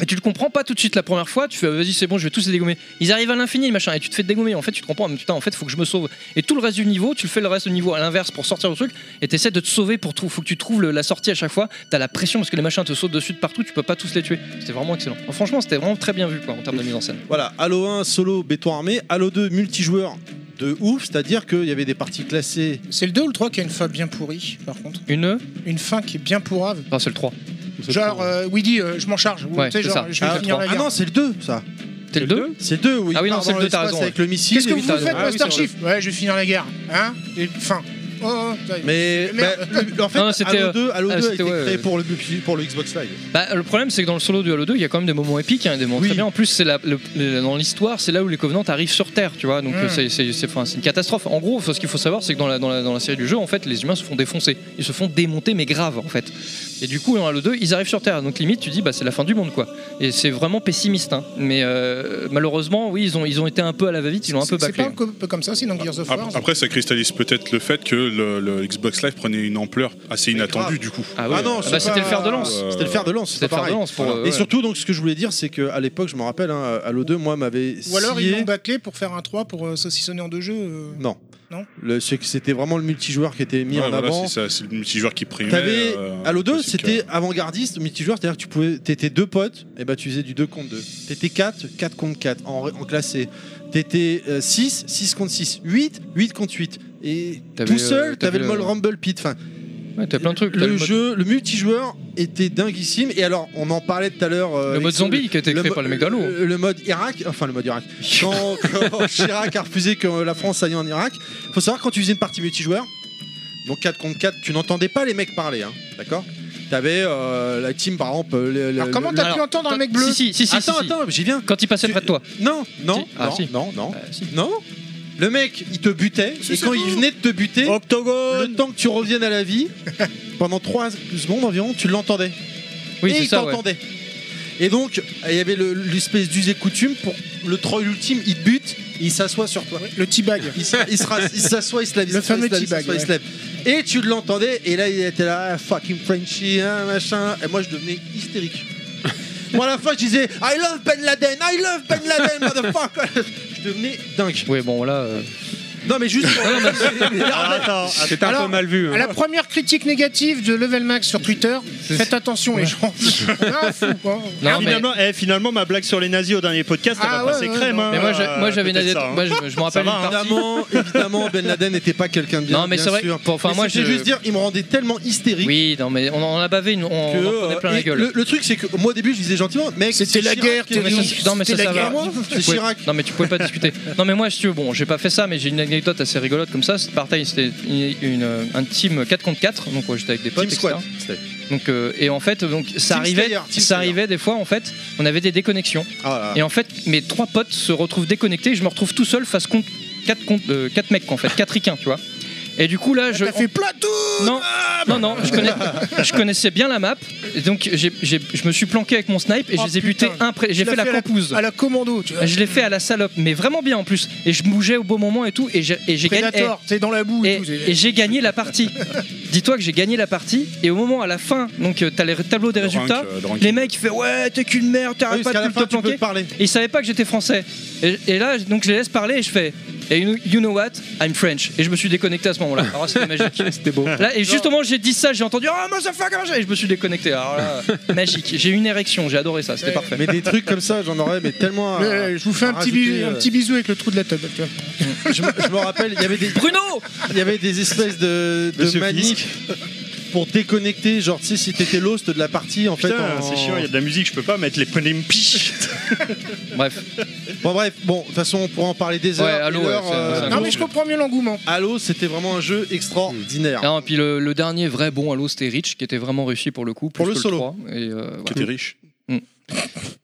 Et tu le comprends pas tout de suite la première fois, tu fais ah, vas-y c'est bon je vais tous les dégommer. Ils arrivent à l'infini machin et tu te fais dégommer en fait tu te comprends mais putain en fait faut que je me sauve. Et tout le reste du niveau tu le fais le reste du niveau à l'inverse pour sortir du truc et t'essaies de te sauver pour trou- faut que tu trouves le- la sortie à chaque fois. T'as la pression parce que les machins te sautent dessus de partout tu peux pas tous les tuer. C'était vraiment excellent. Franchement c'était vraiment très bien vu quoi en termes de mise en scène.
Voilà, Halo 1 solo béton armé, Halo 2 multijoueur de ouf, c'est-à-dire qu'il y avait des parties classées.
C'est le 2 ou le 3 qui a une fin bien pourrie, par contre
Une
Une fin qui est bien pourrave.
Non c'est le 3.
Genre, euh, Willy, euh, je m'en charge. Ou,
Ouais,
tu sais,
c'est
genre,
ça.
je vais
Ah,
finir
le trois.
la guerre.
Ah non,
c'est le 2 ça
C'est le 2
C'est le 2 oui.
Ah oui non c'est le 2 t'as raison.
avec le missile.
Qu'est-ce que vous faites,
Ah oui,
Master
c'est vrai.
Chief Ouais, je vais finir la guerre. Hein Et fin. Oh, oh, ça y est.
Mais
Merde.
bah, le- en fait,
Non, c'était,
Halo
euh,
2, Halo
ah,
2 a
c'était,
été
ouais,
créé
ouais.
pour le, bu- pour le Xbox Live.
Bah, le problème, c'est que dans le solo du Halo 2, il y a quand même des moments épiques, hein, des moments très bien. En plus, c'est la- le- le- dans l'histoire, c'est là où les Covenants arrivent sur Terre, tu vois. Donc,
Mm.
euh, c'est- c'est c'est- enfin, c'est une catastrophe. En gros, faut- ce qu'il faut savoir, c'est que dans la, dans, la, dans la série du jeu, en fait, les humains se font défoncer. Ils se font démonter, mais grave, en fait. Et du coup, dans Halo 2, ils arrivent sur Terre. Donc, limite, tu dis, bah, c'est la fin du monde, quoi. Et c'est vraiment pessimiste. hein. Mais euh, malheureusement, oui, ils ont, ils ont été un peu à la va-vite, ils l'ont un peu
C'est
bâclé.
pas un co- peu comme ça aussi dans Gears of War
Ap- Après, ça cristallise peut-être le fait que le, le Xbox Live prenait une ampleur assez inattendue du coup.
Ah ouais. Ah non, Ah c'est bah, pas- c'était le fer de lance.
Euh,
C'était le fer de lance. c'est
C'était
pas
le fer de
pareil.
lance pour,
Voilà.
euh,
Et
ouais.
surtout, donc, ce que je voulais dire, c'est qu'à l'époque, je me rappelle, hein, Halo 2, moi, m'avait.
Ou alors ils
scié-
l'ont bâclé pour faire un 3 pour euh, saucissonner en deux jeux euh.
Non.
Non.
Le- c'est que C'était vraiment le multijoueur qui était mis
ouais,
en
voilà,
avant.
c'est ça, c'est le multijoueur qui primait.
T'avais
euh,
Halo 2,
c'est que-
c'était avant-gardiste, multijoueur, c'est-à-dire que tu pouvais, t'étais deux potes, et bah tu faisais du 2 contre 2. T'étais 4, 4 contre 4 en, en classé. T'étais 6, 6 contre 6, 8, 8 contre 8. Et
T'avais,
tout seul,
euh,
t'avais
t'avais
le
le-
Mall Rumble Pit. Enfin,
Ouais, t'as plein de trucs. t'as
le,
mode-
jeu, le multijoueur était dinguissime. Et alors, on en parlait tout à l'heure. euh,
Le mode
avec-
zombie qui a été créé
mo-
par les mecs d'Halo.
Le, le mode euh, Irak, enfin le mode Irak. Quand, quand Chirac a refusé que la France aille en Irak, faut savoir quand tu faisais une partie multijoueur, donc 4 contre 4, tu n'entendais pas les mecs parler, hein, d'accord T'avais euh, la team par exemple. le- le-
Alors comment
le-
t'as pu
alors,
entendre un mec bleu
Si, si, si, si.
Attends,
si, si.
attends, j'y viens.
Quand il passait près de toi.
Non, non,
Ah,
non,
si.
non, non, non. Le mec, il te butait,
Si,
et
c'est
quand
tout.
il venait de te buter, le temps que tu reviennes à la vie, pendant 3 secondes environ, tu l'entendais.
Oui,
et
c'est
il
ça, ouais.
t'entendait. Et donc, il y avait le- l'espèce d'usé coutume pour le troll ultime, il te bute, et il s'assoit sur toi.
Le teabag.
Il s- il se rase- il s'assoit, il se lève, il
Le
se lève,
fameux
il se lève, il
teabag,
se lève. Et tu l'entendais, et là, il était là, Ah, fucking Frenchy, hein, machin. Et moi, je devenais hystérique. Moi, à la fin, je disais, I love Ben Laden, I love Ben Laden, motherfucker. Je devenais dingue.
Oui, bon, là. euh,
Non, mais juste. pour-
C'était un peu mal vu. hein.
À la première critique négative de Level Max sur Twitter, faites attention les gens. Ah, fou, quoi.
Non, mais-
finalement, eh, finalement, ma blague sur les nazis au dernier podcast, elle
Ah
va
ouais,
passer
ouais,
crème.
non.
hein,
Mais moi, je- moi, j'avais une
peut-être
anecdote- Bah,
hein.
moi, je- je me
Ça
rappelle
va,
une
hein.
partie.
Évidemment, évidemment, Ben Laden n'était pas quelqu'un de bien.
Non, mais
bien
c'est vrai.
sûr.
Pour- enfin,
Mais
moi,
c'était
je-
juste dire, il me rendait tellement hystérique.
Oui, non, mais on en a bavé, une- on
que,
en prenait plein
euh,
la
et
gueule.
Le, le truc, c'est que moi au début, je disais gentiment, mec,
C'était
c'est
la
Chirac
guerre,
qui est
Non, mais ça,
venu.
non, mais ça,
C'était
ça
la
va.
guerre, moi.
Tu
C'est
pouvais-
Chirac.
Non, mais tu pouvais pas discuter. Non, mais moi, si tu veux, bon, j'ai pas fait ça, mais j'ai une anecdote assez rigolote comme ça. C'était pareil, c'était une, une- un team 4 contre 4, donc ouais, j'étais avec des potes,
Team Squad.
etc. Donc, euh, et en fait, donc, ça
Team
arrivait,
Slayer, Team
ça arrivait des fois, en fait, on avait des déconnexions.
Ah,
Et en fait, mes trois euh, potes se retrouvent déconnectés et je me retrouve tout seul face contre 4 mecs, en fait, 4 ricains, tu vois. Et du coup, là, je.
Ah, T'as fait plateau ah, bah.
Non, non, non, je, connais- je connaissais bien la map. Et donc, j'ai- j'ai- je me suis planqué avec mon snipe et je les ai butés un après. J'ai
Tu
fait
l'as
la compouze.
À la commando, tu vois.
Je l'ai fait à la salope, mais vraiment bien en plus. Et je bougeais au bon moment et tout. Et j'ai et j'ai gagné.
Predator,
c'est dans la boue et, tout. Et j'ai gagné la partie. Dis-toi que j'ai gagné la partie. Et au moment à la fin, donc euh, t'as les tableaux des
Le rank,
résultats.
euh, le ranking.
les mecs ils font ouais t'es qu'une merde, t'arrêtes
Ah oui,
pas de
parce qu'à la
te
fin, tu peux
planquer.
parler.
Et ils savaient pas que j'étais français. Et, et là donc je les laisse parler et je fais. Et you you know what? I'm French. Et je me suis déconnecté à ce moment-là. Alors là, c'était magique. c'était beau. Là, et juste au moment où j'ai dit ça, j'ai entendu Oh, motherfucker! Et je me suis déconnecté. Alors là, magique. J'ai eu une érection, j'ai adoré ça, c'était parfait.
Mais des trucs comme ça, j'en aurais, mais tellement. à-
Euh, je vous fais un
à
petit,
rajouter,
bi- un
euh,
petit bisou avec le trou de la tub. tu vois.
je, me- je me rappelle, il y avait des.
Bruno
Il y avait des espèces de, de
Monsieur
maniques pour déconnecter, genre, tu sais, si t'étais l'host de la partie, en
Putain,
fait. en-
c'est chiant, il y a de la musique, je peux pas mettre les pneus
Bref.
Bon, bref, bon, de toute façon, on pourra en parler des
Ouais,
heures. et
Halo,
l'heure,
ouais, c'est-
euh,
c'est un
Non, mais je comprends mieux l'engouement.
Halo, c'était vraiment un jeu extraordinaire.
Non, et puis le, le dernier vrai bon Halo, c'était Rich, qui était vraiment réussi pour le coup. Plus
Pour le
que
solo.
3, et, euh, voilà.
Qui était riche.
Mm.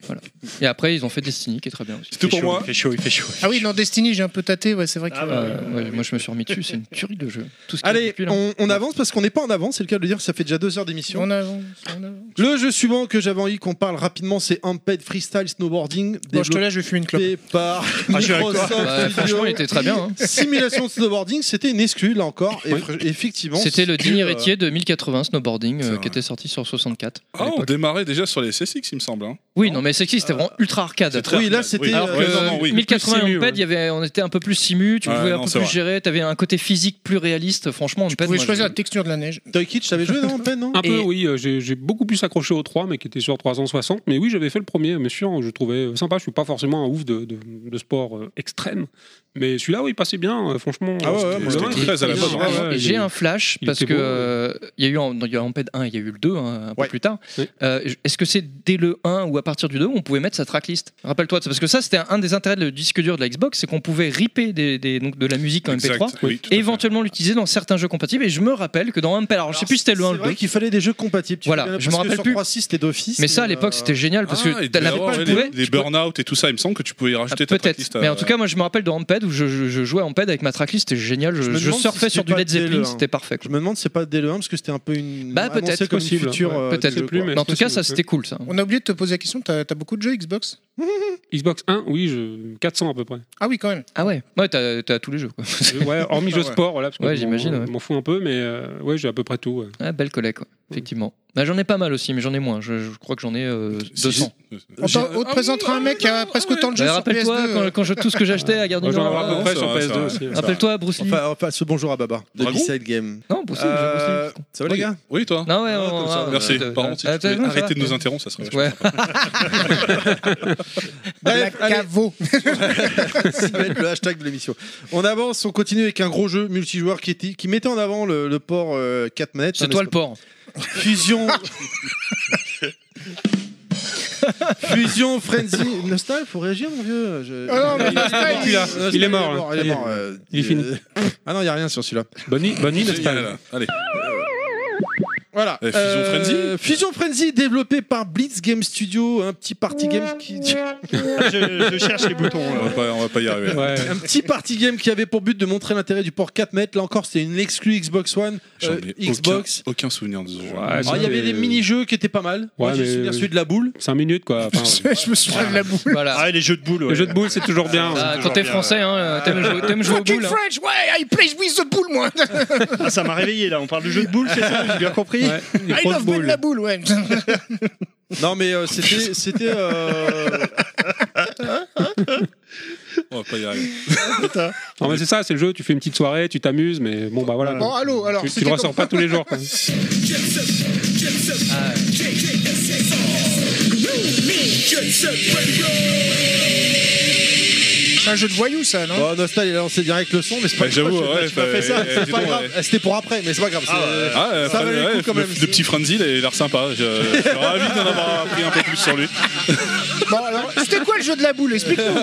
voilà. Et après, ils ont fait Destiny, qui est très bien aussi. C'est
tout pour moi. Il fait chaud, il fait chaud.
Ah oui, dans Destiny, j'ai un peu tâté, ouais, c'est vrai que.
bah. Euh, moi, je me suis remis dessus, c'est une tuerie de jeu. Tout ce qu'il y a
Allez,
depuis, là.
on, on avance parce qu'on n'est pas en avance, c'est le cas de le dire, ça fait déjà deux heures d'émission.
On avance, on avance.
Le jeu suivant que j'avais envie qu'on parle rapidement, c'est Amped Freestyle Snowboarding.
Bon, je te laisse, je vais fumer une clope.
développé par
Ah, je suis avec toi.
Microsoft
Ouais,
Studio.
franchement, il était très bien, hein.
Simulation de snowboarding, c'était une exclue là encore. Et
Oui.
fr- effectivement.
C'était le
c'est
digne
que, euh,
héritier de 1080 Snowboarding, euh, qui était sorti sur 64. à
Ah, on
l'époque.
démarrait déjà sur les C6, il me semble. hein.
Oui, non, mais Sexy, c'était vraiment ultra arcade.
très Oui, là, arcade, c'était, oui.
Alors
euh,
que
ouais, non, non, oui.
1080
Plus simu,
Amped,
ouais.
il y avait, on était un peu plus simu, tu
Ouais,
pouvais
non,
un peu
c'est
plus
vrai.
gérer, t'avais un côté physique plus réaliste, franchement.
Tu
Amped,
pouvais
moi,
choisir
je-
la texture de la neige.
Toy Kitch, t'avais joué dans Amped, non
Un peu,
Et-
oui. euh, J'ai j'ai beaucoup plus accroché au 3, mais qui était sur 360. Mais oui, j'avais fait le premier, mais sûr, je trouvais euh, sympa. Je suis pas forcément un ouf de, de- de sport euh, extrême. Mais celui-là, oui, il passait bien, euh, franchement.
Ah ouais,
euh,
ouais,
le
moi, j'étais
un,
très à la
il-
base,
il-
ouais,
il-
J'ai un flash
il
parce
était
que
beau, ouais.
euh, il y a eu en, il y a eu en PED 1, il y a eu le 2 hein, un peu plus tard. Euh, je- Est-ce que c'est dès le 1 ou à partir du 2 on pouvait mettre sa tracklist Rappelle-toi de ça, parce que ça c'était un des intérêts de le disque dur de la Xbox, c'est qu'on pouvait ripper des, des- donc de la musique en
Exact,
MP3
oui,
et éventuellement l'utiliser dans certains jeux compatibles. Et je me rappelle que dans MP, alors je sais plus si c'était le 1 ou
C'est
le 2.
vrai qu'il fallait des jeux compatibles. tu
Voilà,
fais bien,
je
parce
me
que
rappelle
sur
plus.
3.6, c'était d'office.
Mais ça, à
euh,
l'époque, c'était génial parce
Ah,
que
il
t'as-
devait
la-
avoir,
tu
ouais,
pouvais- Ah,
les, les burn-out et tout ça, il me semble que tu pouvais y rajouter ta euh,
Peut-être. Mais en tout cas, moi, je me rappelle de Ramped où je, je- je jouais Ramped avec ma tracklist, c'était génial. Je,
me
je
demande si
surfais
c'était
sur du
pas
Led
dès le
Zeppelin,
un.
c'était parfait. quoi.
Je me demande si c'est pas dès le 1 parce que c'était un peu une.
Bah
annoncé
peut-être
comme une
possible.
future,
Ouais,
euh,
peut-être.
du jeu, quoi.
Mais en tout cas, ça c'était cool ça.
On a oublié de te poser la question, t'as t'as beaucoup de jeux Xbox
Xbox 1, oui, je... 400 à peu près.
Ah oui, quand même.
Ah ouais. Ouais, t'as t'as tous les jeux. Quoi.
Ouais, hormis
Ah
jeux
ouais.
sport, voilà. Parce que
Ouais,
je
j'imagine,
m'en-
ouais.
m'en fous un peu, mais euh, ouais, j'ai à peu près tout. ouais.
Ah, belle collègue, quoi. effectivement. Bah, j'en ai pas mal aussi, mais j'en ai moins. Je, je crois que j'en ai euh, 200.
On, t'en- on te présentera un mec qui a presque autant de jeux
Bah,
sur PS2.
Rappelle-toi quand,
euh.
quand je, tout ce que j'achetais à Garden
Moi, j'en avais à peu près
sur PS2
aussi.
Rappelle-toi Bruce Lee.
Enfin, enfin, ce bonjour à Baba de
Dragon
Beside Game.
Non, Bruce Lee, j'ai Bruce Lee.
Euh, Ça va les gars
Oui, toi
Non, ouais, on-
comme
on-
ça.
on-
Merci.
euh,
Pardon, si
euh,
tu pouvais
euh,
arrêter
euh,
de nous interrompre, ça serait
Ouais.
Bref, allez.
Caveau.
Ça va être le hashtag de l'émission. On avance, on continue avec un gros jeu multijoueur qui, était, qui mettait en avant le, le port 4 manettes.
C'est
Hein,
toi
n'est-ce
le port.
pas Fusion. Fusion Frenzy. Nostal, faut réagir, mon vieux. Je-
Ah non, mais Nostal, il-
Nostal,
il est mort, hein.
Il est
Ça y est.
mort. euh,
Il est fini.
euh, Ah non, il n'y a rien sur celui-là.
Bonne nuit, bonne nuit, n'est-ce pas
Génial. Allez.
Voilà.
Euh, Fusion
Euh, Fusion Frenzy, développé par Blitz Game Studio, un petit party game qui.
Ah, je, je cherche les boutons.
On va pas, on va pas y arriver.
un petit party game qui avait pour but de montrer l'intérêt du port 4 mètres. Là encore, c'était une exclue Xbox One,
J'en
euh,
ai
Xbox.
Aucun, Ah, aucun souvenir de ce jeu.
Alors, Ah, il y avait des mini-jeux qui étaient pas mal. Moi,
Ouais,
j'ai
mais-
souvenir celui de la boule.
5 minutes, quoi. Enfin,
Je me souviens de la boule.
Voilà.
Ah, les jeux de boules.
Les jeux de boules, c'est toujours bien.
Ah,
ouais.
quand t'es français, hein, euh, t'aimes jouer, t'aimes jouer aux
Fucking
boules. hein.
French, ouais, I play with the bull, moi.
Ah, ça m'a réveillé là, on parle de jeux de boules, c'est ça J'ai bien compris.
Ouais, les
I
grosses
love with
boules.
la boule, ouais.
Non, mais euh, c'était. c'était euh,
On va pas y arriver.
Non, mais c'est ça, c'est le jeu. Tu fais une petite soirée, tu t'amuses, mais bon, bah voilà.
Bon, allô, alors.
tu, tu
c'était
le ressors
quoi
pas tous les jours. quoi.
C'est un jeu de voyous, ça, non
Bon, Nostal, il a lancé direct le son, mais c'est pas
Bah, j'avoue,
grave,
ouais,
j'ai pas fait
bah,
ça,
eh,
c'est
dis
pas
donc,
grave. C'est pour après, mais c'est pas grave. c'est-
Ah, euh,
ça valait
ouais,
le coup quand
le,
même.
le petit Frenzy, il a l'air sympa. Je, je suis ravi d'en avoir appris un peu plus sur lui.
Bon, alors, c'était quoi le jeu de la boule Explique-nous.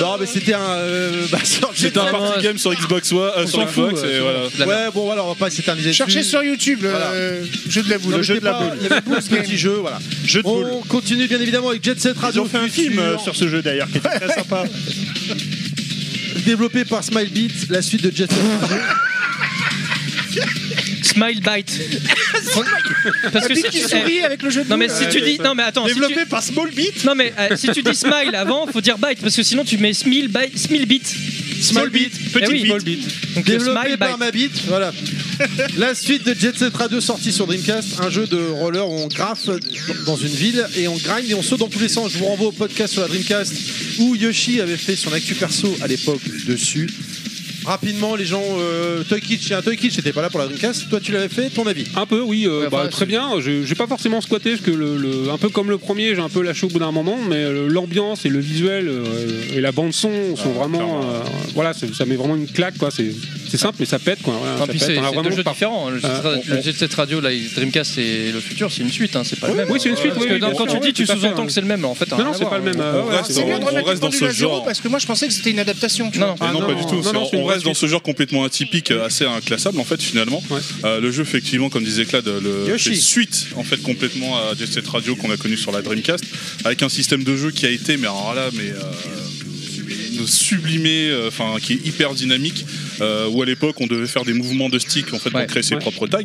Non, mais c'était un. euh, bah, sur-
C'était un
Vraiment,
party game sur Xbox One, euh, sur
s'en fout,
Xbox,
ouais,
et
sur-
voilà.
sur la merde.
Ouais, bon, voilà, on va pas s'éterniser dessus.
Cherchez sur YouTube le euh, jeu de la boule.
Non,
le
mais
jeu de
c'était
la
pas-
boule.
Il y avait beaucoup de petits jeux, voilà.
Jeux de
on
boules.
continue bien évidemment avec Jet Set
Ils
Radio.
ont fait un
Future.
film euh, sur ce jeu d'ailleurs qui était très sympa.
Développé par Smilebeat, la suite de Jet Set Radio.
Smile Bite.
Parce que qui sourit avec le jeu de
eh, Non mais
boules.
si tu dis non mais attends développé
par Small Beat.
Non mais euh, si tu dis smile avant, faut dire bite parce que sinon tu mets smile bite, smile beat. Small beat,
Petite bite.
Donc le
Développé
smile
par
bite.
ma bite, voilà. La suite de Jet Set Radio sortie sur Dreamcast, un jeu de roller où on graffe dans une ville et on grind et on saute dans tous les sens. Je vous renvoie au podcast sur la Dreamcast où Yoshi avait fait son actu perso à l'époque dessus. Rapidement, les gens, euh, Toy Kitsch, il y a un Toy Kitsch, c'était pas là pour la Dreamcast. Toi, tu l'avais fait, ton avis
Un peu, oui. Euh, bah, très bien, j'ai j'ai pas forcément squatté parce que le, le- un peu comme le premier, j'ai un peu lâché au bout d'un moment, mais euh, l'ambiance et le visuel euh, et la bande son sont vraiment, euh, voilà, c'est- ça met vraiment une claque quoi. C'est c'est simple mais ça pète quoi. Voilà,
Enfin,
ça
puis
pète.
c'est
On a
c'est
vraiment
deux jeux
par-
différents. hein, Le Jet
Euh,
Set-
on-
le Jet Set Radio, la Dreamcast et le futur, c'est une suite, hein, c'est pas le
Oui,
même.
oui, c'est une suite,
Parce
oui,
que
oui,
dans-
bien
quand
sûr,
tu dis,
oui,
tu
tout à fait,
sous-entends
hein.
que c'est le même. En fait,
Non, non, c'est pas le même, euh,
Ah ouais,
on reste
c'est
dans-
bien de
on
remettre
reste
les
dans
pendules
ce
à zéro, parce
genre.
Parce que moi je pensais que c'était une adaptation. tu vois.
Ah,
Mais
ah,
non, pas du tout.
non,
C'est-
non, c'est une
on
vraie
reste dans ce genre complètement atypique, euh, assez inclassable en fait finalement. Euh, le jeu effectivement, comme disait Clad, le
Yoshi.
fait suite en fait complètement à Jet Set Radio qu'on a connu sur la Dreamcast, avec un système de jeu qui a été, mais alors là, mais euh, sublimé, euh, enfin qui est hyper dynamique. euh, où à l'époque on devait faire des mouvements de stick en fait pour créer ses propres tags.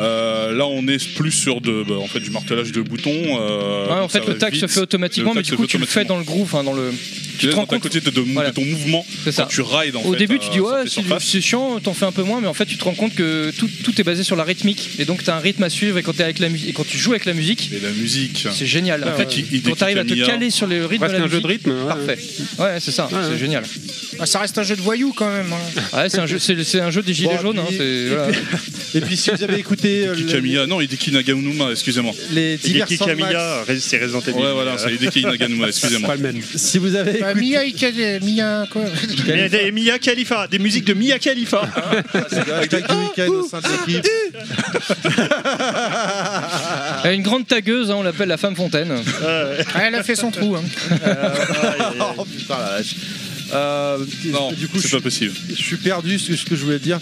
Euh, là on est plus sur de, bah, en fait du martelage de boutons. euh,
Ouais, en
donc
fait,
ça
le
va
tag
vite.
se fait automatiquement,
Le
mais
tag
du
se
coup,
fait
tu le fais dans le groove, hein, dans le.
tu es dans ta côté de, de- de ton mouvement quand tu rides en
Au
fait,
début, tu
euh,
dis
sur
ouais,
tes
c'est
surfaces.
c'est chiant, t'en fais un peu moins, mais en fait, tu te rends compte que tout, tout est basé sur la rythmique, et donc t'as un rythme à suivre, et quand, t'es avec la mu- et quand tu joues avec la musique,
Et la musique.
c'est génial.
Ah
en fait,
ouais. Il- il
quand t'arrives à
décline
te
Mia.
caler sur le rythme
Ouais,
de
c'est
la
un jeu de
musique,
rythme, ouais.
parfait. Ouais, c'est ça, c'est
ouais.
génial.
Ah, ça reste un jeu de voyous quand même. hein.
Ouais, c'est un jeu, c'est c'est un jeu des gilets
Bon,
jaunes. hein,
puis-
c'est- voilà.
Et puis si vous avez écouté euh,
Hideki
le-
Kamiya, non, Hideki Naganuma, excusez-moi.
les divers
Hideki
Sandmax-
Kamiya, c'est Resident Evil. Ouais, voilà, c'est Hideki Naganuma, excusez-moi.
Pas le même.
Si vous avez
Bah, Mia, Ika- Mia, quoi
Mais des- Mia Khalifa, des musiques de Mia Khalifa.
Attaque du week-end au sein de l'équipe.
Elle a Une grande tagueuse, hein, on l'appelle la femme fontaine.
Ah, elle a fait son trou. hein.
Oh putain la vache. Euh, du coup,
C'est pas possible.
je suis perdu ce que- ce que je voulais dire.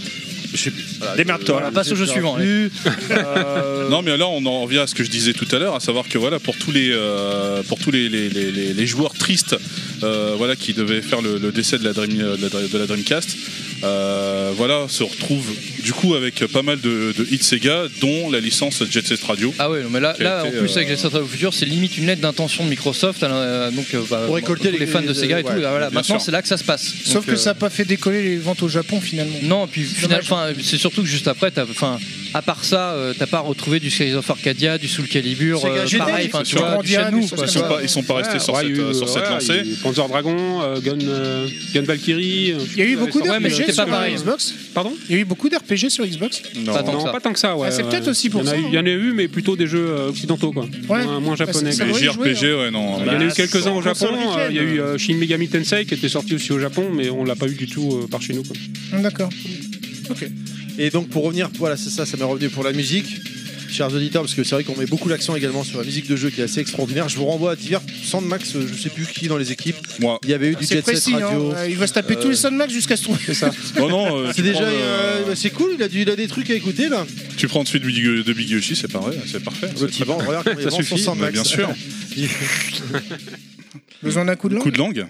Je sais plus. Voilà,
Démerde-toi.
voilà,
Passe au jeu
j'ai
suivant,
perdu. Euh,
Non, mais là, on en revient à ce que je disais tout à l'heure, à savoir que voilà, pour tous les, euh, pour tous les, les, les- les- les joueurs tristes, euh, voilà, qui devaient faire le, le décès de la, Dream- euh, de la- de la Dreamcast, euh, voilà, se retrouve du coup avec pas mal de, de hits Sega, dont la licence Jet Set Radio.
Ah ouais, non, mais là,
Qui a
là en
été,
plus
euh,
avec les Star au futur, c'est limite une lettre d'intention de Microsoft. euh, donc, euh, bah,
Pour récolter
tous les,
les-
fans de
les-
Sega et
ouais,
tout. et voilà,
bien
maintenant,
sûr.
c'est là que ça se passe.
Sauf
Donc,
que
euh,
ça n'a pas fait décoller les ventes au Japon finalement.
Non, puis final- enfin, c'est surtout que juste après, t'as- enfin, à part ça, euh, t'as pas retrouvé du Skies of Arcadia, du Soul Calibur, euh,
Sega
pareil,
Genesis,
enfin, tu
sur
vois, du
Grandia,
Shenmue,
des choses
quoi.
comme
Ils sont
ça.
pas, ils sont pas restés sur
Ouais,
cette,
il y a eu,
euh, sur cette
ouais,
lancée.
il y a eu Panzer Dragon, euh, Gun, euh, Gun Valkyrie. euh,
Il y a eu beaucoup
ouais, mais
d'RPG
c'était pas
sur euh,
pareil. hein.
Xbox.
Pardon
Il y a eu beaucoup d'RPG sur Xbox.
Non, non, pas tant que ça. Ouais,
Ah, c'est
ouais.
peut-être aussi pour
Il y en a
ça,
eu-
hein.
Il y en a eu, mais plutôt des jeux euh, occidentaux, quoi.
Ouais.
Moins, moins
Bah,
japonais.
c'est- ça
quoi.
devrait y jouer, hein. Ah
JRPG, ouais, non.
Il y en a eu quelques-uns au Japon.
console
euh, Il y a
week-end.
eu euh, Shin Megami Tensei qui était sorti aussi au Japon, mais on l'a pas eu du tout euh, par chez nous. Quoi.
D'accord. Ok.
Et donc pour revenir, voilà, c'est ça, ça m'est revenu pour la musique. Chers auditeurs, parce que c'est vrai qu'on met beaucoup l'accent également sur la musique de jeu qui est assez extraordinaire. Je vous renvoie à divers Sandmax, euh, je sais plus qui dans les équipes.
Moi.
Il y avait eu du
C'est
Jet
précis,
Set Radio.
hein. Euh, il va se taper tous les Sunmax jusqu'à se trouver. C'est ça.
Non, non, euh,
C'est
tu
déjà,
prends,
euh,
euh,
bah, c'est cool. Il a, du- il a des trucs à écouter là.
Tu prends ensuite de, de Big Yoshi, c'est pareil, c'est parfait. c'est très
Bon,
bien.
regarde, comment il
ça
avance sur
suffit,
Sandmax.
mais bien sûr.
Il-
Besoin d'un coup de langue
Coup de langue.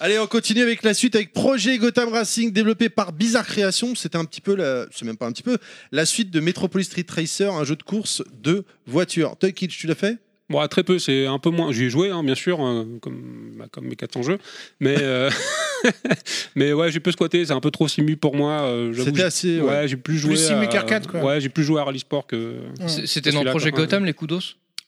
Allez, on continue avec la suite avec Projet Gotham Racing développé par Bizarre Création. C'était un petit peu, la... c'est même pas un petit peu, la suite de Metropolis Street Racer, un jeu de course de voiture. Toy Kitsch, tu l'as fait
Bon, ah, très peu, c'est un peu moins. J'y ai joué, hein, bien sûr, hein, comme, bah, comme mes 400 jeux. Mais, euh, mais ouais, j'ai peu squatté, c'est un peu trop simu pour moi. euh, j'avoue,
C'était
j'ai-
assez, ouais.
Ouais, j'ai plus joué.
Plus simu
à-
qu'arcade, quoi.
Ouais, j'ai plus joué à Rally Sport que.
C'est- C'était
que
dans le
celui-là,
projet
quoi, ouais.
Gotham, les Kudos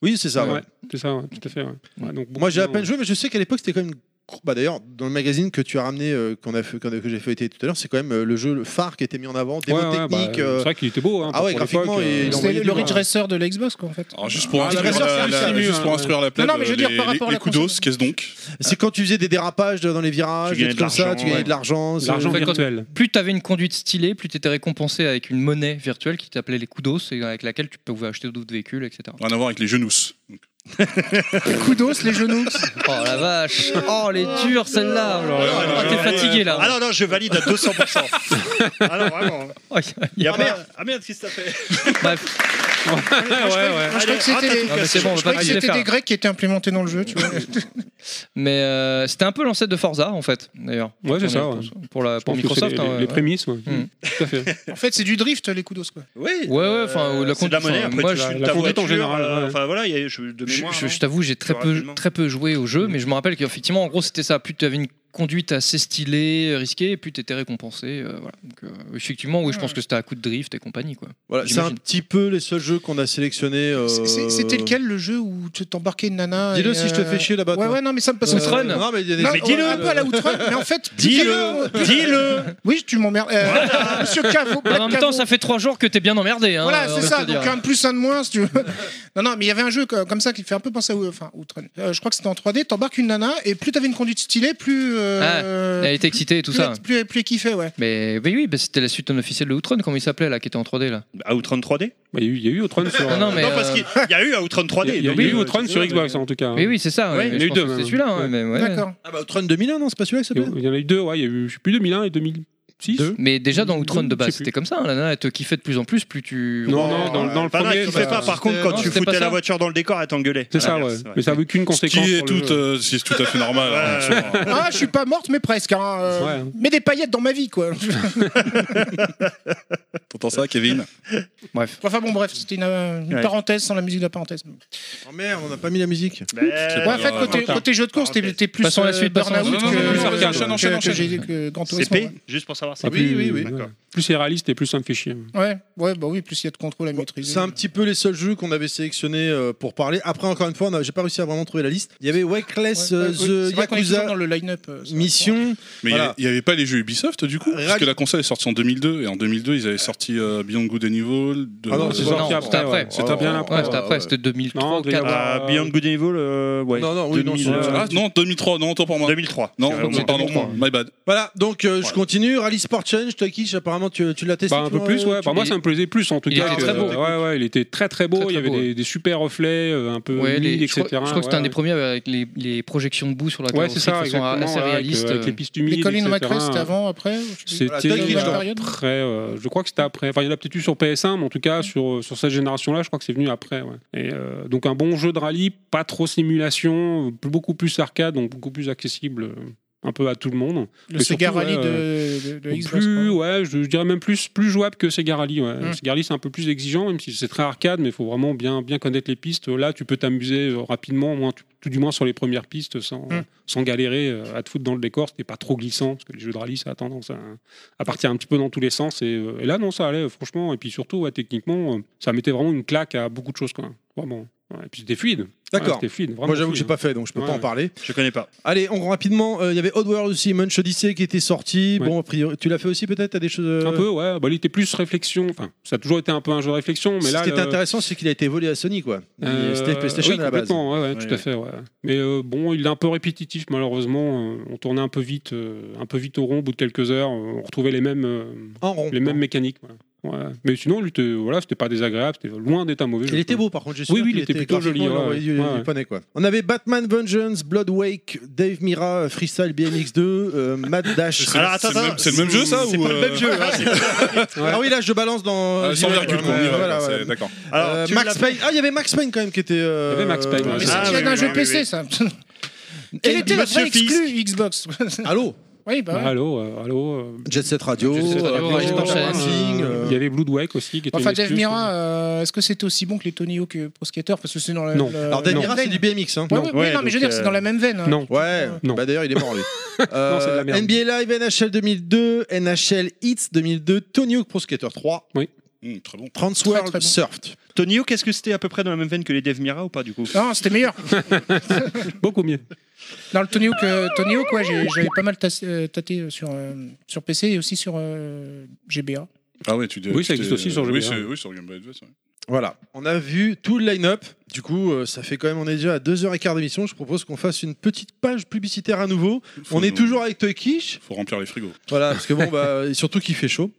Oui, c'est ça.
Ouais,
ouais.
ouais, c'est ça, ouais, tout à fait. ouais. Ouais, donc,
Moi, j'ai à
beaucoup,
peine joué, mais je sais qu'à l'époque, c'était quand même. Bah d'ailleurs, dans le magazine que tu as ramené, euh, qu'on a fait, qu'on a- que j'ai feuilleté tout à l'heure, c'est quand même euh, le jeu le phare qui était mis en avant, des
Ouais,
mots
ouais, bah,
techniques.
c'est vrai qu'il était beau. Hein,
ah ouais,
pour
graphiquement,
l'époque, euh,
et il
C'était
envoyait
le,
du
le
loin.
Ridge Racer de la Xbox, quoi, en fait.
Oh,
Alors juste pour
Ah,
instruire
la
la,
version
la-
Simu,
juste pour
hein,
instruire
ouais.
la plaque,
Non, non, mais je veux dire,
les,
par rapport à
les
la
coups d'os, qu'est-ce donc
C'est quand tu faisais des dérapages dans les virages,
Tu
des
gagnais de
trucs comme ça,
l'argent,
tu gagnais
ouais.
de l'argent. c'est-
L'argent
En fait, quand-
virtuel.
Plus t'avais une conduite stylée, plus t'étais récompensé avec une monnaie virtuelle qui t'appelait les Kudos et avec laquelle tu pouvais acheter d'autres véhicules, etc.
Rien à voir avec les genousses.
Coudos les genoux.
Oh la vache. Oh les dures celle-là. Oh, là là. Oh, t'es fatigué là.
Ah non, non, je valide à 200%. ah non, vraiment.
Il y a
ah,
pas-
merde, ah merde, qu'est-ce que t'as fait
Bref. ouais,
Moi, je croyais que c'était
Allez,
les-
ah, mais c'est bon, on va
je
pas tous
croyais que
les
c'était
faire.
des Grecs qui étaient implémentés dans le jeu, tu vois.
Mais euh, c'était un peu l'ancêtre de Forza en fait, d'ailleurs.
Ouais, c'est
Quand
ça,
on y
ouais.
repense. Pour, la,
Je
pour
pense que c'est
Microsoft.
les-
hein,
les
ouais.
prémices, ouais.
Mm.
Tout à fait.
En fait, c'est du drift les Kudos quoi.
Oui.
Ouais, ouais, enfin, ou la
C'est de la
conduite,
monnaie,
enfin,
après,
moi,
tu
je-
tues
la
ta
conduite en
voiture,
général,
euh,
ouais.
Enfin, voilà, il y a- je, de mémoire.
Je,
hein.
je t'avoue, j'ai très peu,
Rapidement.
très peu joué au jeu, mais je me rappelle qu'effectivement, en gros, c'était ça. Plus tu avais une conduite assez stylée, risquée, et plus tu étais récompensé. euh, voilà. Donc, euh, effectivement, oui, je pense que c'était à coup de drift et compagnie. Quoi.
Voilà, c'est un
J'imagine.
petit peu les seuls jeux qu'on a sélectionnés. euh,
C'est-
C'est- C'était lequel le jeu où tu t'embarquais une nana
Dis-le
et, euh,
si je te fais chier là-bas,
Ouais,
toi. Euh,
ouais, non, mais ça me passe au
Outrun.
crâne.
Non, mais il y a des- Ah,
Non,
Mais dis-le.
Un peu à la outrun, mais en fait.
Dis-le. hein. Dis-le.
Oui, tu m'emmerdes. Euh, Monsieur Caveau. Black
Bah, en même
Caveau.
temps, ça fait trois jours que t'es bien emmerdé. Hein,
Voilà,
euh,
c'est
on
ça.
va te
Donc
dire.
un de plus, un de moins, si tu veux. non, non, mais il y avait un jeu co- comme ça qui fait un peu penser à ou- enfin, Outrun. Euh, je crois que c'était en 3D. T'embarques une nana et plus t'avais une conduite stylée, plus. euh,
Ah, elle était excitée et tout
plus-
ça.
Plus, plus, elle kiffait, ouais.
Mais, mais oui, bah, c'était la suite non officielle de Outrun, comment il s'appelait là, qui était en 3D là.
Outrun 3D
Bah, Il y, a eu- il y a eu Outrun sur.
Non, non, mais.
Non, parce
euh,
qu'il y a eu Outrun 3D.
Il y a- il y a
donc,
eu
euh,
Outrun
c'est
sur
ça,
Xbox hein,
mais-
en tout cas.
Oui, oui, c'est ça. mais
Ouais, il y en
je
a eu
pense
deux,
que C'est
même.
celui-là. hein,
Ouais.
mais ouais.
D'accord.
Ah bah, Outrun 2001, non, c'est pas celui-là qui
Il y
s'appelle
en- il y en a eu deux, ouais, il y a eu, je sais plus, 2001 et 2006.
Mais déjà dans Outrun de
Je
base,
sais plus.
c'était comme ça. hein, La nana, elle te kiffait de plus en plus, plus tu.
Non, non, dans, dans le
Pas
premier.
mal, tu fais pas, par contre, quand
Non,
tu
c'était pas
foutais
ça.
la voiture dans le décor, elle t'engueulait.
C'est ça,
À
ouais.
l'inverse,
Mais ça avait aucune
Ce
conséquence.
qui est
sur le
tout,
jeu.
euh, c'est tout à fait normal. hein,
Ouais,
absolument.
Ah, je suis pas morte, mais presque. Hein. Euh,
Ouais.
Mets des paillettes dans ma vie, quoi.
T'entends ça, Kevin
Bref.
enfin bon, bref, c'était une, euh, une
Ouais.
parenthèse sans la musique de la parenthèse.
Oh merde, on n'a pas mis la musique.
Ouais, en fait, côté, côté jeu de course, t'es t'es plus
Passons à la
euh,
suite, passons à la
burn-out
suite. Non, non, non, non,
que-
enchaîne,
que-
enchaîne,
que- que
enchaîne.
j'ai- euh, que Gran
C'est P,
Turismo.
juste pour savoir
Ah,
c'est
plus-
P.
ouais.
D'accord.
Plus c'est réaliste et plus ça me fait chier.
Ouais, ouais, bah oui, plus il y a de contrôle à maîtriser.
C'est un petit peu les seuls jeux qu'on avait sélectionnés euh, pour parler. Après, encore une fois, on a- j'ai pas réussi à vraiment trouver la liste. Il y avait Wakeless,
Ouais,
euh,
ouais, oui,
The
c'est vrai qu'on est toujours
Yakuza,
dans le line-up. euh, ça.
Mission.
Mais il
Voilà.
n'y avait pas les jeux Ubisoft du coup Parce que la console est sortie en 2002 et en 2002 ils avaient sorti euh, Beyond Good and Evil. de-
Ah non, c'est
C'est
Non,
sorti après.
c'était après.
ouais. C'était bien
euh,
Ouais,
après.
c'était après, c'était 2003
Euh, Non,
ou
il doit y
2004.
avoir-
Ah, Beyond Good and Evil, euh, ouais.
Non, non, oui, non,
2000,
c'est-
euh,
Ah, non, 2003, non, autant pour moi.
2003.
Non,
Ah,
carrément.
pardon, my bad.
Voilà, donc euh, je
Ouais.
continue. Rally Sport Challenge, toi, Kitsch, apparemment tu, tu l'as testé.
Bah, un
toi,
peu plus,
euh,
ouais.
tu-
Bah, moi, ça me plaisait plus en tout
Il
cas.
était
que-
très beau.
Ouais, ouais, il était très très beau.
Très, très
il y avait
beau,
des, des super reflets, euh, un peu
Ouais, les-
humides,
je
etc.
crois, je crois que c'était un
ouais,
des premiers avec les, les projections de boue sur la
Ouais,
carrosserie
c'est ça,
qui sont
exactement,
assez
ouais, avec, euh,
réalistes.
avec les pistes humides.
Les collines
etc.,
Macré, c'était
hein.
avant, après ou je sais plus.
C'était
Voilà, Donkey Kong.
euh, après, euh, je crois que c'était après. Enfin, il y en a peut-être eu sur PS1, mais en tout cas, sur, euh, sur cette génération-là, je crois que c'est venu après. ouais. Et, euh, donc, un bon jeu de rallye, pas trop simulation, euh, plus- beaucoup plus arcade, donc beaucoup plus accessible euh, un peu à tout le monde.
Le
Mais
Sega
surtout,
Rally
ouais, euh,
de, de, de Xbox.
plus, ouais, je, je dirais même plus, plus jouable que Sega Rally. Ouais.
Mm.
Sega Rally, c'est un peu plus exigeant, même si c'est très arcade, mais il faut vraiment bien, bien connaître les pistes. Là, tu peux t'amuser euh, rapidement, au moins, tout, tout du moins sur les premières pistes, sans,
Mm.
sans galérer euh, à te foutre dans le décor. C'était pas trop glissant, parce que les jeux de rallye, ça a tendance à, à partir un petit peu dans tous les sens. Et, euh, et là, non, ça allait, euh, franchement. Et puis surtout, ouais, techniquement, euh, ça mettait vraiment une claque à beaucoup de choses, quand même. Vraiment. Ouais, et puis c'était fluide.
D'accord.
Ouais, c'était fluide. Vraiment
Moi j'avoue que j'ai
fluide.
pas fait, donc je peux
Ouais,
pas en
ouais.
parler.
Je connais pas.
Allez, on rapidement, euh, il y avait Oddworld aussi, Munch Odyssey qui était sorti.
Ouais.
Bon, a priori, tu l'as fait aussi peut-être T'as des choses. euh,
Un peu, ouais. Bah, il était plus réflexion. Enfin, ça a toujours été un peu un jeu de réflexion, mais
Ce
là. euh,
qui était
le-
intéressant, c'est qu'il a été volé à Sony, quoi. Il-
Euh,
C'était PlayStation
oui,
à la base.
complètement, ouais, ouais, tout
Ouais.
à fait. ouais. Mais euh, bon, il est un peu répétitif malheureusement. Euh, on tournait un peu vite, euh, un peu vite au rond. Au bout de quelques heures, euh, on retrouvait les mêmes, euh,
En rond.
les mêmes mécaniques. voilà. Ouais. Mais sinon, lui, t'es- voilà, c'était pas désagréable. C'était loin d'être un mauvais jeu.
Il était beau par contre, je suis
Oui,
sûr
oui,
qu'il
il était plutôt joli,
graphiquement, il
ouais,
envoyait du-
ouais.
du poney, quoi. On avait Batman Vengeance, Blood Wake, Dave Mira, Freestyle BMX2, euh, Mad Dash.
Alors, attends,
C'est le
attends,
même- c'est le même jeu, ça
C'est
ou,
pas le
euh,
même jeu. hein, c'est-
Ah oui, là je balance dans.
Ah, Sans
Ouais,
virgule, quoi, on y
ouais,
va,
voilà,
c'est-
voilà.
D'accord.
Alors,
Euh,
tu
Max
l'as-
Payne. Ah, il y avait Max Payne quand même qui était. euh,
Il y avait Max Payne, ouais.
Mais
Ah,
c'est
oui,
tiré d'un
oui,
jeu
oui,
PC,
oui.
ça. Quel était le
Monsieur
vrai exclu Xbox
Allô
Oui, bah.
hein.
Bah,
ouais.
allô, euh, allô. euh,
Jet Set Radio,
Jet Set Radio,
euh,
Rally Sport
Rocket
Challenge.
Racing, euh,
Il y avait Blood Wake aussi qui était.
Enfin,
une
Dave
excuse, quoi.
Mira, euh, est-ce que c'était aussi bon que les Tony Hawk euh, Pro Skater Parce que c'est dans la.
Non.
la-
Alors, Dave
la-
Mira, c'est du BMX. Hein.
Ouais, ouais,
Ouais,
non, mais je veux
donc,
dire, c'est
euh,
dans la même veine. hein.
Non.
Ouais,
Non.
bah d'ailleurs il est mort lui. Euh,
Non, c'est de la merde.
NBA Live, NHL 2002, NHL Hits 2002, Tony Hawk Pro Skater 3,
Hum, très bon.
Trans World
très bon.
Surfed.
Tonio, qu'est-ce que c'était à peu près dans la même veine que les Dev Mira ou pas du coup
Non, c'était meilleur.
Beaucoup mieux.
Dans le Tony Hawk, euh, Tony Hawk, ouais, j'ai- j'avais pas mal tassé- euh, tâté euh, sur, euh, sur PC et aussi sur euh, GBA.
Ah ouais, tu
Oui, ça existe aussi sur
Oui,
GBA.
c'est- oui, sur Game Boy Advance. ouais.
Voilà, on a vu tout le line-up. Du coup, euh, ça fait quand même, on est déjà à 2h15 d'émission. Je propose qu'on fasse une petite page publicitaire à nouveau.
Faut
on est
nous-
toujours avec Toy Quiche.
Faut remplir les frigos.
Voilà, parce que bon, bah, surtout qu'il fait chaud.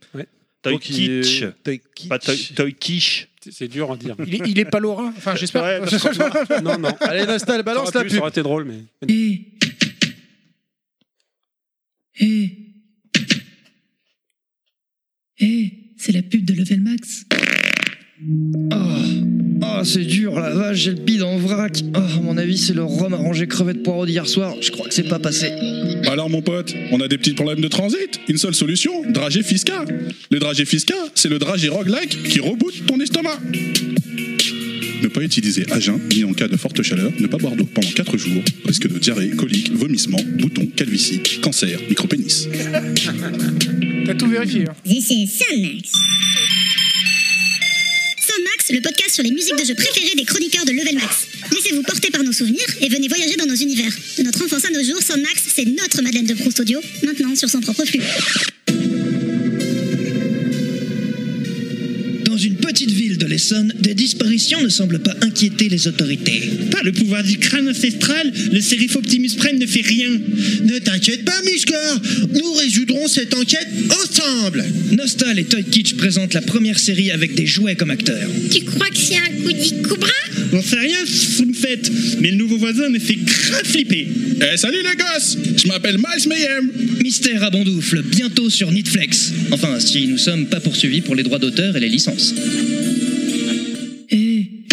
Toy
Donc, il-
Kitsch.
Toy Kitsch.
Pas Toy Toy Quiche.
c'est dur à dire.
Il est, il est pas lorrain Enfin, j'espère.
Ouais, parce qu'on- non, non.
Allez, Nostal, balance
Ça aurait
la
pu,
pub.
Ça aurait été drôle, mais.
Eh Eh, c'est la pub de Level Max.
Oh, c'est dur, la vache, j'ai le bide en vrac. Oh, à mon avis, c'est le rhum arrangé crevette poireau d'hier soir. Je crois que c'est pas passé.
Alors mon pote, on a des petits problèmes de transit. Une seule solution, dragé Fisca. Le dragé Fisca, c'est le dragé roguelike qui reboot ton estomac. Ne pas utiliser à jeun, ni en cas de forte chaleur, ne pas boire d'eau pendant 4 jours, risque de diarrhée, colique, vomissement, boutons, calvitie, cancer, micropénis.
T'as tout vérifié. hein.
This is Sunmax. Sunmax, le podcast sur les musiques de jeux préférées des chroniqueurs de Level Max. Laissez-vous porter par nos souvenirs et venez voyager dans nos univers. De notre enfance à nos jours, Sunmax, c'est notre Madeleine de Proust audio, maintenant sur son propre flux.
Dans une petite ville de l'Essonne, des disparitions ne semblent pas inquiéter les autorités. Par le pouvoir du crâne ancestral, le sérif Optimus Prime ne fait rien. Ne t'inquiète pas, Muscor, nous résoudrons cette enquête ensemble.
Nostal et Toy Kitsch présentent la première série avec des jouets comme acteurs.
Tu crois que c'est un coup de cobra
J'en sais rien, ce que vous faites, mais le nouveau voisin me fait grave flipper.
Eh salut les gosses, je m'appelle Miles Mayhem.
Mystère à Bondoufle, bientôt sur Netflix. Enfin, si nous sommes pas poursuivis pour les droits d'auteur et les licences.
Eh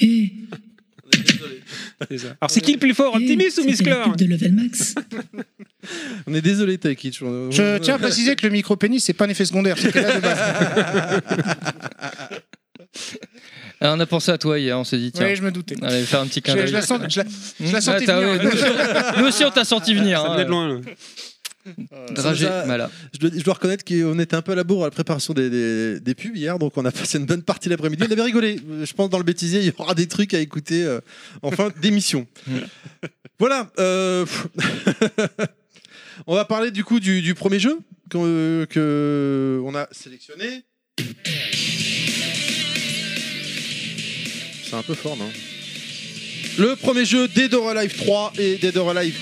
Eh
Alors, c'est qui le plus fort, Optimus ou
C'était la
Misclor
pub de Level Max.
On est désolé, Taikitch. on-
Je tiens à préciser que le micro-pénis, c'est pas un effet secondaire. C'était là de base.
Ah, on a pensé à toi hier, on s'est dit tiens.
Oui, je me doutais.
Allez, faire un petit
Je,
clin d'œil.
je la sens, je la, je la
Hmm
sentais
Ah, t'as-
venir.
ouais, nous aussi- nous aussi, on t'a senti venir.
Ça
hein.
venait de loin, là.
Dragé,
Euh, Ça nous a-
voilà.
Je dois, je dois reconnaître qu'on était un peu à la bourre à la préparation des, des- des pubs hier, donc on a passé une bonne partie de l'après-midi. On avait rigolé. Euh, Je pense dans le bêtisier, il y aura des trucs à écouter euh, en fin d'émission. voilà. euh, on va parler du coup du, du premier jeu qu'on- que on a sélectionné. C'est un peu fort, non le premier jeu Dead or Alive 3 et Dead or Alive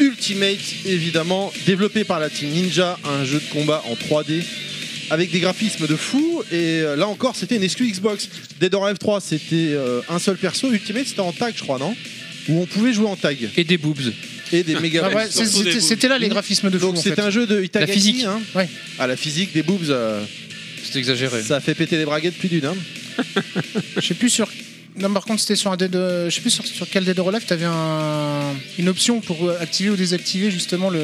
Ultimate, évidemment, développé par la team Ninja, un jeu de combat en 3D avec des graphismes de fou. Et euh, là encore, c'était une exclu Xbox. Dead or Alive 3, c'était euh, un seul perso. Ultimate, c'était en tag, je crois, non Où on pouvait jouer en tag.
Et des boobs.
Et des méga
Ah ouais,
boobs.
c'est- c'était c'était là les graphismes de fou.
Donc
en
c'est
fait.
un jeu de Itagaki.
La physique.
hein.
Ouais.
Ah, la physique des boobs. euh,
C'est exagéré.
ça a fait péter les braguettes plus d'une. hein.
Je sais plus sur. Non, par contre, c'était sur un dead. euh, Je sais plus sur, sur quel dead or alive. T'avais un... une option pour euh, activer ou désactiver justement le,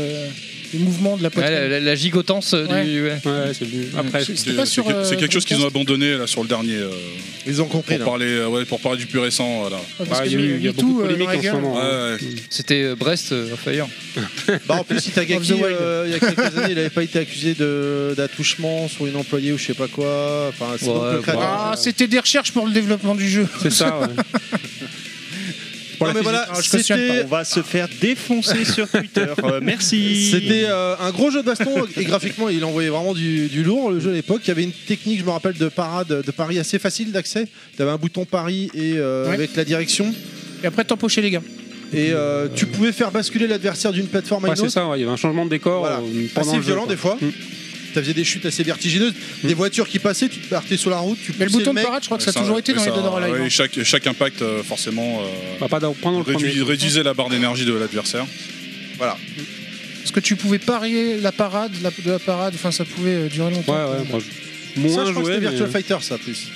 le mouvement de la
Ouais,
poitrine.
la, la- la gigotance euh,
Ouais.
du. Ouais,
c'est Après,
C'est-
C'est
c'était pas sur,
que- c'est
euh,
quelque chose qu'ils ont abandonné là sur le dernier. euh,
Ils ont compris.
Pour parler, euh, ouais, pour parler du plus récent, voilà.
Ah, parce Ouais, que il y a eu- il y a il y a beaucoup de tout, euh, polémiques dans la en ce guerre. moment,
hein.
C'était euh, Brest, euh, Fire.
Bah, en plus, Itagaki, euh, il y a quelques années, il n'avait pas été accusé de- d'attouchement sur une employée ou je sais pas quoi. Enfin, c'est donc le créateur.
Ah, c'était des recherches pour le développement du jeu.
C'est ça, ouais.
Non, mais voilà, c'était-
On va se faire défoncer sur Twitter. Euh, merci.
C'était euh, un gros jeu de baston et graphiquement il envoyait vraiment du, du lourd le jeu à l'époque. Il y avait une technique, je me rappelle, de parade, de pari assez facile d'accès. T'avais un bouton pari et euh,
Ouais.
avec la direction.
Et après t'empochais les gars.
Et euh, tu pouvais faire basculer l'adversaire d'une plateforme à
Ouais,
une
c'est
autre.
ça, ouais, il y avait un changement de décor. euh, pendant
assez
le jeu,
violent
quoi. Mm.
des fois. Ça faisait des chutes assez vertigineuses. Des voitures qui passaient, tu te partais sur la route. Tu
Mais le
poussais
bouton de
mec.
parade, je crois que Ah, ça a toujours été dans les
Ça,
Dead or Alive.
ouais,
hein.
chaque, chaque impact, euh, forcément, euh, réduis-
premier.
réduisait la barre d'énergie de l'adversaire.
Voilà.
Parce que tu pouvais parier la parade, la, de la parade, enfin ça pouvait euh, durer longtemps.
Ouais, ouais, moi, je- moins
ça, je crois que
joué,
c'était
mais-
Virtual Fighter, ça, plus.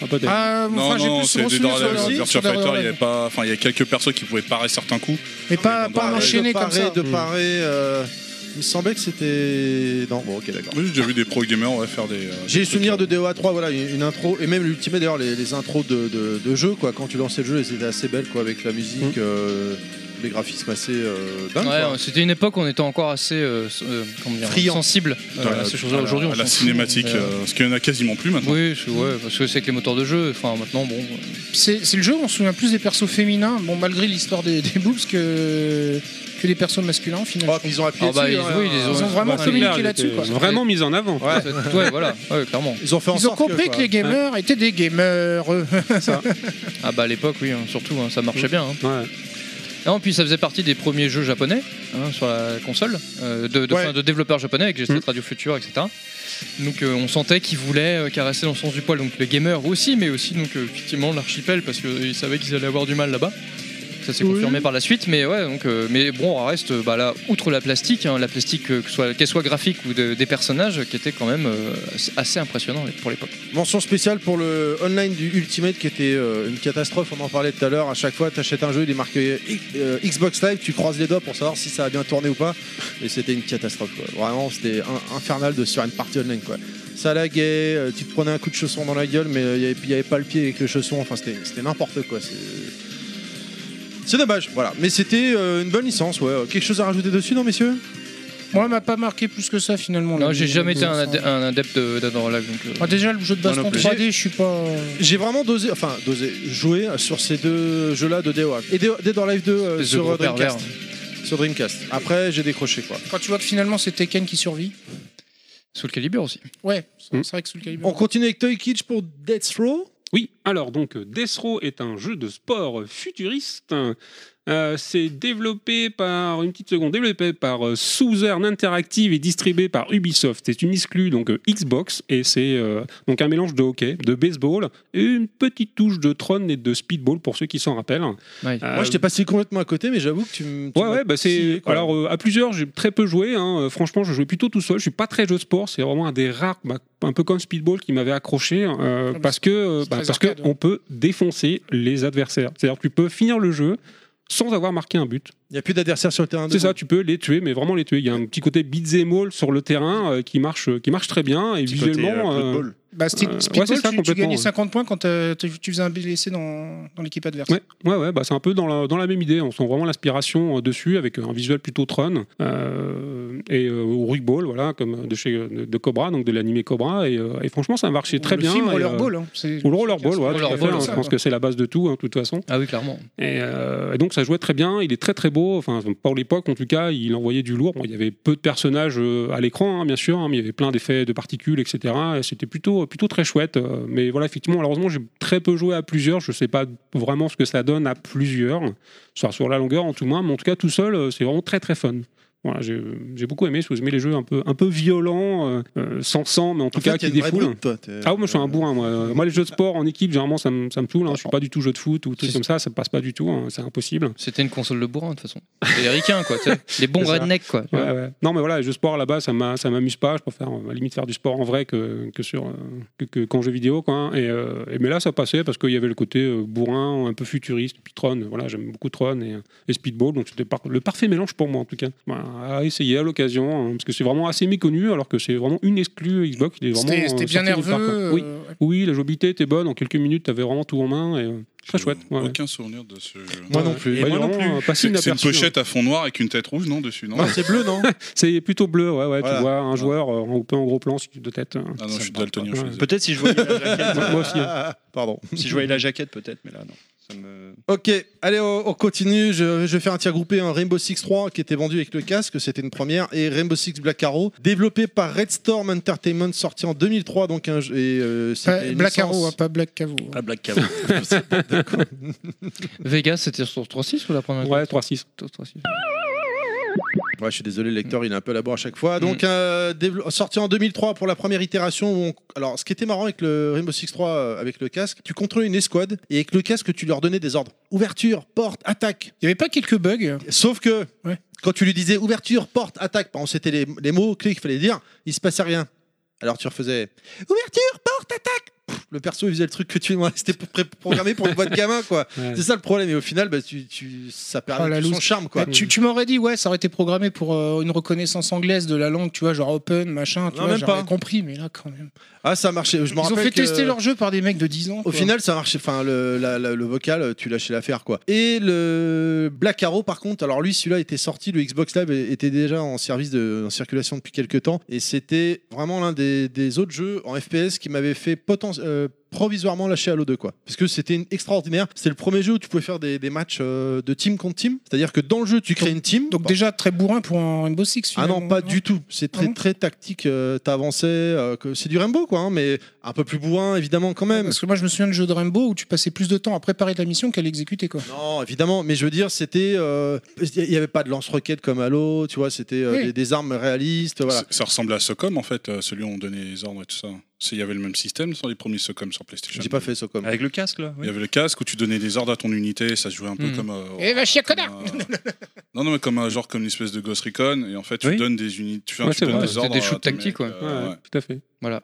Ah, peut-être.
Ah,
Non,
enfin, j'ai
non,
plus
c'est
souvent
des
souvenir sur
Doralive,
le-
Virtua
sur le
Fighter, il y
Doralive.
avait pas, enfin, il y a quelques persos qui pouvaient parer certains coups.
Mais pas, pas
Doralive.
enchaîné
de
comme
parer,
ça.
Mm.
de parer. euh, il me semblait que c'était. euh, Non, bon, ok, d'accord.
Oui, j'ai déjà vu des pro gamers ouais, faire des. euh,
J'ai le souvenir de DOA 3, voilà, une une intro, et même l'ultimate d'ailleurs, les, les intros de, de, de jeu, quoi, quand tu lançais le jeu, elles étaient assez belles, quoi, avec la musique, euh, les graphismes assez euh, dingues.
Mm. Ouais,
quoi.
on- c'était une époque où on était encore assez euh, s- euh, comment dire,
Friand.
sensible
de
euh, à ces choses-là.
à la-
Aujourd'hui, on
à la
s'en fout,
cinématique,
mais, euh,
euh, parce qu'il y en a quasiment plus maintenant.
Oui, c'est- ouais, parce que c'est avec les moteurs de jeu. Enfin, maintenant, bon.
C'est c'est le jeu où on se souvient plus des persos féminins, bon malgré l'histoire des, des boobs que, que des persos masculins au
Oh,
final.
Oh, ils ont hein.
Ah bah, ils, oui, ils ont,
vraiment
bah,
communiqué
c'est-
là-dessus.
euh,
quoi.
Vraiment mis en avant.
Ouais, c'est- ouais, voilà, ouais, clairement.
Ils ont
Ils ont compris que, les gamers étaient des gamers. Mm.
Ah bah à l'époque, oui, hein, surtout, hein, ça marchait bien. hein. Non, puis ça faisait partie des premiers jeux japonais hein, sur la console, euh, de, de,
Ouais.
enfin, de développeurs japonais avec GST Radio Future, etc. Donc euh, on sentait qu'ils voulaient euh, caresser dans le sens du poil, donc les gamers aussi, mais aussi donc euh, effectivement l'archipel parce qu'ils savaient qu'ils allaient avoir du mal là-bas. Ça s'est confirmé par la suite, mais ouais, donc, euh, mais bon, on reste euh, bah, là, outre la plastique, hein, la plastique, euh, que soit- qu'elle soit, graphique ou de- des personnages, qui était quand même euh, assez- assez impressionnant pour l'époque.
Mention spéciale pour le online du Ultimate qui était euh, une catastrophe, on en parlait tout à l'heure. À chaque fois, t'achètes un jeu, il est marqué euh, Xbox Live, tu croises les doigts pour savoir si ça a bien tourné ou pas. Et c'était une catastrophe, quoi. Vraiment, c'était in- infernal de sur une partie online, quoi. Ça laguait, euh, tu te prenais un coup de chausson dans la gueule, mais euh, il n'y avait, il y avait pas le pied avec le chausson. Enfin, c'était c'était n'importe quoi. c'est- C'est dommage, voilà. Mais c'était euh, une bonne licence, ouais. Quelque chose à rajouter dessus, non, messieurs
Moi, elle m'a pas marqué plus que ça finalement. hein,
Non,
le-
j'ai jamais
le-
été un, adep- un adepte de- d'Adam Live, donc. euh,
Ah, déjà, le jeu de
Moi
baston
non plus.
3D, je suis pas. euh,
J'ai vraiment dosé, enfin dosé, joué sur ces deux jeux-là de Day One. Et Day- Dead or Live 2 euh,
Espèce de
sur
gros
euh, Dreamcast.
pervers.
Sur Dreamcast. Après, j'ai décroché quoi.
Quand tu vois que finalement c'est Tekken qui survit.
Sous le calibre aussi.
Ouais, c'est c'est vrai que sous le calibre.
On continue avec Toy Kitsch pour Death Row
Oui, alors donc euh, Death Row est un jeu de sport futuriste. Euh, c'est développé par une petite seconde, développé par euh, Southern Interactive et distribué par Ubisoft. C'est une exclue donc euh, Xbox et c'est euh, donc un mélange de hockey, de baseball et une petite touche de Tron et de Speedball pour ceux qui s'en rappellent. Euh,
Moi, j'étais passé complètement à côté, mais j'avoue que tu me. tu
Ouais,
m'as
ouais, bah
titillé,
c'est.
quoi.
Alors, euh, à plusieurs, j'ai très peu joué. hein. Euh, Franchement, je jouais plutôt tout seul. Je suis pas très jeu de sport. C'est vraiment un des rares, bah, un peu comme Speedball, qui m'avait accroché. euh, parce que, euh, bah,
très
parce que
hein.
arcade,
on peut défoncer les adversaires. C'est-à-dire, que tu peux finir le jeu sans avoir marqué un but.
Il n'y a plus d'adversaire sur le terrain. de
C'est
jeu.
ça, tu peux les tuer, mais vraiment les tuer. Il y a un petit côté beats and all sur le terrain euh, qui marche, qui marche très bien et
côté,
visuellement.
euh,
euh,
Blood
Bah, c'était-
euh, ouais,
Speedball,
c'est ça,
tu, tu
complètement,
gagnais
ouais.
50 points quand euh, tu tu faisais un blessé dans, dans l'équipe adverse.
Ouais, ouais, ouais, bah c'est un peu dans la, dans la même idée. On sent vraiment l'aspiration euh, dessus avec un visuel plutôt Tron euh, et euh, au Rugball, voilà, comme de chez de, de Cobra, donc de l'animé Cobra. Et, euh, et franchement, ça marchait très
le
bien.
film
et, euh,
Rollerball, hein, c'est-
ou le Rollerball, ouais,
Rollerball,
tout à fait, hein,
c'est
je
ça,
pense
quoi.
que c'est la base de tout, hein, de toute façon.
Ah oui, clairement.
Et, euh, et donc ça jouait très bien, il est très très beau, enfin pour l'époque en tout cas, il envoyait du lourd. Bon, il y avait peu de personnages euh, à l'écran, hein, bien sûr, hein, mais il y avait plein d'effets de particules, etc. Et C'était plutôt, plutôt très chouette. Euh, Mais voilà, effectivement, malheureusement, j'ai très peu joué à plusieurs, je sais pas vraiment ce que ça donne à plusieurs, soit sur la longueur en tout moins, mais en tout cas tout seul, euh, c'est vraiment très très fun. Voilà, j'ai j'ai beaucoup aimé, parce que j'aimais les jeux un peu, un peu violents, euh, euh, sans sang, mais en tout
fait,
cas
t'es
qui
une vraie
défoulent.
brute, toi, t'es-
Ah, ouais, moi je suis un bourrin. Moi, Euh, moi les jeux de sport en équipe, généralement, ça me ça me saoule. hein. Je suis pas du tout jeu de foot ou tout comme ça, ça me passe pas du tout. hein. C'est impossible.
C'était une console de bourrin de toute façon. C'est les ricains quoi, tu sais. les bons
C'est ça.
rednecks quoi. tu
Ouais,
vois.
ouais. Non, mais voilà, les jeux de sport là-bas, ça m'a- ça m'amuse pas. Je préfère euh, à la limite faire du sport en vrai que, que sur euh, que, que- qu'en jeu vidéo. Quoi, hein. et, euh, et- mais là, ça passait parce qu'il y avait le côté euh, bourrin, un peu futuriste. Puis Tron, euh, voilà, j'aime beaucoup Tron et, et Speedball, donc c'était par- le parfait mélange pour moi en tout cas. Voilà, à essayer à l'occasion, hein, parce que c'est vraiment assez méconnu, alors que c'est vraiment une exclue Xbox. Il est vraiment,
C'était- c'était
euh,
bien
sorti nulle part,
nerveux,
quoi.
euh,
oui, oui, la jouabilité était bonne. En quelques minutes, t'avais vraiment tout en main. Et, euh, très chouette. ouais, ouais.
Aucun souvenir de ce jeu.
Moi non plus. Et moi non plus.
Vraiment, euh, passé C'est c'est une
inaperçu, hein.
pochette à fond noir avec une tête rouge, non Dessus,
bleu,
non
non
C'est plutôt bleu, ouais, ouais.
Voilà.
Tu vois un joueur euh, un peu en gros plan de tête. hein.
Ah non, je suis daltonien. je suis
Ouais.
désolé.
Peut-être si je voyais la jaquette.
Moi- moi aussi, hein.
Pardon.
Si je voyais la jaquette, peut-être, mais là, non. Ça me...
Ok, allez, on, on continue. Je, je vais faire un tir groupé. Un Rainbow Six 3 qui était vendu avec le casque, c'était une première. Et Rainbow Six Black Arrow, développé par Red Storm Entertainment, sorti en 2003. Donc un jeu. Et, euh, c'était
Pas-
une
Black
licence-
Arrow, hein, pas Black Cavo.
Pas Black Cabo.
Vegas c'était sur 3.6 ou la première
Ouais, 3.6.
Ouais, je suis désolé, le
Mm.
lecteur, il est un peu à la bourre à chaque fois. Donc, euh, dévelop- sorti en 2003 pour la première itération. où on- Alors, ce qui était marrant avec le Rainbow Six 3, euh, avec le casque, tu contrôlais une escouade et avec le casque, tu leur donnais des ordres. Ouverture, porte, attaque.
Il n'y avait pas quelques bugs
Sauf que quand tu lui disais ouverture, porte, attaque, par exemple, c'était les, les mots clés qu'il fallait dire, il se passait rien. Alors tu refaisais ouverture, porte, attaque. Pff, le perso il faisait le truc que tu c'était pré- programmé pour une voix de gamin quoi.
Ouais.
C'est ça le problème et au final bah, tu, tu- ça perd
Oh, la
tout son
loose.
charme quoi.
Bah, tu tu m'aurais dit, ouais, ça aurait été programmé pour euh, une reconnaissance anglaise de la langue, tu vois, genre open, machin. Tu
Non,
vois,
même
j'aurais
pas.
compris, mais là, quand même.
Ah ça marchait. Je me
Ils ont
rappelle
fait
que-
tester leur jeu par des mecs de 10 ans.
Au
quoi.
final, ça marchait. Enfin, le, la- la- le vocal, tu lâchais l'affaire, quoi. Et le Black Arrow, par contre, alors lui, celui-là était sorti, le Xbox Live était déjà en service, de, en circulation depuis quelques temps, et c'était vraiment l'un des, des autres jeux en FPS qui m'avait fait poten- euh, provisoirement lâché Halo 2 quoi. Parce que c'était une- extraordinaire. C'était le premier jeu où tu pouvais faire des, des matchs euh, de team contre team. C'est-à-dire que dans le jeu, tu crées une team.
Donc déjà très bourrin pour un Rainbow Six.
Ah
finalement. Ah
non, pas du tout. C'est très très tactique. euh, T'avançais, euh, que- c'est du Rainbow quoi, hein, mais un peu plus bourrin évidemment quand même.
Parce que moi je me souviens de jeux de Rainbow où tu passais plus de temps à préparer ta mission qu'à l'exécuter quoi.
Non, évidemment, mais je veux dire, c'était. euh, Il n'y avait pas de lance-roquettes comme Halo, tu vois, c'était euh,
Oui.
des, des armes réalistes. Voilà.
Ça- Ça ressemble à Socom en fait, euh, celui où on donnait les ordres et tout ça. C'est- Il y avait le même système sur les premiers Socom sur PlayStation.
J'ai pas fait Socom.
Avec
le casque là
Il y avait le casque où tu donnais des ordres à ton unité, ça se jouait un peu
Hmm.
comme. euh,
Eh va chier connard
Non, non, mais comme un genre comme une espèce de Ghost Recon et en fait tu donnes des unités. Tu, fais un-
Ouais,
tu
c'est
donnes
vrai,
des
c'était
ordres.
des
à
shoots
tes
tactiques, ouais.
mecs, euh, ouais.
Tout à fait. Voilà.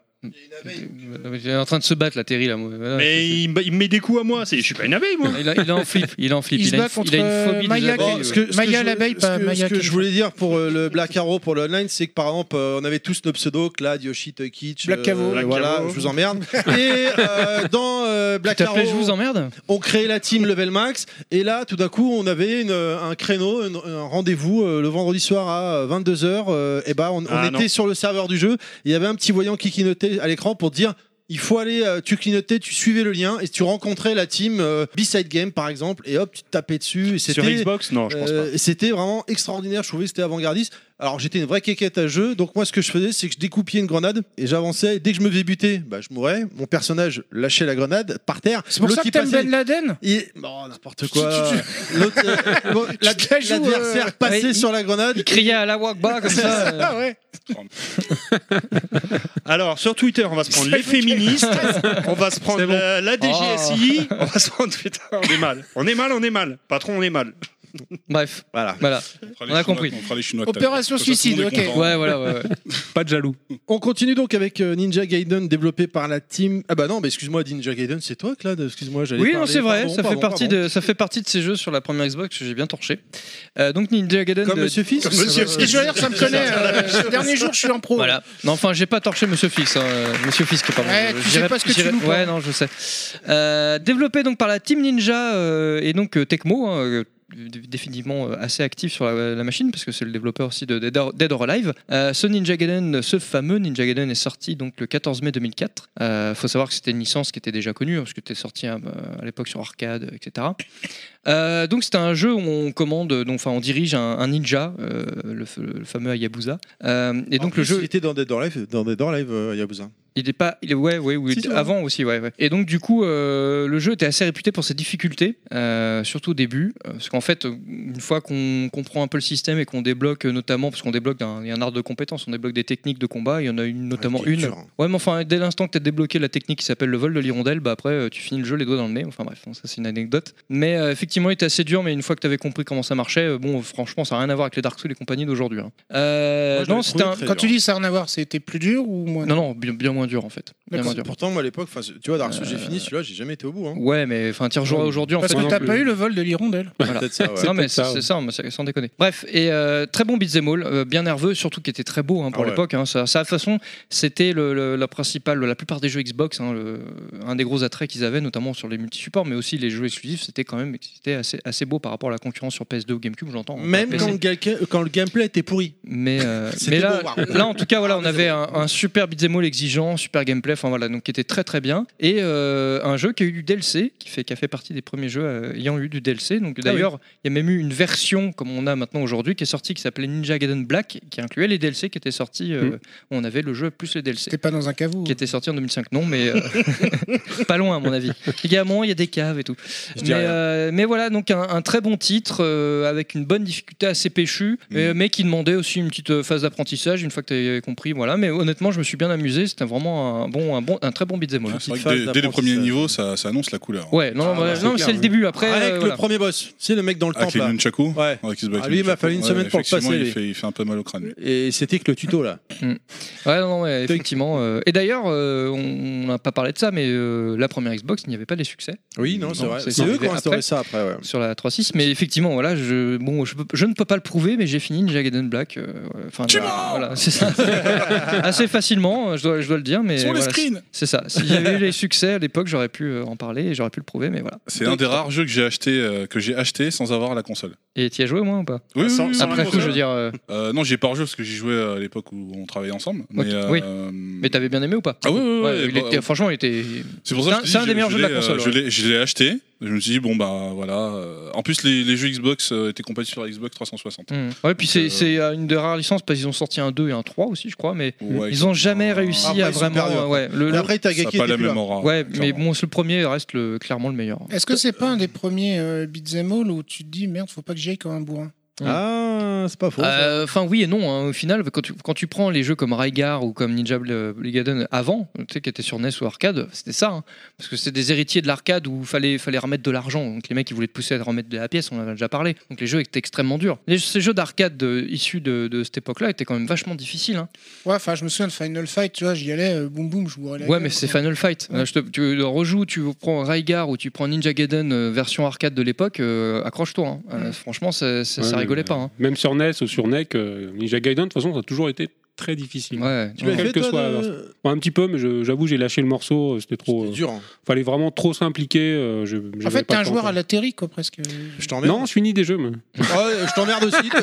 Il est en train de se battre, la Terry, là. Voilà,
Mais
c'est-
il, me- il me met des coups à moi, c'est- je suis pas une abeille moi.
Il, a- il est en flip, il est en flip.
Il se
a une,
bat
f-
contre,
il a
euh,
une phobie des
Maya
abeilles.
Gay.
ouais.
Ce que, ce
Maya
que je-
l'abeille,
ce
pas
que-
Maya
Ce que
quelque
je voulais dire pour euh, le Black Arrow, pour le online, c'est que par exemple, euh, on avait tous nos pseudos, Clad, Yoshi, Kitsch. euh,
Black Cavo. Black
voilà,
Cavo.
je vous emmerde. Et euh, dans euh, Black
Tu
Arrow.
t'appelais Je vous emmerde
On créait la team Level Max et là tout d'un coup on avait une- euh, un créneau, un, un rendez-vous euh, le vendredi soir à 22h et bah on, on
Ah,
était
non.
sur le serveur du jeu, il y avait un petit voyant qui clignotait à l'écran pour dire il faut aller, euh, tu clignotais, tu suivais le lien et tu rencontrais la team euh, B-Side Game par exemple et hop tu te tapais dessus. Et
Sur
c'était-
Xbox Non, je pense
euh, c'était vraiment extraordinaire, je trouvais que c'était avant-gardiste. Alors j'étais une vraie quéquette à jeu, donc moi ce que je faisais c'est que je découpais une grenade et j'avançais. Dès que je me faisais buter, bah, je mourais. Mon personnage lâchait la grenade par terre.
C'est pour
L'autre
ça que
qui
t'aimes
passait- Euh,
Ben Laden
il... Bon, n'importe quoi. L'autre, euh, bon, la-
te la joues,
L'adversaire
euh,
passait
ouais, il-
sur la grenade.
Il criait à la Wagba comme ça. euh.
ouais.
pas. Alors sur Twitter, on va se prendre les féministes, on va se prendre la,
Ah.
la DGSI, on va se prendre. Putain, on est mal. On est mal, on est mal. Patron, on est mal.
Bref.
Voilà.
Voilà.
fera les
On a
Chinois-
compris.
on fera les Chinois de table.
Opération
Comme ça, tout le
suicide,
monde est
ok.
content.
Ouais, voilà, ouais, ouais. Pas de jaloux.
On continue donc avec euh, Ninja Gaiden développé par la team. Ah bah non, mais excuse-moi, Ninja Gaiden, c'est toi, Claude. Excuse-moi, j'allais.
Oui, non,
parler.
c'est vrai,
Pardon,
ça,
pardon,
fait partie
pardon.
De, ça fait partie de ces jeux sur la première Xbox que j'ai bien torché. Euh, donc Ninja Gaiden.
Comme
de-
Monsieur Fils. Comme Monsieur
Parce que je veux dire, ça me connaît. euh, Ces derniers jours, je suis en pro.
Voilà. Non, enfin, j'ai pas torché Monsieur Fisk. hein, euh, Monsieur Fisk, pardon.
Ouais, tu sais
J'irai-
pas ce que tu
j'irai-
loupes,
Ouais,
hein.
non, je sais. Euh, développé donc par la Team Ninja euh, et donc euh, Tecmo. hein, euh, dé- définitivement euh, assez actif sur la, la machine parce que c'est le développeur aussi de Dead or, Dead or Alive. Euh, ce Ninja Gaiden, ce fameux Ninja Gaiden est sorti donc le 14 mai 2004. Euh, faut savoir que c'était une licence qui était déjà connue hein, parce que c'était sorti hein, à l'époque sur arcade, etc. Euh, donc c'est un jeu où on commande, donc, enfin on dirige un, un ninja, euh, le, f- le fameux Hayabusa. Euh, et donc
En
le
plus,
jeu
Il était dans Dead or Alive, dans Dead or Alive, euh, Yabusa.
il est pas, il est ouais, ouais, oui,
Si, c'est
avant aussi, ouais, ouais. Et donc du coup, euh, le jeu était assez réputé pour ses difficultés, euh, surtout au début, euh, parce qu'en fait, euh, une fois qu'on comprend un peu le système et qu'on débloque, euh, notamment, parce qu'on débloque un, il y a un art de compétence, on débloque des techniques de combat. Il y en a une, notamment
qui est
une.
dure, hein.
Ouais, mais enfin, dès l'instant que t'as débloqué la technique qui s'appelle le vol de l'hirondelle, bah après, euh, tu finis le jeu les doigts dans le nez. Enfin bref, ça c'est une anecdote. Mais euh, effectivement, il était assez dur, mais une fois que t'avais compris comment ça marchait, euh, bon, franchement, ça n'a rien à voir avec les Dark Souls et compagnie d'aujourd'hui. hein. Euh,
Moi, je
non,
l'avais
c'était
trouvé
un-
très
quand
Quand tu dis ça a rien à voir, c'était plus dur ou moins
non, non, bien, bien moins dur en fait. Bien moins dur.
Pourtant, moi à l'époque, enfin, tu vois, Dark
Euh,
Souls, j'ai fini celui-là, j'ai jamais été au bout. Hein.
Ouais, mais enfin, tiens, jouer aujourd'hui en
Parce
fait.
que t'as pas eu le vol de l'hirondelle.
Voilà.
Peut-être ça, ouais.
Non, mais
Peut-être ça,
c'est
ouais.
c'est ça, mais c'est- sans déconner. Bref, et euh, très bon beat'em all, euh, bien nerveux, surtout qui était très beau hein, pour
Ah ouais.
l'époque. hein. ça, ça, de toute façon, c'était le- le- la principale, la plupart des jeux Xbox, hein, le- un des gros attraits qu'ils avaient, notamment sur les multisupports, mais aussi les jeux exclusifs, c'était quand même c'était assez, assez beau par rapport à la concurrence sur PS2 ou GameCube, j'entends. hein,
Même
pas
quand
PC.
le, galca- quand le gameplay était pourri.
Mais, euh,
C'était
mais là,
beau, waouh.
là, en tout cas, voilà, on avait un, un super beat'em all exigeant, super gameplay, enfin voilà, donc qui était très très bien. Et euh, un jeu qui a eu du DLC, qui fait, qui a fait partie des premiers jeux euh, ayant eu du DLC. Donc d'ailleurs, il y a même eu une version comme on a maintenant aujourd'hui qui est sortie qui s'appelait Ninja Gaiden Black, qui incluait les DLC qui étaient sortis. euh,
Mm.
où on avait le jeu plus les DLC.
T'es pas dans un caveau.
Qui était sorti en 2005, non, mais euh, pas loin à mon avis. Également, il y a des caves et tout.
Je dis
Mais,
rien.
euh, mais voilà, donc un, un très bon titre euh, avec une bonne difficulté assez péchue, mais, mais qui demandait aussi une petite euh, phase d'apprentissage une fois que tu avais compris. Voilà, mais honnêtement, je me suis bien amusé. C'était vraiment un bon, un bon, un très bon beat'em all.
C'est vrai que dès, dès le premier niveau, ça, ça annonce la couleur.
Ouais, non, ouais, non, c'est le début. Après,
Avec
euh,
le
voilà.
premier boss, c'est le mec dans le
Avec
temple.
les
là.
nunchaku
Ouais.
Avec Isabelle
Ah, lui, il m'a
Nunchaku.
fallu une
Ouais,
semaine pour le
effectivement,
passer, lui.
Il fait, il fait un peu mal au crâne. lui.
Et c'était que le tuto là.
Ouais, non, ouais, effectivement. euh, et d'ailleurs, euh, on on n'a pas parlé de ça, mais euh, la première Xbox, il n'y avait pas les succès.
Oui, non, c'est vrai.
ça,
C'est eux qui
arrivé
ont instauré
après.
ça après. ouais.
sur la 3.6 mais effectivement voilà je bon je, peux- je ne peux pas le prouver mais j'ai fini Ninja Gaiden Black euh, ouais, enfin
Tu
euh,
mens
voilà c'est ça assez facilement euh, je dois, je dois le dire mais
Sur les
voilà,
screens.
c'est- c'est ça si j'avais eu les succès à l'époque j'aurais pu euh, en parler et j'aurais pu le prouver mais voilà
C'est un des rares jeux que j'ai acheté, euh, que j'ai acheté sans avoir la console.
Et t'y as joué au moins ou pas
Oui, oui,
Sans-
oui, oui,
Après
oui,
coup,
oui.
je veux dire. euh,
Euh, non, j'y ai pas rejoué parce que j'y jouais à l'époque où on travaillait ensemble. Mais,
ok,
euh,
oui. Mais t'avais bien aimé ou pas
Ah oui, oui, oui,
Ouais, il
bah,
était- Franchement, il était.
C'est pour ça que
un-
je te dis,
c'est un
je-
des meilleurs
je
jeux de la
l'ai, euh,
console.
Je
ouais.
l'ai, je l'ai acheté. Je me suis dit, bon, bah voilà. euh, En plus, les, les jeux Xbox euh, étaient compatibles sur la Xbox 360.
Mm. Ouais, puis c'est c'est une des rares licences parce qu'ils ont sorti un 2 et un 3 aussi, je crois, mais ils ont jamais réussi
Après,
à
ils sont
vraiment.
perdus,
euh, ouais,
après. Et après, Tagaki Ça a pas était la plus même là. aura,
Ouais, mais bon, c'est le premier reste le, clairement le meilleur.
Est-ce que c'est pas un des premiers euh, beat'em all où tu te dis merde, faut pas que j'y aille comme un bourrin
Ah, c'est pas faux. ça.
Euh, Enfin, oui et non. hein. Au final, quand tu, quand tu prends les jeux comme Raigar ou comme Ninja Bl- Bligaden avant, tu sais, qui étaient sur NES ou arcade, c'était ça. hein. Parce que c'était des héritiers de l'arcade où il fallait, fallait remettre de l'argent. Donc les mecs, ils voulaient te pousser à te remettre de la pièce, on en a déjà parlé. Donc les jeux étaient extrêmement durs. Les- ces jeux d'arcade euh, issus de, de cette époque-là étaient quand même vachement difficiles. hein.
Ouais, enfin, je me souviens de Final Fight, tu vois, j'y allais, euh, boum boum, je bourrais la
Ouais,
gueule,
mais c'est
quoi.
Final Fight.
Ouais.
Là, je te- tu le rejoues, tu prends Raigar ou tu prends Ninja Gaiden euh, version arcade de l'époque, euh, accroche-toi. hein. Euh, franchement, ça, ça, ça
Ouais,
rigolait
mais-
pas. hein.
Même sur NES ou sur NEC, euh, Ninja Gaiden, de toute façon, ça a toujours été très difficile.
Ouais. Tu
l'as
Quel
fait,
que
toi,
soit la
de-
version. Ouais, un petit peu, mais je- j'avoue, j'ai lâché le morceau, euh, c'était trop. euh,
euh, dur, hein.
Fallait vraiment trop s'impliquer. euh, je-
En
j'avais
fait, t'es
pas
un
le temps,
joueur
quoi.
à la terry, quoi, presque.
Je
Ah,
Non, je finis des jeux. mais-
Ouais, je t'emmerde aussi, toi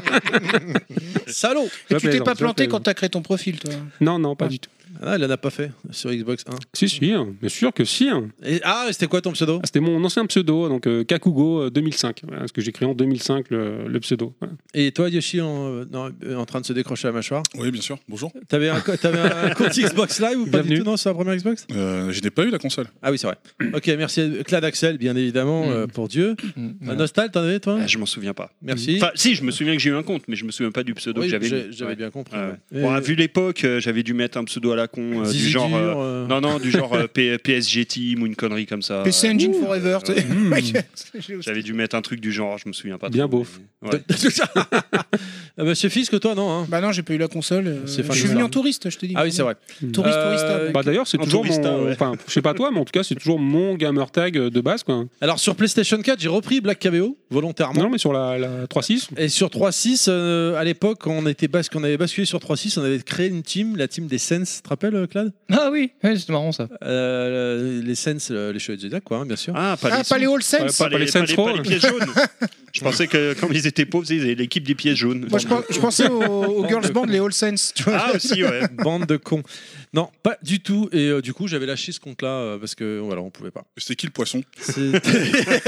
aussi. Salaud
Et
Je
tu t'es
plaisante,
pas
je
planté
plaisante.
quand t'as créé ton profil, toi.
Non, non, pas du tout.
Ah, il en a pas fait sur Xbox 1.
Si, si, hein, bien sûr que si. hein.
Et- ah, c'était quoi ton pseudo
Ah, C'était mon ancien pseudo, donc euh, Kakugo euh, 2005. Voilà, parce que j'ai créé en 2005 le, le pseudo. voilà.
Et toi, Yoshi, en, euh, non, euh, en train de se décrocher la mâchoire
Oui, bien sûr. Bonjour.
T'avais un, co- t'avais un compte Xbox Live ou pas
Bienvenue.
du tout Non, sur la première Xbox
Euh, je n'ai pas eu la console.
Ah oui, c'est vrai. ok, merci. à Clad Axel, bien évidemment, euh, pour Dieu. Euh, Nostal, t'en avais, toi
Ah, je m'en souviens pas.
Merci.
Enfin, si, je me souviens que j'ai eu un compte, mais je me souviens pas du pseudo
Oui,
que j'avais.
j'ai-
mis.
j'avais bien compris, ouais.
Bon,
Et-
à vu l'époque, euh, j'avais dû mettre un pseudo à la con euh, du
Zizi
genre.
dur,
euh,
euh.
Non, non, du genre euh, P- PSG Team ou une connerie comme ça.
PC
Euh,
Engine Forever, tu sais.
J'avais dû mettre un truc du genre, je me souviens pas.
Bien
trop,
beauf.
mais- ouais.
Ah, Monsieur Fisk, toi, non hein
Bah non, j'ai pas eu la console. euh,
C'est fin
Je suis
de
venu
ça.
en touriste, je te dis.
Ah oui, c'est vrai.
Touriste,
Euh,
tourista, mec.
Bah, D'ailleurs, c'est
En
toujours
tourista,
hein,
mon.
ouais.
Enfin, je sais pas toi, mais en tout cas, c'est toujours mon gamer tag euh, de base. Quoi.
Alors, sur PlayStation 4, j'ai repris Black KBO,
Ah,
volontairement.
Non, mais sur la, la 3.6.
Et sur 3.6, euh, à l'époque, on, était bas- qu'on avait basculé sur 3.6, on avait créé une team, la team des Sens. Tu te rappelles, euh, Clad
Ah oui, ouais, c'était marrant ça.
Euh, Les Sens, euh, les Chevaliers du Zodiac, quoi, hein, bien sûr.
Ah, pas
Ah,
les,
pas les All Saints.
Ouais, pas,
Pas
les,
les
pas
Saints
les-
Row.
pas les pièces jaunes. je pensais que quand ils étaient pauvres, ils avaient l'équipe des pièces jaunes.
Moi, je, pen- je pensais aux, aux Girls Band, les All Saints. Tu vois.
Ah, aussi, ouais.
Bande de cons. Non, pas du tout. Et euh, du coup, j'avais lâché ce compte-là euh, parce que voilà, on pouvait pas.
C'était qui le poisson
C'est-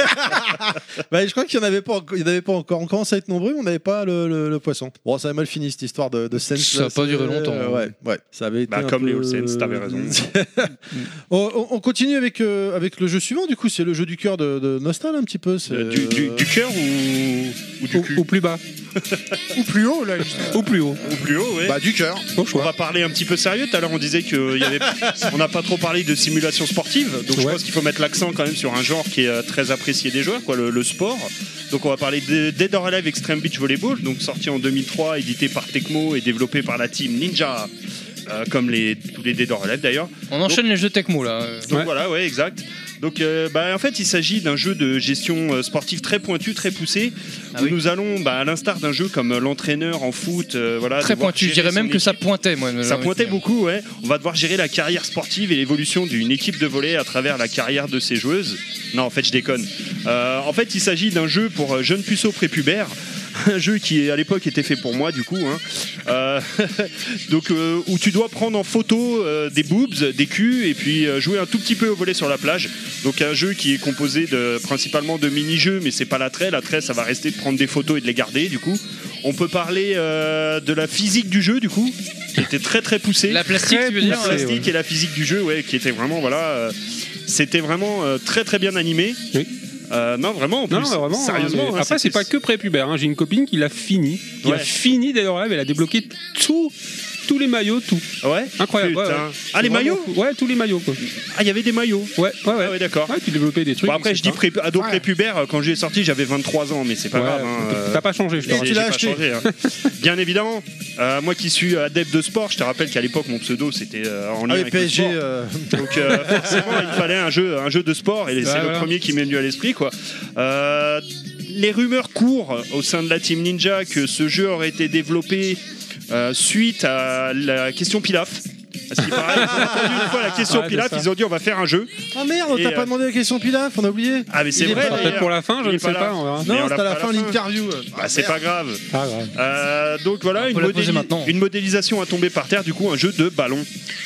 bah, je crois qu'il n'y en, avait pas enco- il y en avait pas encore. On commençait à être nombreux, mais on n'avait pas le, le- le poisson. Bon, ça a mal fini cette histoire de, de Sense.
Ça a
là,
pas
c'est-
duré longtemps,
euh,
hein.
ouais, ouais. Ça avait été
Bah,
un
comme les
peu-
All Saints, t'avais raison.
on, on- on continue avec, euh, avec le jeu suivant, du coup. C'est le jeu du cœur de, de Nostal, un petit peu. c'est-
Euh, du, du, du cœur ou, ou du cul
Au plus bas.
Ou plus haut, là. justement.
Au plus haut.
Ou plus
euh,
haut, ouais.
Bah, du cœur.
on va parler un petit peu sérieux. Tout à l'heure, on disait qu'on n'a pas trop parlé de simulation sportive. Donc, je pense qu'il faut mettre l'accent quand même sur un genre qui est euh, très apprécié des joueurs, quoi, le, le sport. Donc, on va parler de Dead or Alive Extreme Beach Volleyball, donc sorti en 2003, édité par Tecmo et développé par la team Ninja, euh, comme les, tous les Dead or Alive d'ailleurs.
On enchaîne les jeux Tecmo là. euh.
Donc voilà, ouais, exact. Donc euh, bah, en fait, il s'agit d'un jeu de gestion euh, sportive très pointu, très poussé.
Ah
où Nous allons, bah, à l'instar d'un jeu comme euh, l'entraîneur en foot, euh, voilà.
Très
devoir
pointu, je
gérer
dirais
son
même que
équipe.
ça euh, pointait moi.
Ça pointait beaucoup, ouais. On va devoir gérer la carrière sportive et l'évolution d'une équipe de volley à travers la carrière de ses joueuses. Non, en fait, je déconne. Euh, en fait, il s'agit d'un jeu pour euh, jeunes puceaux prépubères. Un jeu qui à l'époque était fait pour moi du coup, hein. Euh, donc euh, où tu dois prendre en photo euh, des boobs, des culs et puis euh, jouer un tout petit peu au volet sur la plage. Donc un jeu qui est composé de principalement de mini-jeux, mais c'est pas l'attrait. L'attrait, ça va rester de prendre des photos et de les garder du coup. On peut parler euh, de la physique du jeu du coup, qui était très très poussée.
La plastique,
Très
tu veux dire,
poussée,
ouais.
plastique et la physique du jeu, ouais, qui était vraiment voilà, euh, c'était vraiment euh, très très bien animé. Euh, non vraiment, en plus,
Non, mais vraiment.
sérieusement.
mais
hein,
après, c'est
c'était-
pas que prépubère. hein. J'ai une copine qui l'a fini. Qui a
Ouais.
fini d'ailleurs là, elle a débloqué tout, tous les maillots, tout.
Ouais.
Incroyable.
Putain.
ouais, ouais.
Ah, les
Vraiment
maillots
fou. Ouais, tous les maillots. Quoi.
Ah, il y avait des maillots.
Ouais, ouais, ouais.
Ah ouais, d'accord.
Ouais, tu développais des trucs.
Bon, après, je dis
etc.
pré ado prépubère, euh, quand je l'ai sorti, j'avais 23 ans, mais c'est pas
Ouais,
grave. hein, euh,
T'as pas changé, je
j'ai-
pense.
j'ai pas changé, hein. Bien évidemment. Euh, moi qui suis adepte de sport, je te rappelle qu'à l'époque, mon pseudo, c'était euh, en lien
Ah oui,
avec le
PSG.
sport.
euh,
Donc euh, forcément, il fallait un jeu, un jeu de sport et c'est
Ouais,
le
voilà.
premier qui m'est venu à l'esprit quoi. Euh, les rumeurs courent au sein de la team Ninja que ce jeu aurait été développé euh, suite à la question Pilaf. Parce qu'il paraît, ils ont entendu une fois la question
Ouais,
Pilaf,
c'est ça.
ils ont dit on va faire un jeu.
Ah merde,
Et,
t'as
euh,
pas demandé la question Pilaf, on a oublié.
Ah mais c'est
Il est
vrai.
pas là.
d'ailleurs.
pour la fin, je
Il est
ne sais
là.
pas, on verra.
Mais
Non,
on
c'est à la
pas
fin de l'interview. Ah,
Bah, c'est pas grave.
Pas grave.
Euh, donc voilà, une,
la
modéli-
poser maintenant. hein.
une modélisation à tomber par terre, du coup, un jeu de ballon.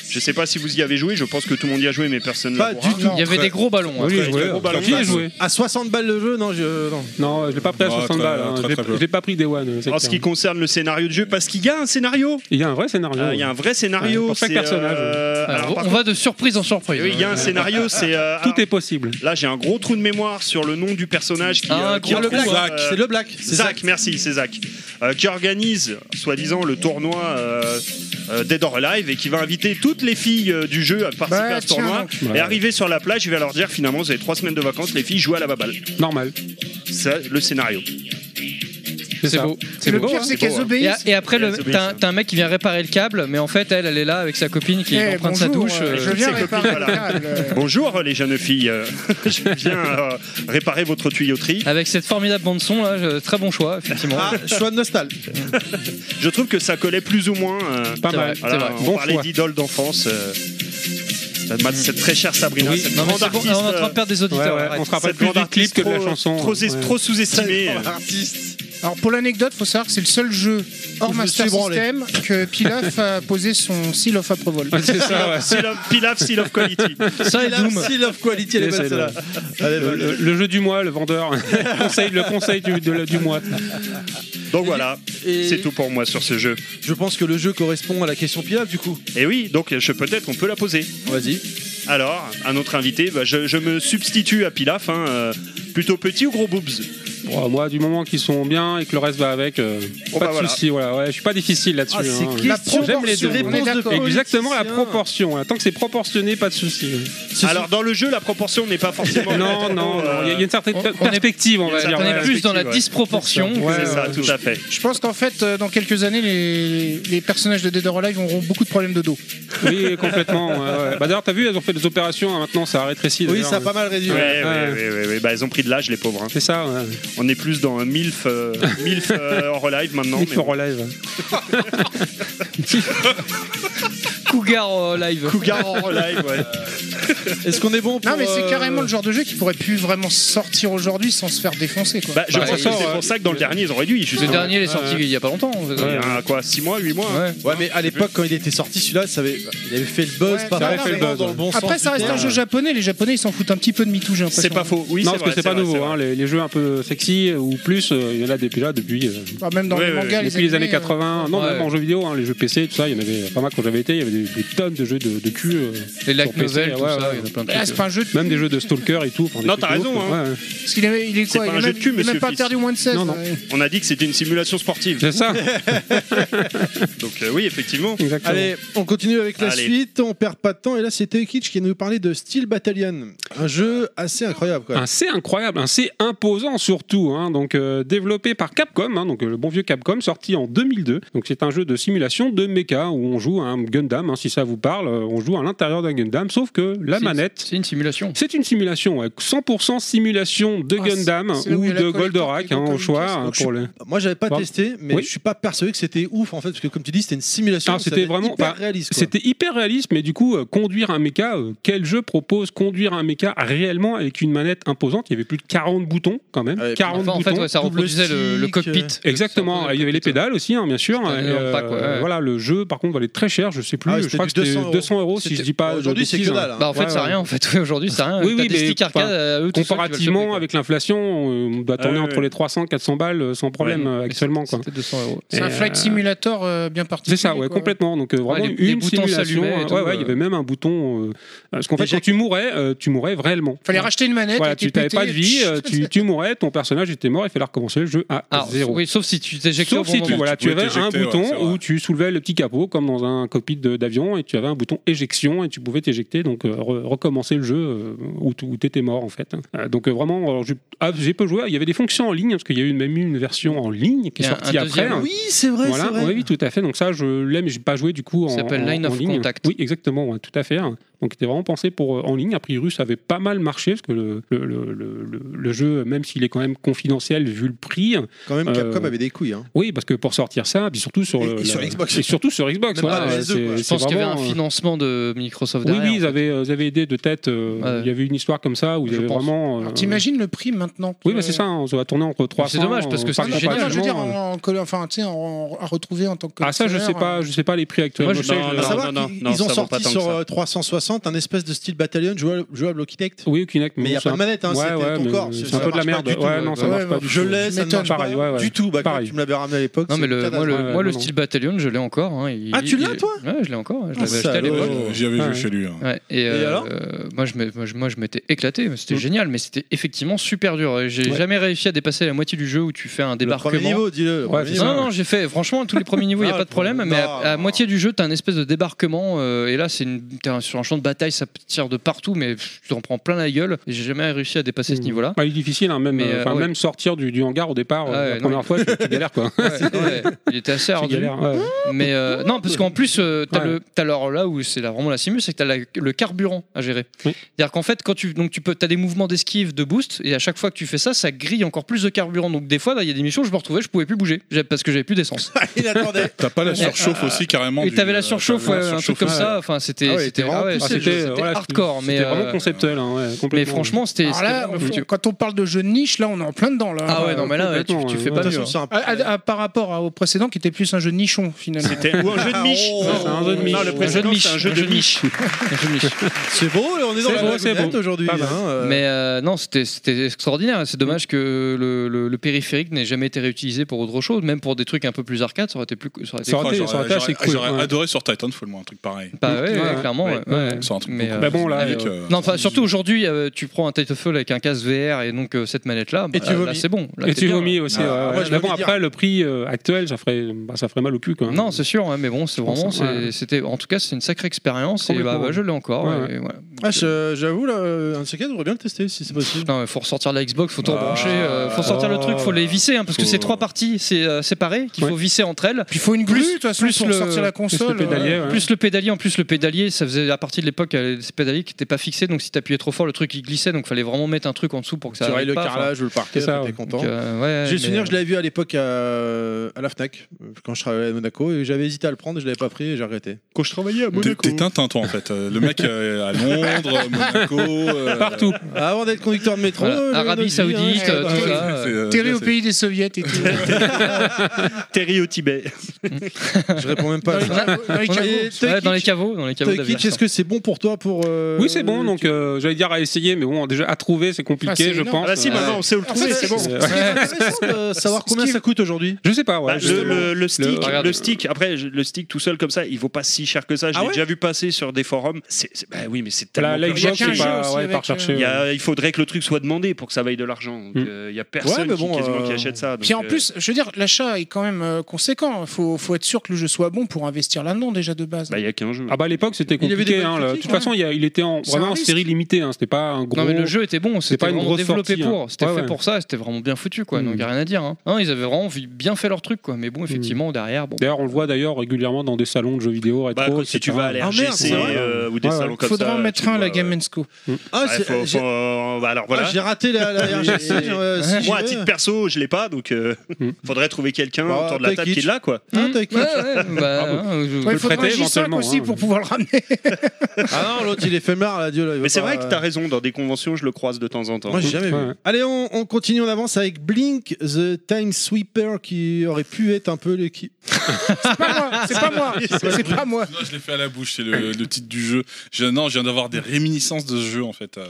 Je sais pas si vous y avez joué, je pense que tout le monde y a joué, mais personne
Pas
ne l'aura.
du tout. Il y avait des gros
ballons,
Très, très gros ballons.
À 60 balles le jeu, non, je. Non.
Non, je l'ai pas pris à
Ah,
60
très-
balles. hein.
très,
Je l'ai-
très peu.
Je l'ai pas pris des One.
En ce qui concerne le scénario de jeu, parce qu'il y a un scénario.
Il y a un vrai scénario.
Ah, il y a un vrai scénario,
Oh. Ouais, pour chaque
c'est,
personnage.
euh,
ouais.
alors, par
on va de surprise en surprise.
Oui, il y a un scénario, c'est. euh,
Tout est possible.
Là, j'ai un gros trou de mémoire sur le nom du personnage qui,
Ah,
euh, qui
gros le
retrouve,
Black.
euh,
C'est le Black, c'est
Zach, merci, c'est Zach. Euh, qui organise, soi-disant, le tournoi euh, euh, Dead or Alive et qui va inviter toutes les filles euh, du jeu à participer
Bah,
à ce tournoi.
tiens donc.
Et arrivé sur la plage, il va leur dire finalement, vous avez trois semaines de vacances, les filles jouent à la baballe.
Normal.
C'est le scénario.
C'est beau.
C'est
beau,
beau,
hein.
hein. C'est beau, hein.
Et, a- et après,
Et
le-
elles obéissent,
t'as un-
hein.
t'as un mec qui vient réparer le câble, mais en fait, elle, elle est là avec sa copine qui
Eh,
est en train de sa
bonjour,
douche.
euh,
euh,
je viens réparer le câble.
euh.
Bonjour les jeunes filles, euh, je viens euh, réparer votre tuyauterie.
Avec cette formidable bande son là, je- très bon choix effectivement.
Ah, choix
de nostal.
Je trouve que ça collait plus ou moins. euh,
Pas mal,
voilà,
c'est vrai.
On
Bon
parlait
choix.
d'idoles d'enfance. euh, cette- cette très chère Sabrina,
Oui,
cette
non, mais
grande
c'est bon,
artiste.
on est en train de perdre des auditeurs,
ouais,
arrête.
ouais,
On se rappelle
cette
plus
grande
du
artiste
clip que de la
trop-
chanson, hein.
Trop,
ouais.
trop sous-estimée. euh.
Alors pour l'anecdote, faut savoir que c'est le seul jeu hors
me
Master
suis branlé.
System que Pilaf a posé son Seal of Approval.
Seal of- Pilaf, Seal of Quality.
Ça et Doom.
Seal of Quality, elle est
Yes,
bonne,
I
celle-là. Euh,
love.
Allez,
le,
vas-y.
le- le jeu du mois, le vendeur. Le conseil, le conseil du, de la- du mois.
Donc voilà, c'est tout pour moi sur ce jeu.
Je pense que le jeu correspond à la question Pilaf du coup.
Et oui, donc je- peut-être on peut la poser.
Vas-y.
Alors, à notre invité, bah, je, je me substitue à Pilaf. hein, euh, plutôt petit ou gros boobs
Bon, moi, du moment qu'ils sont bien et que le reste va avec, euh,
Bon,
pas
bah,
de
voilà.
soucis. Voilà, ouais, je suis pas difficile là-dessus.
Ah, c'est
hein.
question, La proportion,
J'aime les deux.
réponse
On est
de
d'accord.
politicien.
Exactement la proportion. hein. Tant que c'est proportionné, pas de soucis.
Alors dans le jeu, la proportion n'est pas forcément. Euh,
Non, non, non, il y a- il y a une certaine per-
on est-
perspective, on va
il y a une
dire.
certaine
Ouais.
plus dans la
perspective, ouais.
disproportion.
C'est
Ouais,
ça,
ouais.
tout à fait.
Je pense qu'en fait, euh, dans quelques années, les, les personnages de Dead or Alive auront beaucoup de problèmes de dos.
Oui, complètement. ouais, ouais. Bah, D'ailleurs, t'as vu, elles ont fait des opérations. hein, maintenant, ça a rétréci. d'ailleurs.
réduit. Ouais, ouais, ouais, ouais, ouais. Bah, ils ont pris de l'âge, les pauvres.
C'est ça.
On est plus dans un MILF, euh, MILF euh, hors live maintenant.
Milf
mais bon.
hors live.
Cougar euh, live.
Cougar hors live, ouais.
Est-ce qu'on est bon euh,
Non, mais c'est carrément le genre de jeu qui pourrait plus vraiment sortir aujourd'hui sans se faire défoncer. Quoi.
Bah, je
Bah,
pense que
il-
c'est pour ça que dans le dernier, ils ont réduit.
Le
justement.
dernier il est sorti
Ouais.
il y a pas longtemps.
Il y a quoi 6 mois, 8 mois hein.
Ouais, mais à l'époque, quand il était sorti, celui-là, ça avait- il avait fait le buzz,
Ouais,
pas
ça avait
vraiment
fait le buzz,
dans
ouais.
le bon sens.
Après, ça reste un jeu japonais. Les japonais, ils s'en foutent un petit peu de MeToo, j'ai l'impression.
C'est pas faux. Oui,
non,
c'est
parce que
vrai,
c'est pas
vrai,
nouveau.
vrai.
hein, les, les jeux un peu sexy euh, ou plus, euh, il y en a des- déjà depuis. euh,
Ah, même dans
Ouais,
les
ouais,
mangas, les
depuis les
animés,
années 80.
euh,
non,
ouais.
même en jeux vidéo, hein, les jeux PC, tout ça, il y en avait pas mal quand j'avais été. Il y avait des, des tonnes de jeux de, de cul. euh,
Les
sur
light
PC,
novels, tout
ouais,
ça,
ouais.
il y en a plein de
Ah,
trucs.
c'est
euh.
pas un jeu de-
Même des jeux de stalker et tout. enfin, des
Non,
trucs
t'as
de
raison,
ouf,
hein.
ouais.
Parce qu'il est, il est
C'est
quoi
pas
Il
un
est
jeu
même,
de cul,
il est même
monsieur
pas
Fils.
interdit au moins de 16. ouais.
On a dit que c'était une simulation sportive.
C'est ça.
Donc euh, oui, effectivement.
Allez, on continue avec la
Allez.
suite, on perd pas de temps. Et là, c'était Kitsch qui nous parlait de Steel Battalion. Un jeu assez incroyable, quoi.
Un C incroyable, un C imposant surtout. hein. donc euh, développé par Capcom, hein, donc euh, le bon vieux Capcom, sorti en 2002. Donc c'est un jeu de simulation de mecha où on joue à un Gundam. hein, si ça vous parle, euh, on joue à l'intérieur d'un Gundam, sauf que la
C'est une-
manette.
C'est une simulation.
C'est une simulation, ouais. 100% simulation de
c'est-
Gundam
Ah, c'est là où
ou
il y a la
de
collector-
Goldorak, hein, au choix. hein, pour le...
Moi, j'avais pas
Pardon
testé, mais
Oui.
je suis pas persuadé que c'était ouf en fait, parce que comme tu dis, c'était une simulation.
Ah,
ça
c'était
avait
vraiment
hyper
bah,
réaliste. quoi.
C'était hyper réaliste, mais du coup, euh, conduire un méca, euh, quel jeu propose conduire un méca réellement avec une manette imposante Il y avait plus de 40 boutons quand même. 40
enfin, en
boutons.
fait, Ah ouais, ça
double
reproduisait le- le
stick,
cockpit.
euh, Exactement. Il y avait les pédales aussi, hein, bien sûr.
un
Et,
énorme
euh,
pack, ouais, ouais.
Voilà, le jeu, par contre, valait très cher. Je sais plus.
Ah ouais,
je crois que
c'était du
c'était
200 euros.
200 euros, si
C'était-
je dis pas. de
Aujourd'hui, c'est que
bêtises,
dalle, hein. Bah, en fait, c'est rien, en fait. Ouais, aujourd'hui, c'est rien.
Oui,
T'as
oui,
des
mais
sticks arcade,
enfin,
euh, eux, tout seuls, ils veulent se
comparativement
payer,
avec l'inflation, on doit tourner
Ah, ouais,
entre
ouais.
les 300, 400 balles euh, sans problème
Ouais.
euh, actuellement. quoi.
C'est
Et,
un flight
euh,
simulator euh, bien particulier.
c'est ça, ouais,
quoi.
complètement. Donc euh, vraiment
Ouais, les- les
une
boutons
simulation.
s'allumaient et
ouais,
tout,
ouais,
euh.
il y avait même un bouton. euh, parce qu'en fait, quand tu mourais, euh, tu mourais réellement.
Fallait racheter une manette.
Voilà,
elle était
tu n'avais
pétée.
pas de vie, euh, tu, tu mourais, ton personnage était mort, il fallait recommencer le jeu à
Alors,
zéro.
Ah, oui, sauf si tu t'éjectais
Sauf
au
si
bon
tu,
moment.
voilà,
Tu
tu
pouvais
avais un
t'éjecter, ouais,
bouton
c'est vrai.
où tu soulevais le petit capot comme dans un cockpit de- d'avion et tu avais un bouton éjection et tu pouvais t'éjecter donc euh, re- recommencer le jeu euh, où tu étais mort en fait. Euh, donc euh, vraiment, alors, j'ai ah, j'ai peu joué. Il y avait des fonctions en ligne parce qu'il y a eu même eu une version en ligne qui
Il
est
y a un
sortie après.
deuxième.
hein.
Oui, c'est vrai,
Voilà,
c'est vrai.
oui, oui, tout à fait. Donc ça, je l'ai mais j'ai pas joué du coup en.
Ça s'appelle
en-
Line
en
of
ligne.
Contact.
Oui, exactement, ouais, tout à fait. Donc c'était vraiment pensé pour euh, en ligne. A priori, ça avait pas mal marché parce que le, le, le- le- le jeu, même s'il est quand même confidentiel vu le prix.
Quand même, Capcom avait des couilles. Hein.
Oui, parce que pour sortir ça, puis surtout sur,
Et-
le,
et sur Xbox.
et surtout sur Xbox.
Même
voilà,
pas
c'est-
PS2, quoi.
c'est
Je pense qu'il y avait
vraiment,
un
euh,
financement de Microsoft
Oui,
derrière.
oui, ils avaient, euh, ils avaient aidé de tête. euh,
Ouais.
Il y avait une histoire comme ça où ils
Je
avaient
pense.
vraiment. euh,
T'imagines le prix maintenant
Oui, bah, c'est ça, hein, ça va tourner entre 300
c'est dommage, parce que
euh,
c'était
par
génial.
Non, je veux dire,
comparaison, euh.
en, en colle- enfin, tu sais, en- en- à retrouver en tant que.
Ah, ça, je sais
collectionneur,
pas, je sais pas les prix actuels.
Moi,
Moi,
je
je
sais
sais
que-
que-
à savoir qu'ils- ils ont sorti sur euh, 360 un espèce de style Battalion jouable, jouable au Kinect.
Oui, Kinect.
Mais il n'y a
ça-
pas de manette, hein,
Ouais,
c'était
ouais,
ton
mais
corps.
C'est
ça
un peu de
marche
la
pas
merde.
du tout.
Ouais, non, ça
Ouais,
marche pas du
Je
tout.
laisse, ça ne marche
Pareil, ouais,
pas
ouais.
du tout. Bah, quand
Pareil.
Tu me l'avais ramené à l'époque.
Non, mais
c'est une
le, moi,
catastrophe.
le, moi, le style Battalion, je l'ai encore. hein, il-
Ah, tu
il-
l'as, toi
Ouais, je l'ai encore. hein, je
Ah,
l'avais acheté à
salaud.
l'époque.
Euh, j'y avais joué chez lui, hein.
Ouais, et euh,
alors Mmh.
euh, moi, je m'ai- moi, je- moi, je m'étais éclaté. mais C'était génial, mais c'était effectivement super dur. Et J'ai
Ouais.
jamais réussi à dépasser la moitié du jeu où tu fais un débarquement.
premier niveau, dis-le, le
Ouais,
premier
c'est ça.
niveau.
non, non, j'ai fait. Franchement, tous les premiers niveaux, il n'y a
Ah,
pas de problème.
le
Mais
premier-
à, à moitié du jeu, t'as un espèce de débarquement. euh, et là, c'est une- t'es un- sur un champ de bataille, ça tire de partout, mais pff, tu t'en prends plein la gueule. Et J'ai jamais réussi à
Mmh.
dépasser ce niveau-là.
Ouais, il est difficile, hein, même,
Mais,
euh, enfin,
ouais.
même sortir du, du hangar au départ, euh,
Ah ouais,
la
non,
première
mais-
fois, tu, tu galères quoi.
Ouais, il était assez ardu.
galères, ouais.
Mais euh, non, parce qu'en plus, euh, t'as le, t'as alors là où c'est la- vraiment la simu, c'est que t'as la- le carburant à gérer. C'est-à-dire qu'en fait, quand tu, donc tu peux, t'as des mouvements d'esquive, de boost, et à chaque fois que tu fais ça, ça grille encore plus de carburant. Donc des fois, bah, il y a des missions, je me retrouvais, je pouvais plus bouger j'avais- parce que j'avais plus d'essence.
Il attendait.
T'as pas la
Et-
surchauffe aussi carrément
Et
du-
t'avais la
euh,
surchauffe,
t'as la
ouais, un truc
surchauffe,
comme
ouais.
ça. Enfin, c'était,
Ah ouais,
c'était,
t'es vraiment
ah ouais,
poussé,
c'était-
le jeu,
c'était
c'était-
hardcore, mais
C'était vraiment
euh,
conceptuel. hein, ouais,
mais
complètement.
franchement, c'était.
Alors Ah, là,
c'était
on-
vraiment foutu.
quand on parle de jeu de niche, là, on est en plein dedans. Là,
Ah ouais,
Euh,
non, mais là, tu-
complètement,
tu
ouais.
fais pas
De
mieux,
toute façon,
hein.
c'est un- à- à- Ah, Par rapport à- au précédent, qui était plus un jeu de nichon, finalement.
C'était ou un jeu de miche.
Oh.
Ouais, c'est un jeu de miche.
Non,
Un jeu
le
de
précédent,
miche.
c'est un jeu
Un
de
jeu de
miche.
C'est beau, on est dans
C'est
la
beau, c'est
blagounette
beau.
aujourd'hui.
Pas mal.
hein, euh.
Mais euh, non, c'était- c'était extraordinaire. C'est
Mm.
dommage que le, le- le périphérique n'ait jamais été réutilisé pour autre chose, même pour des trucs un peu plus arcade, ça aurait été plus. Ça aurait été
Ça aurait
cool.
été- j'aurais- j'aurais- J'aurais adoré sur Titanfall, moi, un truc pareil.
Bah ouais, ouais, clairement. ouais, ouais.
C'est un truc
Mais,
beaucoup
euh,
plus
avec,
dynamique, euh,
non, enfin, surtout aujourd'hui, euh, tu prends un Titanfall avec un casque VR et donc euh, cette manette-là, bah,
tu
là
vomis.
c'est bon. Là, Ah,
et
t'es
tu
bien.
vomis aussi. ouais, ouais. mais bon, après, le prix euh, actuel, ça ferait, bah, ça ferait mal au cul quand même.
Non, c'est sûr, hein, mais bon, c'est
pense,
vraiment, c'est-
ouais.
c'était, en tout cas, c'est une sacrée expérience et bah,
Complètement.
bah, je l'ai encore.
Ouais,
et
ouais.
voilà.
Ah, je- J'avoue, là, un de ces quatre, j'aurais bien le tester si c'est possible.
Non, mais faut ressortir la Xbox, faut tout
Ah.
rebrancher, euh, faut sortir le truc, faut les visser, hein, parce que c'est trois parties c'est, euh, séparées qu'il faut visser entre elles.
Puis il faut une grue, de toute façon,
plus
pour
le-
sortir la console. euh,
plus le pédalier,
ouais.
ouais.
Plus le pédalier, en plus le pédalier, ça faisait à partir de l'époque euh, ces pédaliers qui n'étaient pas fixés, donc si t'appuyais trop fort, le truc il glissait, donc fallait vraiment mettre un truc en dessous pour que ça.
Tu aurais
arrive
le
pas,
carrelage
enfin.
ou le parquet,
C'est ça,
t'es
ouais.
content.
Donc, euh, ouais,
J'ai le
mais,
souvenir,
euh,
je l'avais vu à l'époque à, à la Fnac, euh, quand je travaillais à Monaco, et j'avais hésité à le prendre, je l'avais pas pris et j'ai arrêté.
Quand je travaillais à Monaco. T'es Tintin, toi, en fait. Euh, Le mec euh, à Londres, à Monaco. euh,
Partout.
Avant d'être conducteur de métro,
Voilà.
euh,
Arabie
notre vie, hein.
Saoudite,
Eh,
euh,
bah,
tout
oui.
ça,
C'est, euh,
Terré
bien,
au
c'est-
pays des soviets et tout.
Terry au Tibet.
Je réponds même pas. à ça. Et Toy
euh, Ouais, dans les
Kitsch,
caveaux, dans les caveaux
Toy
d'aviation.
Kitsch, est-ce que c'est bon pour toi pour euh,
Oui, c'est bon, donc euh, j'allais dire à essayer, mais bon, déjà à trouver, c'est compliqué,
Ah, c'est
je
énorme.
pense.
Ah, bah si, maintenant, on sait où le trouver, c'est bon.
Euh,
Ce qui est
ouais.
intéressant de euh, savoir combien
Ce qui-
ça coûte aujourd'hui.
Je sais pas, ouais.
Bah,
le, le- le stick, le,
regarde.
stick. Après, je- le stick tout seul comme ça, il vaut pas si cher que ça. Je
Ah
l'ai
ouais
déjà vu passer sur des forums. C'est, c'est- bah oui, mais c'est tellement.
La- la
plus cher.
Xbox, c'est pas- ouais, pas recherché,
Il, y a- il faudrait que le truc soit demandé pour que ça vaille de l'argent. Donc, euh, Il y a personne
mais
qui-
bon,
quasiment qui
euh,
achète ça. Donc,
Puis en
euh,
plus, je veux dire, l'achat est quand même euh, conséquent. Faut, faut être sûr que le jeu soit bon pour investir là-dedans déjà de base.
bah, il y a qu'un jeu.
Ah bah à l'époque c'était
Il y avait des
compliqué.
bonnes
hein, là. De
critiques,
toute façon,
ouais.
il, y a- il était en,
C'est
vraiment
un
en
risque.
série limitée. hein, C'était pas un gros.
Non mais le jeu était bon,
c'était
c'était
pas une
vraiment
grosse
développé
sortie, hein.
pour, c'était
Ouais, Hmm.
fait
ouais.
pour ça, c'était vraiment bien foutu quoi, donc y a rien à dire. Hein. Non, ils avaient vraiment vi- bien fait leur truc quoi, mais
Hmm.
bon effectivement derrière bon.
D'ailleurs, on le voit d'ailleurs régulièrement dans des salons de jeux vidéo
Bah,
rétro.
quand- si
etc. Ah,
tu vas à l'RGC euh, ou des salons comme ça.
Faudra en mettre
tu
un à
vois,
la Game Co.
Ah,
Ouais,
c'est-
faut-
euh,
j'ai-
faut- bah, alors
Ah,
voilà.
j'ai raté la, la RGC. euh, si j'y
Moi, à
vais.
titre perso, je l'ai pas, donc euh, faudrait trouver quelqu'un
Bah,
autour de la
Take
table qui
It.
l'a, quoi.
Bah,
Hmm.
Hein, Toy Kitsch
bah, hein,
Ouais, il faudra un J5 aussi pour pouvoir le ramener.
Ah non, l'autre il est fémard, là, Dieu. là, il veut
Mais c'est
pas, euh,
vrai que t'as raison, dans des conventions, je le croise de temps en temps.
Moi, j'ai jamais vu. Allez, on, on continue, on avance avec Blink, The Time Sweeper, qui aurait pu être un peu l'équipe.
C'est pas moi, c'est pas moi.
Non, je l'ai fait à la bouche, c'est le, le titre du jeu. Je, non, je viens d'avoir des réminiscences de ce jeu en fait. euh.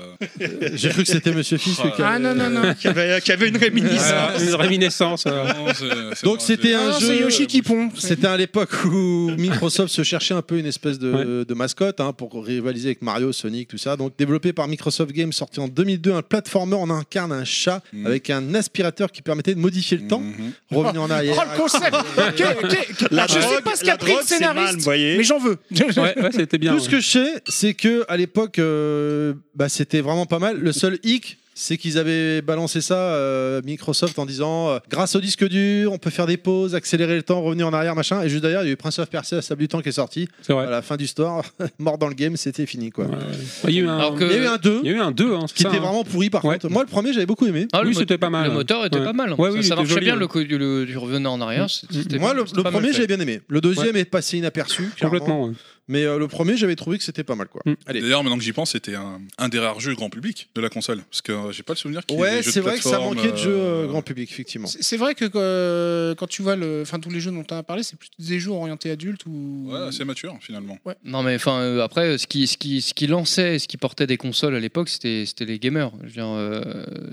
J'ai cru que c'était Monsieur Fisk.
Oh
Ah,
qui avait-
non, non, non.
Qui avait, qui avait une réminiscence.
Une réminiscence. euh.
Ah. Donc c'était
Ah
un
non,
jeu.
c'est Yoshi qui pompe.
C'était à l'époque où Microsoft se cherchait un peu une espèce de, de mascotte hein, pour rivaliser avec Mario, Sonic, tout ça. Donc développé par Microsoft Games, sorti en 2002, un platformer, on incarne un chat avec un aspirateur qui permettait de modifier le temps,
Mm. Mhm.
revenir en arrière.
Oh le concept Que- que-
Ah, La
Je sais
drogue-
pas ce
la
qu'a pris le
drogue, c'est mal, vous
scénariste,
voyez.
mais j'en veux.
Ouais, ouais, c'était bien.
Tout ce que je sais, c'est que à l'époque, euh, bah, c'était vraiment pas mal. Le seul hic, c'est qu'ils avaient balancé ça euh, Microsoft en disant euh, grâce au disque dur, on peut faire des pauses, accélérer le temps, revenir en arrière, machin. Et juste derrière, il y a eu Prince of Persia, Sable du Temps qui est sorti. À la fin du store, mort dans le game, c'était fini quoi.
Il y a eu un-
Alors que- Il y a eu un 2
Il y a eu un 2, hein, c'est
qui
ça,
était
hein.
vraiment pourri par contre. Moi, le premier, j'avais beaucoup aimé.
Ah, le Oui, mo- c'était pas mal.
Le moteur était
Ouais.
pas mal.
Ouais,
ça,
oui,
ça
il était
marchait
joli,
bien
hein.
le, co- le- du revenant en arrière. c'était-
Moi,
c'était pas
le, le
mal
premier,
fait.
j'ai bien aimé. Le deuxième
Ouais.
est passé inaperçu. clairement.
Complètement, ouais.
Mais euh, le premier, j'avais trouvé que c'était pas mal quoi.
D'ailleurs, maintenant que j'y pense, c'était un, un des rares jeux grand public de la console. Parce que euh, j'ai pas le souvenir qu'il y ait
Ouais,
des jeux
c'est
de
vrai que ça
plateforme,
manquait de
euh,
jeux euh, grand public, effectivement.
C'est c'est vrai que euh, quand tu vois le, enfin tous les jeux dont tu as parlé, c'est plus des jeux orientés adultes ou.
Ouais, assez mature finalement.
Non mais enfin euh, après euh, ce qui ce qui ce qui lançait et ce qui portait des consoles à l'époque c'était c'était les gamers. Je veux dire, euh,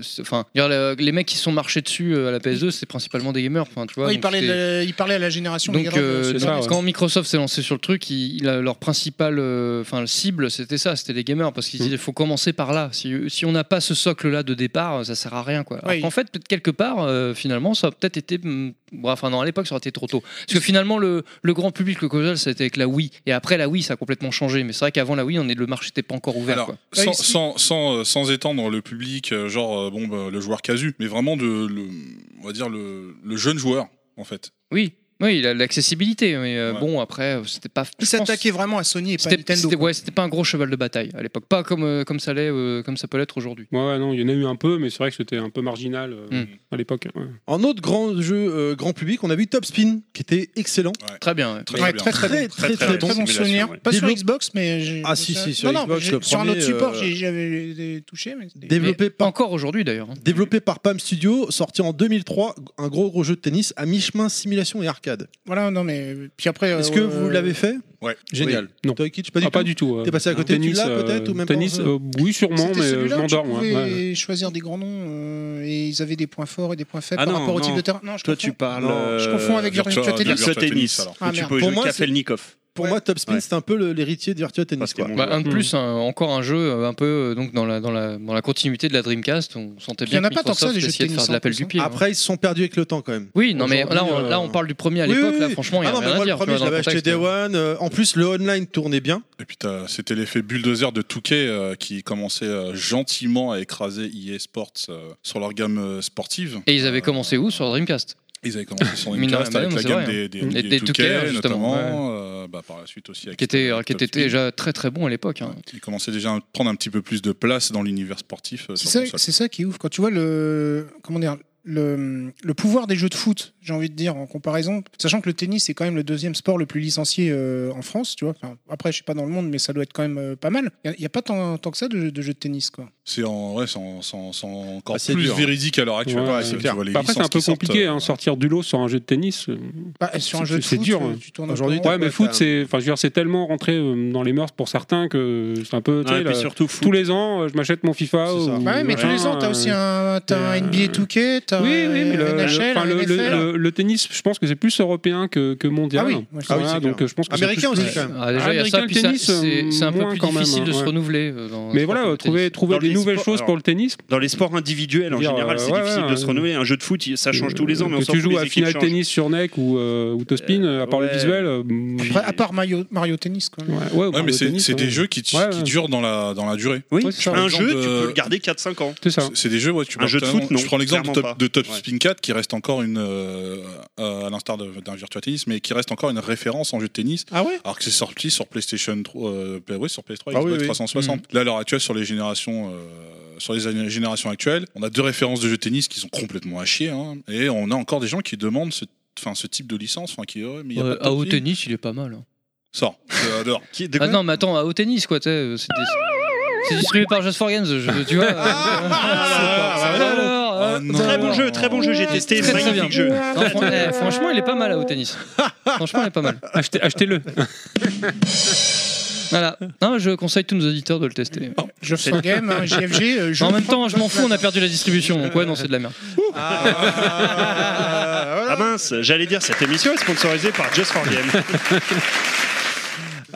c'est- enfin je veux dire, le- les mecs qui se sont marchés dessus euh, à la PS2 c'est principalement des gamers. Enfin tu vois.
Ouais, il,
donc
parlait de
c'était-
la- il parlait à la génération. Mega
Donc,
Drive,
euh,
euh,
donc,
sur NES.
quand Microsoft s'est lancé sur le truc, il- il a- leur principale euh, enfin, cible, c'était ça, c'était les gamers, parce qu'ils disaient, il faut commencer par là. Si, si on n'a pas ce socle-là de départ, ça sert à rien. Quoi.
Ouais.
en fait, peut-être quelque part, euh, finalement, ça a peut-être été... hum, bon, Enfin non, à l'époque, ça aurait été trop tôt. Parce que finalement, le, le grand public, le console, c'était avec la Wii. Et après la Wii, ça a complètement changé. Mais c'est vrai qu'avant la Wii, on est, le marché n'était pas encore ouvert.
Alors,
quoi.
sans, sans, sans, euh, sans étendre le public, euh, genre euh, bon, bah, le joueur casu, mais vraiment de, le, on va dire le, le jeune joueur en fait.
Oui, oui, la- l'accessibilité. Mais euh, bon, après, euh, c'était pas.
Il s'attaquait vraiment à Sony et pas à
C'était
Nintendo.
c'était- ouais, c'était pas un gros cheval de bataille à l'époque, pas comme euh, comme ça l'est, euh, comme ça peut l'être aujourd'hui.
Ouais, ouais, non, il y en a eu un peu, mais c'est vrai que c'était un peu marginal
Hmm.
euh, à l'époque. ouais.
En autre grand jeu euh, grand public, on a vu Top Spin, qui était excellent.
Très bien. ouais.
Très, Ouais, très, très
très,
bon.
très, très bon souvenir. Pas sur Xbox, mais. j'ai-
Ah, si, si, sur
Non, non,
Xbox,
j'ai-
le
Sur un
premier,
autre support,
euh,
j'ai- j'avais touché, mais. c'était-
Développé par...
Encore aujourd'hui d'ailleurs. hein.
Développé par Palm Studio, sorti en 2003, un gros gros jeu de tennis à mi-chemin simulation et arcade.
Voilà, non, mais. Puis après.
Est-ce
euh,
que vous l'avez fait
Ouais.
Génial.
Non.
Toi, Kitch, pas du
Ah,
tout.
pas du tout. euh,
T'es passé à côté,
tennis,
tu l'as
euh,
peut-être ou même
tennis,
pas
euh, Oui, sûrement,
C'était
mais euh, je
celui-là où tu
m'endors. moi.
pouvais
ouais.
choisir des grands noms euh, et ils avaient des points forts et des points faibles
Ah
par
non,
rapport au type
non.
de terrain. Non, je
Toi,
confonds.
tu parles.
Non, je confonds
euh,
avec Virtua Tennis.
Virtua Tennis. alors.
Ah,
Où tu
merde.
peux
Pour
jouer
moi, c'est-
Kafelnikov.
Pour moi, Top Spin, c'est un peu le- l'héritier de Virtua Tennis. quoi.
Bah,
Mm.
un de plus, un- encore un jeu euh, un peu euh, donc dans la, dans, la, dans la continuité de la Dreamcast. On sentait
Il y
bien
en a
que
pas tant que ça,
Microsoft
des jeux de
essayait de
tennis,
faire de
en
l'appel
plus,
du
hein.
pied.
Après, ils se sont perdus avec le temps quand même.
Oui, non, mais là, on-
Aujourd'hui, euh,
là, on parle du premier à
Oui,
l'époque,
oui,
là,
oui.
franchement, il y
ah
avait
non, mais
rien
moi,
à dire,
le premier,
tu
je
vois, dans
l'avais
le
acheté
contexte.
Day One. euh, en plus, le online tournait bien.
Et puis t'as- c'était l'effet bulldozer de Touquet euh, qui commençait euh, gentiment à écraser EA Sports euh, sur leur gamme euh, sportive.
Et ils avaient commencé où sur Dreamcast
Ils avaient commencé sur
Mine de
Dreamcast
rien,
avec
mais
la
c'est
gamme
vrai, hein.
des, des,
Et
des
des Touquet,
Touquet,
justement,
notamment, euh, bah, par la suite aussi avec
qui était, euh, qui était déjà très très bon à l'époque. hein.
Il commençait déjà à prendre un petit peu plus de place dans l'univers sportif. euh, sur
C'est ça,
console.
c'est ça qui est ouf. Quand tu vois le, comment dire, le, le pouvoir des jeux de foot, j'ai envie de dire, en comparaison, sachant que le tennis est quand même le deuxième sport le plus licencié euh, en France, tu vois. Enfin, après, je suis pas dans le monde, mais ça doit être quand même euh, pas mal. Il n'y a, pas tant, tant que ça de, de jeux de tennis, quoi.
C'est en, ouais, c'est en- c'est en- c'est en- encore
Ah, c'est
plus
dur, hein.
véridique à l'heure actuelle.
Ouais,
Tu vois, les
Bah, Après,
licences
c'est un peu
qui sortent,
compliqué,
euh,
hein, sortir du lot sur un jeu de tennis. euh,
Bah, sur un
c'est-
jeu de
c'est
foot,
dur.
euh,
hein.
tu tournes en rond,
ouais, mais
quoi,
foot,
t'as-
c'est, enfin, je veux dire, c'est tellement rentré euh, dans les mœurs pour certains que c'est un peu. tu
Ouais,
sais,
et puis
là,
surtout
tous les ans, euh, je m'achète mon FIFA. Ou,
Bah Ouais, mais tous les ans, t'as aussi un, t'as un NBA 2K, t'as
Oui, oui, mais le,
un euh,
le-
NHL,
enfin,
un
le- le-
NFL.
le- le tennis, je pense que c'est plus européen que, que mondial.
Ah oui, ouais,
Voilà,
ah oui, c'est
donc
clair.
euh, je pense que c'est
Américain
plus-
aussi, quand même.
Ah, déjà, il y a ça,
Américain,
puis ça,
tennis, euh,
c'est- c'est un peu
moins
plus
quand même,
difficile de
hein,
se
ouais.
renouveler. euh, dans-
Mais
dans
voilà,
le
euh,
tennis.
trouver, trouver
Dans
des
les
nouvelles
sports-
choses pour
alors,
le tennis.
Dans les sports individuels, en
Dire,
général,
euh,
c'est
ouais,
difficile de se
ouais.
renouveler. Un jeu de foot, il- ça change tous les ans, mais on
Euh, que
s'en
tu
fout,
joues
les
à
équipes
finale
changent.
tennis sur NEC ou, euh, ou Tospin, à part
ouais.
le visuel. euh, mm,
Après, à part Mario, Mario Tennis, quoi.
ouais,
Ouais, mais c'est c'est des jeux qui, t-
hein. Ouais,
qui
ouais.
durent dans la, dans la durée.
Oui,
Je
c'est
prends
un
l'exemple
jeu,
de-
tu peux le garder 4-5 ans.
C'est ça.
C'est des jeux, ouais, tu
Un
peux-
jeu de foot, non,
Je prends l'exemple de
clairement
Top,
pas.
de Top Spin 4 qui reste encore une, euh, à à l'instar de- d'un Virtua Tennis, mais qui reste encore une référence en jeu de tennis.
Ah ouais
Alors que c'est sorti sur PlayStation 3, euh, ouais, sur PS3 et
Ah
Xbox
oui, oui.
360. Là, à l'heure actuelle, sur les générations. euh, sur les années- générations actuelles, on a deux références de jeux de tennis qui sont complètement à chier, hein, et on a encore des gens qui demandent ce, enfin, ce type de licence, enfin qui, ouais, mais il y a
Euh,
pas de
AO
Top Spin.
Tennis, il est pas mal. hein.
Sort, je l'adore.
Ah non, mais attends, AO Tennis, quoi, tu sais, euh, c'est des- c'est distribué par Just for Games, je- tu vois. euh.
Ah, bah
Alors, euh,
Très bon jeu, très bon jeu, j'ai testé,
Très, très
magnifique
bien.
jeu.
Non, fran- eh, franchement, il est pas mal à au tennis. franchement, il est pas mal.
Achetez- Achetez-le.
Voilà. Non, je conseille tous nos auditeurs de le tester.
Oh,
je
fais
for Game, hein, JFG, euh, je
en
le
même
prends
temps, je m'en fous, on a perdu la distribution. Donc ouais, non, c'est de la merde.
Ah mince, j'allais dire, cette émission est sponsorisée par Just for Game.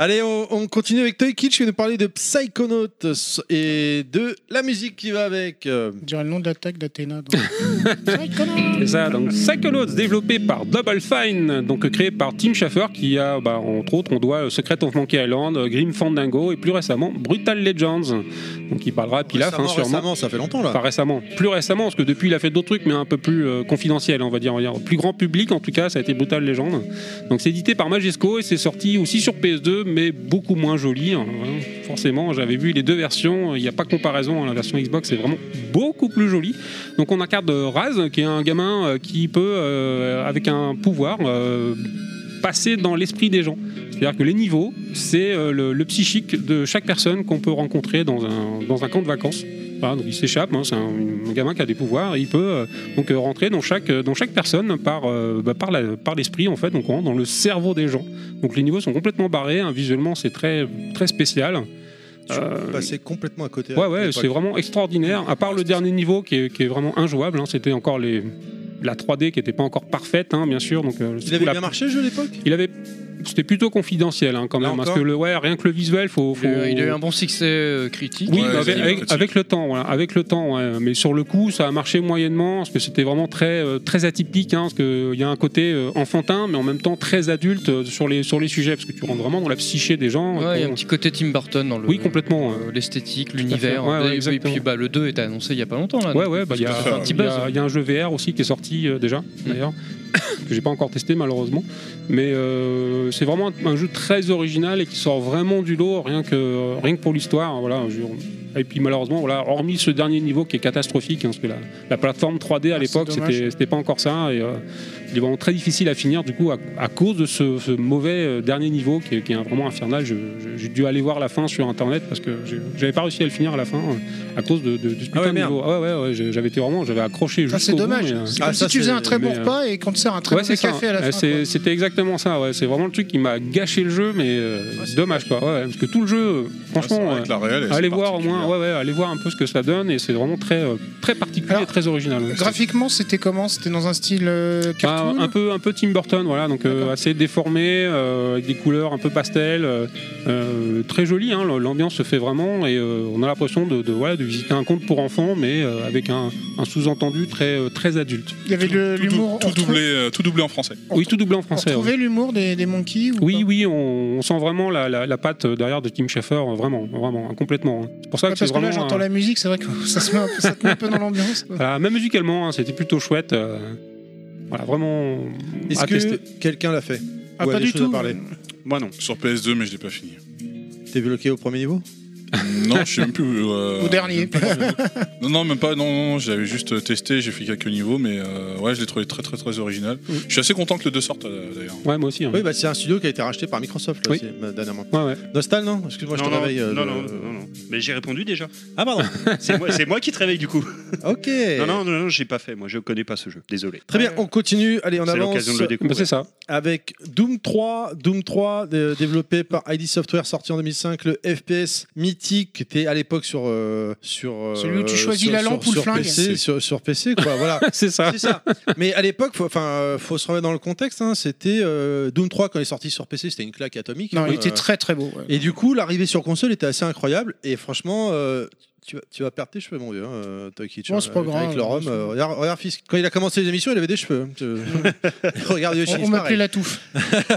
Allez, on, on continue avec Toy Kitsch qui va nous parler de Psychonauts et de la musique qui va avec. euh,
Je dirais le nom de l'attaque d'Athéna.
C'est ça, donc Psychonauts, développé par Double Fine, donc créé par Tim Schafer, qui a, bah, entre autres, on doit euh, Secret of Monkey Island, euh, Grim Fandango et plus récemment Brutal Legends. Donc il parlera Pilaf, hein,
Récemment,
sûrement.
récemment, ça fait longtemps, là.
Pas récemment. Plus récemment, parce que depuis il a fait d'autres trucs, mais un peu plus euh, confidentiel, on va dire, on va dire. Plus grand public, en tout cas, ça a été Brutal Legends. Donc c'est édité par Majesco et c'est sorti aussi sur PS2, mais beaucoup moins joli. hein. Forcément, j'avais vu les deux versions, il n'y a pas de comparaison, hein. la version Xbox est vraiment beaucoup plus jolie. Donc on incarne euh, Raz, qui est un gamin euh, qui peut, euh, avec un pouvoir, euh, passer dans l'esprit des gens. C'est-à-dire que les niveaux, c'est euh, le, le psychique de chaque personne qu'on peut rencontrer dans un, dans un camp de vacances. Voilà, donc il s'échappe, hein, c'est un, un gamin qui a des pouvoirs, et il peut euh, donc euh, rentrer dans chaque, dans chaque personne par, euh, bah, par, la- par l'esprit en fait, donc on rentre dans le cerveau des gens. Donc les niveaux sont complètement barrés, hein, visuellement c'est très, très spécial. Euh,
Passé complètement à côté.
Ouais,
à
ouais,
l'époque.
c'est vraiment extraordinaire. À part le dernier niveau qui est, qui est vraiment injouable, hein, c'était encore les, la 3D qui n'était pas encore parfaite, hein, bien sûr. Donc, euh,
Il
surtout
avait
la-
bien marché, le jeu, à l'époque
Il avait. C'était plutôt confidentiel hein, quand même, parce
encore
que le, ouais, rien que le visuel, faut. faut...
Il a eu- il a eu un bon succès euh, critique.
Oui, bah, avec, avec- avec le temps, voilà, avec le temps. ouais. Mais sur le coup, ça a marché moyennement, parce que c'était vraiment très, euh, très atypique, hein, parce qu'il y a un côté euh, enfantin, mais en même temps très adulte euh, sur les, sur les sujets, parce que tu rentres vraiment dans la psyché des gens.
Ouais, il y a
Bon,
un petit côté Tim Burton dans le.
Oui, complètement.
euh, L'esthétique,
à fait.
l'univers.
Ouais, ouais,
Et puis-
exactement.
puis bah, le 2 est annoncé il y a pas longtemps. Là,
Ouais,
donc, euh,
ouais, bah, il y, a-
ça fait un petit
il y a-
buzz. hein. Mm.
il y a un jeu VR aussi qui est sorti euh, déjà, d'ailleurs, que j'ai pas encore testé malheureusement. Mais euh, c'est vraiment un, un jeu très original et qui sort vraiment du lot, rien que, euh, rien que pour l'histoire. hein, voilà, je- et puis malheureusement, voilà, hormis ce dernier niveau qui est catastrophique, hein, parce que la, la plateforme 3D à
Ah, c'est
l'époque,
dommage.
c'était c'était pas encore ça. Et, euh, il est vraiment très difficile à finir, du coup, à, à cause de ce, ce mauvais euh, dernier niveau qui est, qui est vraiment infernal. je- je- J'ai dû aller voir la fin sur internet parce que j'ai- j'avais pas réussi à le finir à la fin euh, à cause de, de, de ce putain de
merde.
niveau. Ah ouais, ouais, ouais, j'ai- j'avais été vraiment, j'avais accroché
Ah,
jusqu'au
c'est
bout,
dommage.
mais, euh,
C'est comme si tu faisais un très bon
mais, euh,
repas et qu'on te sert un très
ouais,
bon
c'est ça.
café à la fin.
Euh, c'est-
quoi.
C'était exactement ça. Ouais. C'est vraiment le truc qui m'a gâché le jeu, mais euh, dommage quoi. Ouais, parce que tout le jeu, euh, franchement,
vrai que la réelle, elle,
allez
c'est
voir au moins, ouais, ouais, allez voir un peu ce que ça donne et c'est vraiment très, euh, très particulier, et très original. ouais.
Graphiquement, c'était comment C'était dans un style euh,
Ah,
cartoon
un peu un peu Tim Burton voilà donc euh, assez déformé euh, avec des couleurs un peu pastel euh, euh, très joli hein, l'ambiance se fait vraiment et euh, on a l'impression de, de, voilà, de visiter un conte pour enfants mais euh, avec un, un sous-entendu très euh, très adulte
Il y avait de l'humour.
Tout
on retrouve-
doublé, euh, tout doublé en français.
oui tout doublé en
On
français ouais.
trouvait l'humour des, des monkeys ou
oui oui on, on sent vraiment la, la, la patte derrière de Tim Schafer euh, vraiment vraiment hein, complètement hein. c'est pour ça
Ouais,
que
Parce
c'est
que
vraiment
là, j'entends
un-
la musique, c'est vrai que ça, se met un peu, ça te met un peu dans l'ambiance. quoi.
voilà, même musicalement hein, c'était plutôt chouette euh, voilà vraiment
Est-ce
à Ah, tester.
que quelqu'un l'a fait
Ah,
Ou a
pas
des
du
choses à
tout.
parler
Moi non. Sur PS2, mais je l'ai pas fini.
T'es bloqué au premier niveau
Non, je sais même plus. euh,
Au dernier.
Non, non, même pas. Non, non, non, j'avais juste testé, j'ai fait quelques niveaux, mais euh, ouais, je l'ai trouvé très, très, très original. Je suis assez content que le 2 sorte euh, d'ailleurs.
Ouais, moi aussi. hein.
Oui, bah, c'est un studio qui a été racheté par Microsoft là,
Oui.
aussi, euh, dernièrement.
bah.
Ouais, ouais.
Nostal, non Excuse-moi, je
Non,
te
non,
réveille. euh,
non,
le-
non, non, non. Mais j'ai répondu déjà.
Ah, pardon.
c'est moi, c'est moi qui te réveille du coup.
Ok.
Non, non, non, non, j'ai pas fait. Moi, je connais pas ce jeu. Désolé.
Très bien, on continue. Allez, on
C'est
avance.
l'occasion de le découvrir. Bah, c'est ça.
Avec Doom 3, Doom 3 euh, développé par ID Software, sorti en 2005, le FPS mythique qui était à l'époque sur euh, sur euh,
Celui où tu choisis la lampe ou le
sur
flingue.
PC, sur, sur PC, quoi. Voilà.
c'est ça.
C'est ça. Mais à l'époque, faut- enfin, euh, faut se remettre dans le contexte. hein, c'était euh, Doom 3 quand il est sorti sur PC, c'était une claque atomique.
Non, il
Euh,
était très très beau. ouais.
Et du coup, l'arrivée sur console était assez incroyable. Et franchement, euh, tu, vas, tu vas perdre tes cheveux, mon vieux, hein, euh, Toy Kitch,
Bon,
hein,
c'est pas
avec,
grave.
avec le rhum. euh, regarde, regarde, fils, quand il a commencé les émissions, il avait des cheveux. hein, tu- regarde Yoshi.
On- on
c'est
m'appelait
pareil.
la touffe.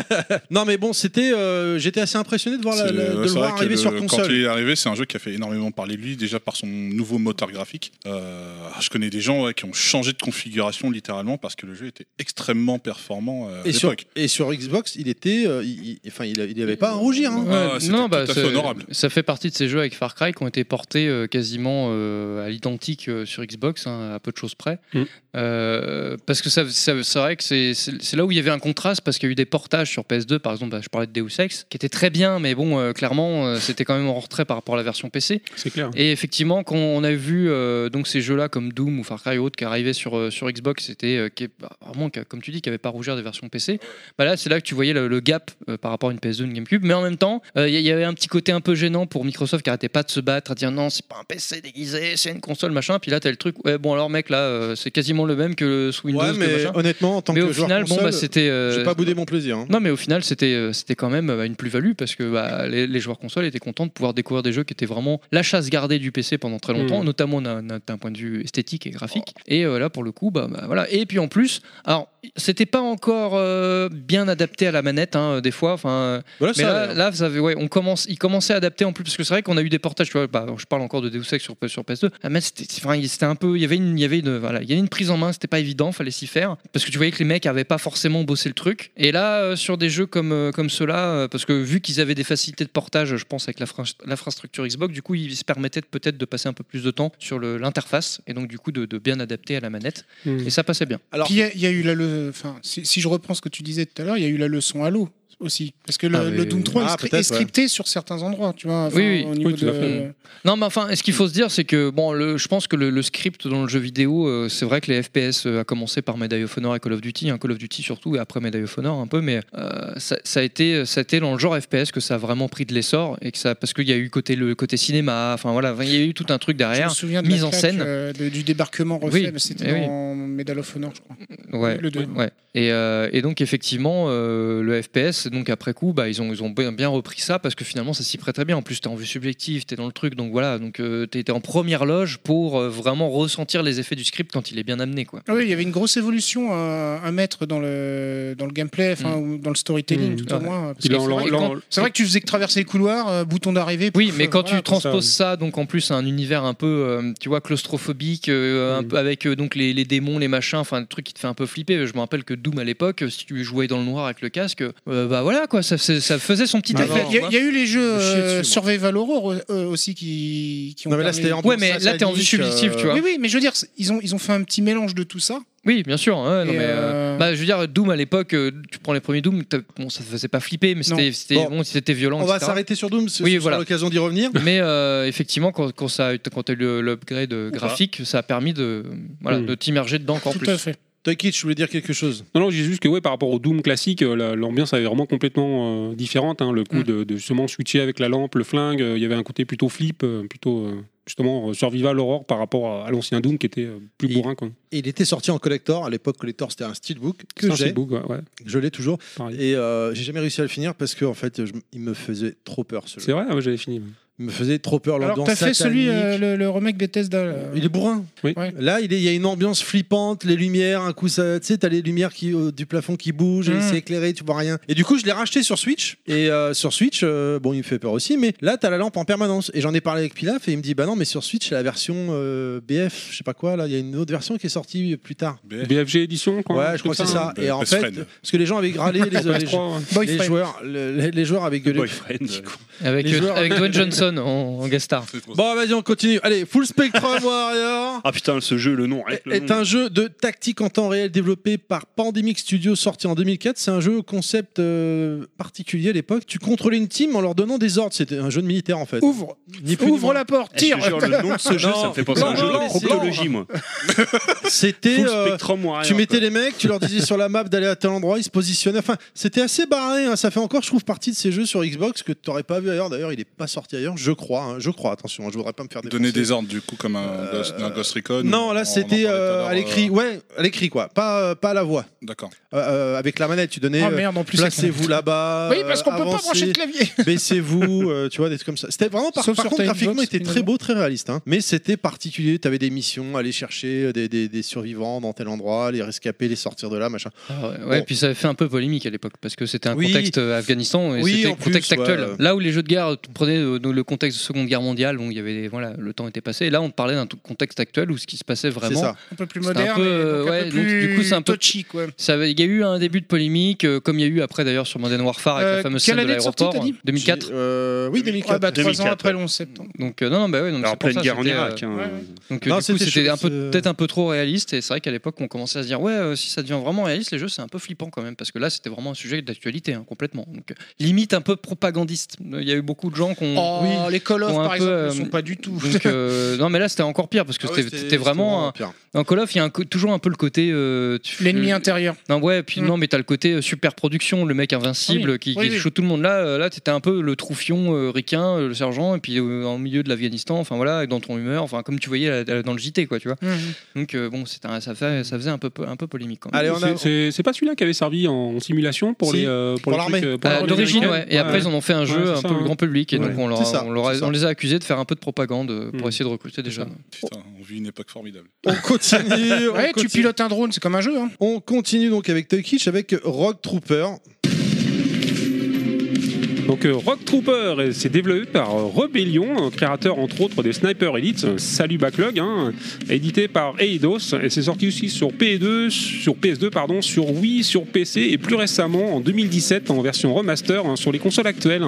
non, mais bon, c'était. euh, J'étais assez impressionné de voir la-
C'est-
la-
ouais,
de le
c'est vrai
voir
que
arriver
le-
sur
Quand il
console.
est arrivé, c'est un jeu qui a fait énormément parler de lui, déjà par son nouveau moteur graphique. Euh, je connais des gens ouais, qui ont changé de configuration littéralement parce que le jeu était extrêmement performant euh, à
Et sur,
l'époque.
et sur Xbox, il était, euh, il- il- enfin, il, il avait pas à rougir. hein.
Ouais, non, bah,
tout à fait
ça-
honorable.
Ça fait partie de ces jeux avec Far Cry qui ont été portés euh, quasiment euh, à l'identique euh, sur Xbox, hein, à peu de choses près.
Mm.
Euh, parce que ça, ça- c'est vrai que c'est- c'est c'est là où il y avait un contraste, parce qu'il y a eu des portages sur PS2, par exemple, bah, je parlais de Deus Ex, qui était très bien, mais bon, euh, clairement, euh, c'était quand même en retrait par rapport à la version PC.
c'est clair
Et effectivement, quand on a vu euh, donc ces jeux-là comme Doom ou Far Cry ou autres qui arrivaient sur, euh, sur Xbox, c'était euh, qui est- bah, vraiment, qui a- comme tu dis, qui n'avait pas à rougir des versions PC. Bah là, c'est là que tu voyais le, le gap euh, par rapport à une PS2, une GameCube. Mais en même temps, euh, il y, il y avait un petit côté un peu gênant pour Microsoft qui arrêtait pas de se battre, à dire non, c'est pas un PC déguisé, c'est une console, machin. Puis là, t'as le truc. Ouais, bon, alors, mec, là, euh, c'est quasiment le même que le sous Windows.
Ouais,
que
mais
machin.
honnêtement, en tant
Mais
que
au
joueur
final, bon,
console,
bah, c'était. euh,
j'ai pas boudé mon plaisir. hein.
Non, mais au final, c'était euh, c'était quand même euh, une plus-value parce que bah, les, les joueurs consoles étaient contents de pouvoir découvrir des jeux qui étaient vraiment la chasse gardée du PC pendant très longtemps,
Mm.
notamment d'un d'un point de vue esthétique et graphique. Et euh, là, pour le coup, bah, bah, voilà. Et puis en plus, alors c'était pas encore euh, bien adapté à la manette, hein, des fois. Enfin, euh,
Voilà,
mais
ça a
là,
l'air.
là, vous avez- ouais, on commence, il commençait à adapter en plus parce que c'est vrai qu'on a eu des portages. Tu vois, bah, je parle encore de Deus Ex sur, sur PS2. Ah, mais c'était enfin, il- c'était un peu, il y avait une, il y avait une, voilà, il y avait une prise en main. C'était pas évident, fallait s'y faire parce que tu voyais que les mecs avaient pas forcément bossé le truc. Et là, euh, sur des jeux comme euh, comme ceux-là, euh, parce que vu qu'ils avaient des facilités de portage, je pense avec l'infra- l'infrastructure Xbox, du coup, ils se permettaient de- peut-être de passer un peu plus de temps sur le- l'interface et donc du coup de, de bien adapter à la manette.
Mm.
Et ça passait bien.
Alors, il y, a- il y a eu la le, enfin, si, si je reprends ce que tu disais tout à l'heure, il y a eu la leçon Halo aussi, parce que le,
Ah, mais-
le Doom 3 est
Ah,
scri- est,
peut-être, ouais.
scripté sur certains endroits, tu vois. enfin,
Oui, oui.
au niveau
Oui, tout à
de-
fait. Non, mais enfin, ce qu'il faut se dire, c'est que bon, le, je pense que le, le script dans le jeu vidéo, euh, c'est vrai que les FPS euh, a commencé par Medal of Honor et Call of Duty, hein, Call of Duty surtout, et après Medal of Honor un peu, mais euh, ça, ça a été, ça a été dans le genre FPS que ça a vraiment pris de l'essor et que ça, parce qu'il y a eu côté le côté cinéma, enfin voilà, il y a eu tout un truc
Je me
derrière,
souviens de la
mise en
claque,
scène.
euh, de- du débarquement refait,
Oui,
mais
eh
c'était
oui.
dans Medal of Honor, je crois.
Ouais,
Le deux.
ouais. Et, euh, et donc effectivement, euh, le FPS, donc après coup, bah, ils ont, ils ont bien, bien repris ça parce que finalement, ça s'y prêtait bien. En plus, t'es en vue subjective, t'es dans le truc, donc voilà, donc euh, t'es t'es en première loge pour euh, vraiment ressentir les effets du script quand il est bien amené, quoi.
Ah Oui, il y avait une grosse évolution à, à mettre dans le, dans le gameplay, enfin, ou dans le storytelling, tout au
Mm. Ouais.
moins. parce
Il
que
en-
c'est vrai que
l'en-
quand-
l'en-
C'est vrai que tu faisais que traverser les couloirs, euh, bouton d'arrivée.
Oui,
pouf,
mais quand
voilà,
tu transposes ça, donc en plus à un univers un peu, euh, tu vois, claustrophobique, euh, un peu avec euh, donc les, les démons, les machins, enfin le truc qui te fait un peu flipper. Je me rappelle que Doom à l'époque, si tu jouais dans le noir avec le casque, euh, bah voilà quoi, ça, faisait- ça faisait son petit
Il y,
effet.
a- il y a- il y a eu les
Je
jeux
chiais dessus,
euh,
moi.
Survival Horror euh, aussi qui, qui ont.
Non, mais là,
permis-
c'était en Ouais, mais plus là, t'es en vue satanique, subjective, euh, tu vois.
Oui, oui, mais je veux dire, c'est- ils ont, ils ont fait un petit mélange de tout ça.
Oui, bien sûr. hein, non,
Et,
mais, euh,
euh,
bah, je veux dire, Doom à l'époque, euh, tu prends les premiers Doom, t'as- bon, ça te faisait pas flipper, mais c'était
Non.
c'était-
Bon.
bon. c'était violent.
On va
etc.
s'arrêter sur Doom, c'est
Oui,
c'est
voilà.
l'occasion d'y revenir.
Mais euh, effectivement, quand, quand ça, quand t'as eu le- l'upgrade euh, graphique, ça a permis de, voilà, de t'immerger dedans encore plus.
Tokic, je voulais dire quelque chose.
Non, non, je dis juste que ouais, par rapport au Doom classique, euh, la- l'ambiance avait vraiment complètement euh, différente. hein. le
Mm.
coup de, de justement switcher avec la lampe, le flingue, euh, il y avait un côté plutôt flip, euh, plutôt euh, justement euh, survival horror par rapport à, à l'ancien Doom qui était euh, plus bourrin. Quoi.
Et il était sorti en collector. À l'époque, collector, c'était un steelbook que
C'est un
j'ai.
steelbook, ouais, ouais.
Je l'ai toujours. Et euh, j'ai jamais réussi à le finir parce que en fait, je- il me faisait trop peur. ce jeu.
C'est vrai, ouais, j'avais fini.
Il me faisait trop peur.
Alors,
l'ambiance
t'as fait celui,
satanique.
euh, le, le remake Bethesda. là.
Il est bourrin.
Ouais.
Là, il est- il y a une ambiance flippante, les lumières, un coup, ça- tu sais, t'as les lumières qui, euh, du plafond qui bougent,
Mm.
et c'est éclairé, tu vois rien. Et du coup, je l'ai racheté sur Switch. Et euh, sur Switch, euh, bon, il me fait peur aussi, mais là, t'as la lampe en permanence. Et j'en ai parlé avec Pilaf, et il me dit, bah non, mais sur Switch, c'est la version euh, BF, je sais pas quoi, là, il y a une autre version qui est sortie plus tard.
BFG édition, quoi.
Ouais, je crois que c'est ça. Et en fait, parce que les gens avaient râlé, les, les- les
Boyfriend.
joueurs, les, les joueurs avaient gueulé.
Avec,
Les
euh,
joueurs-
avec Dwayne Johnson en, en guest star.
Bon, vas-y, on continue. Allez, Full Spectrum Warrior.
Ah putain, ce jeu, le nom. rien que le
est
nom.
un jeu de tactique en temps réel développé par Pandemic Studios sorti en 2004. C'est un jeu au concept euh, particulier à l'époque. Tu contrôlais une team en leur donnant des ordres. C'était un jeu de militaire en fait.
Ouvre,
Ni plus ni
ouvre
moins.
la porte,
Eh, je te
tire.
jure, le nom de ce jeu, ça me fait penser à un jeu de cryptologie, moi. C'était
Full
euh,
Spectrum
Ah,
Warrior,
tu mettais
quoi.
les mecs, tu leur disais sur la map d'aller à tel endroit, ils se positionnaient. Enfin, c'était assez barré. hein. Ça fait encore, je trouve, partie de ces jeux sur Xbox que t'aurais pas vu ailleurs. D'ailleurs, il est pas sorti ailleurs, je crois. hein. Je crois. Attention, hein, je voudrais pas me faire défoncer.
Donner des ordres, du coup, comme un, Ghost, un Ghost Recon
Euh, Non,
ou- on en
là c'était
parlait tout
euh,
l'heure,
à l'écrit, ouais, à l'écrit quoi, pas, euh, pas à la voix.
D'accord.
Euh, euh, avec la manette, tu donnais.
Ah,
euh,
merde, en plus,
Placez-vous
avec la manette.
là-bas.
Oui, parce
euh,
qu'on peut pas
avancez,
brancher le clavier.
Baissez-vous, euh, tu vois, des trucs comme ça. C'était vraiment par,
Sauf
par
sur
contre
ta
graphiquement,
Xbox,
était très beau, très réaliste. hein. Mais c'était particulier. T'avais des missions, aller chercher des, des- des survivants dans tel endroit, les rescaper, les sortir de là, machin.
Ah Ouais,
Bon.
puis ça avait fait un peu polémique à l'époque parce que c'était un
Oui.
contexte euh, Afghanistan et
Oui,
c'était
en
le contexte
plus, ouais.
actuel. Là où les jeux de guerre prenaient euh, donc, le contexte de Seconde Guerre mondiale, où il y avait des- voilà, le temps était passé. Et là, on parlait d'un tout- contexte actuel où ce qui se passait vraiment.
ça.
Un peu plus
C'était
moderne.
peu,
et donc
euh,
un
ouais,
peu
donc, du coup,
plus
c'est un peu
touchy, quoi.
Ça avait- Il y a eu un début de polémique, euh, comme il y a eu après d'ailleurs sur Modern Warfare avec
Euh,
la fameuse
quelle
scène de
année de sortie,
l'aéroport, euh,
t'as dit
2004.
euh, oui,
2004. Ouais, bah, trois ans
2004,
après
ouais.
le 11 septembre.
Donc euh, non, non, bah ouais, non, mais
Alors,
c'est pour
pleine
ça,
guerre en
c'était, euh,
Irak, hein.
Donc euh,
Non,
du coup,
c'était
c'était un peu
chouette, euh.
peut-être un peu trop réaliste et c'est vrai qu'à l'époque on commençait à se dire ouais euh, si ça devient vraiment réaliste les jeux c'est un peu flippant quand même parce que là c'était vraiment un sujet d'actualité hein, complètement donc euh, limite un peu propagandiste il y a eu beaucoup de gens qui ont
Oh,
qui
Oh, les Call of,
ont un
par exemple,
euh,
ne sont pas du tout.
donc, euh, non, mais là, c'était encore pire parce que
Ah ouais,
c'était-
c'était-
c'était
c'était
vraiment.
vraiment
un-
pire.
Dans Call of, il y a un co- toujours un peu le côté. euh, tu-
L'ennemi
le-
intérieur.
Non, ouais, puis
Mm. Ah
non, mais t'as le côté euh, super production, le mec invincible
Oui.
qui,
Oui,
qui
oui.
shoot tout le monde. Là, euh, là t'étais un peu le troufion euh, ricain, euh, le sergent, et puis euh, en milieu de l'Afghanistan, enfin voilà, dans ton humeur, enfin comme tu voyais euh, dans le JT, quoi, tu vois. Donc, euh, bon, c'était un- ça, fait- ça faisait un peu, un peu polémique quand même.
C'est- C'est c'est pas celui-là qui avait servi en simulation pour
Si.
les euh,
Pour
les
l'armée.
trucs, euh,
Euh,
l'armée
d'origine,
américaine.
ouais. Et après, ils en ont fait un jeu
c'est
un
ça,
peu
ouais.
grand public, et donc
Ouais.
on, leur a-
C'est ça,
on leur a-
c'est ça.
on les a accusés de faire un peu de propagande euh, pour essayer de recruter des jeunes.
Putain, on vit une époque formidable.
On continue.
Ouais, tu pilotes
un drone, c'est comme un jeu.
hein.
On continue donc avec Toykitch avec Rock Trooper.
Donc euh, Rock Trooper, euh, c'est développé par euh, Rebellion, euh, créateur entre autres des Sniper Elite, euh, salut Backlog, hein, édité par Eidos, et c'est sorti aussi sur PS2, sur PS2 pardon, sur Wii, sur PC et plus récemment en 2017 en version remaster hein, sur les consoles actuelles.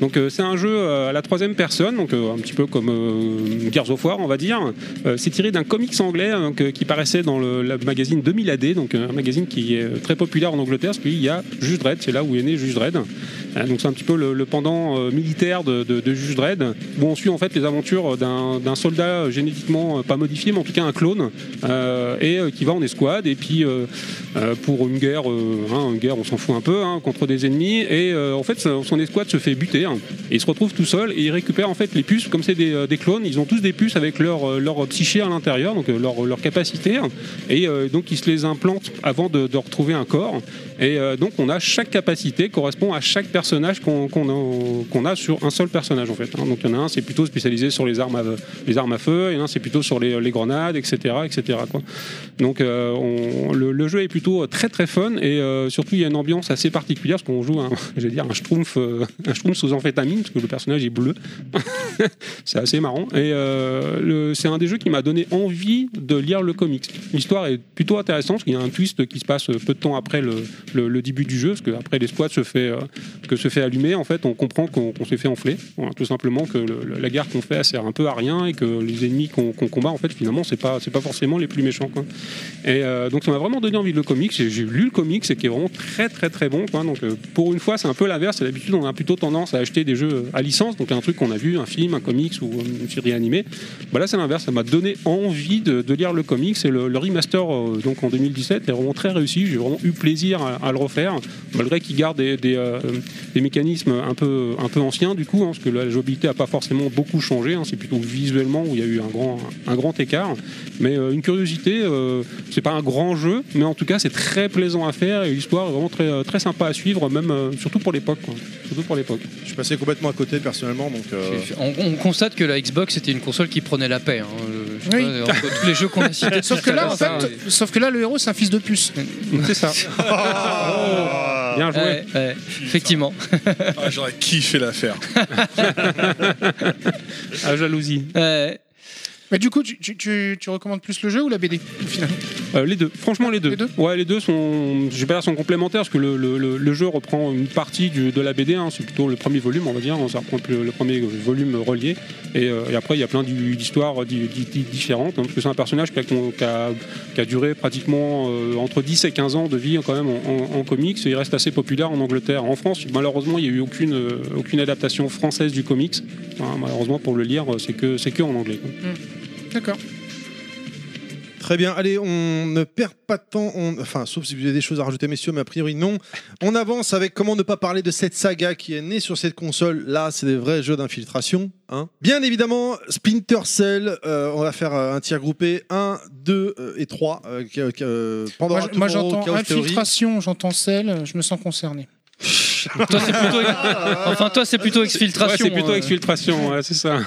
Donc euh, c'est un jeu euh, à la troisième personne, donc euh, un petit peu comme euh, Gears of War on va dire. Euh, c'est tiré d'un comics anglais hein, donc, euh, qui paraissait dans le, le magazine 2000 AD, donc euh, un magazine qui est euh, très populaire en Angleterre, parce qu'il y a Juge Dredd, c'est là où est né Juge Dredd. Euh, Donc c'est un petit peu le, le pendant euh, militaire de, de, de Juge Dredd, où on suit en fait les aventures d'un d'un soldat euh, génétiquement euh, pas modifié, mais en tout cas un clone, euh, et euh, qui va en escouade, et puis euh, euh, pour une guerre, euh, hein, une guerre on s'en fout un peu, hein, contre des ennemis, et euh, en fait son son escouade se fait buter, hein, et il se retrouve tout seul, et il récupère en fait les puces, comme c'est des, euh, des clones, ils ont tous des puces avec leur, euh, leur psyché à l'intérieur, donc euh, leur, leur capacité, hein, et euh, donc ils se les implantent avant de, de retrouver un corps, et euh, donc on a chaque capacité correspond à chaque personnage qu'on qu'on a, qu'on a sur un seul personnage en fait. hein. Donc il y en a un c'est plutôt spécialisé sur les armes à, les armes à feu, et un c'est plutôt sur les, les grenades, etc. etc. quoi. Donc euh, on- le, le jeu est plutôt euh, très très fun et euh, surtout il y a une ambiance assez particulière parce qu'on joue un, j'allais dire un schtroumpf, euh, un schtroumpf sous amphétamine parce que le personnage est bleu. c'est assez marrant. Et euh, le- c'est un des jeux qui m'a donné envie de lire le comics. L'histoire est plutôt intéressante parce qu'il y a un twist qui se passe peu de temps après le, le- le début du jeu, parce qu'après l'escouade se fait euh, que se fait allumer, en fait, on comprend qu'on qu'on s'est fait enfler. Voilà, tout simplement que le- le- la guerre qu'on fait elle sert un peu à rien et que les ennemis qu'on qu'on combat, en fait, finalement, c'est pas c'est pas forcément les plus méchants. quoi. Et euh, donc ça m'a vraiment donné envie de le comics. J'ai j'ai lu le comics et qui est vraiment très très très bon. quoi. Donc euh, pour une fois, c'est un peu l'inverse. D'habitude, on a plutôt tendance à acheter des jeux euh, à licence, donc un truc qu'on a vu, un film, un comics ou euh, une série animée. Bah là, c'est l'inverse. Ça m'a donné envie de, de lire le comics et le, le remaster euh, donc en 2017 est vraiment très réussi. J'ai vraiment eu plaisir à, à le refaire, malgré qu'il garde des, des, euh, des mécanismes un peu un peu anciens du coup, hein, parce que la jouabilité a pas forcément beaucoup changé. hein. C'est plutôt visuellement où il y a eu un grand un grand écart. Mais euh, une curiosité, euh, c'est pas un grand jeu, mais en tout cas c'est très plaisant à faire et l'histoire est vraiment très euh, très sympa à suivre, même euh, surtout pour l'époque. quoi. Surtout pour l'époque.
Je passais complètement à côté personnellement, donc. euh,
On, on constate que la Xbox était une console qui prenait la paix. hein. Euh, je sais
Oui.
pas, entre tous les jeux qu'on a cités.
sauf,
tout
que
à
là,
l'heure,
en fait,
ça, euh,
sauf que là, le héros, c'est un fils de puce.
C'est ça.
Oh. Bien joué.
Ouais, ouais, effectivement.
Ah, J'aurais Ah, kiffé l'affaire.
Ah,
à jalousie.
Mais du coup, tu, tu- tu- tu recommandes plus le jeu ou la BD au final
Euh, les deux, franchement les deux. Ouais, les deux sont, je vais pas dire sont complémentaires parce que le, le- le- le jeu reprend une partie du- de la BD, hein. c'est plutôt le premier volume, on va dire, hein. ça reprend le, le premier volume relié. Et, euh, et après, il y a plein du- d'histoires di- di- di- différentes, hein, parce que c'est un personnage qui a, con- qui a- qui a duré pratiquement euh, entre 10 et 15 ans de vie hein, quand même en, en- en comics, et il reste assez populaire en Angleterre. En France, malheureusement, il n'y a eu aucune, euh, aucune adaptation française du comics. Enfin, malheureusement, pour le lire, c'est que, c'est que en anglais. quoi.
D'accord.
Très bien, allez, on ne perd pas de temps, on- enfin, sauf si vous avez des choses à rajouter, messieurs, mais a priori non. On avance avec comment ne pas parler de cette saga qui est née sur cette console. Là, c'est des vrais jeux d'infiltration. hein. bien évidemment, Splinter Cell, euh, on va faire euh, un tir groupé 1, 2 et 3. Euh, que- que- euh, Pandora
Moi, je- moi,
Tomorrow,
j'entends
Chaos Theory.
infiltration, j'entends celle, je me sens concerné.
Toi, c'est plutôt... Enfin, toi, c'est plutôt exfiltration.
Ah, Ouais, c'est plutôt
hein.
exfiltration, ouais, c'est ça.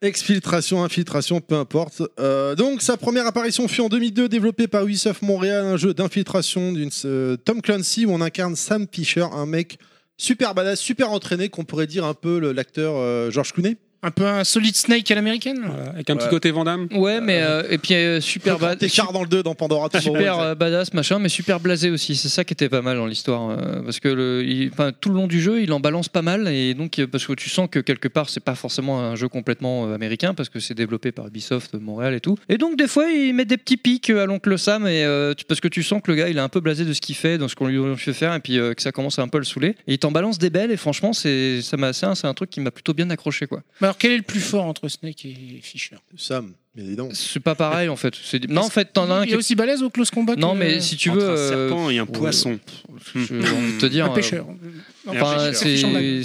Exfiltration, infiltration, peu importe. Euh, donc, sa première apparition fut en 2002, développée par Ubisoft Montréal, un jeu d'infiltration d'une euh, Tom Clancy où on incarne Sam Fisher, un mec super badass, super entraîné, qu'on pourrait dire un peu le- l'acteur euh, George Clooney.
Un peu un solid snake à l'américaine
Avec un petit côté Vandame
Ouais, mais euh, et puis euh, super bad.
T'écart dans le 2 dans Pandora Tomorrow.
Super euh, badass machin, mais super blasé aussi. C'est ça qui était pas mal dans l'histoire, euh, parce que le, il- enfin, tout le long du jeu, il en balance pas mal, et donc euh, parce que tu sens que quelque part, c'est pas forcément un jeu complètement euh, américain, parce que c'est développé par Ubisoft euh, Montréal et tout. Et donc des fois, il met des petits pics à l'oncle Sam, et euh, tu- parce que tu sens que le gars, il est un peu blasé de ce qu'il fait, dans ce qu'on lui fait faire, et puis euh, que ça commence à un peu le saouler. Et il t'en balance des belles, et franchement, c'est ça m'a c'est un, c'est un truc qui m'a plutôt bien accroché quoi.
Mais alors, quel est le plus fort entre Snake et Fisher
euh,
Sam, mais dis donc.
C'est pas pareil en fait. C'est- Non en fait, t'en as un
Il
qui
est
est-
aussi balèze au close combat
Non,
que-
mais si tu
Entre
veux.
un
euh,
serpent et un poisson.
Je j'ai envie de te dire.
Un pêcheur.
euh,
Un
enfin,
pêcheur.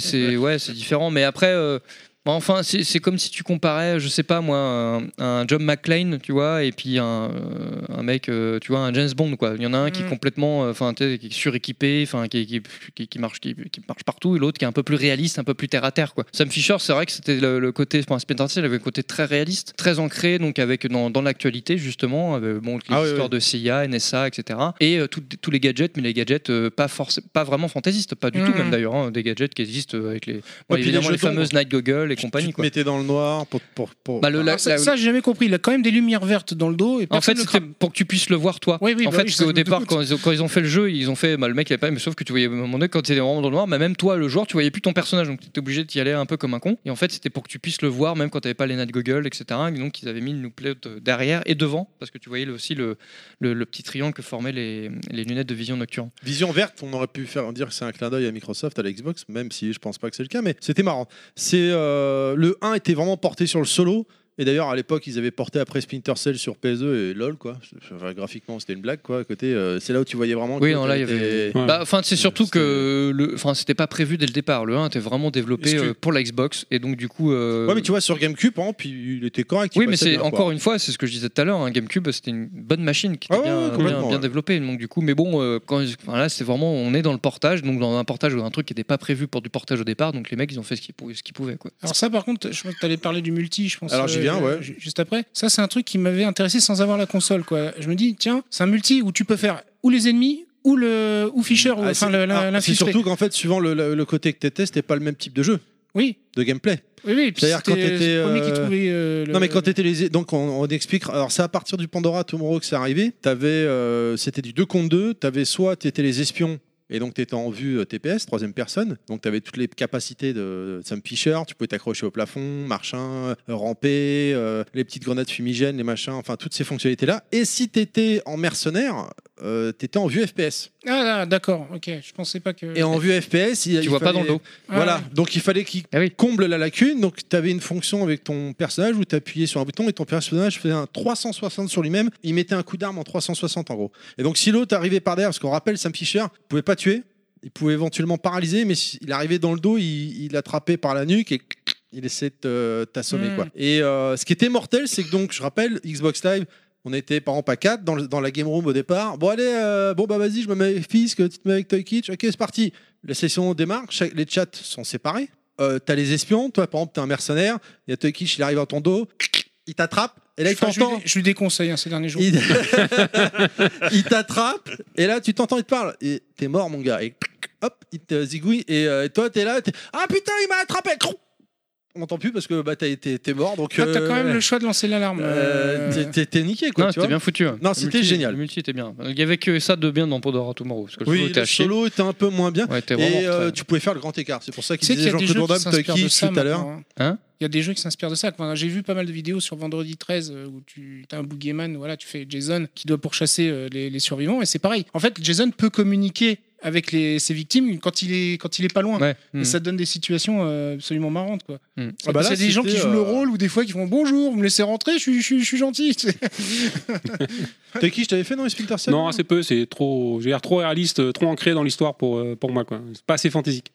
c'est, c'est- ouais, c'est différent. Mais après, euh, enfin, c'est, c'est comme si tu comparais, je sais pas moi, un, un John McClane, tu vois, et puis un, euh, un mec, euh, tu vois, un James Bond, quoi. Il y en a un qui
Mm.
est complètement, euh, enfin, tu sais, qui est suréquipé, enfin, qui, qui, qui- qui marche, qui, qui marche partout, et l'autre qui est un peu plus réaliste, un peu plus terre à terre, quoi. Sam Fisher, c'est vrai que c'était le, le côté, enfin, Splinter Cell avait un côté très réaliste, très ancré, donc avec dans, dans l'actualité justement, euh, bon, les
Ah oui,
histoires
oui.
de CIA, NSA, etc. Et euh, tout- tous les gadgets, mais les gadgets euh, pas, forc- pas vraiment fantaisistes, pas du tout,
Mhm.
même d'ailleurs, hein, des gadgets qui existent euh, avec les, bon,
puis les
évidemment, les,
jetons,
fameuses night goggles et compagnie.
Tu te
Quoi.
mettais dans le noir pour. pour, pour-
Bah, le- la-
Alors, ça,
la-
ça, j'ai jamais compris. Il a quand même des lumières vertes dans le dos. Et
En
personne
fait,
le
c'était
crame.
pour que tu puisses le voir toi.
Oui, oui,
en
bah
fait,
oui,
parce
ça,
qu'au
je me
départ,
doute.
quand ils, ont, quand ils ont fait le jeu, ils ont fait, bah, le mec il avait pas, mais sauf que tu voyais, à un moment donné, quand tu étais vraiment dans le noir, bah, même toi, le joueur, tu voyais plus ton personnage, donc tu étais obligé d'y aller un peu comme un con. Et en fait, c'était pour que tu puisses le voir, même quand tu pas les night goggles, etc. Et donc, ils avaient mis une louplette derrière et devant, parce que tu voyais le- aussi le, le, le petit triangle que formaient les, les lunettes de vision nocturne.
Vision verte, on aurait pu faire dire que c'est un clin d'œil à Microsoft, à la Xbox, même si je pense pas que c'est le cas, mais c'était marrant. C'est euh, le 1 était vraiment porté sur le solo. Et d'ailleurs, à l'époque, ils avaient porté après Splinter Cell sur PS2 et LOL, quoi. Enfin, graphiquement, c'était une blague, quoi. à Côté, euh, c'est là où tu voyais vraiment.
Oui,
que
non, là, il y
t'avais-
avait. Bah, Enfin, c'est surtout que. le- Enfin, c'était pas prévu dès le départ. Le 1 était vraiment développé
Est-ce que-
euh, pour la Xbox. Et donc, du coup. euh,
Ouais, mais tu vois, sur GameCube, par exemple, il il était correct. il
oui, mais
passait
c'est
bien, quoi.
encore une fois, c'est ce que je disais tout à l'heure. hein, GameCube, c'était une bonne machine qui était
Ah ouais,
bien,
ouais,
bien-
complètement,
bien
ouais.
développée. Donc du coup, mais bon, euh, quand ils- enfin, là, c'est vraiment, on est dans le portage, donc dans un portage ou un truc qui n'était pas prévu pour du portage au départ. Donc les mecs, ils ont fait ce qu'ils pou- ce qu'ils pouvaient, quoi.
Alors ça par contre, je pense que t'allais parler du multi, je pense. euh,
Alors, j'y viens, ouais.
ju- Juste après. Ça c'est un truc qui m'avait intéressé sans avoir la console quoi. Je me dis tiens, c'est un multi où tu peux faire ou les ennemis ou le ou Fisher ou
Ah,
enfin
c'est-
le- la-
ah, c'est
l'infiltré.
surtout qu'en fait, suivant le, le- le côté que t'étais, c'était pas le même type de jeu.
Oui.
De gameplay.
Oui oui, puis
C'est-à-dire quand
c'était
t'étais,
le premier qui
euh,
trouvait euh, le-
Non mais quand t'étais les donc on, on explique alors c'est à partir du Pandora Tomorrow que c'est arrivé t'avais euh, c'était du 2 contre 2 t'avais soit t'étais les espions et donc t'étais en vue euh, TPS troisième personne donc t'avais toutes les capacités de Sam Fisher tu pouvais t'accrocher au plafond marchin euh, ramper euh, les petites grenades fumigènes les machins enfin toutes ces fonctionnalités là et si t'étais en mercenaire euh, t'étais en vue FPS
Ah là, d'accord. OK, je pensais pas que
et en vue FPS, il,
Tu
il
vois pas
fallait-
dans le dos.
Voilà,
Ah
donc il fallait qu'il comble la lacune. Donc tu avais une fonction avec ton personnage où tu appuyais sur un bouton et ton personnage faisait un 360 sur lui-même. Il mettait un coup d'arme en 360 en gros. Et donc si l'autre arrivait par derrière, parce qu'on rappelle, Sam Fisher pouvait pas tuer, il pouvait éventuellement paralyser, mais s'il arrivait dans le dos, il, il l'attrapait par la nuque et il essayait de te- t'assommer
Mm.
quoi. Et euh, ce qui était mortel, c'est que donc, je rappelle, Xbox Live, on était par exemple à 4 dans, le- dans la game room au départ. Bon, allez, euh, bon, bah vas-y, je me mets avec Fisk, tu te mets avec Toy Kitch, ok, c'est parti. La session démarre, chaque- les chats sont séparés. Euh, t'as les espions, toi par exemple, t'es un mercenaire, il y a Toy Kitch, il arrive dans ton dos, il t'attrape, et là il
Enfin, je, lui,
t'entend.
dé- je lui déconseille hein, ces derniers jours.
Il, il t'attrape et là tu t'entends, il te parle et t'es mort mon gars. Et hop, il te zigouille et euh, toi t'es là, t'es- ah putain il m'a attrapé. On m'entend plus parce que bah t'as- t'es t'es mort donc.
Ah, t'as
euh,
quand même le choix de lancer l'alarme.
euh,
euh,
t'es- t'es- t'es niqué quoi.
non,
tu
c'était
vois.
bien foutu. hein.
Non
Le
c'était
multi-
génial.
Le multi était bien. Il y avait que ça de bien dans Pandora Tomorrow. Parce que le
Oui,
solo était
le
à chier.
solo était un peu moins bien.
Ouais, était vraiment
et
très-
euh, tu pouvais faire le grand écart. C'est pour ça
Tu
qu'il
sais qu'il y
disait
a des jeux
Jean-Claude
qui
Van Damme,
s'inspirent de
Toy
ça
Kitsch tout à l'heure.
maintenant, hein. Il y a des jeux qui s'inspirent de ça. Enfin, J'ai vu pas mal de vidéos sur Vendredi 13 euh, où tu as un boogeyman, voilà, tu fais Jason qui doit pourchasser euh, les, les survivants et c'est pareil. En fait, Jason peut communiquer avec les, ses victimes quand il est quand il est pas loin.
Ouais.
Et
Mhm.
Hmm.
ça donne des situations euh, absolument marrantes quoi.
Mm.
Ah
C'est
bah
parce qu'il y a des gens qui jouent
euh,
le rôle ou des fois qui font bonjour, vous me laissez rentrer, je suis, je suis, je suis gentil.
T'es qui je t'avais fait dans les Splinter Cell
Non, assez peu, c'est trop, j'ai l'air trop réaliste, euh, trop ancré dans l'histoire pour, euh, pour moi. quoi. C'est pas assez fantaisique.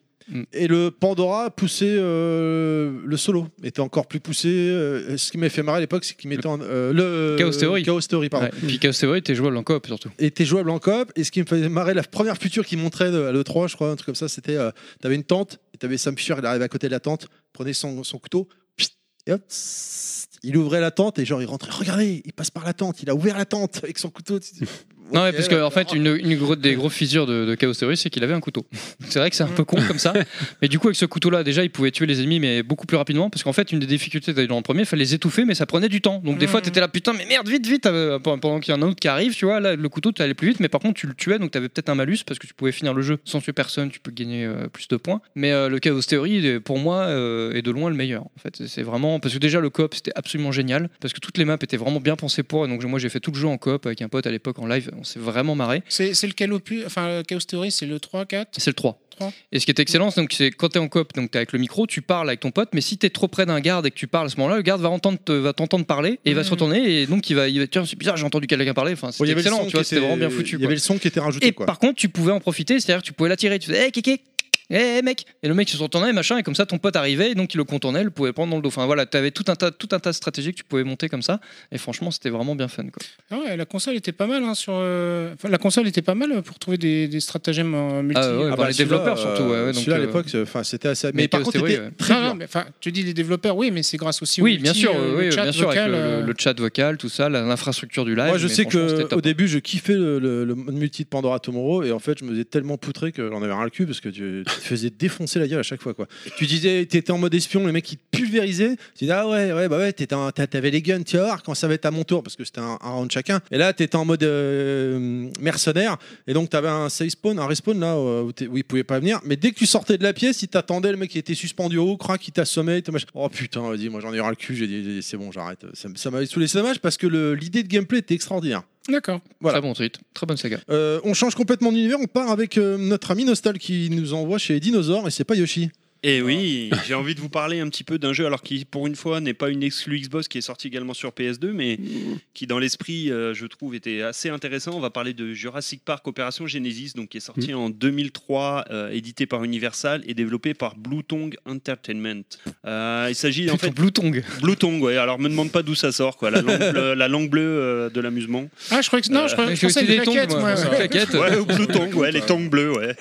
Et le Pandora poussait euh, le solo, était encore plus poussé. euh, ce qui m'a fait marrer à l'époque, c'est qu'il mettait en, euh, le
Chaos Theory.
Chaos Theory, pardon.
Ouais. Et puis Chaos Theory était jouable en coop surtout.
était jouable en coop. Et ce qui me faisait marrer, la première future qui montrait de- à l'E3, je crois, un truc comme ça, c'était euh, t'avais une tente, et t'avais Sam Fisher, il arrivait à côté de la tente, prenait son, son couteau, pssst, et hop, pssst, il ouvrait la tente, et genre il rentrait, regardez, il passe par la tente, il a ouvert la tente avec son couteau.
Non, ouais, parce qu'en en fait, une, une gro- des grosses fissures de, de Chaos Theory, c'est qu'il avait un couteau. C'est vrai que c'est un peu con comme ça. Mais du coup, avec ce couteau-là, déjà, il pouvait tuer les ennemis, mais beaucoup plus rapidement. Parce qu'en fait, une des difficultés d'aller dans le premier, il fallait les étouffer, mais ça prenait du temps. Donc, des fois, t'étais là, putain, mais merde, vite, vite, euh, pe- pendant qu'il y en a un autre qui arrive, tu vois. Là, le couteau, t'allais plus vite, mais par contre, tu le tuais, donc t'avais peut-être un malus parce que tu pouvais finir le jeu sans tuer personne, tu peux gagner euh, plus de points. Mais euh, le Chaos Theory, euh, pour moi, euh, est de loin le meilleur. En fait, c'est vraiment. Parce que déjà, le coop, c'était absolument génial. Parce que toutes les maps étaient vraiment bien pensées pour. Et donc, moi, j'ai fait tout le jeu en coop avec un pote à l'époque en live. On s'est vraiment marré.
C'est c'est lequel au plus. Enfin, euh, Chaos Theory, c'est le 3, 4
C'est le 3.
3
Et ce qui est excellent, c'est donc, c'est quand t'es en coop, donc t'es avec le micro, tu parles avec ton pote, mais si t'es trop près d'un garde et que tu parles à ce moment-là, le garde va entendre, te- va t'entendre parler et il va se retourner et donc il va, il va tiens c'est bizarre, j'ai entendu quelqu'un parler. Enfin,
Bon, il y
c'était
avait le
excellent,
son
tu vois,
qui
c'était
était-
vraiment bien foutu.
Il y avait
quoi.
le son qui était rajouté.
Et
quoi.
par contre, tu pouvais en profiter, c'est-à-dire que tu pouvais l'attirer, tu faisais hey, kéké hey, mec Et le mec se retournait, machin, et comme ça ton pote arrivait, et donc il le contournait, il le pouvait prendre dans le dos. Enfin voilà, t'avais tout un tas, tout un tas de stratégies que tu pouvais monter comme ça, et franchement c'était vraiment bien fun. Quoi.
Ah ouais, la console était pas mal hein, sur. euh, enfin, la console était pas mal pour trouver des, des stratagèmes euh, multi.
Ah ouais,
euh,
bah, les
celui-là,
développeurs, surtout, ouais, ouais, donc,
Celui-là à
euh,
l'époque, enfin c'était assez.
mais
Mais par
Chaos
contre,
Theory,
c'était
ouais.
très
Non, non,
bien.
mais, enfin, tu dis les développeurs, oui, mais c'est grâce aussi au
Oui, bien
multi,
sûr,
euh,
oui,
le chat
bien sûr,
vocal,
avec le-
euh,
le, le chat vocal, tout ça, la- l'infrastructure du live.
Moi, je
mais
sais
franchement, c'était
que
top. hein.
au début, je kiffais le, le- le mode multi de Pandora Tomorrow et en fait, je me faisais tellement poutrer que j'en avais rien le cul parce que tu, tu te faisais défoncer la gueule à chaque fois. Quoi. Tu disais, t'étais en mode espion, les mecs ils te pulvérisaient. Tu disais, ah ouais, ouais, bah ouais, t'étais un- t'as- t'avais les guns, tu vas voir quand ça va être à mon tour parce que c'était un, un round chacun. Et là, t'étais en mode euh, mercenaire et donc t'avais un safe spawn, un respawn là euh, où, t'es- où ils pouvaient pas venir. Mais dès que tu sortais de la pièce, ils t'attendaient, le mec qui était suspendu au haut, crac, il t'assommait, il te machin. Oh putain, vas-y, moi j'en ai rien le cul, j'ai dit, j'ai dit, c'est bon, j'arrête. Ça, ça m'avait saoulé, c'est dommage parce que le- l'idée de gameplay était extraordinaire.
D'accord.
Voilà.
Très bon tweet, très bonne saga.
Euh, on change complètement d'univers, on part avec euh, notre ami Nostal qui nous envoie chez les dinosaures et c'est pas Yoshi.
Et oui, j'ai envie de vous parler un petit peu d'un jeu, alors qui pour une fois n'est pas une exclu Xbox qui est sortie également sur PS2, mais qui dans l'esprit, euh, je trouve, était assez intéressant. On va parler de Jurassic Park Opération Genesis, donc qui est sorti en 2003, euh, édité par Universal et développé par Blue Tongue Entertainment. Euh, il s'agit en fait
Blue Tongue.
Blue Tongue, ouais. Alors me demande pas d'où ça sort, quoi. La langue bleue, la langue bleue euh, de l'amusement.
Ah, je crois que. Non, je crois
Euh,
je pensais à des claquettes, moi. ouais.
Ouais, ou Blue Tongue, ouais, les tongues bleues, ouais.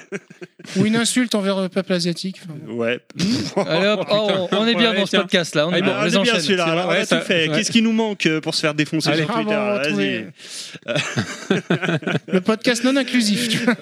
Ou une insulte envers le peuple asiatique. enfin.
Ouais.
Allez hop, oh, on on est bien
Ouais,
dans ce
tiens.
podcast là, on est
Ah,
bon,
on
les
est bien
enchaîne.
celui-là.
C'est
Alors, on
vrai,
a
ça-
tout fait.
ouais.
Qu'est-ce qui nous manque euh, pour se faire défoncer
Allez,
sur
bravo,
Twitter Ah,
on va
Vas-y.
Le podcast non inclusif. tu vois.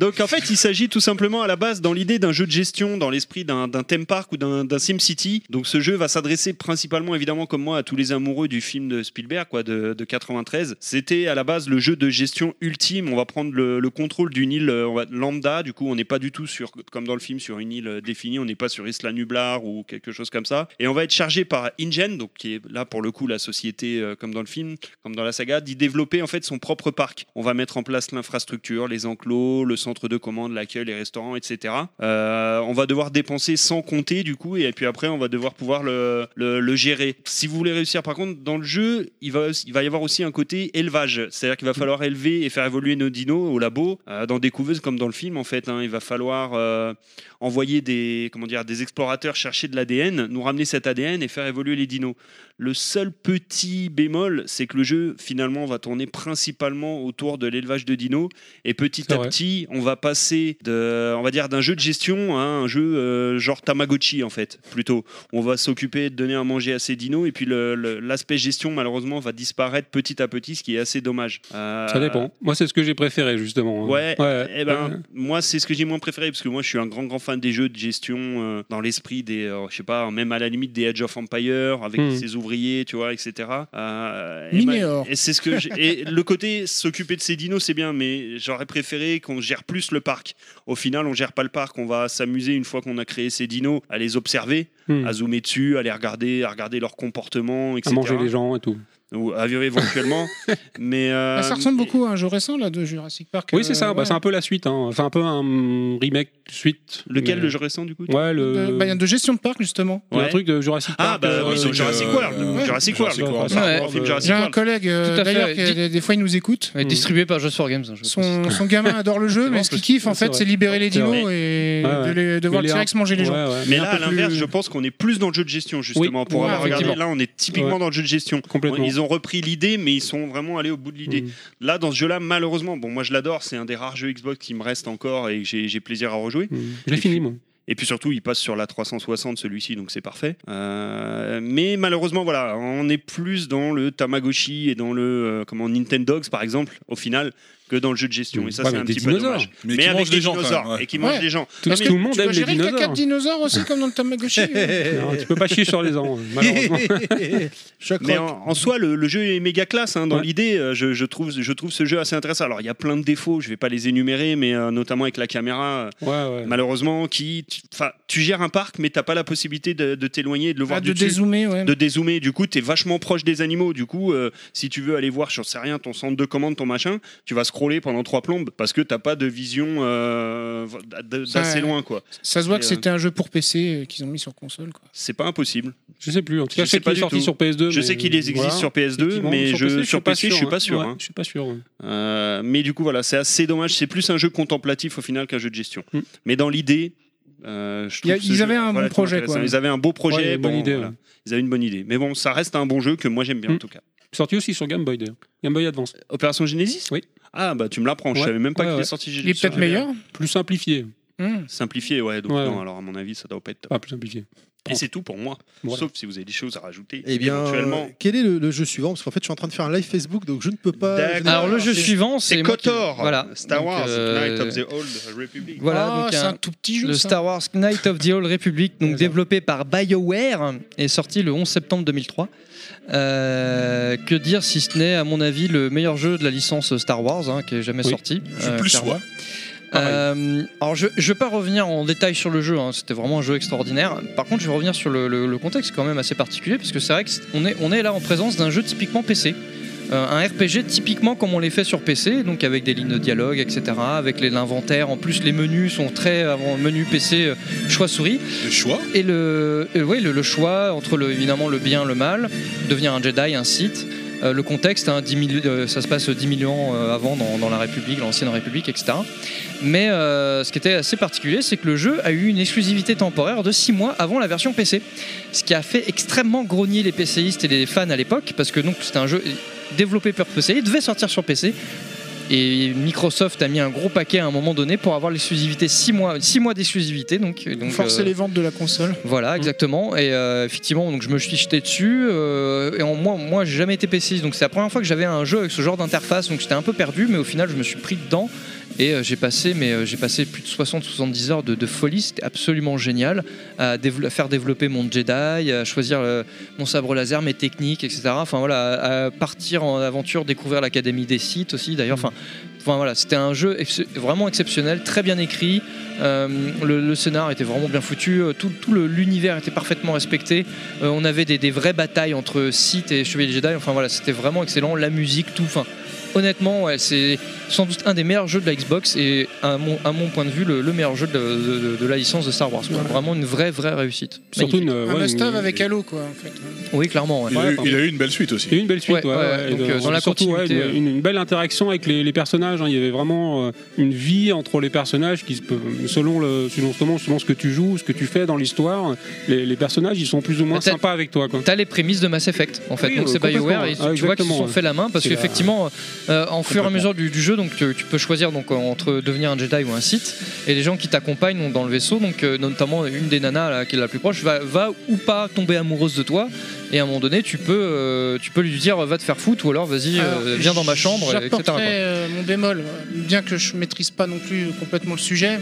Donc en fait, il s'agit tout simplement à la base dans l'idée d'un jeu de gestion, dans l'esprit d'un d'un theme park ou d'un d'un sim city. Donc ce jeu va s'adresser principalement, évidemment, comme moi, à tous les amoureux du film de Spielberg, quoi, de, de 93. C'était à la base le jeu de gestion ultime. On va prendre le, le contrôle d'une île euh, on va- lambda. Du coup, on n'est pas du tout sur, comme dans le film, sur une île euh, définie. On n'est pas sur Isla Nublar ou quelque chose comme ça. Et on va être chargé par InGen, donc qui est là pour le coup la société, euh, comme dans le film, comme dans la saga, d'y développer en fait son propre parc. On va mettre en place l'infrastructure, les enclos, le centre de commande, l'accueil, les restaurants, etc. Euh, on va devoir dépenser sans compter du coup, et puis après on va devoir pouvoir le, le- le gérer. Si vous voulez réussir, par contre, dans le jeu, il va, il va y avoir aussi un côté élevage, c'est-à-dire qu'il va falloir élever et faire évoluer nos dinos au labo, euh, dans des couveuses comme dans le film en fait. hein. Il va falloir euh, envoyer des, comment dire, des explorateurs chercher de l'ADN, nous ramener cet ADN et faire évoluer les dinos. Le seul petit bémol, c'est que le jeu finalement va tourner principalement autour de l'élevage de dinos et petit à petit, on va passer de, on va dire d'un jeu de gestion à un jeu euh, genre Tamagotchi en fait, plutôt. On va s'occuper de donner à manger à ces dinos et puis le- le- l'aspect gestion malheureusement va disparaître petit à petit, ce qui est assez dommage. Euh,
Ça dépend. Moi, c'est ce que j'ai préféré, justement. hein.
Ouais,
ouais.
eh ben, moi c'est ce que j'ai moins préféré parce que moi je suis un grand grand fan des jeux de gestion euh, dans l'esprit des, euh, je sais pas, même à la limite des Edge of Empire avec
Hmm.
ses ouvriers, tu vois, etc. Euh, et,
Minéor.
ma- et c'est ce que j'ai- et le côté s'occuper de ces dinos c'est bien, mais j'aurais préféré qu'on gère plus le parc. Au final, on gère pas le parc, on va s'amuser une fois qu'on a créé ces dinos à les observer,
Hmm.
à zoomer dessus, à les regarder, à regarder leur comportement,
À
etc.
manger les gens et tout.
Ou à vivre éventuellement, mais euh,
Ah, ça ressemble beaucoup à un jeu récent là, de Jurassic Park.
Oui, c'est ça.
euh,
Bah,
ouais.
c'est un peu la suite. hein. Enfin, un peu un mm, remake suite.
Lequel,
Mais-
le jeu récent, du coup
Ouais,
De,
le.
bah, il y a de gestion de parc justement.
il y a un truc de Jurassic
Ah,
Park.
bah
euh,
oui, c'est
avec,
Jurassic
euh,
World,
euh,
Jurassic World,
World,
quoi.
Jurassic
Ouais.
World.
Film Jurassic
J'ai un collègue euh,
Tout à fait,
d'ailleurs
ouais.
qui a- des, des fois il nous écoute.
Mmh.
Ouais, Distribué par Just for Games. hein, je précise.
Son, son gamin adore le jeu, mais ce qu'il kiffe en
C'est
fait,
vrai.
c'est libérer les
C'est vrai.
dinos
Ouais,
et de,
ouais.
les- de voir
Mais
le T-Rex
les-
manger les gens.
ouais, ouais.
Mais
Mais
là,
un
à
peu
l'inverse,
plus-
je pense qu'on est plus dans le jeu de gestion, justement.
Oui,
pour
ouais,
avoir regardé,
effectivement.
là, on est typiquement
Ouais.
dans le jeu de gestion.
Complètement.
Ils ont repris l'idée, mais ils sont vraiment allés au bout de
Mm,
l'idée. Là, dans ce jeu-là, malheureusement, bon, moi je l'adore, c'est un des rares jeux Xbox qui me reste encore et que j'ai j'ai plaisir à rejouer.
Je l'ai fini, moi.
Et puis surtout, il passe sur la 360 celui-ci, donc c'est parfait. Euh, mais malheureusement, voilà, on est plus dans le Tamagotchi et dans le euh, comment Nintendogs par exemple, au final, que dans le jeu de
Mm.
gestion. Et ça,
Ouais,
c'est
mais
un
des
petit peu
dinosaures.
dommage.
Mais qui mangent
avec
des
des
gens, quand
dinosaures
même, ouais.
et qui
Ouais.
mangent des gens.
Tout-
Non, mais
tout le monde
tu dois
aime les
gérer le
dinosaures.
Caca de dinosaures aussi, comme dans le Tamagotchi. ouais.
Non, tu peux pas chier sur les ans, malheureusement.
Mais en, en soi, le, le jeu est méga classe. hein. dans
Ouais.
l'idée, euh, je, je trouve, je trouve ce jeu assez intéressant. Alors, il y a plein de défauts, je vais pas les énumérer, mais euh, notamment avec la caméra, euh, malheureusement, qui. tu- Enfin, tu gères un parc, mais t'as pas la possibilité de, de t'éloigner et de le voir
Ah,
du
de
dessus.
dézoomer, ouais.
De dézoomer. Du coup, t'es vachement proche des animaux. Du coup, euh, si tu veux aller voir, je sais rien, ton centre de commande, ton machin, tu vas scroller pendant trois plombes parce que t'as pas de vision euh, d- d'assez
Ouais.
loin, quoi.
Ça se voit
Et,
que
euh,
c'était un jeu pour PC euh, qu'ils ont mis sur console. Quoi.
c'est pas impossible.
Je sais plus. En tout cas,
Je
je
sais
sais
pas
qu'il est
du
sorti
tout.
sur PS2.
Je sais qu'il existe sur PS2, mais je- sur PC, je suis pas sûr, hein.
Je suis pas sûr. ouais.
Euh, mais du coup, voilà, c'est assez dommage. C'est plus un jeu contemplatif au final qu'un jeu de gestion.
Mm.
Mais dans l'idée, euh, je trouve
Il y a-
ce
ils
jeu
avaient un bon
relativement
projet,
intéressant.
quoi.
Ils avaient un beau projet.
Ouais, une bonne
bon,
idée,
voilà.
ouais. Mm.
Ils avaient une bonne idée. Mais bon, ça reste un bon jeu que moi j'aime bien en tout cas. Euh,
Sorti aussi sur Game Boy d'ailleurs. Game Boy Advance.
Opération Genesis
Oui.
Ah bah tu me l'apprends. Je
Ouais,
savais même pas
ouais,
qu'il
ouais.
est sorti.
Il est
sur
peut-être
GBA.
meilleur Plus simplifié.
Hmm.
Simplifié, ouais. Donc
Ouais,
non,
ouais.
alors à mon avis, ça doit pas être.
Pas plus simplifié.
Et c'est tout pour moi.
Voilà.
Sauf si vous avez des choses à rajouter.
Eh bien,
éventuellement.
euh, quel est le, le jeu suivant Parce qu'en fait, je suis en train de faire un live Facebook, donc je ne peux pas. je n'ai-
D'accord.
Alors, le jeu
C'est-
suivant, c'est
c'est
moi qui-
Kotor.
euh, voilà.
Star
Donc,
Wars,
euh,
Knight of the Old Republic.
Voilà, donc
Ah, c'est un tout petit jeu,
Le
ça.
Star Wars Knight of the Old Republic, donc développé par BioWare, est sorti le 11 septembre 2003. Euh, que dire si ce n'est, à mon avis, le meilleur jeu de la licence Star Wars hein, qui est jamais
Oui.
sorti.
J'ai plus
clairement.
foi.
Euh, alors je ne vais pas revenir en détail sur le jeu, hein, c'était vraiment un jeu extraordinaire. Par contre, je vais revenir sur le, le- le contexte quand même assez particulier, parce que c'est vrai qu'on est, on est là en présence d'un jeu typiquement PC. Euh, un RPG typiquement comme on les fait sur PC, donc avec des lignes de dialogue, etc., avec les- l'inventaire. En plus, les menus sont très avant menu PC euh, choix souris.
Le choix
Et le, euh, oui, le, le choix entre le, évidemment le bien, le mal, devenir un Jedi, un Sith. Euh, le contexte, hein, 10 000, euh, ça se passe 10 000 ans euh, avant dans, dans la République, l'ancienne République, etc. Mais euh, ce qui était assez particulier, c'est que le jeu a eu une exclusivité temporaire de 6 mois avant la version PC. Ce qui a fait extrêmement grogner les PCistes et les fans à l'époque, parce que donc c'était un jeu développé par PC, il devait sortir sur PC. Et Microsoft a mis un gros paquet à un moment donné pour avoir l'exclusivité 6 mois, six mois d'exclusivité. Donc, donc,
Forcer
euh,
les ventes de la console.
voilà, exactement. Et euh, effectivement, donc je me suis jeté dessus. euh, et en, moi, moi, j'ai jamais été PC, donc c'est la première fois que j'avais un jeu avec ce genre d'interface, donc j'étais un peu perdu, mais au final, je me suis pris dedans et euh, j'ai passé, mais euh, j'ai passé plus de 60-70 heures de, de folie. C'était absolument génial à, dévelop- à faire développer mon Jedi, à choisir euh, mon sabre laser, mes techniques, etc. Enfin voilà, à, à partir en aventure, découvrir l'académie des sites aussi. D'ailleurs, enfin. Enfin, voilà, c'était un jeu ex- vraiment exceptionnel, très bien écrit. Euh, le, le scénar était vraiment bien foutu. euh, Tout, tout le- l'univers était parfaitement respecté. Euh, on avait des, des vraies batailles entre Sith et Chevalier Jedi. Enfin voilà, c'était vraiment excellent. La musique, tout. Enfin, honnêtement, ouais, c'est sans doute un des meilleurs jeux de la Xbox et à mon, à mon point de vue, le, le meilleur jeu de, de- de- de la licence de Star Wars. quoi. Vraiment une vraie, vraie réussite.
Surtout une,
Magnifique.
euh,
Un
ouais,
must-have
une-
avec Halo, quoi, en fait.
Oui, clairement. ouais.
Il, a eu, il a eu une belle suite aussi.
Et une belle suite,
Ouais,
ouais,
ouais,
ouais,
ouais,
et
donc,
de-
euh, dans la
surtout, ouais,
continuité,
une, une belle interaction avec les, les personnages. hein. Il y avait vraiment euh, une vie entre les personnages qui, se peuvent- selon, le, selon, justement, selon ce que tu joues, ce que tu fais dans l'histoire, les, les personnages ils sont plus ou moins
T'as-
sympas avec toi. Quoi.
T'as les prémices de Mass Effect en fait,
Oui,
donc
euh,
c'est BioWare et tu,
complètement.
tu vois qu'ils se
Exactement,
sont
ouais.
fait la main parce
C'est la-
qu'effectivement, euh, en fur et à mesure du, du jeu, donc tu, tu peux choisir donc euh, entre devenir un Jedi ou un Sith et les gens qui t'accompagnent donc, dans le vaisseau, donc euh, notamment une des nanas là, qui est la plus proche, va, va ou pas tomber amoureuse de toi et à un moment donné tu peux, euh, tu peux lui dire va te faire foutre ou alors vas-y
Alors,
euh, viens dans ma chambre, etc.
J'apporterai
quoi.
euh, mon bémol, bien que je maîtrise pas non plus complètement le sujet.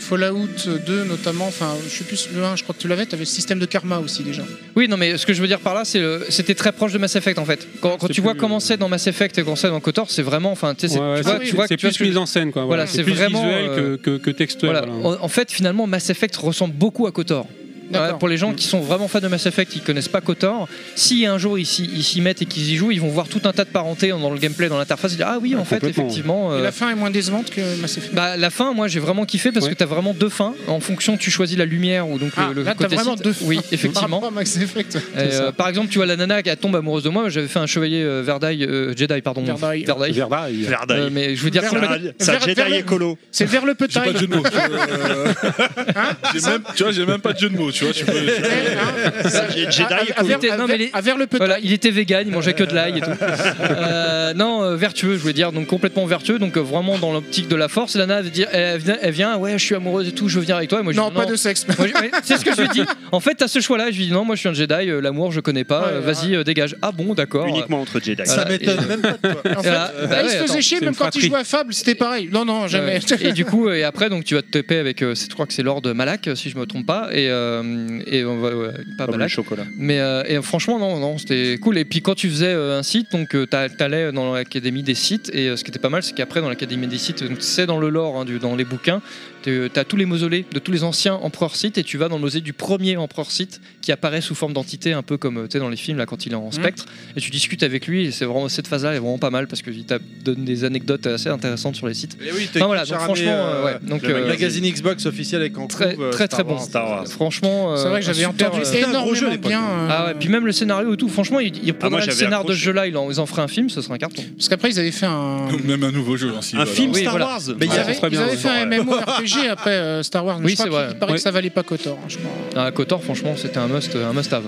Fallout 2 notamment, enfin je sais plus le 1, je crois que tu l'avais, t'avais le système de karma aussi déjà.
Oui, non, mais ce que je veux dire par là, c'est le- c'était très proche de Mass Effect en fait. Quand, quand tu vois comment c'est dans Mass Effect et comment c'est dans Kotor, c'est vraiment, enfin, tu sais, c'est-
Ouais, ouais,
tu
c'est-
vois- tu vois,
c'est
tu vois
plus
ce que je-
mise en scène, quoi, voilà.
Voilà,
C'est
c'est
plus
vraiment
visuel que-
euh,
que- que textuel,
voilà.
voilà.
En, en fait, finalement, Mass Effect ressemble beaucoup à Kotor. Voilà, pour les gens qui sont vraiment fans de Mass Effect, qui connaissent pas Kotor, si un jour ils s'y ils s'y mettent et qu'ils y jouent, ils vont voir tout un tas de parentés dans le gameplay, dans l'interface, ils disent ah oui, en fait,
complètement.
effectivement.
Et
euh,
la fin est moins décevante que Mass Effect.
bah, la fin, moi j'ai vraiment kiffé parce que t'as vraiment deux fins. En fonction, tu choisis la lumière ou donc le-
Ah,
le,
là t'as
côté
vraiment
site.
deux fins
Oui,
par
effectivement.
rapport à Mass Effect. ouais.
Et, euh, par exemple, tu vois la nana qui elle tombe amoureuse de moi. J'avais fait un chevalier euh, Verdaille, euh, Jedi, pardon.
Verdaille.
Verdaille.
Verdaille.
Euh, mais je veux dire,
Verdaille.
complètement-
Ah, Ça,
Vers-
Jedi
vers le-
écolo.
C'est vers le
J'ai
petit.
pas de jeu de mots. Euh, j'ai même- tu vois, j'ai même pas de jeu de mots. tu vois, tu peux. tu
hein.
peux-
le petit. Voilà, il était vegan, il mangeait que de l'ail et tout. Euh, non, euh, vertueux, je voulais dire, donc complètement vertueux, donc euh, vraiment dans l'optique de la force. La nana, elle, dit- elle vient, elle vient, ouais, je suis amoureuse et tout, je veux venir avec toi. Et moi, je
Non,
dis,
pas de sexe.
Moi, je- ouais, C'est ce que je lui dis. En fait, t'as ce choix-là. Je lui dis, non, moi, je suis un Jedi, euh, l'amour, je connais pas, euh, vas-y, euh, dégage. Ah bon, d'accord.
Uniquement entre Jedi.
Voilà,
Ça
et-
m'étonne même pas de
En fait,
Voilà, bah ouais,
il se faisait
attends,
chier
c'est
même
une
quand il
fratrie.
jouait à Fable, c'était pareil. Non, non, jamais.
Ouais. et du coup, euh, et après, donc tu vas te taper avec, euh, c'est- je crois que c'est Lord Malak, euh, si je me trompe pas, et, euh, et on va, ouais, pas
Comme le
Malak.
chocolat.
Mais euh, et, euh, franchement, non, non, c'était cool. Et puis quand tu faisais euh, un site, donc euh, t'a- t'allais dans l'académie des sites, et euh, ce qui était pas mal, c'est qu'après dans l'académie des sites, donc, c'est dans le lore, hein, du- dans les bouquins, tu- t'as tous les mausolées de tous les anciens empereurs sites, et tu vas dans le musée du premier empereur site qui apparaît sous forme d'entité, un peu comme euh, tu sais dans les films là quand il est en spectre, et tu discutes avec lui. Et c'est vraiment cette phase-là est vraiment pas mal parce que il t'a donne des anecdotes assez intéressantes sur les sites.
Et oui,
Enfin, voilà, donc franchement, euh, ouais, donc,
le
euh,
magazine Xbox officiel avec en
très
couve, euh,
très
Star
très bon.
Wars.
Franchement,
C'est
euh,
vrai que j'avais
un super,
entendu
euh,
C'était un énormément gros jeu à l'époque,
bien.
bien, hein.
Ah ouais, puis même le scénario et tout. Franchement, ils il
Ah, moi,
prendraient le
j'avais
scénar de ce
accroché.
jeu-là, ils en, ils en feraient un film, ce serait un carton.
Parce qu'après, ils avaient fait un.
Même un nouveau jeu. hein, si,
Un
voilà.
film
Oui,
Star
voilà.
Wars. Ah,
Mais ils
Ouais,
avaient,
ça serait
ils
bien,
avaient
ouais.
fait un MMORPG après euh, Star Wars. mais
Oui,
je crois
c'est
qu'il-
vrai.
Il paraît
Ouais.
que ça valait pas Kotor, hein, je crois.
Ah, Kotor, franchement, c'était un must, un must-have.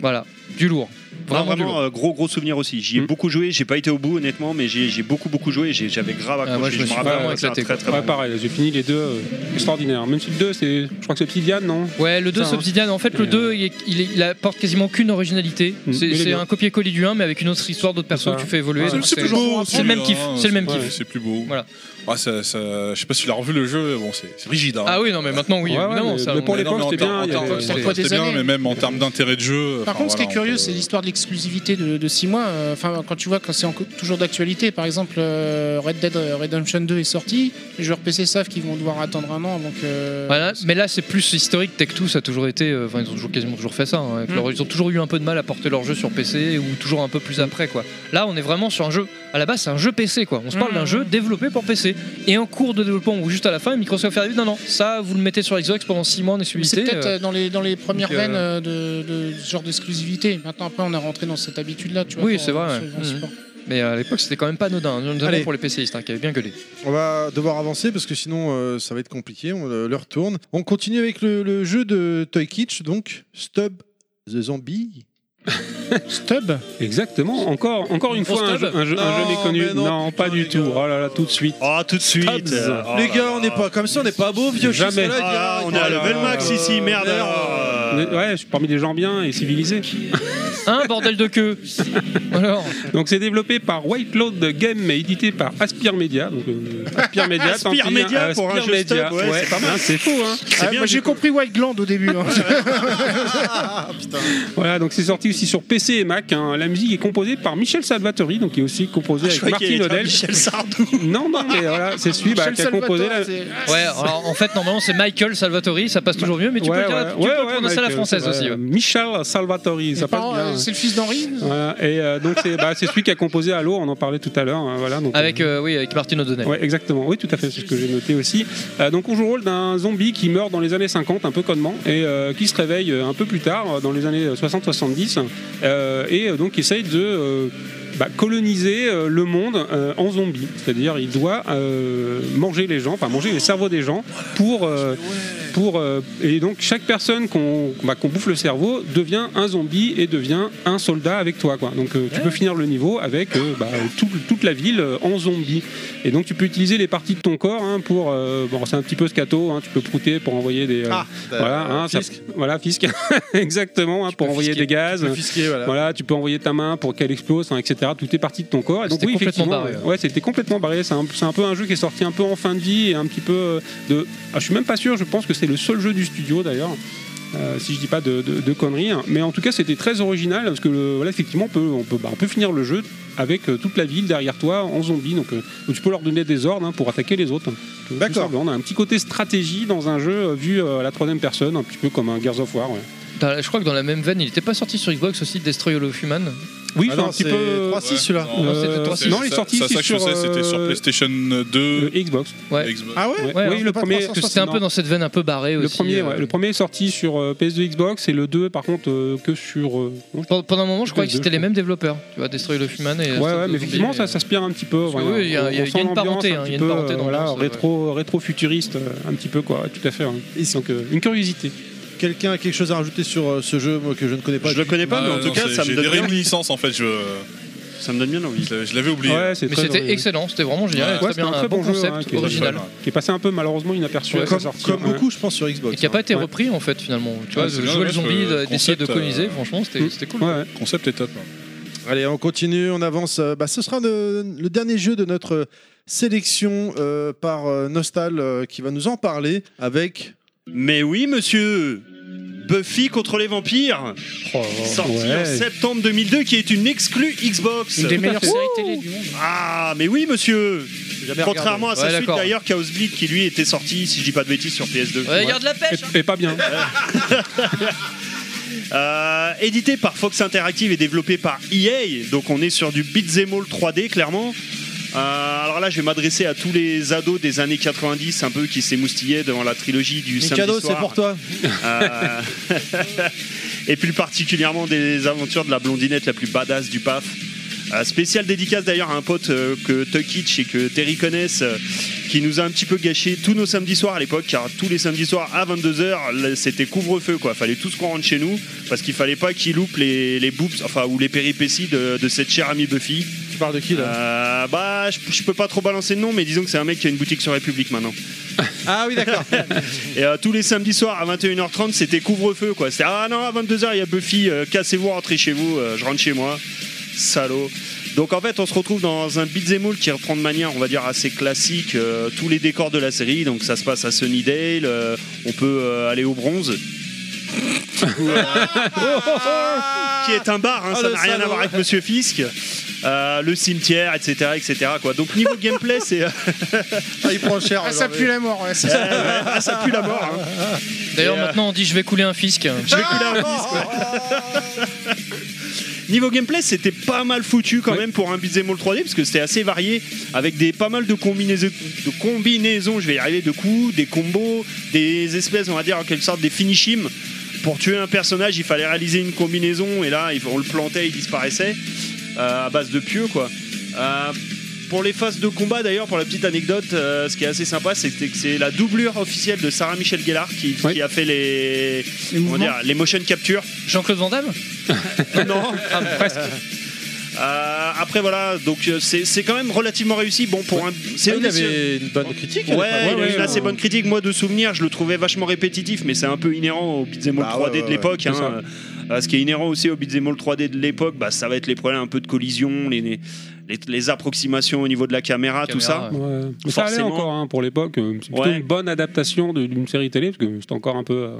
Voilà, du lourd.
Non,
Vraiment,
Vraiment,
du lourd.
euh, gros gros souvenir aussi. J'y ai beaucoup joué, j'ai pas été au bout honnêtement, mais j'ai j'ai beaucoup beaucoup joué. j'ai- J'avais grave accroché.
Ah, moi, je me suis
rappelle,
vraiment
c'est un
éclaté.
très,
quoi.
très
Ouais,
bon
pareil, j'ai fini les deux euh, extraordinaires. Même si le 2, c'est, je crois que c'est Obsidian, non
Ouais, le 2
Ça, hein.
Obsidian, en fait, le
Et,
euh,
2, il, est- il est- il apporte quasiment aucune originalité.
Mm.
C'est
Il est
c'est
bien.
un copier-coller du 1, mais avec une autre histoire, d'autres persos que tu fais
Ah,
évoluer.
Ouais,
donc C'est c'est le même kiff.
hein,
C'est le même kiff.
ouais, C'est plus beau.
Voilà.
Ah, ça, ça- je sais pas si tu l'as revu le jeu, bon, c'est c'est rigide. hein.
Ah oui, non, mais maintenant, oui.
Ouais, ouais,
évidemment,
mais-
ça,
mais
on-
pour
mais non,
l'époque,
mais en
c'était
termes-
bien,
en
il y
termes-
avait-
c'est-
Parfois, des
C'était bien,
années.
mais même en termes d'intérêt de jeu.
Par
enfin,
contre, ce
voilà,
qui est
on
curieux,
peut-
c'est l'histoire de l'exclusivité de, de 6 mois. Euh, Enfin, quand tu vois que c'est en- toujours d'actualité, par exemple, euh, Red Dead Redemption 2 est sorti, les joueurs PC savent qu'ils vont devoir attendre un an euh, avant que.
Voilà, mais là c'est plus historique, Tech2 ça a toujours été, euh, enfin ils ont toujours, quasiment toujours fait ça, hein, avec
Mm.
leur- ils ont toujours eu un peu de mal à porter leur jeu sur PC ou toujours un peu plus après quoi. Là on est vraiment sur un jeu, à la base c'est un jeu PC quoi, on se parle d'un jeu développé pour PC et en cours de développement ou juste à la fin Microsoft arrive, non non, ça vous le mettez sur Xbox pendant 6 mois en exclusivité.
C'est peut-être
euh,
euh, dans les, dans les premières
donc, euh,
veines euh, de, de ce genre d'exclusivité. Maintenant, après, on est rentré dans cette habitude-là. tu vois,
oui
pour-
c'est vrai,
sur-
ouais.
dans ce
Mhm.
support.
mais à l'époque c'était quand même pas anodin, notamment
Allez.
pour les PCistes hein, qui avaient bien gueulé.
On va devoir avancer parce que sinon euh, ça va être compliqué, on, euh, l'heure tourne. On continue avec le, le jeu de Toy Kitsch, donc Stub the Zombie.
Stub
Exactement, encore, encore une
Gros
fois, un
stub
jeu, un jeu- un jeu
Non, mais
méconnu.
non,
Non, pas du tout. Oh là là, tout de suite.
Ah, tout de suite. euh, oh
les
là
gars,
là.
on n'est pas comme ça, on n'est pas beau, vieux
Jamais.
je suis là,
Ah,
gars.
on est à level max ici, merde. euh, alors.
Ouais, je suis parmi les gens bien et civilisés.
Hein bordel de queue Alors
Donc c'est développé par White Cloud Game et édité par Aspire Media. Donc, euh, Aspire Media, tant pis, hein.
Aspire Media pour un
Aspire
jeu
Media,
stop, ouais,
ouais,
c'est pas mal.
hein, C'est fou, hein.
C'est
Ah,
bien,
moi,
du
j'ai compris White Gland au début. hein.
Voilà, donc c'est sorti aussi sur PC et Mac. hein. La musique est composée par Michel Salvatori, donc qui est aussi composé
Ah, Je
avec
croyais qu'il
Martin
allait dire
Odell.
Michel Sardou.
Non, non, mais voilà, c'est celui bah,
Michel
qui a composé la.
Salvatore, c'est-
Ouais, alors en fait normalement c'est Michael Salvatori, ça passe toujours mieux, mais tu peux, le dire- tu peux le prononcer à la
Michael,
française
c'est vrai.
aussi. ouais.
euh, Michel Salvatori,
Les
ça passe
parents,
bien.
euh, C'est le fils d'Henri
Voilà, et euh, donc c'est bah, c'est celui qui a composé Halo, on en parlait tout à l'heure. hein, voilà, donc,
Avec, euh, oui, avec Martin O'Donnell.
Ouais, exactement. Oui, tout à fait. C'est ce que j'ai noté aussi. Euh, donc, on joue le rôle d'un zombie qui meurt dans les années 50, un peu connement, et euh, qui se réveille euh, un peu plus tard, euh, dans les années 60-70, euh, et euh, donc essaye de euh, bah, coloniser euh, le monde euh, en zombie. C'est-à-dire, il doit euh, manger les gens, enfin manger les cerveaux des gens pour. euh, pour euh, et donc, chaque personne qu'on bah, qu'on bouffe le cerveau devient un zombie et devient un soldat avec toi. Quoi. Donc, euh, tu peux finir le niveau avec euh, bah, tout- toute la ville euh, en zombie. Et donc tu peux utiliser les parties de ton corps hein, pour. euh, bon, c'est un petit peu scato, hein, tu peux prouter pour envoyer des. euh,
Ah,
voilà,
euh,
hein, ça-
fisc.
voilà, fisc. Exactement, hein, pour envoyer des gaz.
peux fisquer, voilà.
tu peux envoyer ta main pour qu'elle explose, hein, etc. Tout est parti de ton corps. Et donc,
C'était
oui,
complètement
effectivement,
barré,
euh,
hein.
Ouais, c'était complètement barré. C'est un, c'est un peu un jeu qui est sorti un peu en fin de vie et un petit peu euh, de. Ah, je suis même pas sûr, je pense que c'est le seul jeu du studio d'ailleurs. euh, si je dis pas de, de- de conneries, hein. mais en tout cas c'était très original parce que le- voilà, effectivement on peut, on, peut, bah, on peut finir le jeu avec euh, toute la ville derrière toi en zombie, donc euh, tu peux leur donner des ordres hein, pour attaquer les autres. D'accord. On a un petit côté stratégie dans un jeu euh, vu euh, à la troisième personne, un petit peu comme un Gears of War. ouais.
Dans la- je crois que dans la même veine, il n'était pas sorti sur Xbox aussi Destroy All of Human.
Oui,
Ah
c'est
non,
un petit
c'est
peu.
3-6, celui-là.
Euh,
Non, c'était 3-6.
non, il est
Ça-
sorti
ça,
c'est
ça que je
sur,
sais, c'était sur
euh,
PlayStation 2.
le Xbox.
Ouais.
Xbox.
Ah ouais,
Ouais,
Ouais,
oui, le premier.
Parce que c'était un peu dans cette veine un peu barrée
Le
aussi.
premier,
euh,
ouais, le premier est sorti sur euh, PS2 Xbox et le 2 par contre euh, que sur. euh, bon, je-
Pendant pendant un moment, je croyais que
Deux,
c'était
je
les mêmes développeurs. Tu vois, Destroy All of Human et.
Ouais,
Assault
ouais,
of
mais
Zombie,
effectivement
mais-
ça s'aspire un petit peu.
Parce que
voilà,
oui, il y a- il y a-
on- on
il y a
sent
une
l'ambiance
parenté,
un
hein, il y a
petit
une
peu,
parenté dans
voilà,
l'ambiance, ouais.
rétro, rétro futuriste, un petit peu quoi, tout à fait. hein. Donc euh, une curiosité.
Quelqu'un a quelque chose à rajouter sur euh, ce jeu moi, que je ne connais pas
Je le connais pas, mais en tout cas, ça me
J'ai
donne
des
bien-
réminiscences en fait. Je...
Ça me donne bien envie.
Je l'avais oublié.
Mais c'était excellent, c'était vraiment génial.
Ouais,
C'était
c'était
bien
un
un
très
bon
bon jeu,
concept
hein, qui est-
original.
Qui est passé un peu malheureusement inaperçu
Ouais,
à sa
comme-
sortie.
comme
Ouais.
beaucoup,
je pense, sur Xbox. hein.
Et qui n'a pas été repris en fait finalement. Tu vois,
Ouais, c'est
de
bien
jouer le
dommage,
zombie,
le
d'essayer de
concept, euh,
coloniser, franchement, c'était c'était cool.
Ouais.
Concept est top.
Allez, on continue, on avance. Euh, bah, ce sera de- le dernier jeu de notre euh, sélection euh, par euh, Nostal euh, qui va nous en parler avec.
Mais oui, monsieur Buffy contre les vampires Sorti en
ouais.
septembre 2002, qui est une exclue Xbox
Une des meilleures séries
télé du monde Ah, mais oui, monsieur
jamais
Contrairement à
regardé.
sa
Ouais,
suite
d'accord.
d'ailleurs, Chaos Bleed, qui lui était sorti, si je dis pas de bêtises, sur PS2.
Ouais, garde la pêche,
Et pas bien.
Euh, édité par Fox Interactive et développé par EA, donc on est sur du beat'em all 3D clairement. Euh, alors là, je vais m'adresser à tous les ados des années 90, un peu qui s'émoustillaient devant la trilogie du samedi
Mikado,
soir.
c'est pour toi.
Euh, et plus particulièrement des aventures de la blondinette la plus badass du PAF. Euh, spécial dédicace d'ailleurs à un pote euh, que Tuckitch et que Terry connaissent euh, qui nous a un petit peu gâché tous nos samedis soirs à l'époque car tous les samedis soirs à 22h c'était couvre-feu quoi fallait tous qu'on rentre chez nous parce qu'il fallait pas qu'il loupe les, les boobs enfin ou les péripéties de, de cette chère amie Buffy
Tu parles de qui là
Euh, bah je, je peux pas trop balancer de nom mais disons que c'est un mec qui a une boutique sur République maintenant
Ah oui, d'accord.
et euh, tous les samedis soirs à 21h30, c'était couvre-feu quoi. C'était ah non, à 22h, il y a Buffy, euh, cassez-vous, rentrez chez vous, euh, je rentre chez moi. Salaud. Donc en fait, on se retrouve dans un beat'em all qui reprend de manière, on va dire, assez classique euh, tous les décors de la série. Donc ça se passe à Sunnydale, euh, on peut euh, aller au bronze. Ou, euh, qui est un bar, hein,
Ah,
ça
le
n'a rien à
salaud.
voir avec Monsieur Fisk. Euh, le cimetière, etc., etc. Quoi. Donc niveau gameplay, c'est euh,
il prend cher.
Ah, ça pue la mort, ouais, c'est
Ouais,
ça.
ouais, ah, ça pue la mort. hein.
D'ailleurs,
Et, euh,
maintenant on dit je vais couler un fisc.
Je vais couler un disque, ouais. Niveau gameplay, c'était pas mal foutu quand même pour un beat'em all 3D parce que c'était assez varié avec des pas mal de combinaisons, de combinaisons, je vais y arriver, de coups, des combos, des espèces, on va dire en quelque sorte des finish him. Pour tuer un personnage, il fallait réaliser une combinaison et là, il- on le plantait, il disparaissait euh, à base de pieux quoi. Euh, pour les phases de combat d'ailleurs, pour la petite anecdote, euh, ce qui est assez sympa, c'était que c'est la doublure officielle de Sarah Michelle Gellar qui, qui a fait les, comment
mouvements.
dire, les motion capture.
Jean-Claude Van Damme
Non, presque. après voilà, donc euh, c'est c'est quand même relativement réussi. Bon pour un, c'est
Ah,
un
il
des-
avait une bonne critique. à
Ouais,
l'époque.
il a eu une assez
hein.
bonne critique. Moi, de souvenir, je le trouvais vachement répétitif, mais c'est un peu inhérent au beat'em all
Bah
3D
ouais,
de
ouais,
l'époque.
c'est
hein.
ça.
Euh, Ce qui est inhérent aussi au beat'em all 3D de l'époque, bah, ça va être les problèmes un peu de collision, les, les, les approximations au niveau de la caméra, tout ça.
Ouais. Mais ça allait
Forcément.
encore hein, pour l'époque. euh, C'est plutôt
Ouais.
une bonne adaptation de- d'une série télé parce que c'était encore un peu. euh,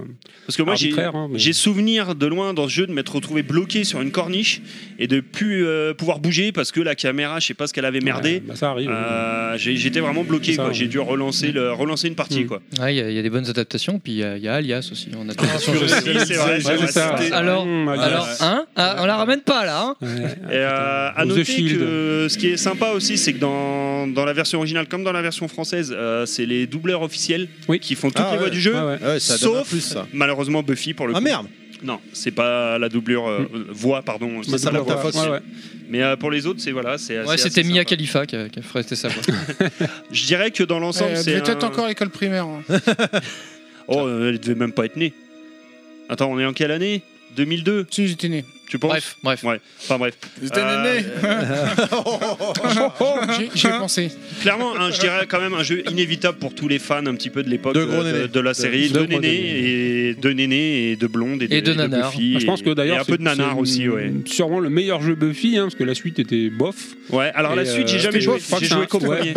Parce que moi, j'ai
arbitraire, hein, mais-
j'ai souvenir de loin dans ce jeu de m'être retrouvé bloqué sur une corniche et de plus euh, pouvoir bouger parce que la caméra, je sais pas ce qu'elle avait merdé.
bah, ça arrive.
Euh, j'ai- J'étais vraiment bloqué.
C'est ça,
quoi.
ouais.
J'ai dû relancer, le, relancer une partie. Quoi.
Il y, a- il y a des bonnes adaptations, puis il y a- il y, a Alias aussi. On a
purée, c'est vrai, c'est vrai, c'est vrai, c'était-
Alors,
Mmh,
Hum, Alias.
alors hein Ah, On la ramène pas là. hein
Ah,
Et, euh, à
The
noter
Shield.
que ce qui est sympa aussi, c'est que dans, dans la version originale comme dans la version française, euh, c'est les doubleurs officiels qui font toutes
Ah
les
ouais.
voix du jeu,
Ah ouais. Ouais, ça donne un
sauf
plus, ça.
malheureusement Buffy pour le
Ah
coup.
merde.
Non, c'est pas la doublure euh, euh, voix, pardon.
Ça s'adapte
doublure
à
voix.
Fox.
Ouais, ouais. Mais euh, pour les autres, c'est voilà, c'est
Ouais,
c'est
c'était
assez
Mia Khalifa qui a, qui a fait sa voix.
sympa. Je dirais que dans l'ensemble,
Euh,
c'est
Peut-être
un-
encore l'école primaire. hein.
Oh, euh, elle devait même pas être née. Attends, on est en quelle année 2002
Si, j'étais né.
Tu penses Bref,
bref.
Ouais, enfin bref.
J'étais
Euh,
né.
Oh,
J'ai- J'ai pensé.
Clairement, hein, je dirais quand même un jeu inévitable pour tous les fans un petit peu de l'époque
De
de,
gros
de-
nénés.
de la
De-
série.
de
De,
gros
nénés et de nénés et de blondes et de,
Et de
nanar.
Buffy
Ah, je pense que
et- et
d'ailleurs
un peu de
c'est-
nanar
c'est
aussi, ouais.
Sûrement le meilleur jeu Buffy, hein, parce que la suite était bof.
Ouais, alors la
euh,
suite, j'ai jamais joué. J'ai joué qu'au premier.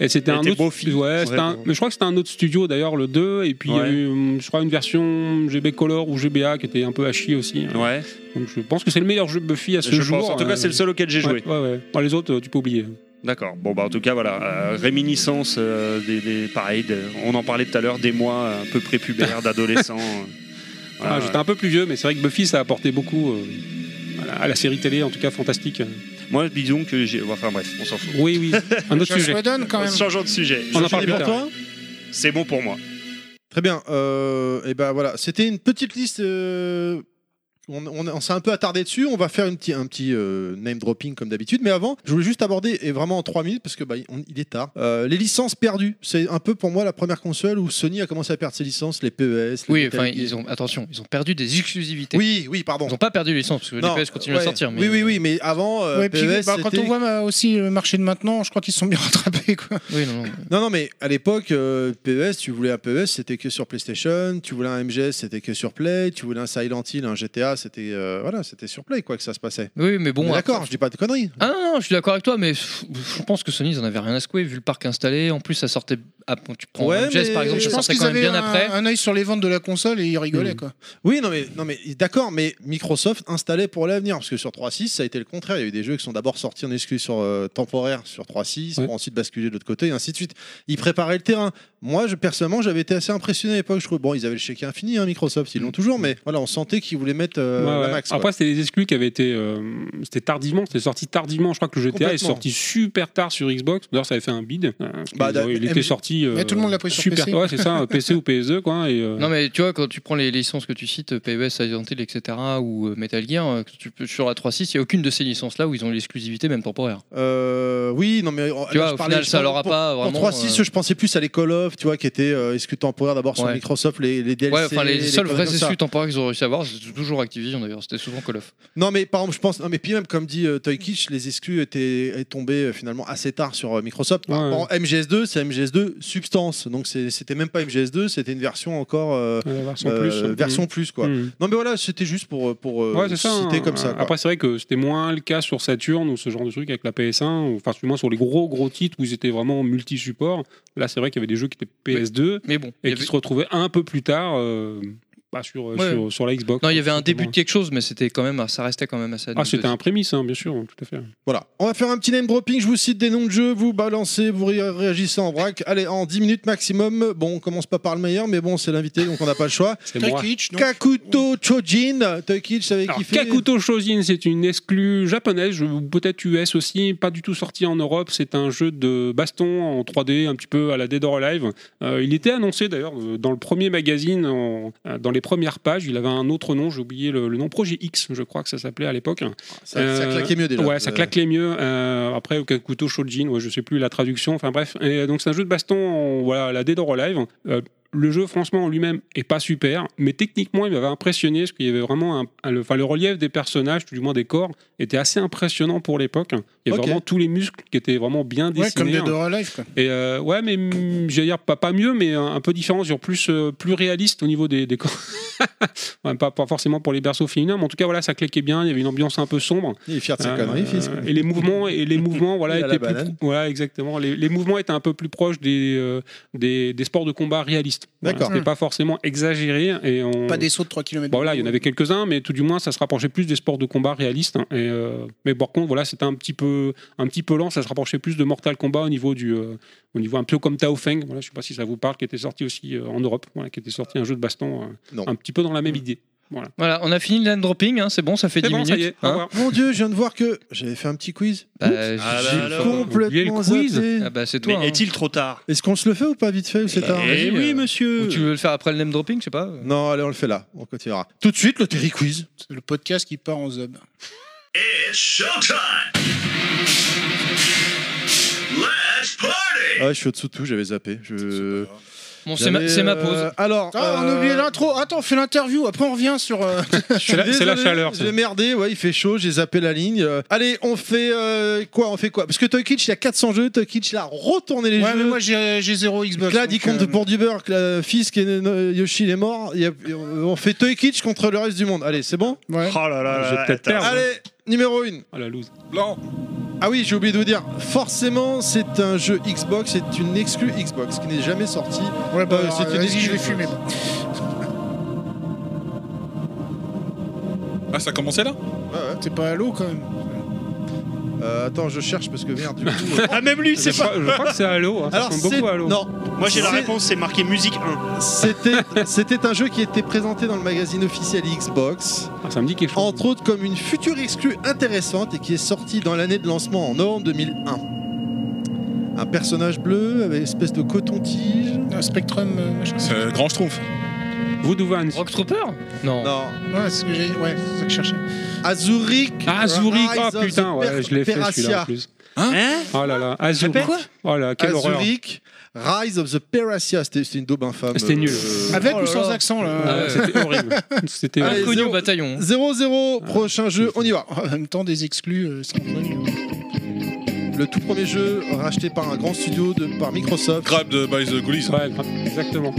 Et c'était
Elle
un
était
autre.
Buffy.
Ouais, c'était
Ouais.
un- mais je crois que c'était un autre studio d'ailleurs le 2 et puis il y a
Ouais.
eu, hum, je crois une version GB Color ou GBA qui était un peu à chier aussi. hein.
Ouais.
Donc je pense que c'est le meilleur jeu Buffy à ce
Je
jour.
pense. En tout cas,
euh,
c'est le seul auquel j'ai
ouais,
joué.
Ouais, ouais. Bon, les autres, euh, tu peux oublier.
D'accord. Bon bah en tout cas voilà, euh, réminiscence euh, des, des- pareil, de- on en parlait tout à l'heure des mois euh, un peu prépubères d'adolescents. euh,
Ah,
Voilà,
J'étais un peu plus vieux, mais c'est vrai que Buffy, ça a apporté beaucoup euh, voilà, à la série télé, en tout cas fantastique.
Moi, disons que j'ai. Enfin bref, on s'en fout.
Oui, oui. Un autre
Je
sujet.
redonne quand même.
Changeons de sujet.
On en
Je-
parle
c'est
plus
bon
tard.
pour toi C'est bon pour moi.
Très bien. euh, et ben voilà, c'était une petite liste euh, on, on- on s'est un peu attardé dessus. On va faire une petit, un petit euh, name dropping comme d'habitude. Mais avant, je voulais juste aborder, et vraiment en 3 minutes, parce que bah, on- il est tard, euh, les licences perdues. C'est un peu pour moi la première console où Sony a commencé à perdre ses licences, les PES. les
Oui,
Metal
enfin,
Gear.
ils ont, attention, ils ont perdu des exclusivités.
Oui, oui, pardon.
Ils n'ont pas perdu les licences, parce que
Non,
les PS continuent
ouais.
à sortir. Mais...
Oui, oui, oui, mais avant, euh,
Ouais, puis,
PES,
bah, quand
c'était-
on voit euh, aussi le marché de maintenant, je crois qu'ils se sont bien rattrapés. Quoi.
Non, non, mais à l'époque, euh, PES, tu voulais un PES, c'était que sur PlayStation, tu voulais un MGS, c'était que sur Play, tu voulais un Silent Hill, un GTA, c'était euh, voilà, c'était sur Play, quoi que ça se passait.
Oui, mais
On
bon.
est
après-
D'accord, je dis pas de conneries.
Ah non, non, je suis d'accord avec toi, mais pff, je pense que Sony, ils en avaient rien à secouer, vu le parc installé. En plus, ça sortait. ah, bon, tu prends
Ouais,
MGS, par
mais
exemple,
je
ça
pense
sortait
qu'ils
quand même
avaient
bien
un-
après.
Un œil sur les ventes de la console et ils rigolaient.
Mm.
Quoi.
Oui, non, mais, non, mais d'accord, mais Microsoft installait pour l'avenir, parce que sur 3.6, ça a été le contraire. Il y a eu des jeux qui sont d'abord sortis en exclus sur euh, temporaire sur 3.6, pour ensuite basculer de l'autre côté, et ainsi de suite. Ils préparaient le terrain. Moi, je, personnellement, j'avais été assez impressionné à l'époque. Je trouve, bon, ils avaient le chèque infini, hein, Microsoft, ils l'ont toujours, mais voilà, on sentait qu'ils voulaient mettre euh,
Mm. Ouais,
la
ouais.
max. quoi.
Après, c'était les exclus qui avaient été. euh, c'était tardivement, c'était sorti tardivement. Je crois que le GTA est
Complètement.
sorti super tard sur Xbox. D'ailleurs, ça avait fait un bid. Euh,
Bah,
ils ont- il
d'a-
était
M-
sorti. euh,
Mais tout le monde l'a pris sur
super,
PC.
Ouais, c'est ça, euh, PC ou PS2, quoi. Et, euh,
Non, mais tu vois, quand tu prends les licences que tu cites, PES, Silent Hill, etc., ou euh, Metal Gear, euh, tu peux- sur la 3.6, il n'y a aucune de ces licences-là où ils ont l'exclusivité, même temporaire.
Euh, oui, non, mais euh,
Tu vois,
je
au
parlais-
final,
je
ça
parlais-
leur a
pour-
pas vraiment,
Pour 3.6,
euh,
je pensais plus à les Call of, tu vois, qui étaient euh, exclus temporaires d'abord sur
Ouais.
Microsoft, les, les DLC.
ouais, enfin, les, seuls
conneries
vrais
comme ça.
exclus temporaires qu'ils ont réussi à avoir, c'était toujours Activision d'ailleurs, c'était souvent Call of.
Non, mais par exemple, je pense. Non, mais puis même, comme dit euh, Toy Kitsch, les exclus étaient est tombés euh, finalement assez tard sur euh, Microsoft. Par
Ouais.
rapport à MGS2, c'est MGS2 Substance. Donc c'est- c'était même pas MGS2, c'était une version encore. euh,
Ouais, la version plus.
version
Mhm.
plus, quoi.
Mhm.
Non, mais voilà, c'était juste pour, euh, pour euh,
Ouais, c'est
citer
ça. hein.
comme ça. quoi.
Après, c'est vrai que c'était moins le cas sur Saturn ou ce genre de truc avec la PS1, ou, enfin, du moins sur les gros gros titres où ils étaient vraiment multi-support. Là, c'est vrai qu'il y avait des jeux qui étaient PS2
Mais bon, il
et
y
qui
avait-
se retrouvaient un peu plus tard euh, bah, sur,
Ouais.
sur, sur la Xbox.
Non, il y avait un début de quelque chose, mais c'était quand même, ça restait quand même assez.
Ah, c'était
anecdotique.
un prémisse, hein, bien sûr, tout à fait.
Voilà, on va faire un petit name dropping. Je vous cite des noms de jeux, vous balancez, vous ré- réagissez en vrac. Allez, en 10 minutes maximum. Bon, on commence pas par le meilleur, mais bon, c'est l'invité, donc on n'a pas le choix.
C'est moi. Takeuchi, non
Kakuto Chojin. Tokic, je savais
Alors,
qui fait.
Kakuto Shojin, c'est une exclue japonaise, ou peut-être US aussi, pas du tout sortie en Europe. C'est un jeu de baston en 3D, un petit peu à la Dead or Alive. Euh, il était annoncé d'ailleurs euh, dans le premier magazine, en- euh, dans les premières pages. Il avait un autre nom, j'ai oublié le, le nom, Projet X, je crois que ça s'appelait à l'époque.
ça- ça claquait mieux déjà.
Ouais, ça
Euh,
claquait claquait mieux. Euh, après, Kakuto Shojin, ouais, je sais plus la traduction. Enfin bref, et donc c'est un jeu de baston, en- voilà, la Dead or Alive. Euh, le jeu, franchement, en lui-même, est pas super, mais techniquement, il m'avait impressionné parce qu'il y avait vraiment un, un- le, enfin, le relief des personnages, du moins des corps, était assez impressionnant pour l'époque. Il y avait
Ok.
vraiment tous les muscles qui étaient vraiment bien
Ouais,
dessinés.
comme des Dora Life. Quoi.
Et euh, ouais, mais mm, j'allais dire pas, pas mieux, mais un, un peu différent, sur plus, euh, plus réaliste au niveau des, des corps. Ouais, pas, pas forcément pour les berceaux féminins, mais en tout cas, voilà, ça claquait bien. Il y avait une ambiance un peu sombre.
Il est fier de ses
Euh,
conneries, fils.
Et les mouvements, et les mouvements, voilà,
Il a la
étaient plus
banane.
pro- voilà, exactement. Les, les mouvements étaient un peu plus proches des, euh, des, des sports de combat réalistes. Voilà,
D'accord.
C'était pas forcément exagéré et on.
Pas des sauts de 3 km.
Bon, voilà, il y en avait quelques-uns, mais tout du moins, ça se rapprochait plus des sports de combat réalistes. hein, et, euh, mais par contre, voilà, c'était un petit peu, un petit peu lent. Ça se rapprochait plus de Mortal Kombat au niveau du, euh, au niveau un peu comme Tao Feng. Voilà, je sais pas si ça vous parle, qui était sorti aussi euh, en Europe, voilà, qui était sorti un jeu de baston, euh, un petit peu dans la même idée. Voilà.
Voilà, on a fini le land dropping, hein, c'est bon, ça fait
C'est
10
bon,
minutes.
ça y est, Ah. au
hein.
revoir. Ah
Mon dieu, je viens de voir que j'avais fait un petit quiz.
Bah,
Oups,
j'ai-
j'ai
j'ai le
complètement zappé.
Ah bah, c'est toi.
Mais
est-il trop tard
Est-ce qu'on se le fait ou pas vite fait ou c'est
Eh.
tard
monsieur. Ou tu veux le faire après le name dropping, je sais pas.
Non, allez, on le fait là. On continuera. Tout de suite, le Terry Quiz.
C'est le podcast qui part en zob.
Ah, je suis au-dessous de tout, j'avais zappé. Je...
Bon,
c'est ma-
J'avais,
c'est ma
euh,
pause.
alors,
Ah, on a
euh,
oublié l'intro. Attends, on fait l'interview. Après, on revient sur. euh,
Je suis désolé, J'ai merdé, ouais, il fait chaud, j'ai zappé la ligne. Euh, allez, on fait euh, quoi On fait quoi Parce que Tokic, il y a 400 jeux, Tokic, il a retourné les
Ouais,
jeux.
mais moi, j'ai j'ai zéro Xbox.
Clad, il
donc,
compte
euh,
pour du beurre, Cla- Fisk et euh, Yoshi, il est mort. Il y a- on fait Tokic contre le reste du monde. Allez, c'est bon
Oh là là,
Je vais
là,
peut-être
attends.
Ah,
perdre. Allez, numéro 1.
Ah la loose.
Blanc. Ah oui, j'ai oublié de vous dire, forcément, c'est un jeu Xbox, c'est une exclue Xbox qui n'est jamais sortie.
Ouais, bah,
Euh,
alors,
c'est une
vas-y,
exclue.
je vais fumer.
Ah, ça commençait là
T'es pas à l'eau quand même.
Euh, attends, je cherche parce que merde, du coup.
Ah, même lui, c'est
Je
pas.
crois- je crois que c'est Halo, hein, ça Alors, ressemble beaucoup c'est- à Halo. non.
Moi, j'ai la
C'est-
réponse, c'est marqué musique 1.
C'était, c'était un jeu qui était présenté dans le magazine officiel Xbox.
Ah, ça me dit quelque chose.
Entre autres comme une future exclue intéressante et qui est sortie dans l'année de lancement en novembre 2001. Un personnage bleu avec une espèce de coton-tige.
Un spectrum, euh, machin.
C'est Grand Schtroumpf.
Voodoo Vans.
Rock Trooper Non.
Ouais, c'est ce que j'ai. Ouais, c'est ce que je cherchais.
Oh Azurik.
Ah, Azurik,
Rise
oh
of the
putain, ouais,
Per-
je l'ai fait celui-là
Peracia.
en plus.
Hein
Oh là là, Azurik.
Répète.
Oh là, quelle horreur.
Azurik, Rise of the Peracia. C'était c'était une daube infâme.
C'était nul.
Avec
oh
ou
là
sans
là.
accent, là
Ah ouais, C'était horrible. C'était
Allez,
horrible.
Inconnu
zéro-
au bataillon.
Ah,
0-0, prochain jeu, on y va.
euh, En même temps, des exclus, euh, c'est un truc.
Le tout premier jeu racheté par un grand studio de, par Microsoft.
Grab de hein. by the Ghoulies.
Ouais, exactement.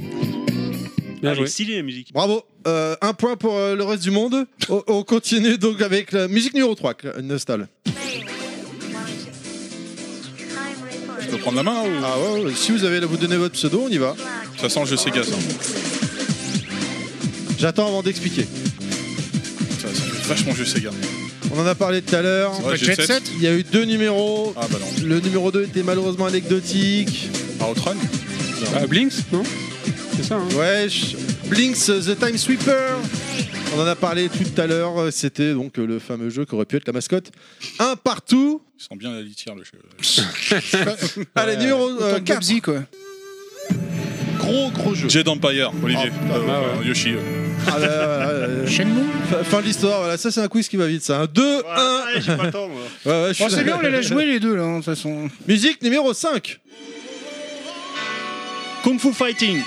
Bien
Elle est
joué.
stylée la musique.
Bravo. Euh, un point pour euh, le reste du monde. O- on continue donc avec la musique numéro 3, Cla- Nostal.
Je peux prendre la main là, ou
Ah ouais, ouais, si vous avez vous donnez votre pseudo, on y va.
Ça sent le jeu Sega ça.
J'attends avant d'expliquer.
Ça, ça fait vachement jeu Sega.
On en a parlé tout à l'heure.
C'est pas Ouais, Jet Jet Set Set
Il y a eu deux numéros.
Ah bah non.
Le numéro 2 était malheureusement anecdotique.
Outrun
Ah, Blinks, non C'est ça, hein
Ouais, je- Blinks euh, The Time Sweeper. On en a parlé tout à l'heure. euh, C'était donc euh, le fameux jeu qui aurait pu être la mascotte. Un partout.
Il sent bien la litière le jeu.
Allez, numéro euh,
Autant que
4.
Bobsy, euh, quoi.
Gros, gros jeu.
Jed Empire, Olivier. Euh,
ouais.
euh, Yoshi. euh.
Ah, là, là, là, là. Fin- Fin de l'histoire, voilà, ça c'est un quiz qui va vite ça. 2, 1.
Ouais, j'ai pas le temps, moi.
Ouais, ouais, je suis
Bon, c'est
là.
bien, on les a joués les deux, là, hein, de toute façon.
Musique numéro 5.
Kung Fu Fighting.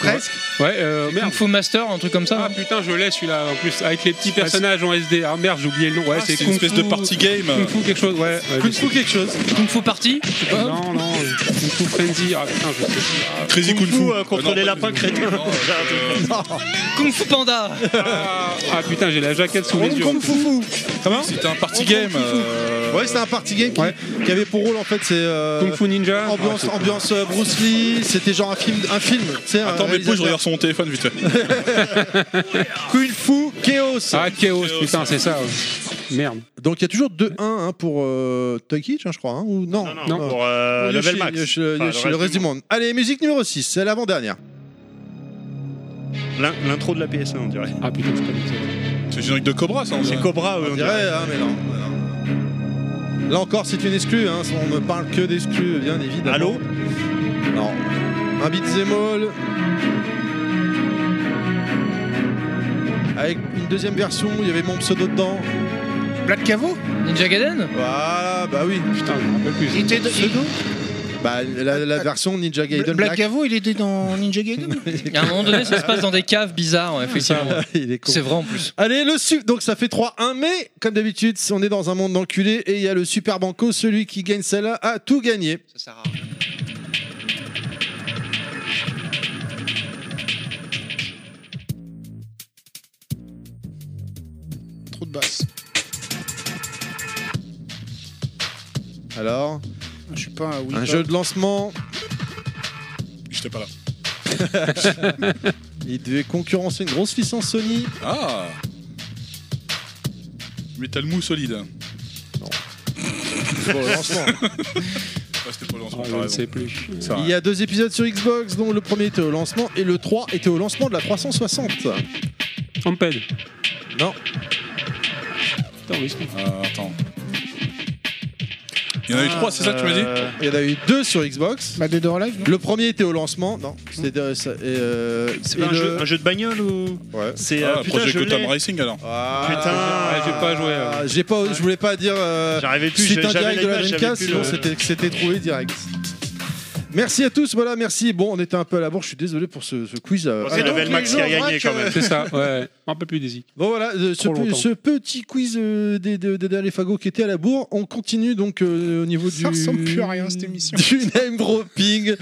Presque.
Ouais, euh, merde.
Kung Fu Master, un truc comme ça. hein.
Ah
non
putain, je l'ai celui-là en plus, avec les petits personnages en SD. Ah merde, j'ai oublié le nom. Ouais,
Ah,
c'est
c'est une
Kung
espèce de
Fu-
party game. euh,
Kung Fu quelque chose, ouais. ouais,
Kung
je
Fu
sais.
quelque chose.
Kung Fu Party je sais pas.
Non, non, euh, Kung Fu Frenzy. Ah putain, je sais. pas.
Crazy Kung Fu.
euh, contre
Euh, non,
les
pas-
lapins crétins.
Non, euh,
Kung Fu Panda
Ah, ah, putain, j'ai la jaquette sous les yeux.
Kung Fu Fu.
Comment
C'était un party game. euh,
Ouais, c'était un party game qui,
Ouais.
qui avait pour rôle en fait, c'est. euh,
Kung Fu Ninja. Ah,
Ambiance, ambiance euh, Bruce Lee, c'était genre un film. Un film tu sais, euh, un
Attends, mais pousse, je
réalisateur.
regarde son téléphone vite fait.
Kung Fu Chaos.
Ah, Chaos, putain, c'est ça. ouais. Merde.
Donc il y a toujours 2-1 hein, pour euh, Toy Kitch, hein, je crois. hein, ou... Non,
Non, non, pour euh,
Pour
level
Yoshi,
max.
Yoshi, euh,
Enfin,
Yoshi, le reste du monde. Allez, musique numéro 6, c'est l'avant-dernière.
L'in- L'intro de la PS1, on dirait.
Ah putain, c'est pas ça.
C'est le générique de Cobra ça. hein. on dirait.
C'est Cobra, ouais,
On
on
dirait,
dirait.
hein, mais non. non. Là encore, c'est une exclue, hein, on ne parle que d'exclus, bien évidemment.
Allô
Non. Un beat'em all. Avec une deuxième version, il y avait mon pseudo dedans.
Black Cavo
Ninja Gaiden
Voilà, bah oui.
Putain, je me rappelle plus.
Il était dans- il-
Bah, la, la version Ninja Gaiden
Black
Black.
Cavo, il était dans Ninja Gaiden
À un moment donné, ça se passe dans des caves bizarres, ouais, effectivement.
il est con.
C'est vrai en plus.
Allez, le su donc ça fait 3-1, mais comme d'habitude, on est dans un monde d'enculés et il y a le super banco, celui qui gagne celle-là a tout gagné.
Ça sert à
Trop de basse.
Alors,
Je suis pas un Wii
un
Pop.
jeu de lancement,
J'étais pas là.
il devait concurrencer une grosse licence Sony.
Ah Metal Mou solide.
Bon, le lancement.
Ouais, c'était pas le lancement,
Ah,
t'as
je ne
raison.
sais plus.
C'est vrai.
Il y a deux épisodes sur Xbox, dont le premier était au lancement et le 3 était au lancement de la 360.
Amped.
Non.
Putain, oui, c'est-
Ah, attends. Il y en
Ah,
a eu trois, c'est ça que tu m'as dit
Euh,
Il y en a eu deux sur Xbox.
Bah, Dead or Alive, non
Le premier était au lancement, non. C'était euh, ça- et, euh,
C'est
et
pas un
le-
jeu, un jeu de bagnole ou
Ouais.
C'est
Ah,
euh, putain,
Project
je
Gotham
l'ai.
Racing alors.
Ah,
Putain.
Ouais, j'ai pas joué, euh. ouais.
Ah, J'ai pas, je voulais pas dire. euh,
J'arrivais plus,
site
j'avais
indirect de la
l'image, j'avais
Dreamcast,
plus
sinon
le-
c'était- c'était trouvé direct. Merci à tous, voilà, merci. Bon, on était un peu à la bourre, je suis désolé pour ce, ce quiz. euh,
Bon,
ah,
C'est level
donc,
max
les
qui a
gens
gagné
braquent,
quand même.
C'est ça, ouais. Un peu plus d'Easy.
Bon voilà, euh, ce,
Trop
pe-
longtemps.
ce petit quiz euh, des, des, des- des Fagots qui était à la bourre, on continue donc euh, au niveau du...
Ça ressemble plus à rien, cette émission.
Du name dropping.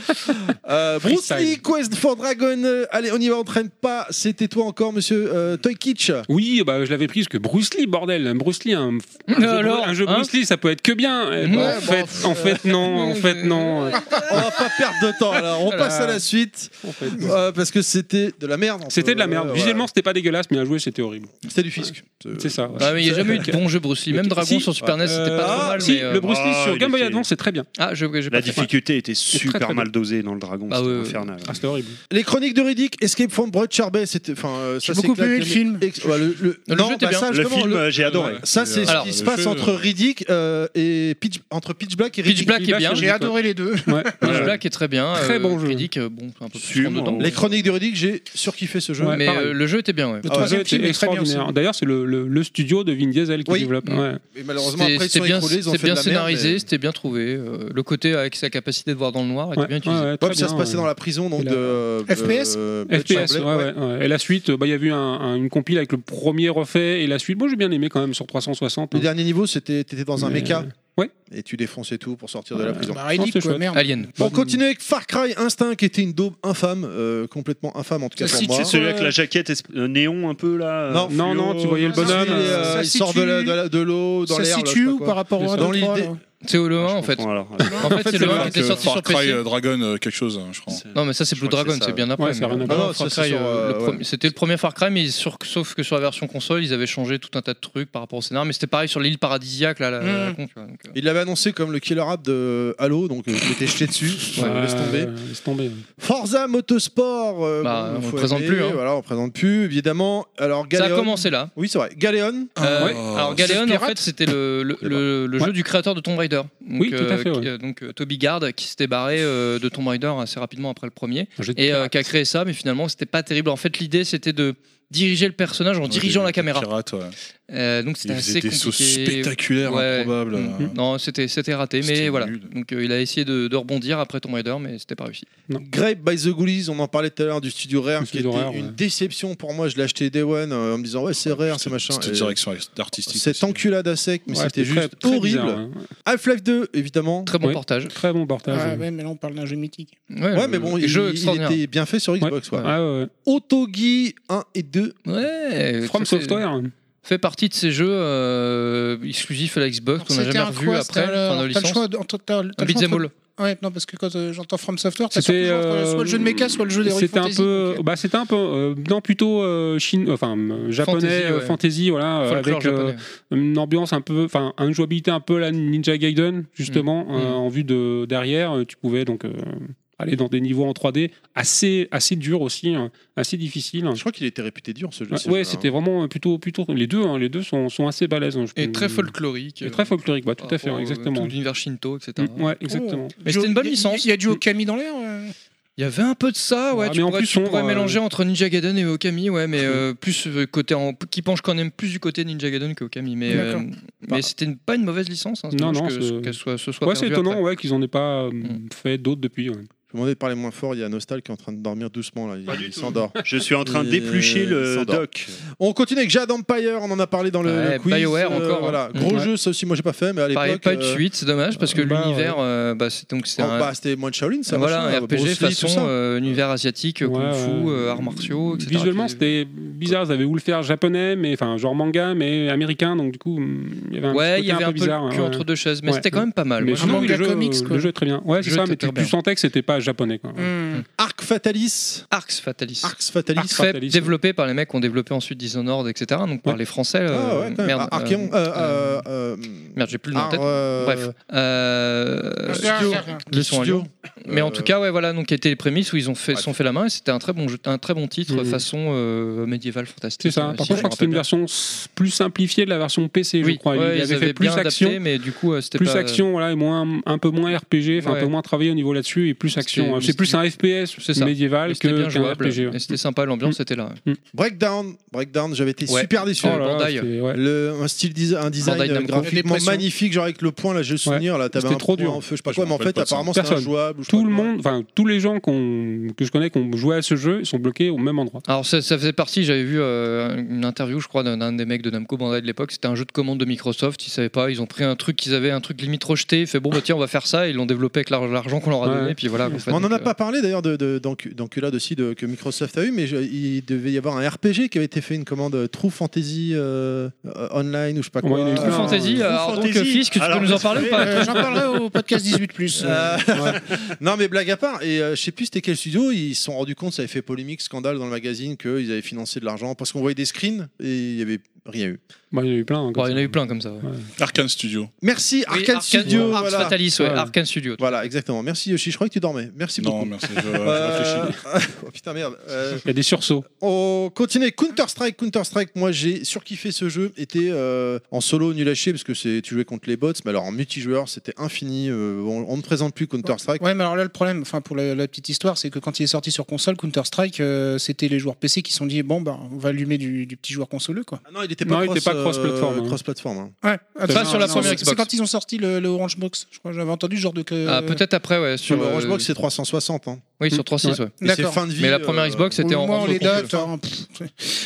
Euh, Bruce
Freestyle.
Lee, Quest for Dragon. euh, allez, on y va, on traîne pas. C'était toi encore, monsieur euh, Toy Kitsch.
Oui, bah, je l'avais pris parce que Bruce Lee, bordel, Bruce Lee, un, un jeu,
alors,
un jeu
hein
Bruce Lee, ça peut être que bien. Eh ben,
Ouais, bah,
en,
bon,
fait, en fait, non, en fait, non.
On va pas perdre de temps, alors on
Voilà.
passe à la suite.
En fait.
euh, parce que c'était de la merde. on
C'était
peut-
de la merde.
ouais,
Visuellement, c'était pas dégueulasse, mais à jouer, c'était horrible.
voilà. C'était du fisc.
C'est ça. ouais.
Ouais, mais il n'y a jamais eu de bon jeu Bruce Lee. Bah Même Dragon
Si.
sur Super NES, c'était pas trop
Ah,
mal.
si,
mais, euh,
le Bruce Lee
Ah,
sur
il
Game Boy
était-
Advance, c'est très bien.
Ah, je j'ai
La
pas fait.
difficulté était super
très
mal dosée dans le dragon,
Bah
c'était
ouais, ouais.
infernal.
Ah, c'était horrible.
Les chroniques de Riddick, Escape from Broad Bay, c'était. Enfin, euh, ça
J'ai beaucoup
c'est claque,
aimé le
mais-
film.
Ex- ouais, le, le-
Le
non,
jeu était
bah,
bien.
ça,
Le
justement,
film,
le-
euh, j'ai adoré.
Ouais.
Ça, c'est
Alors,
ce qui se
le
passe
jeu,
entre
euh,
Riddick euh, et Pitch, entre Pitch Black et
Pitch
Riddick.
Black est bien.
Black,
J'ai adoré les deux.
Ouais.
Ouais,
Nicolas qui est très bien.
Très
euh,
bon jeu.
Riddick, euh, bon, un peu plus prendre dedans.
Les chroniques de Riddick, j'ai surkiffé ce jeu.
Ouais, mais euh, le jeu était bien, ouais.
Le troisième film est Ah, extraordinaire. D'ailleurs, c'est le, le- le studio de Vin Diesel qui
Oui.
développe.
Mm.
ouais.
Et malheureusement,
C'était-
après, ils se
c'était
sont
bien,
écroulés, ils ont
c'était
fait
bien
de la merde,
scénarisé,
mais-
c'était bien trouvé. euh, le côté avec sa capacité de voir dans le noir était
Ouais,
bien utilisé.
ouais, ouais,
Ouais, puis ça se passait dans la prison donc de. euh,
FPS
euh,
FPS, ouais,
Chamberlain, ouais.
ouais, ouais. Et la suite, bah, il y a eu un- un- une compile avec le premier refait et la suite. Moi, j'ai bien aimé quand même sur 360. hein.
Le dernier niveau, c'était t'étais dans un
Mais-
méca.
Ouais.
Et tu défonçais tout pour sortir de la prison.
bah, Riddick, Non, c'est quoi, chouette. merde. Alien.
On continue avec Far Cry Instinct, qui était une daube infâme, euh, complètement infâme en tout cas pour moi.
C'est celui avec la jaquette esp- euh, néon un peu là.
Non,
fluo,
non, tu voyais le
euh,
bonhomme,
celui,
euh,
euh,
Ça
Ça
il sort de la- de la- de l'eau, dans
ça
l'air. là,
situe
je sais
où
pas
par
quoi.
rapport au
Dans
un, trois,
l'idée.
hein.
là
C'est Holo 1 en fait. En fait, c'est le 1 qui était sorti sur
Far Cry
PC.
euh, Dragon, euh, quelque chose, hein, je crois.
Non, mais ça, c'est Blue
crois que
Dragon,
c'est ça,
c'est bien
ouais.
après.
Ouais, ça a
mais-
rien à
Non,
voir.
non,
Ça,
Far
c'est
Cry,
sur,
euh, le
euh,
premier-
ouais.
C'était le premier Far Cry, mais sur- sauf que sur la version console, ils avaient changé tout un tas de trucs par rapport au scénario. Mais c'était pareil sur l'île paradisiaque, là, la, la
Hmm.
Mm.
con, tu vois, donc, euh.
Il l'avait annoncé comme le killer app de Halo, donc euh, je m'étais jeté dessus.
Ouais,
laisse tomber.
ouais, Laisse tomber.
Forza Motorsport. euh,
Bah,
bon,
on
faut
le présente
aimer,
plus, hein.
Voilà, on présente plus, évidemment. Alors,
Ça
Galéon.
a commencé là.
Oui, c'est vrai. Galéon.
Ah,
Euh, Alors Galéon en fait c'était le, le, le- le jeu du créateur de Tomb Raider donc,
Oui, tout à
euh,
fait, ouais.
qui- euh, donc euh, Toby Gard qui s'était barré euh, de Tomb Raider assez rapidement après le premier
jeu de
et euh, qui a créé ça mais finalement c'était pas terrible en fait l'idée c'était de diriger le personnage en dirigeant la caméra
Pirate, ouais.
Euh, donc c'était
Il faisait
assez
des sauces
compliqué.
spectaculaires, improbables.
Mhm. non c'était c'était raté mais
C'était
voilà
nul.
donc euh, il a essayé de, de rebondir après Tomb Raider mais c'était pas réussi
Grape by the Ghoulies, on en parlait tout à l'heure du studio Rare, qui était
studio Rare,
une
ouais.
déception pour moi. Je l'ai acheté Day One euh, en me disant ouais c'est Rare, c'est machin. Et
Cette direction artistique.
Cette enculade à sec, mais
Ouais,
c'était
c'était
juste
très- très
horrible.
bizarre, ouais.
Half-Life 2, évidemment.
très bon
Oui.
portage
Très bon portage.
Ah
ouais.
ouais, mais là on parle d'un jeu mythique.
Ouais, mais bon,
euh,
il, il était bien fait sur Xbox. Ouais.
Ah ouais.
Autogi 1 et 2.
ouais
From
ça fait-
Software.
fait partie de ces jeux euh, exclusifs à la Xbox qu'on n'a
C'était
jamais
un
revu
quoi, c'était
après
un-
enfin, de
T'as le
licence
choix de- entre- t'as- t'as le
Un
choix
beat'em
entre-
all.
Ouais, non, parce que quand euh, j'entends From Software, t'as
C'était
surtout entre,
euh,
soit le jeu de méca, soit le jeu des
C'était un peu, bah, c'était un peu, euh, non plutôt euh, chine, enfin euh, japonais,
Fantasy,
euh,
ouais.
fantasy, voilà, euh,
Folklore
avec euh,
japonais.
une ambiance un peu, enfin une jouabilité un peu la Ninja Gaiden justement,
Mm.
euh,
Mm.
en vue de derrière, euh, tu pouvais donc euh, aller dans des niveaux en 3D assez assez durs aussi, hein, assez difficiles.
Je crois qu'il était réputé dur ce jeu.
Ouais,
ce
ouais,
jeu-là,
c'était
hein.
vraiment euh, plutôt plutôt les deux, hein, les deux sont, sont assez balèzes. hein, je
et
peux-
très folklorique
Et très folklorique, bah,
par
tout à fait,
rapport, euh,
exactement.
tout hein. l'univers Shinto etc
Mm, ouais, exactement.
mais c'était une bonne licence
Il y a du Okami dans l'air. euh.
il y avait un peu de ça ouais
Ah,
tu
mais en
pourrais,
plus
tu
sombre,
pourrais
euh,
mélanger entre Ninja Gaiden et Okami ouais mais euh, plus euh, côté en- qui penche quand même plus du côté Ninja Gaiden que Okami mais euh,
D'accord.
Bah.
mais c'était une- pas une mauvaise licence hein, c'est
Non,
dommage
non,
que-
c'est-
qu'elle soit ce soit
Ouais, c'est
perdue
étonnant,
après. Mm.
ouais, qu'ils en aient pas euh, fait d'autres depuis. ouais.
Je vais demander de parler moins fort, il y a Nostal qui est en train de dormir doucement là, il,
Pas du
il
tout.
s'endort.
Je suis en train
Il
d'éplucher le
s'endort.
doc.
On continue avec Jade Empire, on en a parlé dans le,
Ouais,
le quiz. euh,
BioWare encore, hein.
Voilà. Gros
Ouais.
jeu, ça aussi moi j'ai pas fait, mais à
Pareil,
l'époque.
pas eu de
euh,
suite c'est dommage parce que
bah,
l'univers euh, bah, c'est donc c'est
oh,
un-
bah, c'était moins de Shaolin ça.
voilà,
machin,
un RPG
Bruce Lee, tout
façon
ça.
euh, univers asiatique,
Ouais,
kung fu,
ouais.
euh, arts martiaux, etc.
Visuellement, c'était bizarre. Ils avaient voulu le faire japonais, mais enfin, genre manga, mais américain. Donc, du coup, hum, il y avait un,
Ouais,
petit
il y
côté
avait un peu le
bizarre,
cul
ouais.
entre deux chaises, mais
Ouais.
c'était quand même pas mal.
Mais
Moi,
sinon,
je-
oui, le, jeu, euh, le jeu est très bien. Ouais, c'est
Le
ça,
jeu
mais
était
tu,
très
tu
bien.
sentais que c'était pas japonais. Quoi.
Arc Fatalis.
Arx Fatalis.
Arx Fatalis.
Arx Fatalis, développé par les mecs qui ont développé ensuite Dishonored, etc. Donc par les Français.
Ah
euh,
ouais, quand même.
merde,
Ar- Archeon,
euh,
euh, euh, euh,
merde, j'ai plus le nom en
Ar-
tête.
euh,
Bref. Euh,
studio.
Ils sont à
Studio. Euh,
Lyon. Mais en tout cas, ouais, voilà, donc qui étaient les prémices où ils ont fait,
Ouais.
sont fait la main. et C'était un très bon, jeu- un très bon titre
Mhm.
façon euh, médiévale fantastique.
C'est ça.
euh,
Par
si
contre, je
me
crois que c'était une
rappelle
version s- plus simplifiée de la version PC,
Oui,
je crois.
ouais,
il
ils
avait
avaient
fait plus
bien adapté,
action,
mais du coup, euh, c'était
plus
pas-
action, voilà, et moins, un peu moins RPG, enfin
Ouais.
un peu moins travaillé au niveau là-dessus, et plus action.
mais
C'est plus un
C'est
FPS
ça.
médiéval
Et c'était
que
bien
qu'un
jouable.
RPG. ouais. Mm.
Et c'était sympa, l'ambiance était là.
Breakdown, Breakdown, j'avais été
Ouais.
super déçu.
Oh là là, Bandai.
c'était- ouais.
Le- un style desi- un design
Bandai
euh,
Namco.
graphiquement
Dépression.
magnifique, genre avec le point là, j'ai le souvenir là, t'avais
C'était
un
trop
point
dur.
en feu, je sais pas quoi, mais en
rappelle
fait
pas de ça.
apparemment c'est
Personne.
injouable. ou je sais
Tout
pas
le
quoi.
monde, enfin tous les gens qu'on- que je connais qui ont joué à ce jeu, ils sont bloqués au même endroit.
Alors ça, ça faisait partie, j'avais vu euh, une interview je crois d'un- d'un des mecs de Namco Bandai de l'époque, c'était un jeu de commande de Microsoft, ils savaient pas, ils ont pris un truc qu'ils avaient, un truc limite rejeté, fait bon bah tiens on va faire ça, ils l'ont développé avec l'ar- l'argent qu'on leur a donné,
Ouais.
puis voilà. en fait,
on en
donc,
a
euh,
pas parlé d'ailleurs de- de- d'encu- d'enculade aussi de, que Microsoft a eu, mais je- il devait y avoir un RPG qui avait été fait une commande euh, True Fantasy euh, euh, Online ou je sais pas
Ouais,
quoi.
il y en a eu
True
plein,
Fantasy,
ouais.
alors donc
Fantasy.
Fisk, tu
Alors,
peux nous en parler ou pas
Euh, J'en parlerai au podcast 18.
Euh, non mais blague à part et euh, je sais plus c'était quel studio ils se sont rendus compte ça avait fait polémique scandale dans le magazine qu'ils avaient financé de l'argent parce qu'on voyait des screens et il y avait rien eu.
Bah, il y en a eu plein. hein, comme
Bon, il y en a eu plein comme ça.
Arkane Studio.
Merci
Oui,
Arcane
Arcane-
Studio.
ouais, Arx
voilà.
Fatalis, ouais, Arcane Studio.
Voilà, exactement. Merci Yoshi, je croyais que tu dormais. Merci
Non,
beaucoup.
merci, je- je
Euh,
réfléchis.
oh putain, merde. Euh,
Il y a des sursauts.
on continue. Counter-Strike, Counter-Strike. Moi, j'ai surkiffé ce jeu. Était euh, en solo nul à chier parce que c'est tu jouais contre les bots, mais alors en multijoueur, c'était infini. Euh, on, on ne présente plus Counter-Strike.
Ouais, mais alors là, le problème, enfin, pour la, la petite histoire, c'est que quand il est sorti sur console, Counter-Strike, euh, c'était les joueurs PC qui se sont dit, bon, bah, on va allumer du, du petit joueur consoleux, quoi.
non, il n'était
Non, il était pas
euh,
cross-platform, hein.
cross-platform, hein.
Ouais,
Pas sur la première
c'est-
Xbox.
C'est quand ils ont sorti le, le Orange Box, je crois, j'avais entendu ce genre de. que-
Ah, peut-être après, ouais. Sur
Sur
euh,
Orange Box, c'est 360. hein.
Oui, sur 3.6, ouais.
Et c'est fin de vie,
Mais la première
euh,
Xbox, c'était
Au
en
moins,
en
les
console.
dates, hein, pff,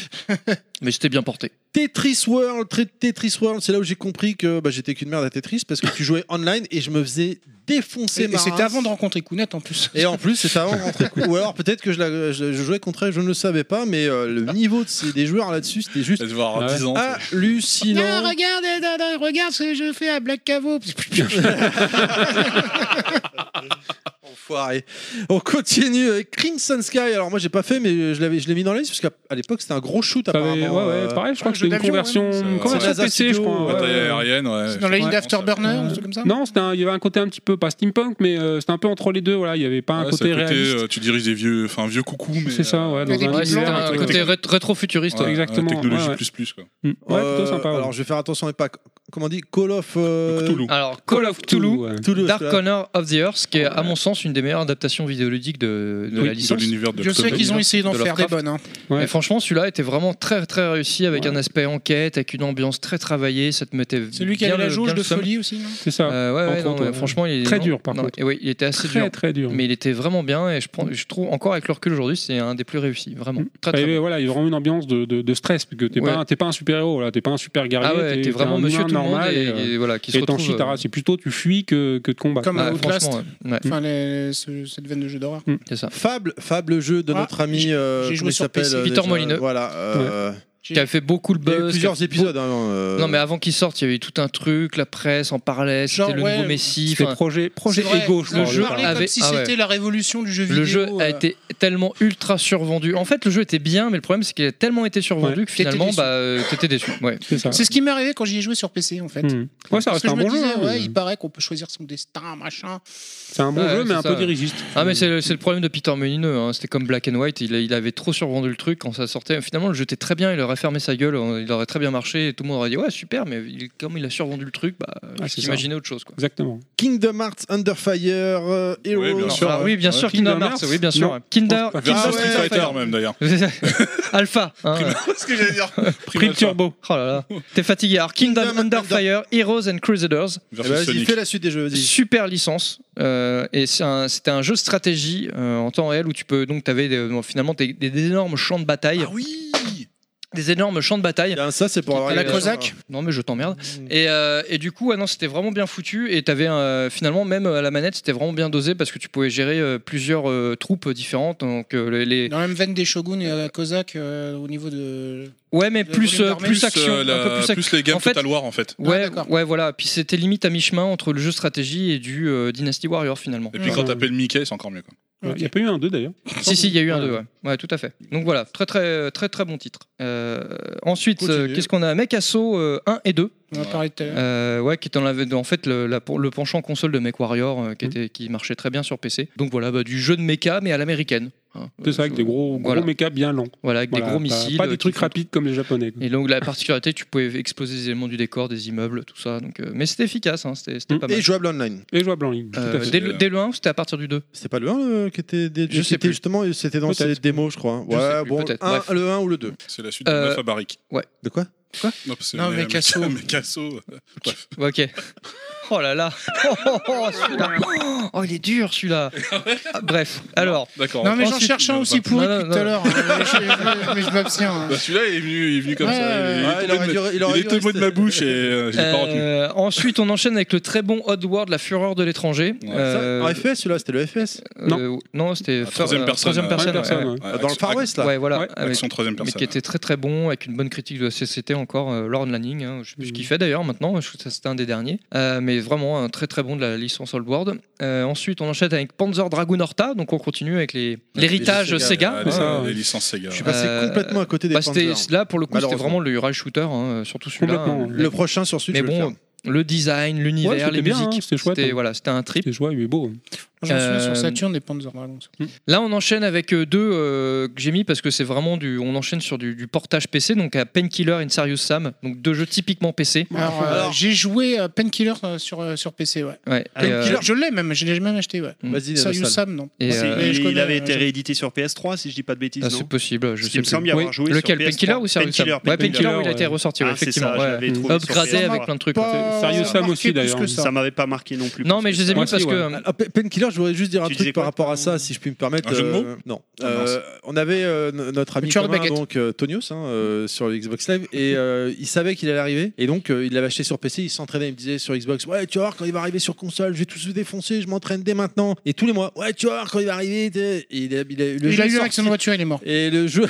Mais j'étais bien porté.
Tetris World, Tre- Tetris World, c'est là où j'ai compris que bah, j'étais qu'une merde à Tetris parce que tu jouais online et je me faisais défoncer
et-
ma
et c'était
race.
avant de rencontrer Kounet en plus.
Et en plus, c'était avant de rentrer. Ou alors peut-être que je, la- je- je jouais contre elle, je ne le savais pas, mais euh, le niveau de ces- des joueurs là-dessus, c'était juste
Ah
avoir 10 ans,
Ah,
ça.
hallucinant.
Non, regarde, eh, non, non, regarde ce que je fais à Black Cavo.
Enfoiré. On continue avec Crimson Sky. Alors moi, j'ai pas fait, mais euh, je l'avais, je l'ai mis dans la liste parce qu'à à l'époque, c'était un gros shoot
Ça avait-
apparemment.
ouais, ouais,
bah, euh,
pareil, je crois que
jeu
c'était une
d'avion,
conversion,
ouais,
une
ça-
conversion
Bataille
PC, je crois.
Studio,
ouais,
Bataille
ouais.
aérienne, Ah ouais.
Dans la ligne
Ouais.
d'Afterburner, un truc comme ça.
Non, c'était un- il y avait un côté un petit peu pas steampunk, mais euh, c'était un peu entre les deux. Voilà, il y avait pas un
Ouais,
côté
c'est à côté,
réaliste.
euh, tu diriges des vieux, enfin vieux coucou, mais. euh,
C'est ça, ouais. Dans un
Ouais,
univers
c'était
avec
un
une
côté
technologie-
ré- rétro-futuriste.
Ouais,
ouais.
exactement.
Technologie
ouais, ouais.
plus plus quoi.
Mm. Ouais, plutôt
euh,
sympa. ouais.
Alors je vais faire attention, mais pas comment on dit Call of euh,
Cthulhu.
Alors, Call of Cthulhu,
ouais.
Cthulhu,
Dark
c'est là.
Corner of the Earth, qui est à mon sens une des meilleures adaptations vidéoludiques de, de
Oui,
la
De
licence.
l'univers de
Je sais
Cthulhu.
qu'ils ont essayé d'en
de
faire des
Lovecraft.
bonnes. hein.
Ouais.
Et franchement, celui-là était vraiment très très réussi avec
Ouais.
un aspect enquête, avec une ambiance très travaillée. Ça te mettait
Celui qui
bien
avait la
le- bien
jauge
le
de
seum.
folie aussi, non
C'est ça.
Euh, ouais,
Entre
ouais, non,
autres,
mais
ouais.
franchement, il est
Très
non,
dur, par
non,
contre.
et oui, il était assez
Très
dur.
très dur.
Mais il était vraiment bien et je, prends, je trouve encore avec le recul aujourd'hui, c'est un des plus réussis, vraiment. Très,
Ah,
très
il y avait-
bon.
voilà, il y a vraiment une ambiance de, de, de stress, parce que t'es
Ouais.
pas, un- t'es pas un super héros, là, t'es pas un super guerrier.
Ah ouais, t'es vraiment
un
monsieur
humain
tout le monde
normal
et,
euh,
et voilà, qui se
et t'en
retrouve.
chies ta
euh,
race. Et plutôt tu fuis que, que de combat.
Comme
ouais,
euh, Outlast.
franchement, ouais.
Mm.
Ouais,
Enfin, les- ce- cette veine de jeu d'horreur.
c'est ça.
Fable, Fable jeu de
Ah,
notre ami
j'ai-
euh,
j'ai joué
comment il
sur
s'appelle
PC.
euh,
Peter
déjà,
Molyneux.
Voilà. euh,
Qui a fait beaucoup le
il y a eu
buzz.
plusieurs
qui a-
épisodes. hein, euh,
Non mais avant qu'il sorte, il y avait eu tout un truc, la presse en parlait,
Genre,
c'était le
ouais,
nouveau Messi.
C'était
enfin,
projet, projet
C'est vrai,
égo, je
le
crois,
jeu
au départ.
parlait comme
avait-
si
ah ouais.
c'était la révolution du jeu vidéo.
le jeu a
euh,
été tellement ultra survendu. En fait, le jeu était bien, mais le problème c'est qu'il a tellement été survendu
Ouais.
que finalement,
T'étais
bah, euh, t'étais déçu. Ouais.
C'est ça.
C'est ce qui m'est arrivé quand j'y ai joué sur PC en fait.
Hmm.
Mm. Ouais,
Parce
ça reste
que
un
je me
bon jeu.
disais,
hein.
ouais, il paraît qu'on peut choisir son destin, machin.
C'est un bon
Ouais,
jeu,
c'est
mais un
ça,
peu
ouais.
dirigiste.
Ah mais c'est le, c'est le problème de Peter Molineux, hein. c'était comme Black and White, il, il avait trop survendu le truc quand ça sortait. Finalement le jeu était très bien, il aurait fermé sa gueule, hein. il aurait très bien marché, et tout le monde aurait dit ouais super, mais il- comme il a survendu le truc, bah
Ah, c'est ça.
j'imaginais autre chose quoi.
Exactement.
Kingdom Hearts, Under Fire, euh, Heroes.
Oui, bien sûr.
Ah oui bien sûr Kingdom Hearts, oui bien sûr.
Non.
Kinder,
Vers
Ah
Street
ouais,
Fighter
ouais.
même d'ailleurs.
Alpha. hein.
Ce que j'allais dire.
Prime Turbo.
Oh là là, t'es fatigué. Alors Kingdom,
Kingdom
Under
Under-
Fire, Heroes and Crusaders,
Eh ben,
Versus
Vas-y,
Sonic.
fais la suite des jeux. vas-y.
super licence euh, et c'est un- c'était un, jeu de stratégie euh, en temps réel où tu peux donc t'avais des- bon, finalement des, des- des énormes champs de bataille,
Ah oui.
des énormes champs de bataille.
Eh Bien, ça, c'est pour euh, avoir
À la
une-
hein.
Cosaque Non mais je t'emmerde.
Mmh.
Et, euh, et du coup, ah non, c'était vraiment bien foutu. Et t'avais euh, finalement même euh, à la manette, c'était vraiment bien dosé parce que tu pouvais gérer euh, plusieurs euh, troupes différentes. Donc euh, les, les-
Dans la même veine des Shogun et à la Kozak euh, au niveau de.
ouais, mais
Le
plus
volume
euh,
d'armée.
plus action,
euh, la-
un peu plus action.
plus les games
En fait-
Total War en fait.
Ah,
Ouais,
d'accord.
ouais, voilà. Puis c'était limite à mi-chemin entre le jeu stratégie et du euh, Dynasty Warrior finalement.
Et puis
Ouais.
quand t'appelles Mickey, c'est encore mieux. Quoi.
euh,
Il n'y a pas eu un 2 d'ailleurs.
Si, si, il y a eu un 2, ouais. Ouais, tout à fait. Donc voilà, très, très, très, très bon titre. Euh, ensuite,
Continue.
euh, qu'est-ce qu'on a Mechasso 1 et 2,
On en parlait tout à l'heure.
euh, ouais, qui était en, la- en fait le, la- le penchant console de MechWarrior, euh,
Mm.
qui, était, qui marchait très bien sur PC. Donc voilà, bah, du jeu de mecha, mais à l'américaine. hein.
C'est ça, avec des gros, gros
Voilà.
mécas bien lents.
Voilà, avec
Voilà,
des gros
pas-
missiles.
Pas
euh,
des
qui
trucs
font-
rapides comme les japonais. quoi.
Et donc la particularité, tu pouvais exploser des éléments du décor, des immeubles, tout ça. Donc, euh, mais c'était efficace, hein, c'était c'était
Mm.
pas mal.
Et jouable online.
Et jouable en ligne. tout à
Euh,
fait.
dès, le, dès le 1 ou c'était à partir du 2
C'était pas le 1 le- qui était dé-
Je
qui
sais
était
plus.
justement c'était dans
Peut-être.
cette démo je crois.
Je
ouais,
sais plus,
bon,
peut-être.
un-
Bref.
le 1 ou le 2.
C'est la suite de
Euh,
Meuf à Barrick.
De quoi
Non, parce que
Non,
mais-
mais Casso.
mais Casso. Bref.
Ouais, Ok. Oh là là. Oh, oh, oh, celui-là. Oh, il est dur celui-là. Ah, Bref, alors.
D'accord.
Non, mais j'en
ensuite-
cherche un
Non,
aussi pourri
Non, non,
depuis tout à
non.
l'heure. hein, mais je- Mais je m'abstiens. hein.
Bah, Celui-là, il est venu, il est venu comme
Ouais,
ça.
ouais,
Il,
ouais,
est
il
tombé
aurait
de
dû-
ma-
il aurait
il est
dû
tombé de ma
rester.
bouche et euh, je l'ai pas retenu.
Euh, ensuite, on enchaîne avec le très bon Oddworld, La Fureur de l'étranger.
Ouais.
Euh,
En FS celui-là c'était le FS.
euh, non, c'était
Ah, troisième
euh,
personne,
troisième
ouais.
personne,
Troisième
ouais,
personne,
ouais.
ouais.
Ouais,
Dans le
action-
Far West là.
Ouais, voilà.
Ouais.
Avec-
Action troisième
mais
personne.
qui était très très bon, avec une bonne critique de la CCT en encore euh, Lorne Lanning, hein, je sais plus ce qu'il fait d'ailleurs maintenant, je crois que ça, c'était un des derniers, Euh, mais vraiment un très très bon de la licence Oldboard. Euh, ensuite on enchaîne avec Panzer Dragoon Horta, donc on continue avec les- l'héritage
Les
Sega.
les-
hein.
les licences Sega.
Je
ouais.
suis
passé complètement à côté des
Euh, bah, c'était-
Panzers.
Là, pour le coup, c'était vraiment
Malheureusement.
le rail shooter, hein, surtout celui-là.
Complètement,
hein.
ouais. Le prochain sur Switch,
Mais
je vais le
bon, le design, l'univers,
Ouais, c'était
les
bien, hein,
musiques,
c'était chouette,
c'était
hein.
voilà, c'était un trip.
C'était joyeux, mais beau.
J'en suis
Euh,
sur Saturn des Panzer Dragons.
Là, on enchaîne avec euh, deux euh, que j'ai mis parce que c'est vraiment du. On enchaîne sur du, du portage PC, donc à Painkiller et Serious Sam, donc deux jeux typiquement PC.
Alors, euh, j'ai joué à Painkiller euh, sur, euh, sur PC, ouais.
Ouais,
Ah,
Painkiller,
et, euh,
je l'ai même, je l'ai même acheté, ouais.
Vas-y,
Ça,
Sam.
You Sam, non.
Et,
Mais
euh,
je
il
connais,
avait été
euh,
réédité sur PS3, si je dis pas de bêtises.
Ah,
non
c'est possible, je
Parce
sais
qu'il me
plus.
semble y avoir
Oui.
joué sur
Lequel,
PS3.
Painkiller ou Serious Sam
Painkiller,
Ouais, Painkiller, il a été
ouais.
ressorti,
Ah, c'est ça,
effectivement.
je
ouais.
l'avais trouvé sur
Upgradé
PS3.
avec plein de trucs.
Pas-
ouais.
Serious Sam aussi
plus
d'ailleurs.
que ça. Ça m'avait pas marqué non plus.
Non, mais je les ai mis
Moi
parce
aussi,
que. euh,
ouais.
Ah, Pe- Painkiller, je voudrais juste dire un truc par rapport à ça, si je puis me permettre.
Un jeu de mots
euh, Non.
Ah,
Euh,
mince.
on avait euh, n- notre ami
Tueur de
commun,
baguette.
donc euh, Tonios hein, euh, sur le Xbox Live et euh, il savait qu'il allait arriver et donc euh, il l'avait acheté sur PC, il s'entraînait, il me disait sur Xbox ouais tu vas voir quand il va arriver sur console, je vais tout se défoncer, je m'entraîne dès maintenant et tous les mois ouais tu vas voir quand il va arriver t'es- et il a, il a- le
Il
jeu
a
est
eu un
sorti.
accident de voiture, il est mort.
Et le jeu,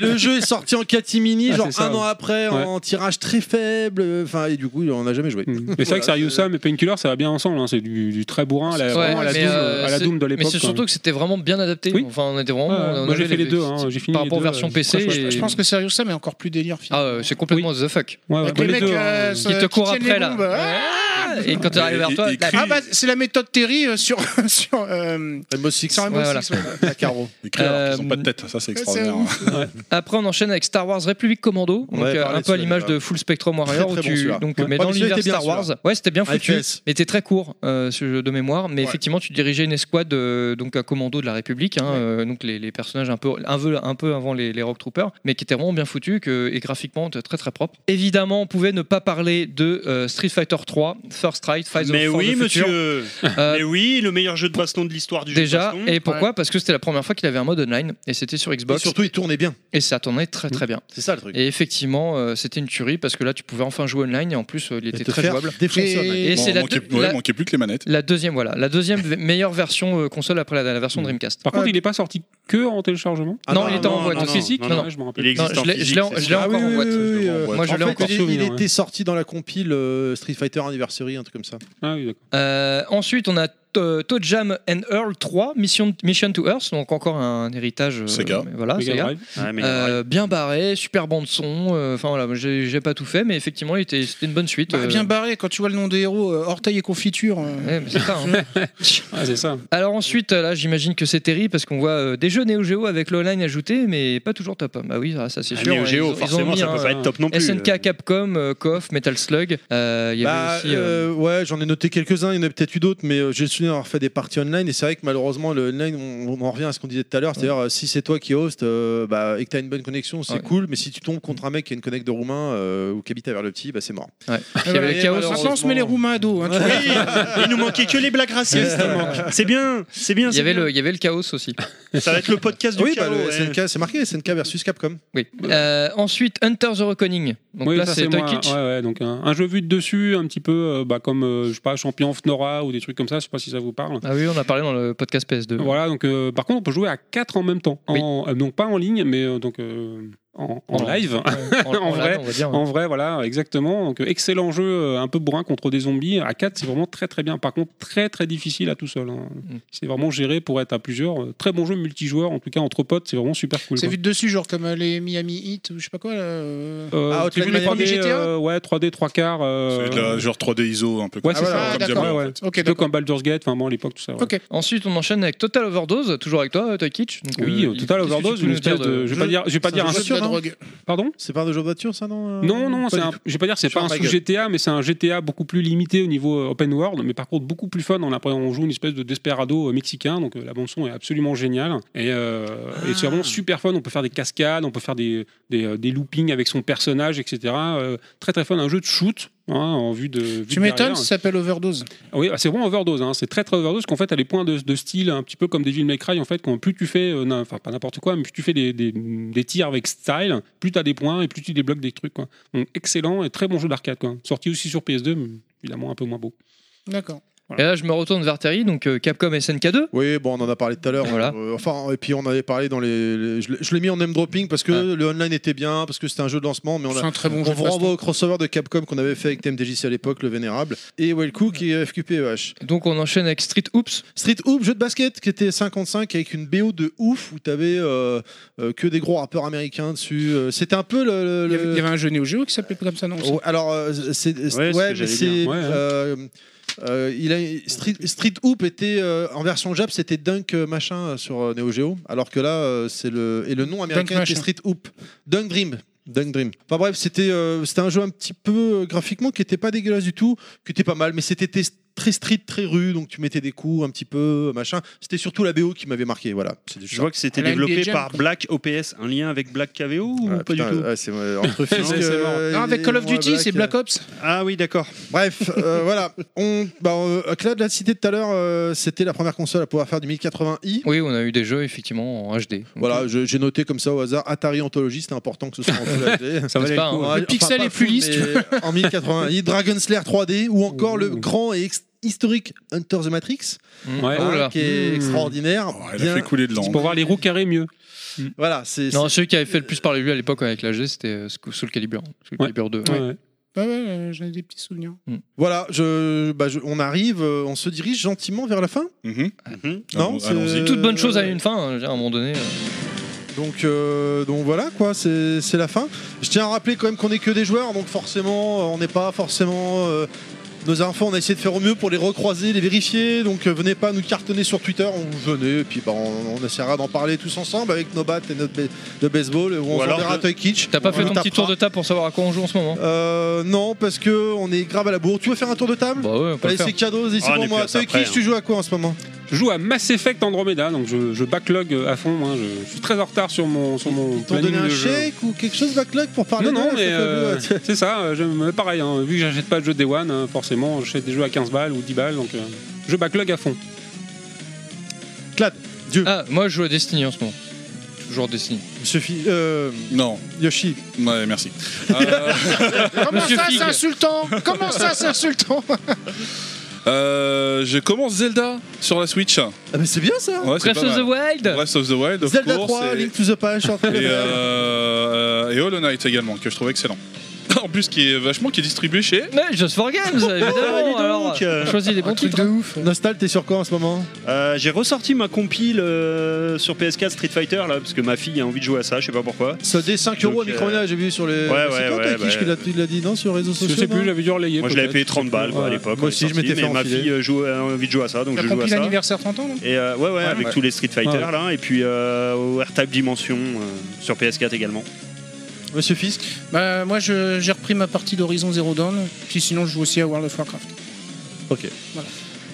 le jeu est sorti en catimini,
Ah,
genre
c'est ça,
un
ouais. Mmh.
an après, en tirage très faible. Enfin, et du coup, on n'a jamais joué.
Mais c'est vrai
Voilà,
que Serious Sam et Painkiller, ça va bien ensemble. hein. C'est du, du très bourrin à la,
Ouais,
vraiment à la
mais,
Doom,
euh,
à la
c'est-
Doom de
Mais
l'époque.
c'est
quoi.
surtout que c'était vraiment bien adapté. Enfin, on était vraiment.
Ouais,
on
moi, j'ai
avait
fait les deux, hein,
Par
j'ai fini les
rapport
deux,
version
euh,
PC.
très chouette.
et-
Je pense que Serious Sam est encore plus délire. finalement.
Ah, euh, c'est complètement the fuck.
Avec les mecs euh,
qui
se-
te courent
tiennent les
après là.
bombes. Ah
Et quand tu arrives vers toi, la-
Ah bah c'est la méthode Terry euh, sur sur euh,
Rainbow Six.
sur Rainbow
Ouais, voilà.
Six, ouais.
à carreau.
Les créateurs qui n'ont pas de tête, ça c'est extraordinaire.
Après, on enchaîne avec Star Wars République Commando, donc
Ouais,
euh,
parlez
un
de
peu à
celui-là,
l'image de
déjà.
Full Spectrum Warrior, où
Très, très bon,
tu-
celui-là.
donc,
Ouais.
mais
Oh,
dans
mais celui-là
l'univers
était bien,
Star Wars.
celui-là.
Ouais, c'était bien foutu,
AFS.
mais c'était très court euh, ce jeu de mémoire. Mais
Ouais.
effectivement, tu dirigeais une escouade euh, donc à commando de la République, hein, euh, donc les, les personnages un peu un peu, un peu avant les, les Rock Troopers, mais qui étaient vraiment bien foutus que, et graphiquement t- très très propre. Évidemment, on pouvait ne pas parler de euh, Street Fighter 3, First Strike, Fight
Mais
for
oui,
the Future.
monsieur.
Euh,
Mais oui, le meilleur jeu de baston de l'histoire du jeu.
Déjà,
de baston.
et pourquoi Parce que c'était la première fois qu'il avait un mode online, et c'était sur Xbox.
Et surtout, il tournait bien.
Et ça tournait très très bien.
C'est ça le truc.
Et effectivement, euh, c'était une tuerie parce que là, tu pouvais enfin jouer online et en plus, euh, il était
te
très
faire
jouable.
défoncer online.
Et,
Bon,
c'est la,
manquait,
deux-
ouais,
la-
manquait plus que les manettes.
la deuxième, voilà, la deuxième ve- meilleure version euh, console après la, la version Dreamcast.
Par contre, il n'est pas sorti que en téléchargement.
Ah non, il était en boîte
non,
aussi.
non,
Non,
non,
non.
je me
Il
rappelle.
existe Non, je en l'ai- je physique, l'ai en- c'est je l'ai
Ah
ça. encore en boîte. Moi, je
En
l'ai
fait,
encore
il,
souvenir,
il
ouais.
était sorti dans la compile euh, Street Fighter Anniversary, un truc comme ça.
Ah oui, d'accord.
Euh, ensuite, on a To- Toe Jam and Earl 3, Mission, Mission to Earth, donc encore un héritage. euh,
Sega.
mais Voilà,
Mega
Sega.
Drive. Ouais, Mega
Euh, bien barré, super bande son. euh, Enfin voilà, j'ai j'ai pas tout fait, mais effectivement, il était- c'était une bonne suite.
Bah,
euh.
bien barré quand tu vois le nom des héros euh, orteil et confiture. euh.
Ouais, mais c'est ça, hein.
Ah, c'est ça.
Alors ensuite, là, j'imagine que c'est terrible parce qu'on voit euh, des jeux Neo Geo avec l'online ajouté, mais pas toujours top. Bah oui, ah, ça c'est
Ah,
sûr.
Neo
ouais,
Geo,
ils ont- ils ont
forcément, ça peut
un-
pas être top non plus.
SNK, Capcom, euh, KOF, Metal Slug. euh, Il y
Bah,
avait aussi. euh,
euh, ouais, j'en ai noté quelques-uns, il y en a peut-être eu d'autres, mais euh, j'ai le souvenir d'avoir fait des parties online. Et c'est vrai que malheureusement, le online, on, on en revient à ce qu'on disait tout à l'heure. C'est-à-dire, euh, si c'est toi qui host euh, bah, et que t'as une bonne connexion, c'est
Ouais.
cool. Mais si tu tombes contre un mec qui a une connect de roumain euh, ou qui habite à Verlepti, bah, c'est mort.
ouais.
Ah,
Il y avait
voilà,
le
et
chaos.
Maintenant, on se met les roumains à dos. hein, tu vois.
Il nous manquait que les blagues raciales. C'est bien, c'est bien.
Il y
c'est
avait
bien.
le, il y avait le chaos aussi.
Ça va être le podcast du
oui, bah,
chaos,
le
ouais.
SNK, c'est marqué SNK versus Capcom.
Oui. Euh, ensuite, Hunter the Reckoning. Donc
oui,
là,
ça,
c'est
moi.
Toy Kitsch.
Ouais, ouais, donc un, un jeu vu de dessus, un petit peu euh, bah, comme euh, je sais pas, champion Fnora ou des trucs comme ça. Je sais pas si ça vous parle.
Ah oui, on a parlé dans le podcast PS2.
Voilà, donc euh, par contre, on peut jouer à 4 en même temps. En- euh, donc pas en ligne, mais euh, donc euh, en, en
En- Ah.
live.
ouais, en-
en,
en
vrai,
live, on va dire, ouais.
en vrai, voilà, exactement. Donc euh, excellent jeu, euh, un peu bourrin contre des zombies. À 4, c'est vraiment très très bien. Par contre, très très difficile à tout seul. hein. C'est vraiment géré pour être à plusieurs. Euh, Très bon jeu multijoueur, en tout cas entre potes, c'est vraiment super cool.
C'est
quoi.
vu de dessus, genre comme euh, les Miami Heat ou je sais pas quoi. Là, euh.
Euh,
Ah,
c'est
Hotline
vu les
Miami
3D,
GTA?
euh, ouais, 3D, 3 quarts. euh,
C'est de la- genre 3D ISO un peu comme
Ouais, c'est
Ah,
comme
ça, comme
Diablo,
Diablo,
en
ouais.
fait.
Un peu comme Baldur's Gate, enfin bon, à l'époque, tout ça. ouais.
Ensuite, on enchaîne avec Total Overdose, toujours avec toi, Toy Kitsch. Donc,
Oui,
euh,
euh, Total
qu'est-ce que tu
Overdose,
peux
une
nous dire
espèce de- je vais pas dire- je vais pas
C'est
dire
un
un
jeu de
jeu de
voiture,
drogue.
Pardon
C'est pas un jeu de voiture, ça, non euh,
Non, non,
pas
c'est
du
un-
tout.
je vais pas dire c'est
Je suis
pas un
en
sous
bagarre.
GTA, mais c'est un GTA beaucoup plus limité au niveau euh, open world, mais par contre beaucoup plus fun. hein. On, apprend- on joue une espèce de desperado euh, mexicain, donc euh, la bande son est absolument géniale et, euh, et c'est vraiment super fun. On peut faire des cascades, on peut faire des des, euh, des loopings avec son personnage, etc. Euh, très très fun, un jeu de shoot. hein, en vue de vue
Tu
de
m'étonnes,
derrière. hein.
ça s'appelle Overdose.
Ah Oui, ah, c'est vraiment overdose. hein. C'est très très overdose. Qu'en fait, t'as les points de, de style un petit peu comme Devil May Cry. En fait, quand plus tu fais, euh, n'im- enfin pas n'importe quoi, mais plus tu fais des, des- des tirs avec style, plus t'as des points et plus tu débloques des trucs. Quoi. Donc excellent et très bon jeu d'arcade. quoi. Sorti aussi sur PS2, mais évidemment un peu moins beau.
D'accord.
Et là, je me retourne vers Terry, donc euh, Capcom SNK2.
Oui, bon, on en a parlé tout à l'heure.
Voilà.
Euh, enfin, et puis on avait parlé dans les. les- je l'ai- je l'ai mis en name dropping parce que le online était bien, parce que c'était un jeu de lancement, mais on,
C'est
a-
un très bon
on
jeu de
vous renvoie au crossover de Capcom qu'on avait fait avec TMDJC à l'époque, le Vénérable, et Wellcook et FQPEH.
Donc on enchaîne avec Street Hoops.
E Street Hoops, jeu de basket qui était 55 avec une BO de ouf où t'avais euh, euh, que des gros rappeurs américains dessus. Euh, C'était un peu le. le-
Il y avait- il y avait
le-
un jeu Neo Geo qui s'appelait comme ça, non
Oh, alors, euh, c'est. c'est-
Ouais,
Ouais,
c'est ce que
mais
j'allais
c'est.
dire. Ouais, hein.
euh, euh, il a, Street, Street Hoop était euh, en version Jap, c'était Dunk euh, machin euh, sur euh, Neo Geo, alors que là euh, c'est le et le nom américain était
machin.
Street Hoop, Dunk Dream, Dunk Dream. Enfin bref, c'était euh, c'était un jeu un petit peu euh, graphiquement qui était pas dégueulasse du tout, qui était pas mal, mais c'était tes- très street, très rue, donc tu mettais des coups un petit peu euh, machin. C'était surtout la BO qui m'avait marqué, voilà.
Je vois que c'était développé par Black OPS. Un lien avec Black KVO ou
Ah,
pas du tout
c'est entre
Fisk,
Fisk, euh,
Non, avec Call of
et
Duty,
Black, euh,
c'est Black Ops.
Ah oui, d'accord.
Bref, euh, voilà. On, bah, euh, Claude l'a cité tout à l'heure, euh, c'était la première console à pouvoir faire du 1080i.
Oui, on a eu des jeux effectivement en HD.
Voilà, je- j'ai noté comme ça au hasard Atari Anthology, c'était important que ce soit en full HD.
Ça valait Ah, le coup.
Ouais,
Le pixel
pas
est plus
full,
lisse, tu
mais
vois.
En 1080i, Dragon Slayer 3D ou encore le grand et ex- historique Hunter the Matrix,
Ouais.
hein,
Oh là.
qui est
Hmm.
Mmh.
extraordinaire.
Oh,
il a fait couler de l'encre. C'est pour voir les roues carrées mieux.
Voilà, c'est.
Non,
c'est-
celui qui avait fait le plus parler de lui à l'époque avec l'HD, c'était euh, Soul Calibur. Soul Calibur 2.
Bah ouais, euh, j'en ai des petits souvenirs.
Voilà, je, bah, je- on arrive, euh, on se dirige gentiment vers la fin.
Mhm.
Mhm.
Ah
Non, c'est-
Toute bonne chose a une fin, hein, je veux dire, à un moment donné. euh.
Donc, euh, donc voilà quoi, c'est c'est la fin. Je tiens à rappeler quand même qu'on est que des joueurs, donc forcément, euh, on n'est pas forcément. euh, nos infos, on a essayé de faire au mieux pour les recroiser, les vérifier. Donc euh, venez pas nous cartonner sur Twitter, on vous venez, et puis bah, on, on essaiera d'en parler tous ensemble avec nos battes et notre ba- de baseball. Ou on
alors
verra
que-
Toy Kitsch.
T'as pas
On
fait
le
ton petit
tapera.
tour de table pour savoir à quoi on joue en ce moment
Euh, non, parce que on est grave à la bourre. Tu veux faire un tour de table
Bah ouais, on peut
Allez,
le faire.
c'est cadeau, c'est ici
Ah, on
pour
est
moi.
plus à ça
Toy
après,
Kitsch, tu
hein.
joues à quoi en ce moment
Je joue à Mass Effect Andromeda, donc je, je backlog à fond. hein, je, je suis très en retard sur mon, sur mon
T'en
planning
donner un
de jeu.
chèque ou quelque chose backlog pour parler
Non, non,
de ça
mais
fait
euh,
bleu.
c'est ça. euh, je- mais pareil, hein, vu que j'achète pas de jeux Day One, hein, forcément, j'achète des jeux à 15 balles ou 10 balles, donc euh, je backlog à fond.
Clad, Dieu.
Ah, moi je joue à Destiny en ce moment. Toujours Destiny.
Monsieur Fi- euh,
Non.
Yoshi.
Ouais, merci. Euh,
Comment
Monsieur
ça,
Fig.
c'est insultant Comment ça, c'est insultant
Euh, je commence Zelda sur la Switch.
Ah mais c'est bien ça
Ouais, c'est
Breath
pas
of the
mal.
Wild
Breath of the Wild, of
Zelda
course,
3,
et-
Link to the Past, Short-
et, euh, et Hollow Knight également, que je trouve excellent. en plus, qui est vachement qui est distribué chez.
Mais Just for Games, évidemment. alors, on choisit des bons trucs.
de ouf. Nostal, t'es sur quoi en ce moment
Euh, j'ai ressorti ma compile euh, sur PS4 Street Fighter là parce que ma fille a envie de jouer à ça, je sais pas pourquoi.
Soldé 5 euros
Donc,
à
euh,
Micromania, j'ai vu sur les.
ouais,
c'est
ouais,
toi,
ouais,
Toy Kitsch,
bah,
qui l'a- il l'a dit non sur les réseaux sociaux non
dû relayer.
Moi je l'avais payé 30 balles quoi, à
Ouais.
l'époque.
Moi
on est
aussi, je
sorti,
m'étais fait
mais ma
enfiler.
fille euh, joue, a envie de jouer à ça donc
T'as
je joue à
compris
ça.
l'anniversaire 30 ans, non
Et euh, ouais, ouais, avec
ouais.
tous les Street Fighter
Ouais.
là, et puis euh, au R-Type Dimension euh, sur PS4 également.
Monsieur Fisk
Bah, moi, je- j'ai repris ma partie d'Horizon Zero Dawn, puis sinon, je joue aussi à World of Warcraft.
Ok.
Voilà.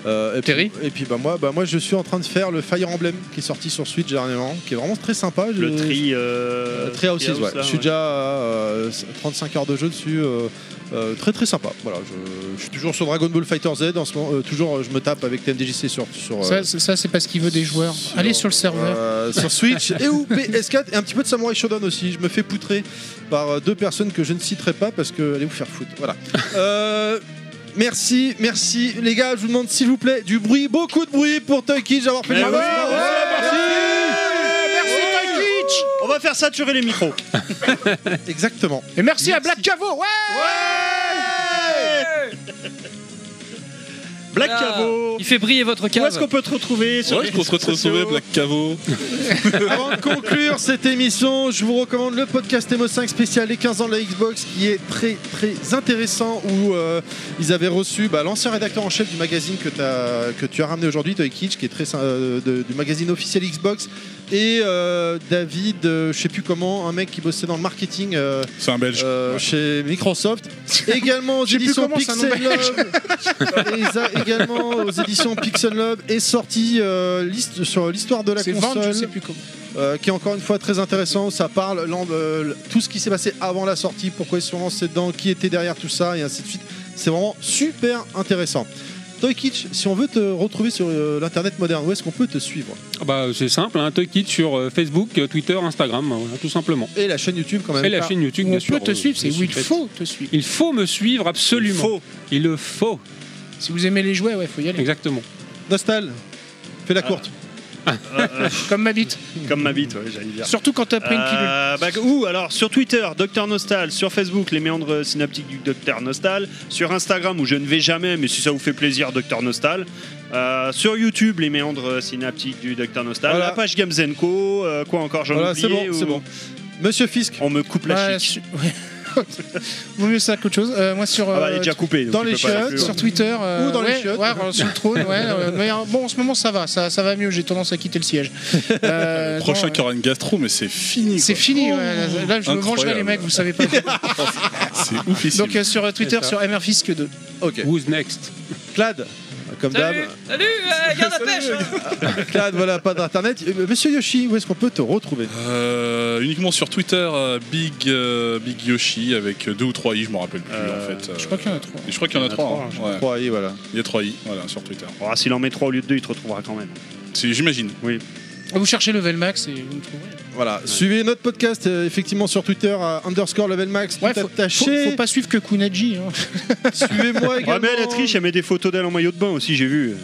Euh, et Terry puis, Et puis bah moi, bah moi je suis en train de faire le Fire Emblem qui est sorti sur Switch dernièrement, qui est vraiment très sympa.
Le
Je-
tri. euh,
Euh, Treehouse
Treehouse,
Six, ouais.
là,
Je suis
ouais.
déjà à euh, 35 heures de jeu dessus. euh, euh, très très sympa. Voilà, je, je suis toujours sur Dragon Ball Fighter Z en ce moment. euh, toujours, euh, je me tape avec TMDJC sur sur. euh,
Ça, c'est- ça, c'est parce qu'il veut des joueurs. Allez sur le serveur.
euh, sur Switch et ou PS4 et un petit peu de Samurai Shodown aussi. Je me fais poutrer par euh, deux personnes que je ne citerai pas parce que allez vous faire foutre. Voilà. Euh, merci, merci les gars. Je vous demande s'il vous plaît du bruit, beaucoup de bruit pour Toy Kitsch d'avoir fait
Mais
le
ouais,
boss.
ouais, merci.
Merci, Toy Kitsch.
On va faire saturer les micros.
Exactement.
Et merci, à Black Cavo, ouais,
Black
Voilà.
Cavo.
Il fait briller votre cave.
Où est-ce qu'on peut te retrouver sur
Ouais,
les
je peux te
réseaux
retrouver
sociaux
Black Cavo.
Avant de conclure cette émission, je vous recommande le podcast Emo 5 spécial les 15 ans de la Xbox qui est très très intéressant où euh, ils avaient reçu bah, l'ancien rédacteur en chef du magazine que, t'as- que tu as ramené aujourd'hui, Toy Kitsch, qui est très euh, de- du magazine officiel Xbox et euh, David, euh, je sais plus comment, un mec qui bossait dans le marketing. euh,
C'est un belge.
euh, Chez Microsoft, également aux
Je sais plus
éditions
comment, c'est un nom
Pixel
belge.
Love, et ça, également aux éditions Pixel Love est sorti euh, liste, sur l'histoire de la
C'est
console.
Vente, je sais plus comment.
Euh, qui est encore une fois très intéressant. Ça parle l'en- euh, tout ce qui s'est passé avant la sortie, pourquoi ils se sont lancés dedans, qui était derrière tout ça, et ainsi de suite. C'est vraiment super intéressant. Toy Kitsch, si on veut te retrouver sur euh, l'internet moderne, où est-ce qu'on peut te suivre
Ah Bah, c'est simple, hein, Toy Kid sur euh, Facebook, euh, Twitter, Instagram, voilà, tout simplement.
Et la chaîne YouTube quand même.
Et la chaîne YouTube,
Où
bien
on
sûr.
peut te
euh,
suivre, c'est
je
où
suis
il
fait.
faut te suivre.
Il faut me suivre absolument. Il le faut.
Si vous aimez les jouets, ouais, faut y aller.
Exactement.
Nostal, fais la courte.
Comme ma bite.
Euh, Comme ma bite, ouais, j'allais dire.
Surtout quand t'as pris une
Euh, bah, ou alors sur Twitter, Docteur Nostal, sur Facebook, les méandres synaptiques du Docteur Nostal, sur Instagram où je ne vais jamais, mais si ça vous fait plaisir, Docteur Nostal. Euh, sur YouTube, les méandres synaptiques du Docteur Nostal,
Voilà.
la page Gamzenko, euh, quoi encore, j'en
Voilà,
ai
c'est bon,
oublié,
c'est bon. Monsieur Fisk.
On me coupe la
Ouais,
chic.
su- ouais. Vaut mieux ça qu'autre chose. Euh, moi sur
Ah bah,
euh,
elle est déjà coupée, donc
dans
tu
les
peux pas la
chiottes,
plus, hein.
sur Twitter, euh,
Ou dans les
ouais,
chiottes.
ouais, euh, sur le trône. Ouais, euh, mais, euh, bon, en ce moment ça va, ça, ça va mieux. J'ai tendance à quitter le siège. Euh,
Prochain
non,
qui aura une gastro, mais c'est fini.
C'est
quoi.
fini,
Oh,
ouais. là je me
incroyable.
vengerai les mecs, vous savez pas.
C'est oufissime.
Donc euh, sur euh, Twitter, sur MRFisk 2.
Ok.
Who's next
Clad, comme d'hab.
Salut, euh, garde la pêche
Clad, voilà, pas d'internet. Euh, Monsieur Yoshi, où est-ce qu'on peut te retrouver
Euh, uniquement sur Twitter, euh, Big, euh, Big Yoshi avec deux ou trois i, je me rappelle plus en fait. Je crois
qu'il y en a trois.
Je crois qu'il y en a trois. hein, ouais.
Trois i, voilà.
Il y a trois i, voilà, sur Twitter.
Ah, S'il en met 3 au lieu de 2, il te retrouvera quand même.
Si, J'imagine.
Oui.
Ah, Vous cherchez Level Max et vous me trouverez.
Voilà, suivez notre podcast euh, effectivement sur Twitter à underscore level max tout
Ouais, faut,
attaché.
faut- faut pas suivre que Kunaji. hein.
Suivez-moi également.
Ouais, mais elle est triche, elle met des photos d'elle en maillot de bain aussi, j'ai vu.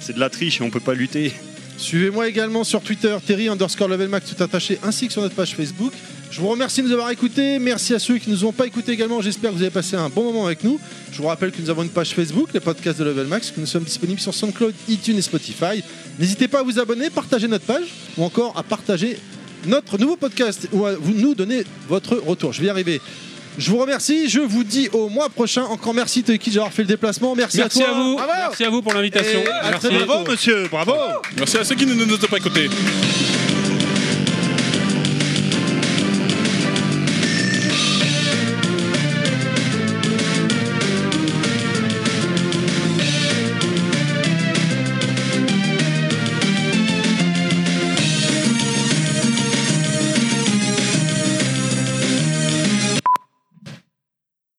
C'est de la triche et on peut pas lutter.
Suivez-moi également sur Twitter, Terry underscore level max tout attaché, ainsi que sur notre page Facebook. Je vous remercie de nous avoir écoutés. Merci à ceux qui nous ont pas écoutés également. J'espère que vous avez passé un bon moment avec nous. Je vous rappelle que nous avons une page Facebook, les podcasts de Level Max, que nous sommes disponibles sur SoundCloud, iTunes et Spotify. N'hésitez pas à vous abonner, partager notre page ou encore à partager notre nouveau podcast ou à vous nous donner votre retour. Je vais y arriver. Je vous remercie, je vous dis au mois prochain. Encore merci Toki d'avoir fait le déplacement. Merci, à
Merci à
toi.
vous.
Bravo.
Merci à vous pour l'invitation.
Et à
Merci.
très bientôt.
monsieur, bravo
Merci à ceux qui ne nous ont pas écoutés.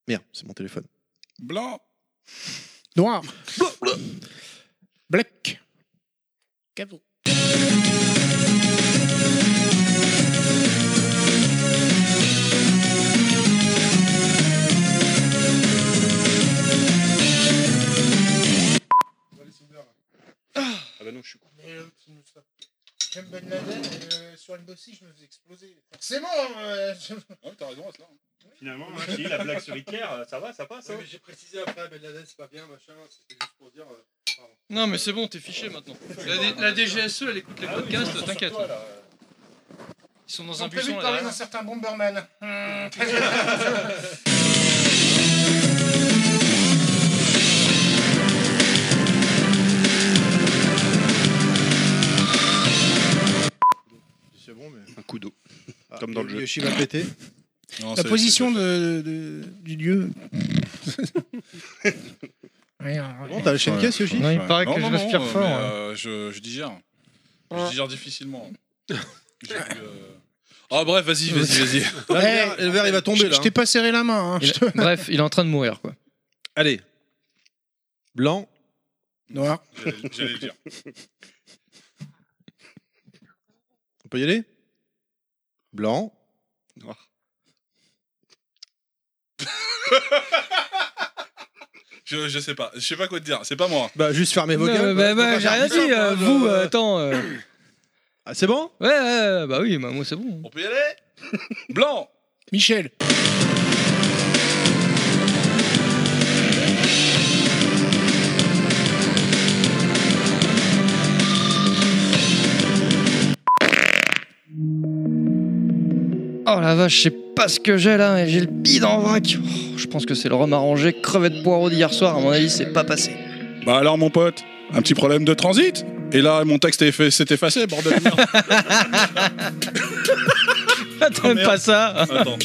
Merde, c'est mon téléphone.
Blanc.
Noir. Black. Caveau.
Ah bah non, je suis con.
euh,
J'aime Ben Laden, euh, sur une bossy, je me faisais exploser. Forcément
hein,
euh, je-
t'as raison, là.
Finalement, hein, si, la blague sur Hitler, euh, ça va, ça passe. hein.
J'ai précisé après, Ben Laden, c'est pas bien, machin, c'était juste pour dire. euh,
Non, mais c'est bon, t'es fiché maintenant. La, D- la DGSE, elle écoute les podcasts, t'inquiète. Ils sont dans un
Ils ont prévu
buisson
de parler
là.
d'un certain Bomberman. Hmm.
C'est bon, mais.
Un coup d'eau. Ah, Comme dans le jeu.
Yoshi va péter.
La position de, de- du dieu. Ouais,
Bon, t'as la chaîne caisse, Yoshi
Ouais, il paraît que je respire fort,
mais,
hein.
euh, je, je digère. Je digère difficilement. J'ai eu, euh, Ah bref, vas-y, vas-y, vas-y.
Là, le verre- Eh, le verre, il va tomber
je,
là.
je t'ai pas serré la main. hein. Je te-
Bref, euh, il est en train de mourir quoi.
hein. Allez. Blanc.
Noir.
J'allais- J'allais le dire.
On peut y aller Blanc.
Noir.
Je, je sais pas, je sais pas quoi te dire, c'est pas moi.
Bah, juste fermez vos
Non,
gueules.
bah,
Faut
bah,
pas
j'ai
faire
rien
bizarre,
dit, euh,
hein,
vous,
genre,
euh,
euh,
attends. euh,
Ah, c'est bon
Ouais, ouais, bah oui, bah, moi c'est bon.
On peut y aller Blanc
Michel.
Oh la vache, je sais pas ce que j'ai là, mais j'ai le bide en vrac. Oh, je pense que c'est le rhum arrangé crevette poireau d'hier soir, à mon avis, c'est pas passé.
Bah alors mon pote, un petit problème de transit Et là, mon texte est effa- s'est effacé, bordel de merde.
Ah,
T'aimes pas ça
Attends.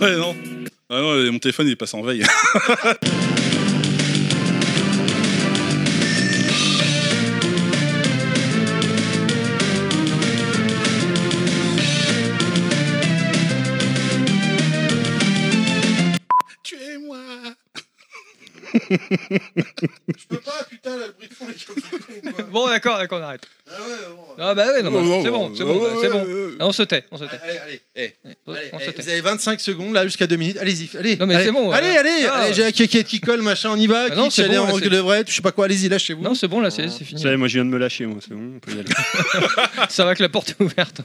Ouais, non. Ah non, mon téléphone il passe en veille.
Tuez-moi
Je peux pas, Ah, putain, là, le bruit de fond est comme ça.
Bon, d'accord, d'accord, on arrête. Ah bah ouais, non,
Oh,
bah,
oh,
c'est bon,
oh,
c'est
oh,
bon,
oh,
c'est
oh,
bon. Ah,
oh,
On se tait, on se tait.
Allez, allez, eh, allez,
on se
eh,
tait.
vous avez 25 secondes là jusqu'à 2 minutes. Allez-y, allez.
Non, mais
allez.
c'est bon,
Allez,
euh,
allez,
ah.
allez, j'ai la quéquette qui colle, machin, on y va.
Ah non,
Kitsch,
c'est
allez,
bon,
on
là, c'est-
le vrai, je sais pas quoi, allez-y, lâchez-vous.
Non, c'est bon, là, c'est c'est fini.
Ça y est, moi je viens de me lâcher, moi, c'est bon, on peut y aller.
Ça va que la porte est ouverte.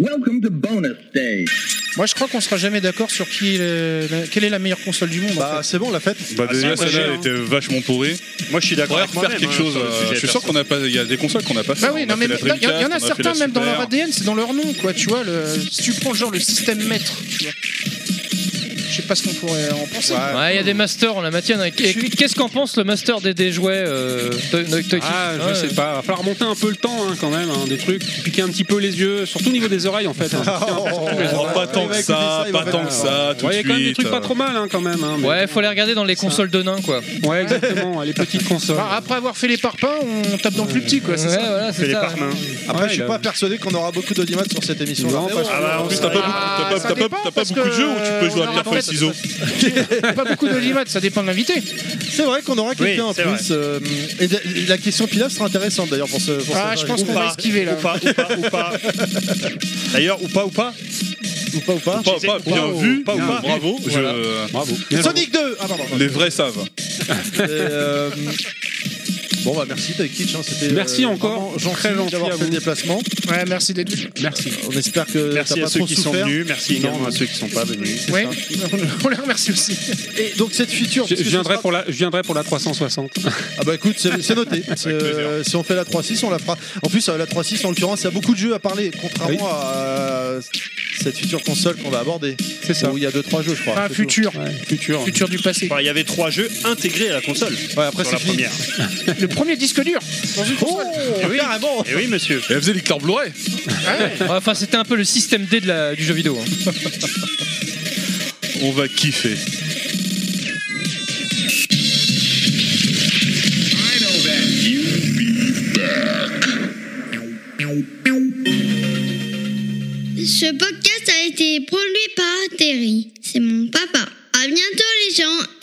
Welcome to bonus stage.
Moi, je crois qu'on sera jamais d'accord sur qui est le- la- quelle est la meilleure console du monde. Bah,
c'est bon, la fête.
Bah déjà celle-là elle était vachement pourrie.
Moi je suis
d'accord.
avec
faire
moi-même,
quelque
hein,
chose.
sur le
euh,
sujet,
je suis sûr qu'on a pas. Il y a des consoles qu'on n'a pas.
Bah
fait.
oui,
On a
non mais
fait la
il y, en- il y en a
Dreamcast, on fait
certains
la
même dans leur
Super.
ADN, c'est dans leur nom quoi. Tu vois, le, si tu prends le genre le système maître, tu vois. Je sais pas ce qu'on pourrait en penser.
Ouais, il y a des masters, on la matière. hein. Et Qu'est-ce qu'en pense le master des, des jouets euh, Toy- Toy- Toy-
Ah, je
Ouais.
sais pas. Va falloir remonter un peu le temps hein, quand même, hein, des trucs, piquer un petit peu les yeux, surtout au niveau des oreilles en fait. hein.
Oh, pas tant que ça, pas tant que ça. tout de
Ouais, Il y a quand même des
suite.
trucs
euh.
pas trop mal hein, quand même. hein, mais-
Ouais, faut les regarder dans les consoles de nains, quoi.
Ouais, exactement, hein, les petites consoles.
Ah,
Bah, après avoir fait les parpaings, on tape dans le plus petit quoi. c'est
Ouais,
ça
voilà, c'est Fait les ça.
hein.
parpaings.
ah. Après,
Ouais,
je suis
il a-
pas persuadé qu'on aura beaucoup d'audimat sur cette émission.
Non, parce que- Ah bah,
En plus, t'as pas beaucoup-
Ah,
t'as pas-
ça
t'as pas-
dépend,
t'as pas
parce
beaucoup de
que,
jeux où tu peux jouer à
euh,
pierre feuille ciseaux.
pas beaucoup d'olimat, ça dépend de l'invité.
C'est vrai qu'on aura quelqu'un en plus. euh, et de- la question Pilaf sera intéressante d'ailleurs pour ce. Pour
Ah,
ce-
je pense
Ou
qu'on
pas.
va esquiver là.
Ou pas, ou pas, ou pas.
D'ailleurs, ou pas, ou pas
Ou pas, ou pas.
Pas, pas, bien vu,
pas ou pas.
bravo, je- bravo.
Sonic 2 Ah, pardon.
Les vrais savent.
Et, euh, Bon, bah merci, Toy Kitsch. hein, c'était,
Merci encore,
vraiment
très gentil
d'avoir
à
fait le
vous.
déplacement.
Ouais, merci d'être venu.
Merci.
On espère que
Merci
t'as
à
pas
ceux
trop
qui sont
souffert.
venus, merci également à ceux qui sont pas venus.
Oui, on les remercie aussi.
Et donc cette feature.
Je,
parce que
je
ce
viendrai
sera-
pour la, je viendrai pour la 360.
Ah bah écoute, c'est c'est noté. C'est, euh, si on fait la 3.6, on la fera. En plus, euh, la 3.6, en l'occurrence, il y a beaucoup de jeux à parler, contrairement à euh, cette future console qu'on va aborder. C'est ça. Où il y a 2-3 jeux, je crois.
Ah,
C'est
futur.
tout.
Futur.
Futur du passé.
Enfin, il y avait trois jeux intégrés à la console.
Ouais, après,
sur la
c'est fini.
première.
Le premier disque dur dans une console.
Eh oui, eh oui, monsieur.
Elle faisait les cartes Blu-ray.
Ouais, Enfin, c'était un peu le système D de la- du jeu vidéo. hein.
On va kiffer.
Ce podcast a été produit par Terry. C'est mon papa. À bientôt les gens